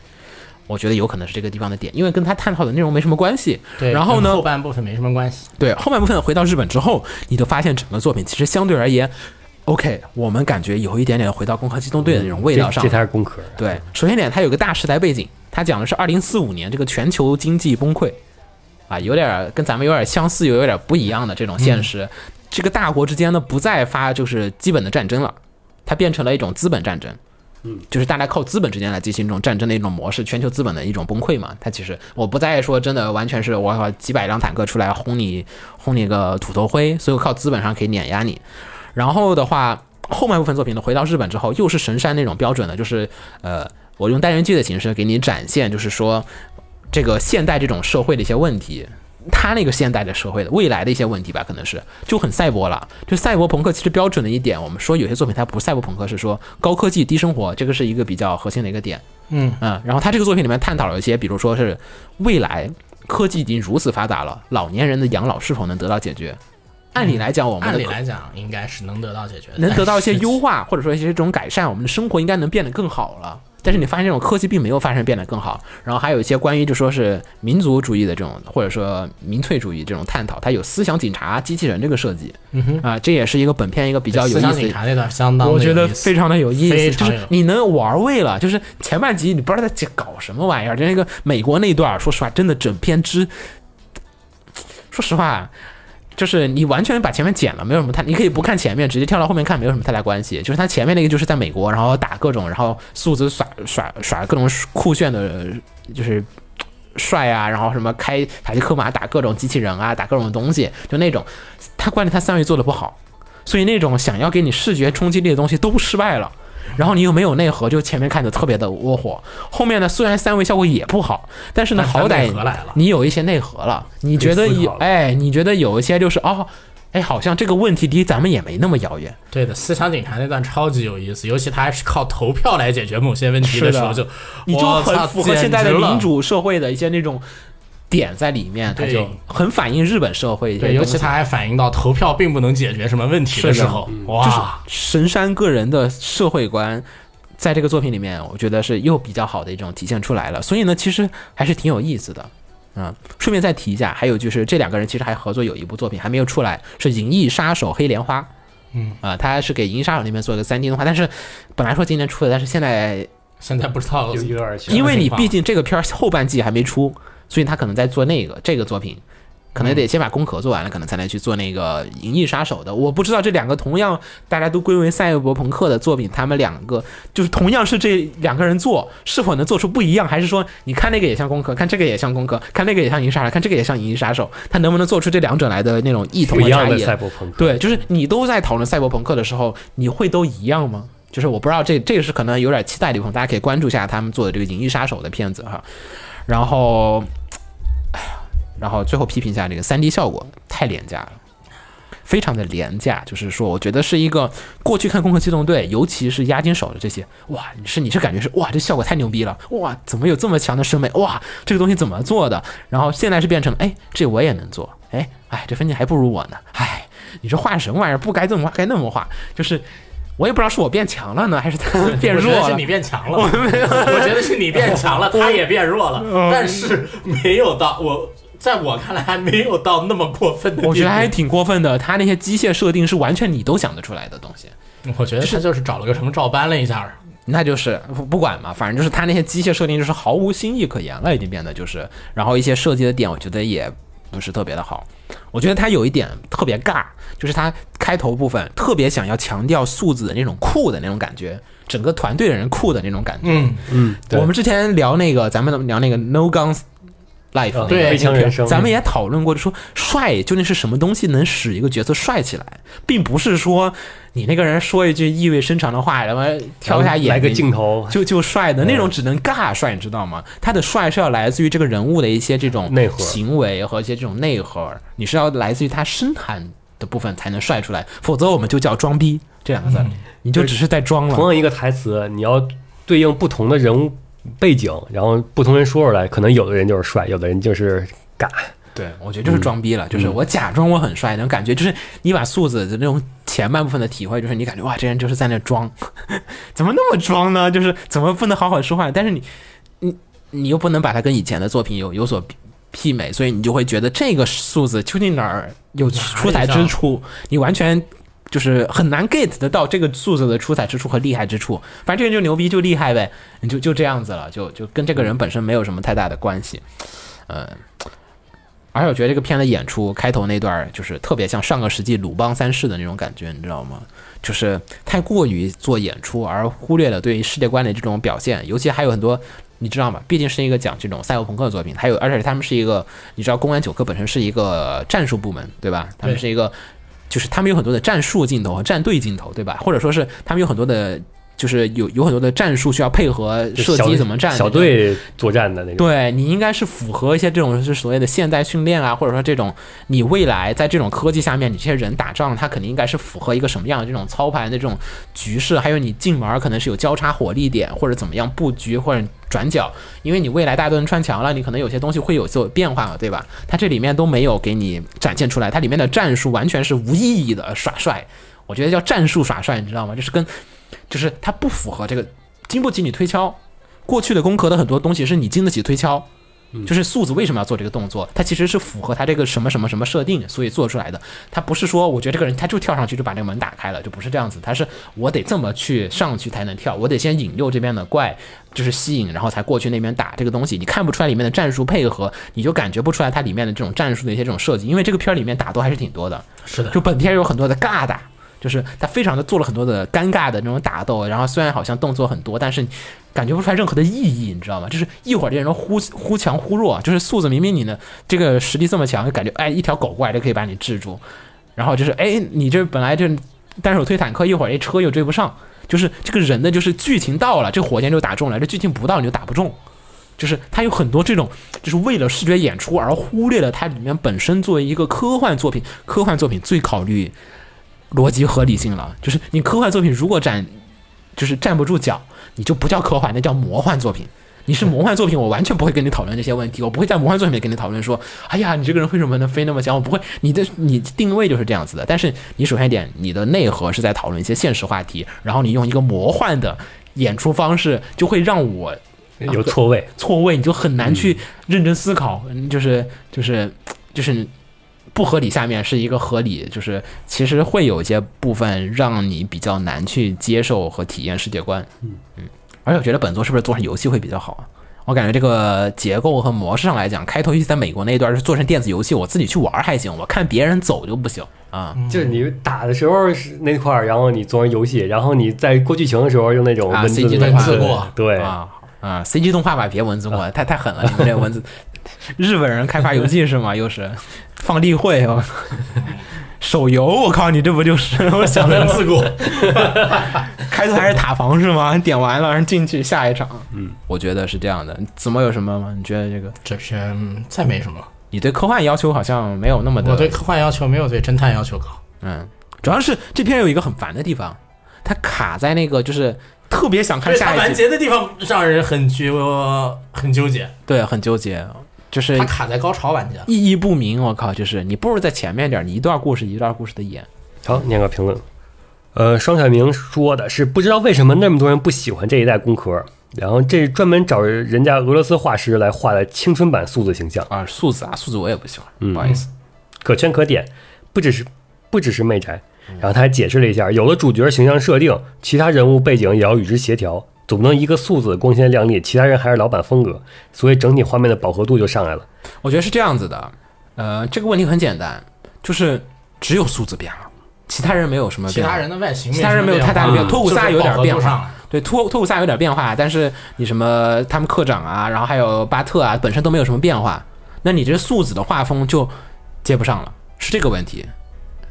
[SPEAKER 3] 我觉得有可能是这个地方的点，因为跟他探讨的内容没什么关系。
[SPEAKER 5] 对，
[SPEAKER 3] 然后
[SPEAKER 5] 跟
[SPEAKER 3] 呢
[SPEAKER 5] 后半部分没什么关系。
[SPEAKER 3] 对，后半部分回到日本之后，你就发现整个作品其实相对而言，OK，我们感觉有一点点回到《攻壳机动队》的那种味道
[SPEAKER 4] 这
[SPEAKER 3] 上
[SPEAKER 4] 这。才是工科。
[SPEAKER 3] 对，首先点，它有个大时代背景，它讲的是二零四五年这个全球经济崩溃，啊，有点儿跟咱们有点相似，又有点不一样的这种现实。这个大国之间呢，不再发就是基本的战争了，它变成了一种资本战争。嗯，就是大家靠资本之间来进行一种战争的一种模式，全球资本的一种崩溃嘛。它其实我不再说真的完全是我靠几百辆坦克出来轰你轰你个土头灰，所以我靠资本上可以碾压你。然后的话，后半部分作品呢，回到日本之后，又是神山那种标准的，就是呃，我用单元剧的形式给你展现，就是说这个现代这种社会的一些问题。他那个现代的社会的未来的一些问题吧，可能是就很赛博了。就赛博朋克其实标准的一点，我们说有些作品它不赛博朋克，是说高科技低生活，这个是一个比较核心的一个点。
[SPEAKER 5] 嗯
[SPEAKER 3] 嗯，然后他这个作品里面探讨了一些，比如说是未来科技已经如此发达了，老年人的养老是否能得到解决？按理来讲，我们
[SPEAKER 5] 按
[SPEAKER 3] 的
[SPEAKER 5] 理来讲，应该是能得到解决的，
[SPEAKER 3] 能得到一些
[SPEAKER 5] 但是
[SPEAKER 3] 优化，或者说一些这种改善，我们的生活应该能变得更好 了。但是你发现这种科技并没有发生变得更好，然后还有一些关于就说是民族主义的这种，或者说民粹主义这种探讨，它有思想警察、机器人这个设计，嗯
[SPEAKER 5] 哼
[SPEAKER 3] 啊，这也是一个本片一个比较有
[SPEAKER 5] 思
[SPEAKER 3] 意
[SPEAKER 5] 想
[SPEAKER 3] 思
[SPEAKER 5] 警
[SPEAKER 3] 的。
[SPEAKER 5] 察那段相当的有
[SPEAKER 3] 我
[SPEAKER 5] 意思，
[SPEAKER 3] 觉得非常的有意
[SPEAKER 5] 非
[SPEAKER 3] 思，就
[SPEAKER 5] 常有
[SPEAKER 3] 是你能玩味了，就是前半集你不知道在搞什么玩意儿，就那个美国那段儿，说实话，真的整篇之，说实话，就是你完全把前面剪了，没有什么太，你可以不看前面，直接跳到后面看，没有什么太大关系。就是它前面那个就是在美国，然后打各种，然后素子耍耍耍各种酷炫的，就是帅啊，然后什么开塔吉克马打各种机器人啊，打各种东西，就那种。他关键他三维做的不好，所以那种想要给你视觉冲击力的东西都失败了。然后你又没有内核，就前面看着特别的窝火，后面呢虽然三维效果也不好，但是呢
[SPEAKER 5] 但是它
[SPEAKER 3] 好歹
[SPEAKER 5] 内核来了
[SPEAKER 3] 你有一些内核了，你觉得
[SPEAKER 4] 思考
[SPEAKER 3] 有
[SPEAKER 4] 了
[SPEAKER 3] 哎，你觉得有一些就是哦，哎，好像这个问题离咱们也没那么遥远。
[SPEAKER 5] 对的，思想警察那段超级有意思，尤其他还是靠投票来解决某些问题时候
[SPEAKER 3] 是
[SPEAKER 5] 就，
[SPEAKER 3] 的你就
[SPEAKER 5] 我
[SPEAKER 3] 很
[SPEAKER 5] 操
[SPEAKER 3] 符合现在的
[SPEAKER 5] 简直了
[SPEAKER 3] 民主社会的一些那种点在里面，它
[SPEAKER 5] 对
[SPEAKER 3] 就很反映日本社会一些
[SPEAKER 5] 对，尤
[SPEAKER 3] 东
[SPEAKER 5] 其
[SPEAKER 3] 西
[SPEAKER 5] 他还反映到投票并不能解决什么问题的
[SPEAKER 3] 是的
[SPEAKER 5] 时候，
[SPEAKER 3] 就是
[SPEAKER 5] 哇，
[SPEAKER 3] 神山个人的社会观，在这个作品里面，我觉得是又比较好的一种体现出来了。所以呢，其实还是挺有意思的。嗯，顺便再提一下，还有就是这两个人其实还合作有一部作品还没有出来，是《银翼杀手黑莲花》。
[SPEAKER 5] 嗯
[SPEAKER 3] 啊、他是给《银翼杀手》那边做一个三 D 动画，但是本来说今年出的，但是现在
[SPEAKER 5] 现在不知道
[SPEAKER 4] 有有点像
[SPEAKER 3] 因为你
[SPEAKER 5] 情况
[SPEAKER 3] 毕竟这个片儿后半季还没出，所以他可能在做那个这个作品，可能
[SPEAKER 4] 嗯
[SPEAKER 3] 得先把《攻壳》做完了，可能才能去做那个《银翼杀手》的。我不知道这两个同样大家都归为赛博朋克的作品，他们两个就是同样是这两个人做，是否能做出不一样？还是说你看那个也像《攻壳》，看这个也像《攻壳》，看那个也像《银翼杀手》，看这个也像《银翼杀手》，他能不能做出这两者来的那种异同
[SPEAKER 4] 不
[SPEAKER 3] 和
[SPEAKER 4] 一
[SPEAKER 3] 差
[SPEAKER 4] 样的
[SPEAKER 3] 异？
[SPEAKER 4] 赛博朋克。
[SPEAKER 3] 对，就是你都在讨论赛博朋克的时候，你会都一样吗？就是我不知道这这个是可能有点期待的地方，大家可以关注一下他们做的这个《银翼杀手》的片子哈。然后然后最后批评一下这个三 D 效果太廉价了。非常的廉价，就是说，我觉得是一个过去看《攻壳机动队》，尤其是押金手的这些，哇，你是你是感觉是哇，这效果太牛逼了，哇，怎么有这么强的审美？哇，这个东西怎么做的？然后现在是变成，哎，这我也能做，哎，哎，这分镜还不如我呢，哎，你这画什么玩意儿？不该这么画，该那么画，就是我也不知道是我变强了呢，还是 他变
[SPEAKER 5] 我觉
[SPEAKER 3] 弱
[SPEAKER 5] 得
[SPEAKER 3] 了
[SPEAKER 5] 是。你变强了， 我觉得是你变强 了，他也变弱了，
[SPEAKER 3] 嗯
[SPEAKER 5] 但是没有到我，在我看来还没有到那么过分的地步。
[SPEAKER 3] 我觉得还挺过分的，他那些机械设定是完全你都想得出来的东西。
[SPEAKER 5] 我觉得他就是找了个什么照搬了一下儿，
[SPEAKER 3] 那就是不不管嘛，反正就是它那些机械设定就是毫无新意可言了，已经变得就是，然后一些设计的点我觉得也不是特别的好。我觉得它有一点特别尬，就是它开头部分特别想要强调素子的那种酷的那种感觉，整个团队的人酷的那种感觉。
[SPEAKER 5] 嗯，
[SPEAKER 4] 嗯，对
[SPEAKER 3] 我们之前聊那个，咱们聊那个 No Guns Life，、
[SPEAKER 4] 啊
[SPEAKER 5] 对
[SPEAKER 4] 非强人生，
[SPEAKER 3] 咱们也讨论过，说帅究竟是什么东西能使一个角色帅起来，并不是说你那个人说一句意味深长的话，然后挑一下眼
[SPEAKER 4] 来个
[SPEAKER 3] 睛
[SPEAKER 4] 镜头
[SPEAKER 3] 就就帅的
[SPEAKER 4] 嗯
[SPEAKER 3] 那种，只能尬帅，你知道吗？他的帅是要来自于这个人物的一些这种
[SPEAKER 4] 内核
[SPEAKER 3] 行为和一些这种内核，你是要来自于他深含的部分才能帅出来，否则我们就叫装逼这两个
[SPEAKER 4] 嗯
[SPEAKER 3] 字儿，你就只是在装
[SPEAKER 4] 同
[SPEAKER 3] 了。
[SPEAKER 4] 样一个台词，你要对应不同的人物背景，然后不同人说出来，可能有的人就是帅，有的人就是尬。
[SPEAKER 3] 对，嗯我觉得就是装逼了，就是我假装我很帅那种感觉，就是你把素子的那种前半部分的体会，就是你感觉哇，这人就是在那装， 怎么那么装呢？就是怎么不能好好说话？但是你，你你又不能把它跟以前的作品有有所媲媲美，所以你就会觉得这个数字究竟哪儿有出彩之处？你完全就是很难 get 得到这个数字的出彩之处和厉害之处。反正这个人就牛逼就厉害呗，你就就这样子了，就就跟这个人本身没有什么太大的关系，嗯。而且我觉得这个片的演出开头那段儿就是特别像上个世纪鲁邦三世的那种感觉，你知道吗？就是太过于做演出，而忽略了对于世界观的这种表现。尤其还有很多，你知道吗？毕竟是一个讲这种赛博朋克的作品，还有而且他们是一个，你知道，公安九课本身是一个战术部门，对吧？他们
[SPEAKER 5] 对
[SPEAKER 3] 是一个，就是他们有很多的战术镜头和战队镜头，对吧？或者说是他们有很多的，就是有有很多的战术需要配合
[SPEAKER 4] 就
[SPEAKER 3] 射
[SPEAKER 4] 小
[SPEAKER 3] 击怎么战，对
[SPEAKER 4] 小
[SPEAKER 3] 吧
[SPEAKER 4] 队作战的那种。
[SPEAKER 3] 对你应该是符合一些这种就是所谓的现代训练啊，或者说这种你未来在这种科技下面，你这些人打仗，他肯定应该是符合一个什么样的这种操盘的这种局势，还有你进门儿可能是有交叉火力点，或者怎么样布局，或者转角，因为你未来大家都能穿墙了，你可能有些东西会有所变化嘛，对吧？它这里面都没有给你展现出来，它里面的战术完全是无意义的耍帅，我觉得叫战术耍帅，你知道吗？就是跟就是它不符合这个，经不起你推敲。过去的工科的很多东西是你经得起推敲，
[SPEAKER 5] 嗯
[SPEAKER 3] 就是素子为什么要做这个动作，它其实是符合它这个什么什么什么设定，所以做出来的。它不是说我觉得这个人他就跳上去就把那个门打开了，就不是这样子。它是我得这么去上去才能跳，我得先引诱这边的怪，就是吸引，然后才过去那边打这个东西。你看不出来里面的战术配合，你就感觉不出来它里面的这种战术的一些这种设计，因为这个片儿里面打斗还是挺多的。
[SPEAKER 5] 是的，
[SPEAKER 3] 就本片有很多的尬打，就是他非常的做了很多的尴尬的那种打斗，然后虽然好像动作很多，但是感觉不出来任何的意义，你知道吗？就是一会儿这人忽忽强忽弱，就是素子明明你呢这个实力这么强，就感觉哎一条狗过来就可以把你制住，然后就是哎你这本来这单手推坦克，一会儿这车又追不上，就是这个人的就是剧情到了，这火箭就打中了，这剧情不到你就打不中。就是它有很多这种，就是为了视觉演出而忽略了它里面本身作为一个科幻作品，科幻作品最考虑逻辑合理性了。就是你科幻作品如果站，就是站不住脚，你就不叫科幻，那叫魔幻作品。你是魔幻作品，我完全不会跟你讨论这些问题，我不会在魔幻作品里跟你讨论说，哎呀，你这个人为什么能飞那么强？我不会，你的你定位就是这样子的。但是你首先一点，你的内核是在讨论一些现实话题，然后你用一个魔幻的演出方式，就会让我
[SPEAKER 4] 有错位，
[SPEAKER 3] 错位，你就很难去认真思考，嗯就是就是就是不合理下面是一个合理，就是其实会有一些部分让你比较难去接受和体验世界观。嗯而且我觉得本作是不是做成游戏会比较好啊？我感觉这个结构和模式上来讲，开头尤其在美国那一段是做成电子游戏，我自己去玩还行，我看别人走就不行啊。
[SPEAKER 4] 就是你打的时候是那块儿，然后你做成游戏，然后你在过剧情的时候用那种
[SPEAKER 3] 啊
[SPEAKER 4] 文字
[SPEAKER 3] CG
[SPEAKER 4] 的
[SPEAKER 5] 文字
[SPEAKER 4] 对
[SPEAKER 5] 过
[SPEAKER 4] 对，
[SPEAKER 3] 啊啊！CG 动画吧，别文字过，太太狠了，你们这文字，日本人开发游戏是吗？又是放例会哦， 手游，我靠，你这不就是？ 我想
[SPEAKER 5] 文
[SPEAKER 3] 的
[SPEAKER 5] 字过，
[SPEAKER 3] 开头还是塔防是吗？点完了，然后进去下一场。嗯，我觉得是这样的。怎么有什么吗？你觉得这个
[SPEAKER 5] 这篇再没什么了，
[SPEAKER 3] 你对科幻要求好像没有那么的，
[SPEAKER 5] 我对科幻要求没有对侦探要求高。
[SPEAKER 3] 嗯，主要是这片有一个很烦的地方，它卡在那个就是特别想看
[SPEAKER 5] 对它
[SPEAKER 3] 下
[SPEAKER 5] 完
[SPEAKER 3] 一集，
[SPEAKER 5] 结的地方让人很纠很纠结，
[SPEAKER 3] 对，很纠结，就是
[SPEAKER 5] 它卡在高潮完结。
[SPEAKER 3] 意义不明。我靠，就是你不如在前面点儿，你一段故事一段故事的演。
[SPEAKER 4] 好，念个评论。呃，双小明说的是不知道为什么那么多人不喜欢这一代工壳，然后这专门找人家俄罗斯画师来画的青春版素子形象，
[SPEAKER 3] 啊，素子啊，素子我也不喜欢，不好意思。
[SPEAKER 4] 可圈可点，不只是不只是媚宅。
[SPEAKER 3] 嗯
[SPEAKER 4] 然后他还解释了一下，有了主角形象设定，其他人物背景也要与之协调，总不能一个素子光鲜亮丽，其他人还是老板风格，所以整体画面的饱和度就上来了。
[SPEAKER 3] 我觉得是这样子的，呃，这个问题很简单，就是只有素子变了，其他人没有什么
[SPEAKER 5] 其
[SPEAKER 3] 变化
[SPEAKER 5] 他人的外形，
[SPEAKER 3] 其他人没有太大的变化，
[SPEAKER 5] 嗯
[SPEAKER 3] 托古萨有点变
[SPEAKER 5] 就是饱和度上来
[SPEAKER 3] 化，对托托古萨有点变化，但是你什么他们科长啊，然后还有巴特啊，本身都没有什么变化，那你这素子的画风就接不上了，是这个问题，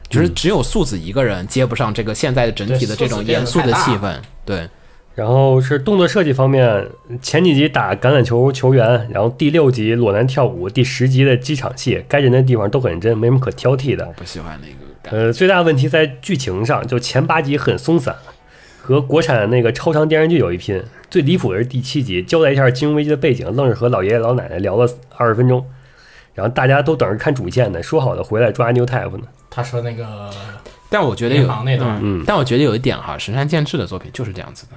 [SPEAKER 3] 就是只有素子一个人接不上这个现在的整体的这种严肃的气氛，对，
[SPEAKER 4] 然后是动作设计方面，前几集打橄榄球球员，然后第六集裸男跳舞，第十集的机场戏，该认真的地方都很认真，没什么可挑剔的。
[SPEAKER 3] 不喜欢那个感觉，
[SPEAKER 4] 呃，最大的问题在剧情上，就前八集很松散，和国产那个超长电视剧有一拼。最离谱的是第七集，交代一下金融危机的背景，愣是和老爷爷老奶奶聊了二十分钟，然后大家都等着看主线呢，说好的回来抓 New Type 呢。
[SPEAKER 5] 他说那个
[SPEAKER 3] 但我觉得
[SPEAKER 5] 联
[SPEAKER 3] 有
[SPEAKER 5] 防那段，
[SPEAKER 3] 嗯，但我觉得有一点哈，神山健治的作品就是这样子的，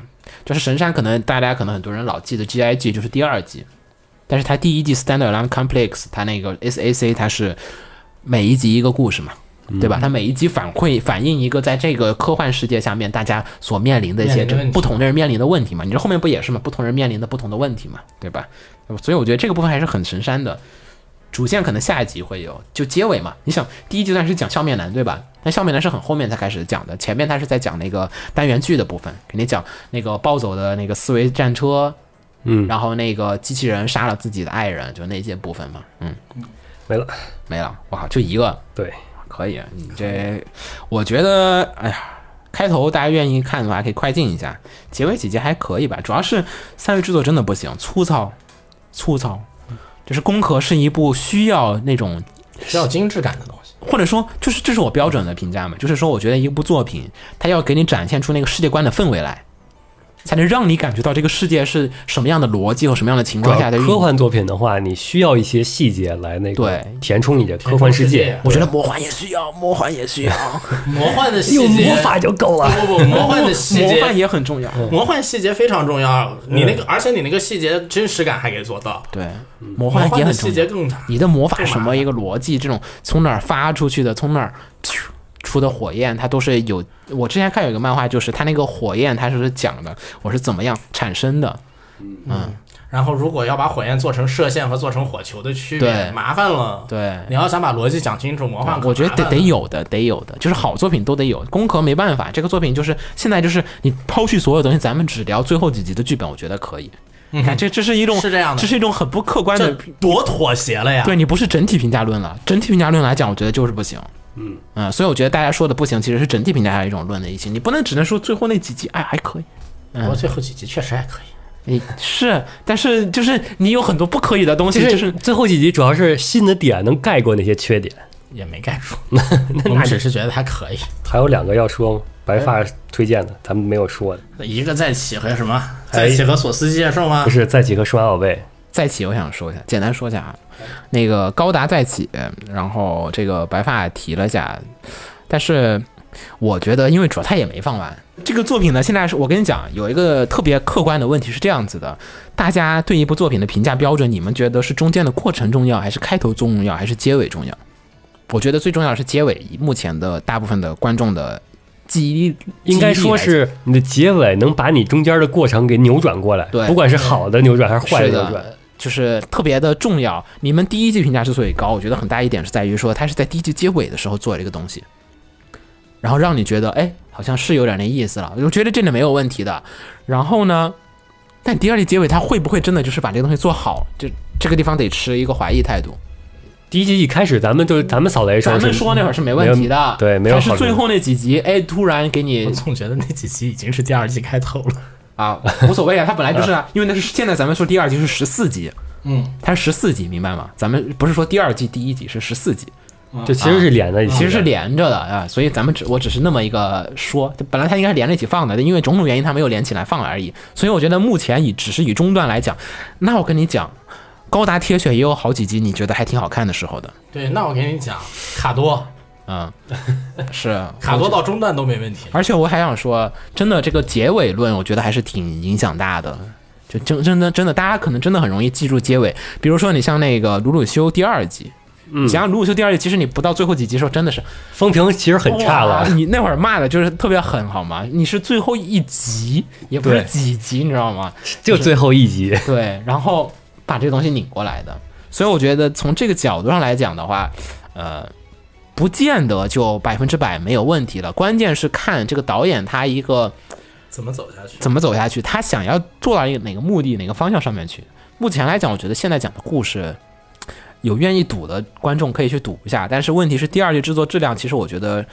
[SPEAKER 3] 就是神山可能大家可能很多人老记得 G I G 就是第二季，但是它第一季 Standalone Complex 它那个 S A C 它是每一集一个故事嘛，
[SPEAKER 5] 嗯
[SPEAKER 3] 对吧？它每一集反馈反映一个在这个科幻世界下面大家所面临的一些
[SPEAKER 5] 面临的
[SPEAKER 3] 这
[SPEAKER 5] 问题
[SPEAKER 3] 不同的人面临的问题嘛，你这后面不也是嘛？不同人面临的不同的问题嘛，对吧？所以我觉得这个部分还是很神山的。主线可能下一集会有，就结尾嘛。你想，第一阶段是讲笑面男，对吧？但笑面男是很后面才开始讲的，前面他是在讲那个单元剧的部分，给你讲那个暴走的那个思维战车，
[SPEAKER 4] 嗯
[SPEAKER 3] 然后那个机器人杀了自己的爱人，就那些部分嘛。嗯，
[SPEAKER 4] 没了，
[SPEAKER 3] 没了，哇，就一个，
[SPEAKER 4] 对，
[SPEAKER 3] 可以。你这，我觉得，哎呀，开头大家愿意看的话可以快进一下，结尾几集还可以吧。主要是三位制作真的不行，粗糙，粗糙。就是《攻壳》是一部需要那种
[SPEAKER 5] 需要精致感的东西。
[SPEAKER 3] 或者说，就是这是我标准的评价嘛，就是说，我觉得一部作品，它要给你展现出那个世界观的氛围来，才能让你感觉到这个世界是什么样的逻辑和什么样的情
[SPEAKER 4] 主
[SPEAKER 3] 况下
[SPEAKER 4] 要
[SPEAKER 3] 的运
[SPEAKER 4] 啊科
[SPEAKER 3] 作。
[SPEAKER 4] 幻作品的话，你需要一些细节来那个
[SPEAKER 3] 对
[SPEAKER 4] 填充你的科幻世界
[SPEAKER 5] 填。
[SPEAKER 3] 我觉得魔幻也需要，魔幻也需要，
[SPEAKER 5] 魔幻的细节，
[SPEAKER 4] 用魔法就够了。
[SPEAKER 5] 不不不，魔幻的细
[SPEAKER 3] 魔
[SPEAKER 5] 节，
[SPEAKER 3] 幻也很重要。
[SPEAKER 5] 魔幻细节非常重要。你那个，而且你那个细节真实感还给做到，
[SPEAKER 3] 对，魔
[SPEAKER 5] 魔
[SPEAKER 3] 幻也
[SPEAKER 5] 幻的
[SPEAKER 3] 很重
[SPEAKER 5] 细节
[SPEAKER 3] 要。
[SPEAKER 5] 更大。
[SPEAKER 3] 你的魔法什么一个逻辑，这种从哪儿发出去的，从哪儿啾出的火焰，它都是有。我之前看有一个漫画，就是它那个火焰，它是讲的我是怎么样产生的。
[SPEAKER 5] 然后，如果要把火焰做成射线和做成火球的区
[SPEAKER 3] 对
[SPEAKER 5] 别，麻烦了。
[SPEAKER 3] 对，
[SPEAKER 5] 你要想把逻辑讲清楚，魔幻可
[SPEAKER 3] 我觉得
[SPEAKER 5] 麻
[SPEAKER 3] 得
[SPEAKER 5] 烦
[SPEAKER 3] 得
[SPEAKER 5] 了
[SPEAKER 3] 有的，得有的，就是好作品都得有。工壳没办法，这个作品就是现在就是你抛去所有东西，咱们只聊最后几集的剧本，我觉得可以。你看，这这是一种
[SPEAKER 5] 嗯是这样的
[SPEAKER 3] 这是一种很不客观
[SPEAKER 5] 这
[SPEAKER 3] 的，
[SPEAKER 5] 多妥协了呀！
[SPEAKER 3] 对你不是整体评价论了。整体评价论来讲，我觉得就是不行。嗯所以我觉得大家说的不行，其实是整体评价还有一种论的一些，你不能只能说最后那几集，哎，还可以。
[SPEAKER 5] 不过最后几集确实还可以。
[SPEAKER 3] 你是，但是就是你有很多不可以的东西，
[SPEAKER 4] 就
[SPEAKER 3] 就是
[SPEAKER 4] 是最后几集主要是新的点能盖过那些缺点。
[SPEAKER 5] 也没盖住，我们只是觉得它可以。
[SPEAKER 4] 还有两个要说吗？白发推荐的，咱们没有说的，
[SPEAKER 5] 一个在起和什么？在起和索斯介绍吗
[SPEAKER 3] 啊
[SPEAKER 4] 不？是在几个双奥位，
[SPEAKER 3] 再起，我想说一下，简单说一下啊，那个高达再起，然后这个白发提了一下，但是我觉得，因为主要他也没放完这个作品呢，现在是我跟你讲，有一个特别客观的问题是这样子的：大家对一部作品的评价标准，你们觉得是中间的过程重要，还是开头重要，还是结尾重要？我觉得最重要的是结尾，以目前的大部分的观众的记忆力，
[SPEAKER 4] 应该
[SPEAKER 3] 记忆力
[SPEAKER 4] 说
[SPEAKER 3] 来讲
[SPEAKER 4] 是你的结尾能把你中间的过程给扭转过来，
[SPEAKER 3] 对
[SPEAKER 4] 不管是好的扭转还是坏
[SPEAKER 3] 是
[SPEAKER 4] 扭转。
[SPEAKER 3] 的，就是特别的重要。你们第一季评价之所以高，我觉得很大一点是在于说，它是在第一季结尾的时候做了一个东西，然后让你觉得，哎，好像是有点那意思了。我觉得这里没有问题的。然后呢，但第二季结尾它会不会真的就是把这个东西做好？就这个地方得持一个怀疑态度。
[SPEAKER 4] 第一集一开始咱们就咱们扫雷的时候
[SPEAKER 3] 咱
[SPEAKER 4] 是，
[SPEAKER 3] 们说那会儿是没问题的，
[SPEAKER 4] 对，没有
[SPEAKER 3] 但
[SPEAKER 4] 好
[SPEAKER 3] 是
[SPEAKER 4] 处
[SPEAKER 3] 最后那几集，哎，突然给你
[SPEAKER 5] 我总觉得那几集已经是第二季开头了。
[SPEAKER 3] 啊，无所谓啊，它本来就是啊，因为那是现在咱们说第二集是十四集，
[SPEAKER 5] 嗯，
[SPEAKER 3] 它是十四集，明白吗？咱们不是说第二季第一集是十四集，
[SPEAKER 4] 就其实是连在一起的，
[SPEAKER 3] 啊其实是连着的啊，所以咱们只我只是那么一个说，就本来它应该是连着一起放的，但因为种种原因它没有连起来放而已。所以我觉得目前以只是以中段来讲，那我跟你讲，高达铁血也有好几集你觉得还挺好看的时候的，
[SPEAKER 5] 对，那我跟你讲，卡多，
[SPEAKER 3] 嗯，是
[SPEAKER 5] 卡多到中段都没问题。
[SPEAKER 3] 而且我还想说，真的这个结尾论，我觉得还是挺影响大的。就真真的真的，大家可能真的很容易记住结尾。比如说，你像那个《鲁鲁修》第二季，你想想《鲁鲁修》第二季，其实你不到最后几集的时候，真的是
[SPEAKER 4] 风评其实很差
[SPEAKER 3] 哇
[SPEAKER 4] 了。
[SPEAKER 3] 你那会儿骂的就是特别狠，好吗？你是最后一集，也不是
[SPEAKER 4] 对
[SPEAKER 3] 几集，你知道吗？
[SPEAKER 4] 就最后一集，
[SPEAKER 3] 对，然后把这个东西拧过来的。所以我觉得从这个角度上来讲的话，呃，不见得就百分之百没有问题了。关键是看这个导演他一个
[SPEAKER 5] 怎么走下去？
[SPEAKER 3] 怎么走下去，他想要做到一个哪个目的、哪个方向上面去。目前来讲，我觉得现在讲的故事，有愿意赌的观众可以去赌一下。但是问题是，第二季制作质量，其实我觉得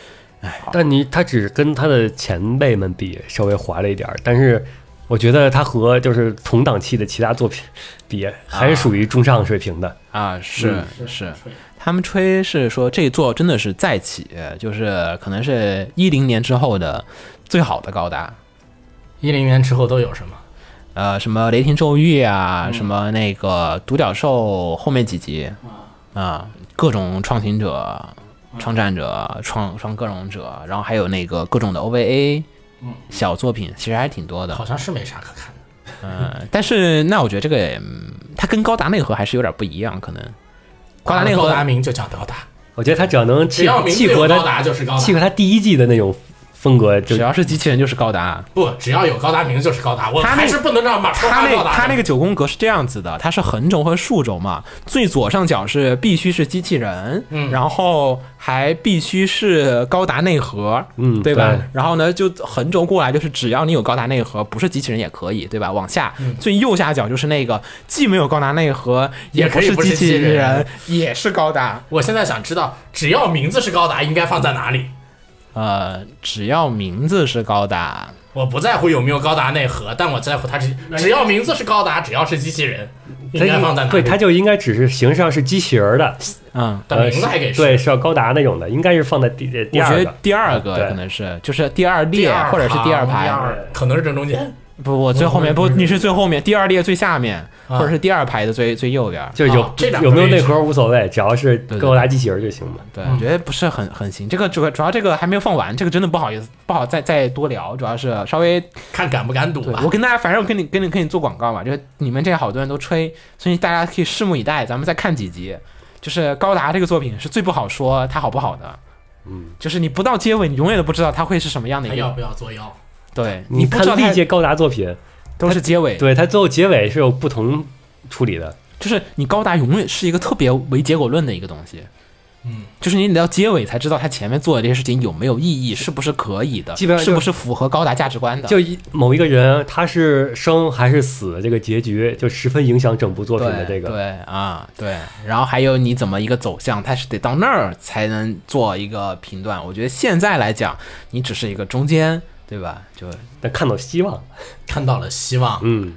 [SPEAKER 4] 但你他只跟他的前辈们比稍微滑了一点儿，但是我觉得他和就是同档期的其他作品比，还是属于中上水平的。
[SPEAKER 3] 啊，是是
[SPEAKER 5] 吹，
[SPEAKER 3] 他们吹是说这一座真的是再起，就是可能是一零年之后的最好的高达，
[SPEAKER 5] 一零年之后都有什么？
[SPEAKER 3] 呃，什么雷霆咒域啊，什么那个独角兽后面几集啊，各种创新者、创战者、创创各种者，然后还有那个各种的 OVA 小作品，其实还挺多的
[SPEAKER 5] 好。像是没啥可看的。
[SPEAKER 3] 嗯，但是那我觉得这个也嗯它跟高达内核还是有点不一样，可能高达内
[SPEAKER 5] 啊高
[SPEAKER 3] 核
[SPEAKER 5] 达名就叫高达，
[SPEAKER 4] 我觉得他只要能
[SPEAKER 5] 只
[SPEAKER 4] 契
[SPEAKER 5] 要名字
[SPEAKER 4] 契
[SPEAKER 5] 有啊
[SPEAKER 4] 合
[SPEAKER 5] 高
[SPEAKER 4] 他
[SPEAKER 5] 达就是高达
[SPEAKER 4] 契，合他第一季的那种风格，就
[SPEAKER 3] 只
[SPEAKER 5] 啊
[SPEAKER 3] 要是机器人就是高达。
[SPEAKER 5] 不，只要有高达名字就是高达。我
[SPEAKER 3] 他那
[SPEAKER 5] 还是不能让马说
[SPEAKER 3] 它那
[SPEAKER 5] 高达。
[SPEAKER 3] 它那个九宫格是这样子的，它是横轴和竖轴嘛。最左上角是必须是机器人，
[SPEAKER 5] 嗯
[SPEAKER 3] 然后还必须是高达内核，
[SPEAKER 4] 嗯
[SPEAKER 3] 对吧？
[SPEAKER 4] 对
[SPEAKER 3] 然后呢，就横轴过来就是只要你有高达内核，不是机器人也可以，对吧？往下、
[SPEAKER 5] 嗯
[SPEAKER 3] 最右下角就是那个既没有高达内核，
[SPEAKER 5] 也
[SPEAKER 3] 不
[SPEAKER 5] 可以
[SPEAKER 3] 是
[SPEAKER 5] 不是
[SPEAKER 3] 机器
[SPEAKER 5] 机器人
[SPEAKER 3] 人，也是高达。
[SPEAKER 5] 我现在想知道，只要名字是高达，应该放在哪里？
[SPEAKER 3] 呃，只要名字是高达，
[SPEAKER 5] 我不在乎有没有高达内核，但我在乎它是只要名字是高达，只要是机器人，应该放在
[SPEAKER 4] 他
[SPEAKER 5] 哪里？
[SPEAKER 4] 对他就应该只是形式上是机器人儿的，
[SPEAKER 3] 嗯，
[SPEAKER 5] 但
[SPEAKER 4] 呃
[SPEAKER 5] 名字还给
[SPEAKER 4] 是对是要高达那种的，应该是放在第呃第
[SPEAKER 3] 我觉
[SPEAKER 4] 二
[SPEAKER 3] 得
[SPEAKER 4] 个。
[SPEAKER 3] 第二个
[SPEAKER 4] 对
[SPEAKER 3] 可能是就是第二
[SPEAKER 5] 第
[SPEAKER 3] 列
[SPEAKER 5] 二
[SPEAKER 3] 或者是第二
[SPEAKER 5] 行
[SPEAKER 3] 排。
[SPEAKER 5] 第二可能是正中间。
[SPEAKER 3] 不不，最后面不，你是最后面第二列最下面，
[SPEAKER 5] 啊
[SPEAKER 3] 或者是第二排的最最右边儿。
[SPEAKER 4] 就是有、
[SPEAKER 5] 啊这两个
[SPEAKER 4] 有没有
[SPEAKER 5] 位
[SPEAKER 4] 内
[SPEAKER 5] 置
[SPEAKER 4] 核无所谓，只要是
[SPEAKER 3] 对
[SPEAKER 4] 高达机器人儿就行嘛。
[SPEAKER 3] 对，我觉得不是很很行。这个主要主要这个还没有放完，这个真的不好意思，不好再再多聊。主要是稍微，
[SPEAKER 5] 看敢不敢赌
[SPEAKER 3] 对
[SPEAKER 5] 吧
[SPEAKER 3] 我。跟大家，反正我跟你跟你跟你做广告嘛，就是你们这好多人都吹，所以大家可以拭目以待，咱们再看几集。就是高达这个作品是最不好说它好不好的，嗯，就是你不到结尾，你永远都不知道它会是什么样的
[SPEAKER 5] 他
[SPEAKER 3] 一
[SPEAKER 5] 要
[SPEAKER 3] 个，
[SPEAKER 5] 不要作妖？
[SPEAKER 3] 对
[SPEAKER 4] 你
[SPEAKER 3] 不知道
[SPEAKER 4] 看
[SPEAKER 3] 它
[SPEAKER 4] 历届高达作品，
[SPEAKER 3] 都是结尾，
[SPEAKER 4] 对它最后结尾是有不同处理的。
[SPEAKER 3] 就是你高达永远是一个特别唯结果论的一个东西。
[SPEAKER 5] 嗯，
[SPEAKER 3] 就是你得到结尾才知道他前面做的这些事情有没有意义，是不是可以的，
[SPEAKER 4] 基本上就是
[SPEAKER 3] 不是符合高达价值观的。
[SPEAKER 4] 就一某一个人他是生还是死，这个结局就十分影响整部作品的
[SPEAKER 3] 对
[SPEAKER 4] 这个。
[SPEAKER 3] 对啊对，然后还有你怎么一个走向，它是得到那儿才能做一个评断。我觉得现在来讲，你只是一个中间，对吧？就
[SPEAKER 4] 但看到希望，
[SPEAKER 5] 看到了希望。
[SPEAKER 4] 嗯，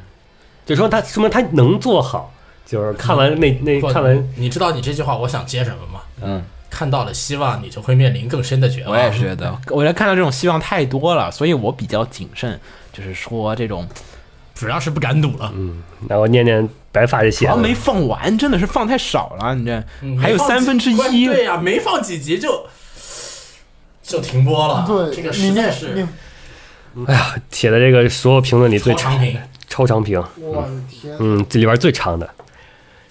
[SPEAKER 4] 就说他说明他能做好，就是看完那那
[SPEAKER 5] 不
[SPEAKER 4] 看完，
[SPEAKER 5] 你知道你这句话我想接什么吗？嗯，看到了希望，你就会面临更深的绝望。
[SPEAKER 3] 我也是觉
[SPEAKER 4] 嗯
[SPEAKER 3] 得，我觉得看到这种希望太多了，所以我比较谨慎，就是说这种
[SPEAKER 4] 嗯
[SPEAKER 5] 主要是不敢赌了。
[SPEAKER 4] 然后念念白发就
[SPEAKER 3] 主
[SPEAKER 4] 写
[SPEAKER 3] 要
[SPEAKER 4] 了，
[SPEAKER 3] 啊没放完，真的是放太少了，你这
[SPEAKER 5] 嗯
[SPEAKER 3] 还有
[SPEAKER 5] 没放
[SPEAKER 3] 三分之
[SPEAKER 5] 几关
[SPEAKER 3] 一。
[SPEAKER 5] 对呀、没放几集就就停播了。
[SPEAKER 1] 对
[SPEAKER 5] 这个实在
[SPEAKER 1] 你
[SPEAKER 5] 是
[SPEAKER 4] 写的这个所有评论里最
[SPEAKER 5] 超长评。
[SPEAKER 4] 超长评，
[SPEAKER 1] 我的天，
[SPEAKER 4] 嗯，这里边最长的。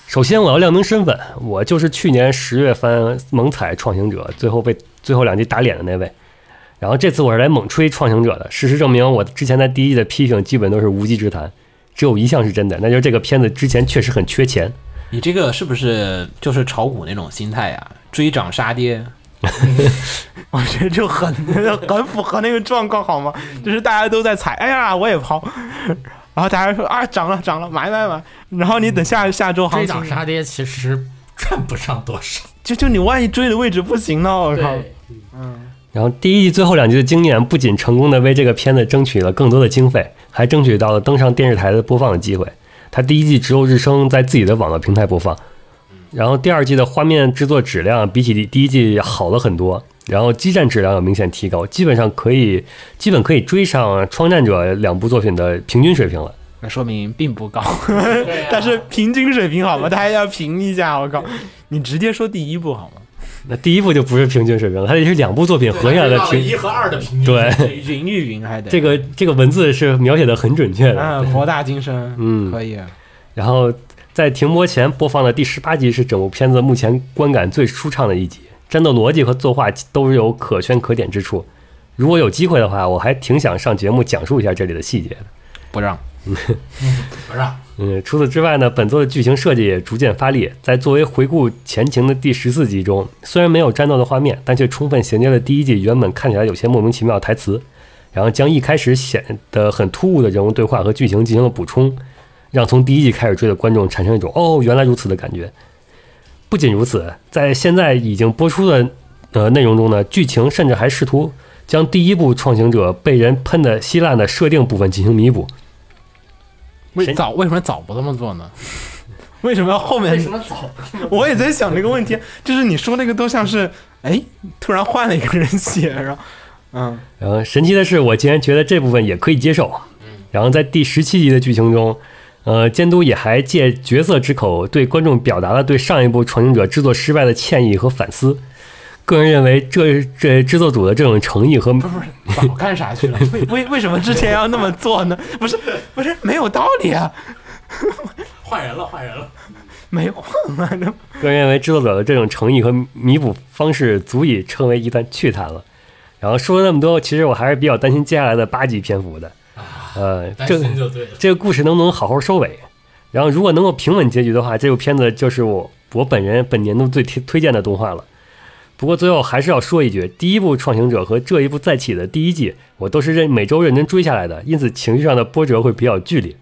[SPEAKER 4] 首先，我要亮明身份，我就是去年十月番猛踩《创行者》，最后被最后两集打脸的那位。然后这次我是来猛吹《创行者》的。事实证明，我之前在第一季的批评基本都是无稽之谈，只有一项是真的，那就是这个片子之前确实很缺钱。
[SPEAKER 3] 你这个是不是就是炒股那种心态呀、追涨杀跌？我觉得就很很符合那个状况，好吗？就是大家都在踩，哎呀，我也抛，然后大家说啊，涨了涨了，买买买，然后你等下下周行
[SPEAKER 5] 追涨
[SPEAKER 3] 情，
[SPEAKER 5] 杀跌其实赚不上多少。
[SPEAKER 3] 就就你万一追的位置不行呢，我靠！
[SPEAKER 5] 对，
[SPEAKER 4] 然后第一季最后两集的经验，不仅成功的为这个片子争取了更多的经费，还争取到了登上电视台的播放的机会。它第一季只有日升在自己的网络平台播放，然后第二季的画面制作质量比起第一季好了很多，然后基站质量有明显提高，基本上可以基本可以追上《创战者》两部作品的平均水平了。
[SPEAKER 3] 那说明并不高，但是平均水平好吗？大家要评一下，我靠，你直接说第一部好吗？
[SPEAKER 4] 那第一部就不是平均水平了，它也是两部作品合下来的
[SPEAKER 5] 对
[SPEAKER 4] 平。
[SPEAKER 5] 一和二的平均，
[SPEAKER 4] 对，
[SPEAKER 3] 云与云还得
[SPEAKER 4] 这个这个文字是描写的很准确的。
[SPEAKER 3] 啊，博大精深，
[SPEAKER 4] 嗯
[SPEAKER 3] 可以。啊
[SPEAKER 4] 然后在停播前播放的第十八集是整部片子目前观感最舒畅的一集，战斗逻辑和作画都有可圈可点之处。如果有机会的话，我还挺想上节目讲述一下这里的细节的。
[SPEAKER 3] 不让，
[SPEAKER 5] 不是啊
[SPEAKER 4] 嗯，除此之外呢，本作的剧情设计也逐渐发力。在作为回顾前情的第十四集中，虽然没有战斗的画面，但却充分衔接了第一季原本看起来有些莫名其妙的台词，然后将一开始显得很突兀的人物对话和剧情进行了补充，让从第一季开始追的观众产生一种“哦，原来如此”的感觉。不仅如此，在现在已经播出的呃内容中呢，剧情甚至还试图将第一部《创行者》被人喷的稀烂的设定部分进行弥补。
[SPEAKER 3] 为
[SPEAKER 4] 谁
[SPEAKER 3] 早为什么早不这么做呢？为什么要后面？
[SPEAKER 5] 为什么早？
[SPEAKER 3] 我也在想这个问题，就是你说那个都像是，哎，突然换了一个人写，然后，嗯，
[SPEAKER 4] 然后神奇的是，我竟然觉得这部分也可以接受。然后在第十七集的剧情中，呃，监督也还借角色之口对观众表达了对上一部《闯行者》制作失败的歉意和反思。个人认为这，这制作组的这种诚意和
[SPEAKER 3] 早干啥去了？为为为什么之前要那么做呢？不是不是没有道理啊，
[SPEAKER 5] 换人了，换人了。
[SPEAKER 3] 没有，
[SPEAKER 4] 个人认为，制作者的这种诚意和弥补方式足以称为一番趣谈了。然后说了那么多，其实我还是比较担心接下来的八集篇幅的。呃，
[SPEAKER 5] 啊担
[SPEAKER 4] 这
[SPEAKER 5] 心就对了。
[SPEAKER 4] 这个故事能不能好好收尾？然后如果能够平稳结局的话，这部片子就是我我本人本年度最推推荐的动画了。不过最后还是要说一句，第一部《创行者》和这一部《再起》的第一季，我都是认每周认真追下来的，因此情绪上的波折会比较剧烈。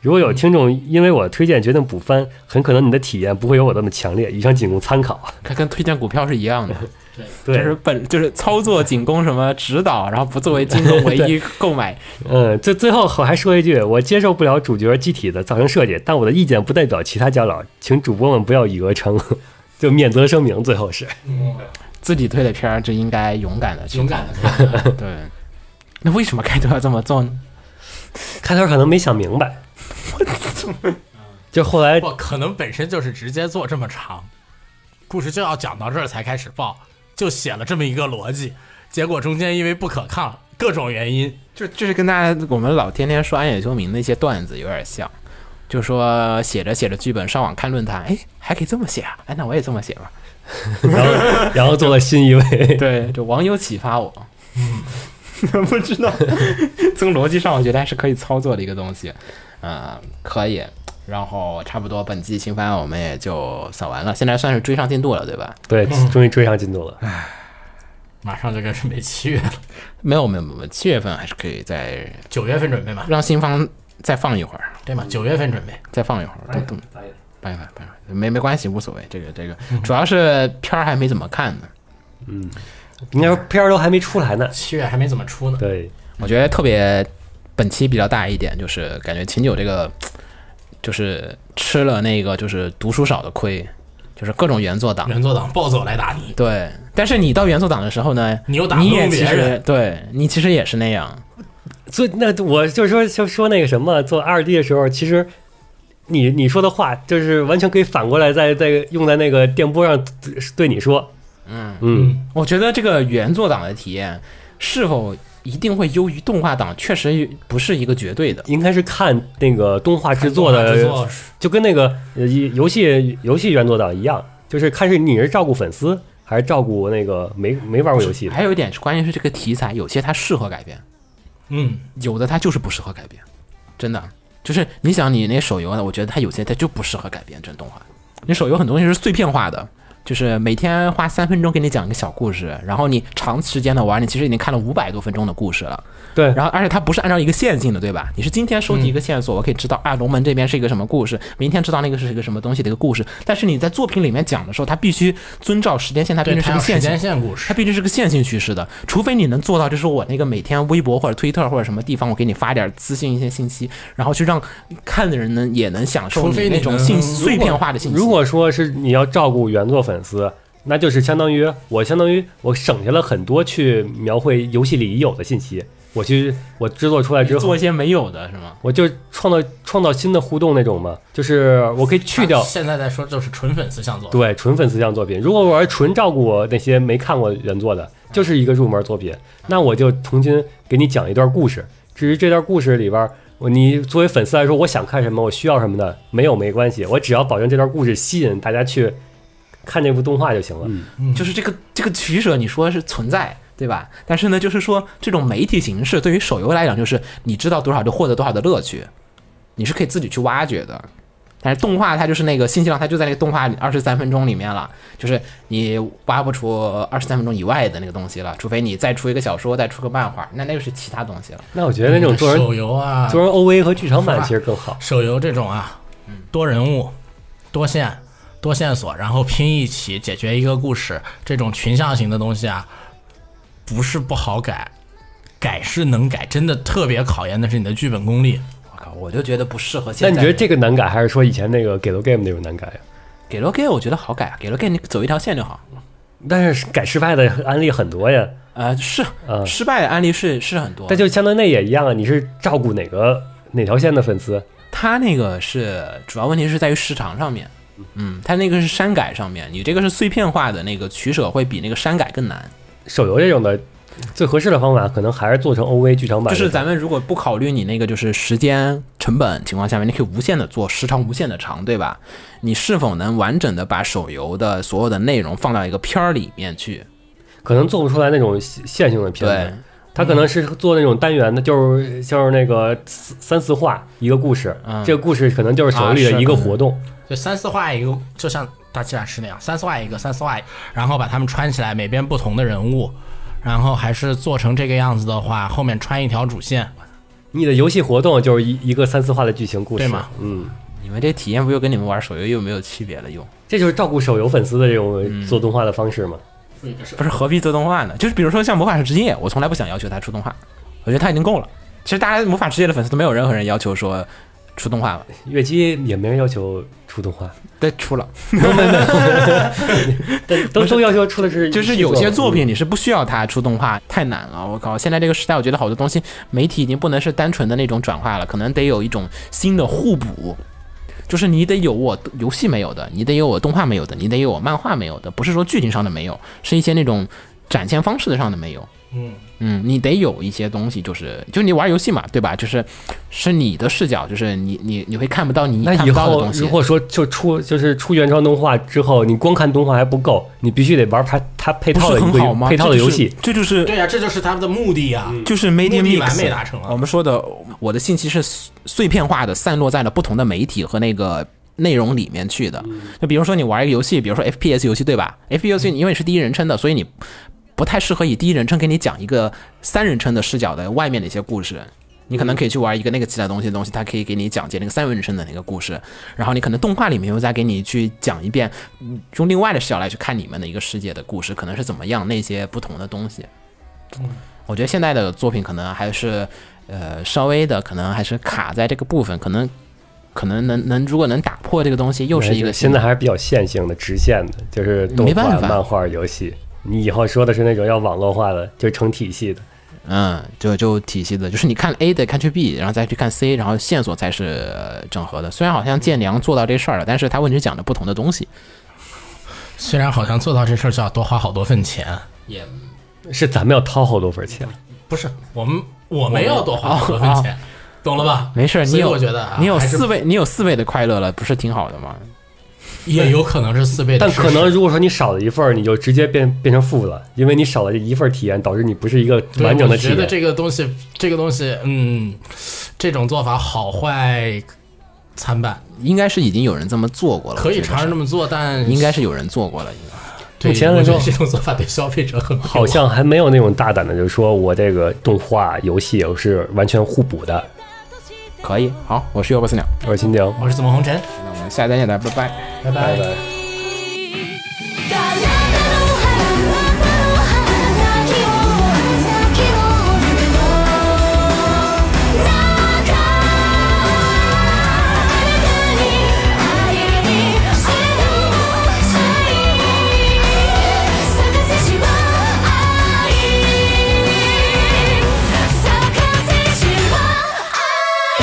[SPEAKER 4] 如果有听众因为我的推荐决定补番，很可能你的体验不会有我那么强烈。以上仅供参考。
[SPEAKER 3] 看跟推荐股票是一样的，就
[SPEAKER 4] 对，
[SPEAKER 3] 是本就是操作仅供什么指导，然后不作为金 额唯一购买。
[SPEAKER 4] 嗯，最最后我还说一句，我接受不了主角机体的造型设计，但我的意见不代表其他家长，请主播们不要以讹称， 就免责声明。最后 是，
[SPEAKER 3] 自己推的片儿就应该勇敢的去
[SPEAKER 5] 勇敢的，
[SPEAKER 3] 做对。那为什么开头要这么做呢？
[SPEAKER 4] 开头可能没想明白，就后 来
[SPEAKER 5] 不 可能本身就是直接做这么长，故事就要讲到这儿才开始报，就写了这么一个逻辑，结果中间因为不可抗各种原因，
[SPEAKER 3] 就就是跟大家我们老天天说安野秀明那些段子有点像，就说写着写着剧本上网看论坛，哎，还可以这么写啊？哎，那我也这么写吧。
[SPEAKER 4] 然后然后做了新一 位，
[SPEAKER 3] 对，就网友启发我。嗯， 不知道。从逻辑上，我觉得还是可以操作的一个东西。嗯，可以。然后差不多本季新番我们也就扫完了，现在算是追上进度了，对吧？
[SPEAKER 4] 对，终于追上进度了。
[SPEAKER 5] 马上就该准备七月了，
[SPEAKER 3] 没有没有没有，七月份还是可以再
[SPEAKER 5] 九月份准备嘛，
[SPEAKER 3] 让新番再放一会儿，
[SPEAKER 5] 对嘛，九月份准备。
[SPEAKER 3] 再放一会儿，
[SPEAKER 5] 哎
[SPEAKER 3] 等等，办一办办一办，没没关系，无所谓。这个这个主要是片儿还没怎么看呢，
[SPEAKER 4] 应该说片儿都还没出来呢。
[SPEAKER 5] 七月还没怎么出呢，
[SPEAKER 4] 对，
[SPEAKER 3] 我觉得特别本期比较大一点，就是感觉秦九这个就是吃了那个就是读书少的亏，就是各种原作党。
[SPEAKER 5] 原作党暴走来打你，
[SPEAKER 3] 对，但是你到原作党的时候呢，
[SPEAKER 5] 你又打不
[SPEAKER 3] 你也
[SPEAKER 5] 动
[SPEAKER 3] 其
[SPEAKER 5] 别
[SPEAKER 3] 实
[SPEAKER 5] 人，
[SPEAKER 3] 对你其实也是那样，
[SPEAKER 4] 所以那我就说就说那个什么，做二 D 的时候，其实你你说的话就是完全可以反过来在在用在那个电波上对你说。嗯嗯，
[SPEAKER 3] 我觉得这个原作党的体验是否一定会优于动画党，确实不是一个绝对的。
[SPEAKER 4] 应该是看那个动画制作
[SPEAKER 5] 制
[SPEAKER 4] 的
[SPEAKER 5] 作
[SPEAKER 4] 就跟那个呃游戏游戏原作党一样，就是看是你是照顾粉丝还是照顾那个没没玩过游戏的。
[SPEAKER 3] 还有一点是，关键是这个题材有些它适合改编，
[SPEAKER 5] 嗯，
[SPEAKER 3] 有的它就是不适合改编，真的。就是你想你那手游呢，我觉得它有些它就不适合改编真动画。你手游很多东西是碎片化的，就是每天花三分钟给你讲一个小故事，然后你长时间的玩，你其实已经看了五百多分钟的故事了。
[SPEAKER 4] 对，
[SPEAKER 3] 然后而且它不是按照一个线
[SPEAKER 5] 嗯
[SPEAKER 3] 性的，对吧？你是今天收集一个线索，我可以知道啊，龙门这边是一个什么故事，明天知道那个是一个什么东西的一个故事。但是你在作品里面讲的时候，它必须遵照时间线，它必须
[SPEAKER 5] 对，
[SPEAKER 3] 是
[SPEAKER 5] 它有
[SPEAKER 3] 个
[SPEAKER 5] 时
[SPEAKER 3] 线性
[SPEAKER 5] 间。线故
[SPEAKER 3] 它
[SPEAKER 5] 事，
[SPEAKER 3] 毕竟是个线性趋势的，除非你能做到，就是我那个每天微博或者推特或者什么地方，我给你发点资讯一些信息，然后去让看的人呢也能享受
[SPEAKER 5] 除非
[SPEAKER 3] 你
[SPEAKER 5] 你
[SPEAKER 3] 那种
[SPEAKER 5] 能
[SPEAKER 3] 信
[SPEAKER 5] 如
[SPEAKER 3] 息
[SPEAKER 5] 果
[SPEAKER 3] 碎片化的信息。
[SPEAKER 4] 如果说是你要照顾原作粉丝，那就是相当于我相当于我省下了很多去描绘游戏里已有的信息，我去我制作出来之
[SPEAKER 3] 做
[SPEAKER 4] 后
[SPEAKER 3] 一，些没有的是吗？
[SPEAKER 4] 我就创造创造新的互动那种嘛，就是我可以去掉
[SPEAKER 5] 它啊现在在说就是纯粉丝向做，
[SPEAKER 4] 对纯粉丝向作品。如果我是纯照顾我那些没看过原作的，就是一个入门作品，那我就重新给你讲一段故事。至于这段故事里边儿，我你作为粉丝来说，我想看什么，我需要什么的，没有没关系，我只要保证这段故事吸引大家去看这部动画就行了。
[SPEAKER 3] 嗯就是这个这个取舍，你说是存在，对吧？但是呢，就是说这种媒体形式对于手游来讲，就是你知道多少就获得多少的乐趣，你是可以自己去挖掘的。但是动画它就是那个信息量，它就在那个动画二十三分钟里面了，就是你挖不出二十三分钟以外的那个东西了，除非你再出一个小说，再出个漫画，那那个是其他东西了。
[SPEAKER 4] 那我觉得那种做人
[SPEAKER 3] 嗯
[SPEAKER 5] 手游啊，
[SPEAKER 4] 做人 OVA 和剧场版其实更好。
[SPEAKER 5] 手游这种啊，多人物、多线、多线索，然后拼一起解决一个故事，这种群像型的东西啊，不是不好改，改是能改，真的特别考验的是你的剧本功力。
[SPEAKER 3] 我靠，我就觉得不适合
[SPEAKER 4] 那
[SPEAKER 3] 现在。
[SPEAKER 4] 你觉得这个难改，还是说以前那个《给 e Game》那种难改呀？
[SPEAKER 3] 给了给，我觉得好改啊，给了给你走一条线就好。
[SPEAKER 4] 但是改失败的案例很多呀，
[SPEAKER 3] 呃，是
[SPEAKER 4] 嗯
[SPEAKER 3] 失败的案例是是很多，
[SPEAKER 4] 但就相当于那也一样啊。你是照顾哪个哪条线的粉丝？
[SPEAKER 3] 它那个是主要问题是在于时长上面，嗯，它那个是删改上面，你这个是碎片化的那个取舍会比那个删改更难。
[SPEAKER 4] 手游这种的，最合适的方法可能还是做成 OVA 剧场版
[SPEAKER 3] 就
[SPEAKER 4] 的。
[SPEAKER 3] 是咱们如果不考虑你那个就是时间成本情况下面，你可以无限的做，时长无限的长，对吧？你是否能完整的把手游的所有的内容放到一个片儿里面去？
[SPEAKER 4] 可能做不出来那种线线性的片
[SPEAKER 3] 对嗯
[SPEAKER 4] 子，，它可能是做那种单元的，就是就是那个四三四话一个故事，
[SPEAKER 3] 嗯
[SPEAKER 4] 这个故事可能就是手游里
[SPEAKER 5] 啊
[SPEAKER 4] 的
[SPEAKER 5] 是
[SPEAKER 4] 一个活动。
[SPEAKER 5] 就三四画一个，就像大鸡爪是那样，三四画一个，三四画一，然后把他们穿起来，每边不同的人物，然后还是做成这个样子的话，后面穿一条主线，
[SPEAKER 4] 你的游戏活动就是一一个三四话的剧情故事
[SPEAKER 5] 对嘛，
[SPEAKER 4] 嗯。
[SPEAKER 3] 你们这体验不就跟你们玩手游又没有区别了用？
[SPEAKER 4] 这就是照顾手游粉丝的这
[SPEAKER 3] 嗯
[SPEAKER 4] 种做动画的方式嘛。
[SPEAKER 3] 不是何必做动画呢？就是比如说像《魔法世界》，我从来不想要求它出动画，我觉得它已经够了。其实大家《魔法世界》的粉丝都没有任何人要求说出动画吧，
[SPEAKER 4] 月姬也没人要求出 动画，
[SPEAKER 3] 对，出了。
[SPEAKER 4] 都都要求出的是
[SPEAKER 3] 就是有些作品你是不需要它出动画，太难了。我靠，现在这个时代，我觉得好多东西媒体已经不能是单纯的那种转化了，可能得有一种新的互补。就是你得有我游戏没有的，你得有我动画没有的，你得有我漫画没有的，不是说剧情上的没有，是一些那种展现方式上的没有。
[SPEAKER 5] 嗯
[SPEAKER 3] 嗯，你得有一些东西，就是就你玩游戏嘛，对吧？就是是你的视角，就是你你你会看不到你
[SPEAKER 4] 那
[SPEAKER 3] 看
[SPEAKER 4] 以
[SPEAKER 3] 不到的
[SPEAKER 4] 后
[SPEAKER 3] 东西。
[SPEAKER 4] 如果说就出就是出原创动画之后，你光看动画还不够，你必须得玩它它配
[SPEAKER 7] 不
[SPEAKER 4] 套的
[SPEAKER 7] 是
[SPEAKER 4] 一
[SPEAKER 7] 很好吗？
[SPEAKER 4] 个配套的游戏。
[SPEAKER 7] 这就是这
[SPEAKER 5] 对呀、啊这就是他们的目的啊呀、
[SPEAKER 7] 就是就是
[SPEAKER 5] 目的
[SPEAKER 7] media mix
[SPEAKER 5] 完美达成了
[SPEAKER 7] 我们说的
[SPEAKER 3] 我的信息是碎碎片化的散落在了不同的媒体和那个内容里面去的。
[SPEAKER 5] 嗯
[SPEAKER 3] 就比如说你玩一个游戏，比如说 FPS 游戏，对吧？FPS 游戏因为是第一人称的，所以你不太适合以第一人称给你讲一个三人称的视角的外面的一些故事。你
[SPEAKER 5] 嗯
[SPEAKER 3] 可能可以去玩一个那个其他东西的东西，它可以给你讲解那个三人称的那个故事，然后你可能动画里面又再给你去讲一遍，嗯用另外的视角来去看你们的一个世界的故事，可能是怎么样那些不同的东西。嗯我觉得现在的作品可能还是呃稍微的可能还是卡在这个部分，可能可能能能如果能打破这个东西，又是一个
[SPEAKER 4] 现
[SPEAKER 3] 新
[SPEAKER 4] 在
[SPEAKER 3] 的。
[SPEAKER 4] 还是比较线性的、直线的，就是动
[SPEAKER 3] 没
[SPEAKER 4] 画
[SPEAKER 3] 办、法
[SPEAKER 4] 漫画、游戏。你以后说的是那种要网络化的，就成体系的。
[SPEAKER 3] 嗯，就就体系的，就是你看 A 得看去 B，然后再去看 C，然后线索才是呃整合的。虽然好像建良做到这事儿了，但是他问题讲的不同的东西。
[SPEAKER 5] 虽然好像做到这事儿就要多花好多份钱，
[SPEAKER 4] 是咱们要掏好多份钱，
[SPEAKER 5] 不是我们我没有多花好多份钱，懂了吧？
[SPEAKER 3] 没事，你
[SPEAKER 5] 所以
[SPEAKER 3] 有
[SPEAKER 5] 我觉得啊
[SPEAKER 3] 你有
[SPEAKER 5] 还是
[SPEAKER 3] 四倍，你有四倍的快乐了，不是挺好的吗？
[SPEAKER 5] 也有可能是四倍的
[SPEAKER 4] 但
[SPEAKER 5] 事实，
[SPEAKER 4] 可能如果说你少了一份儿，你就直接变变成负了，因为你少了这一份儿体验，导致你不是一个
[SPEAKER 5] 对
[SPEAKER 4] 完整的
[SPEAKER 5] 我
[SPEAKER 4] 体
[SPEAKER 5] 觉
[SPEAKER 4] 验。
[SPEAKER 5] 得这个东西，这个东西，嗯，这种做法好坏参半，
[SPEAKER 3] 应该是已经有人这么做过了，
[SPEAKER 5] 可以
[SPEAKER 3] 我觉得
[SPEAKER 5] 尝试
[SPEAKER 3] 是
[SPEAKER 5] 这么做，但
[SPEAKER 3] 应该是有人做过了。
[SPEAKER 5] 对，
[SPEAKER 4] 目前来
[SPEAKER 5] 我觉
[SPEAKER 4] 说
[SPEAKER 5] 得这种做法对消费者很不友
[SPEAKER 4] 好像还没有那种大胆的，就是说我这个动画、游戏我是完全互补的。
[SPEAKER 3] 可以，好，我是优波四鸟，
[SPEAKER 4] 我是金鼎，
[SPEAKER 5] 好。我是紫梦红尘，
[SPEAKER 3] 那我们下期再见，大家拜拜。
[SPEAKER 5] 拜
[SPEAKER 4] 拜
[SPEAKER 5] 拜
[SPEAKER 4] 拜。
[SPEAKER 9] 「体を張る」「先を先をの中」「あなたに愛に知る愛」「咲かせしよう愛」「咲かせしよう愛」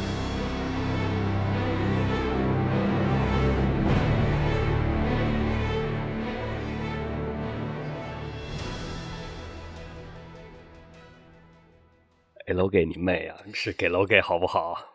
[SPEAKER 4] 给楼给你妹啊！是给楼给好不好？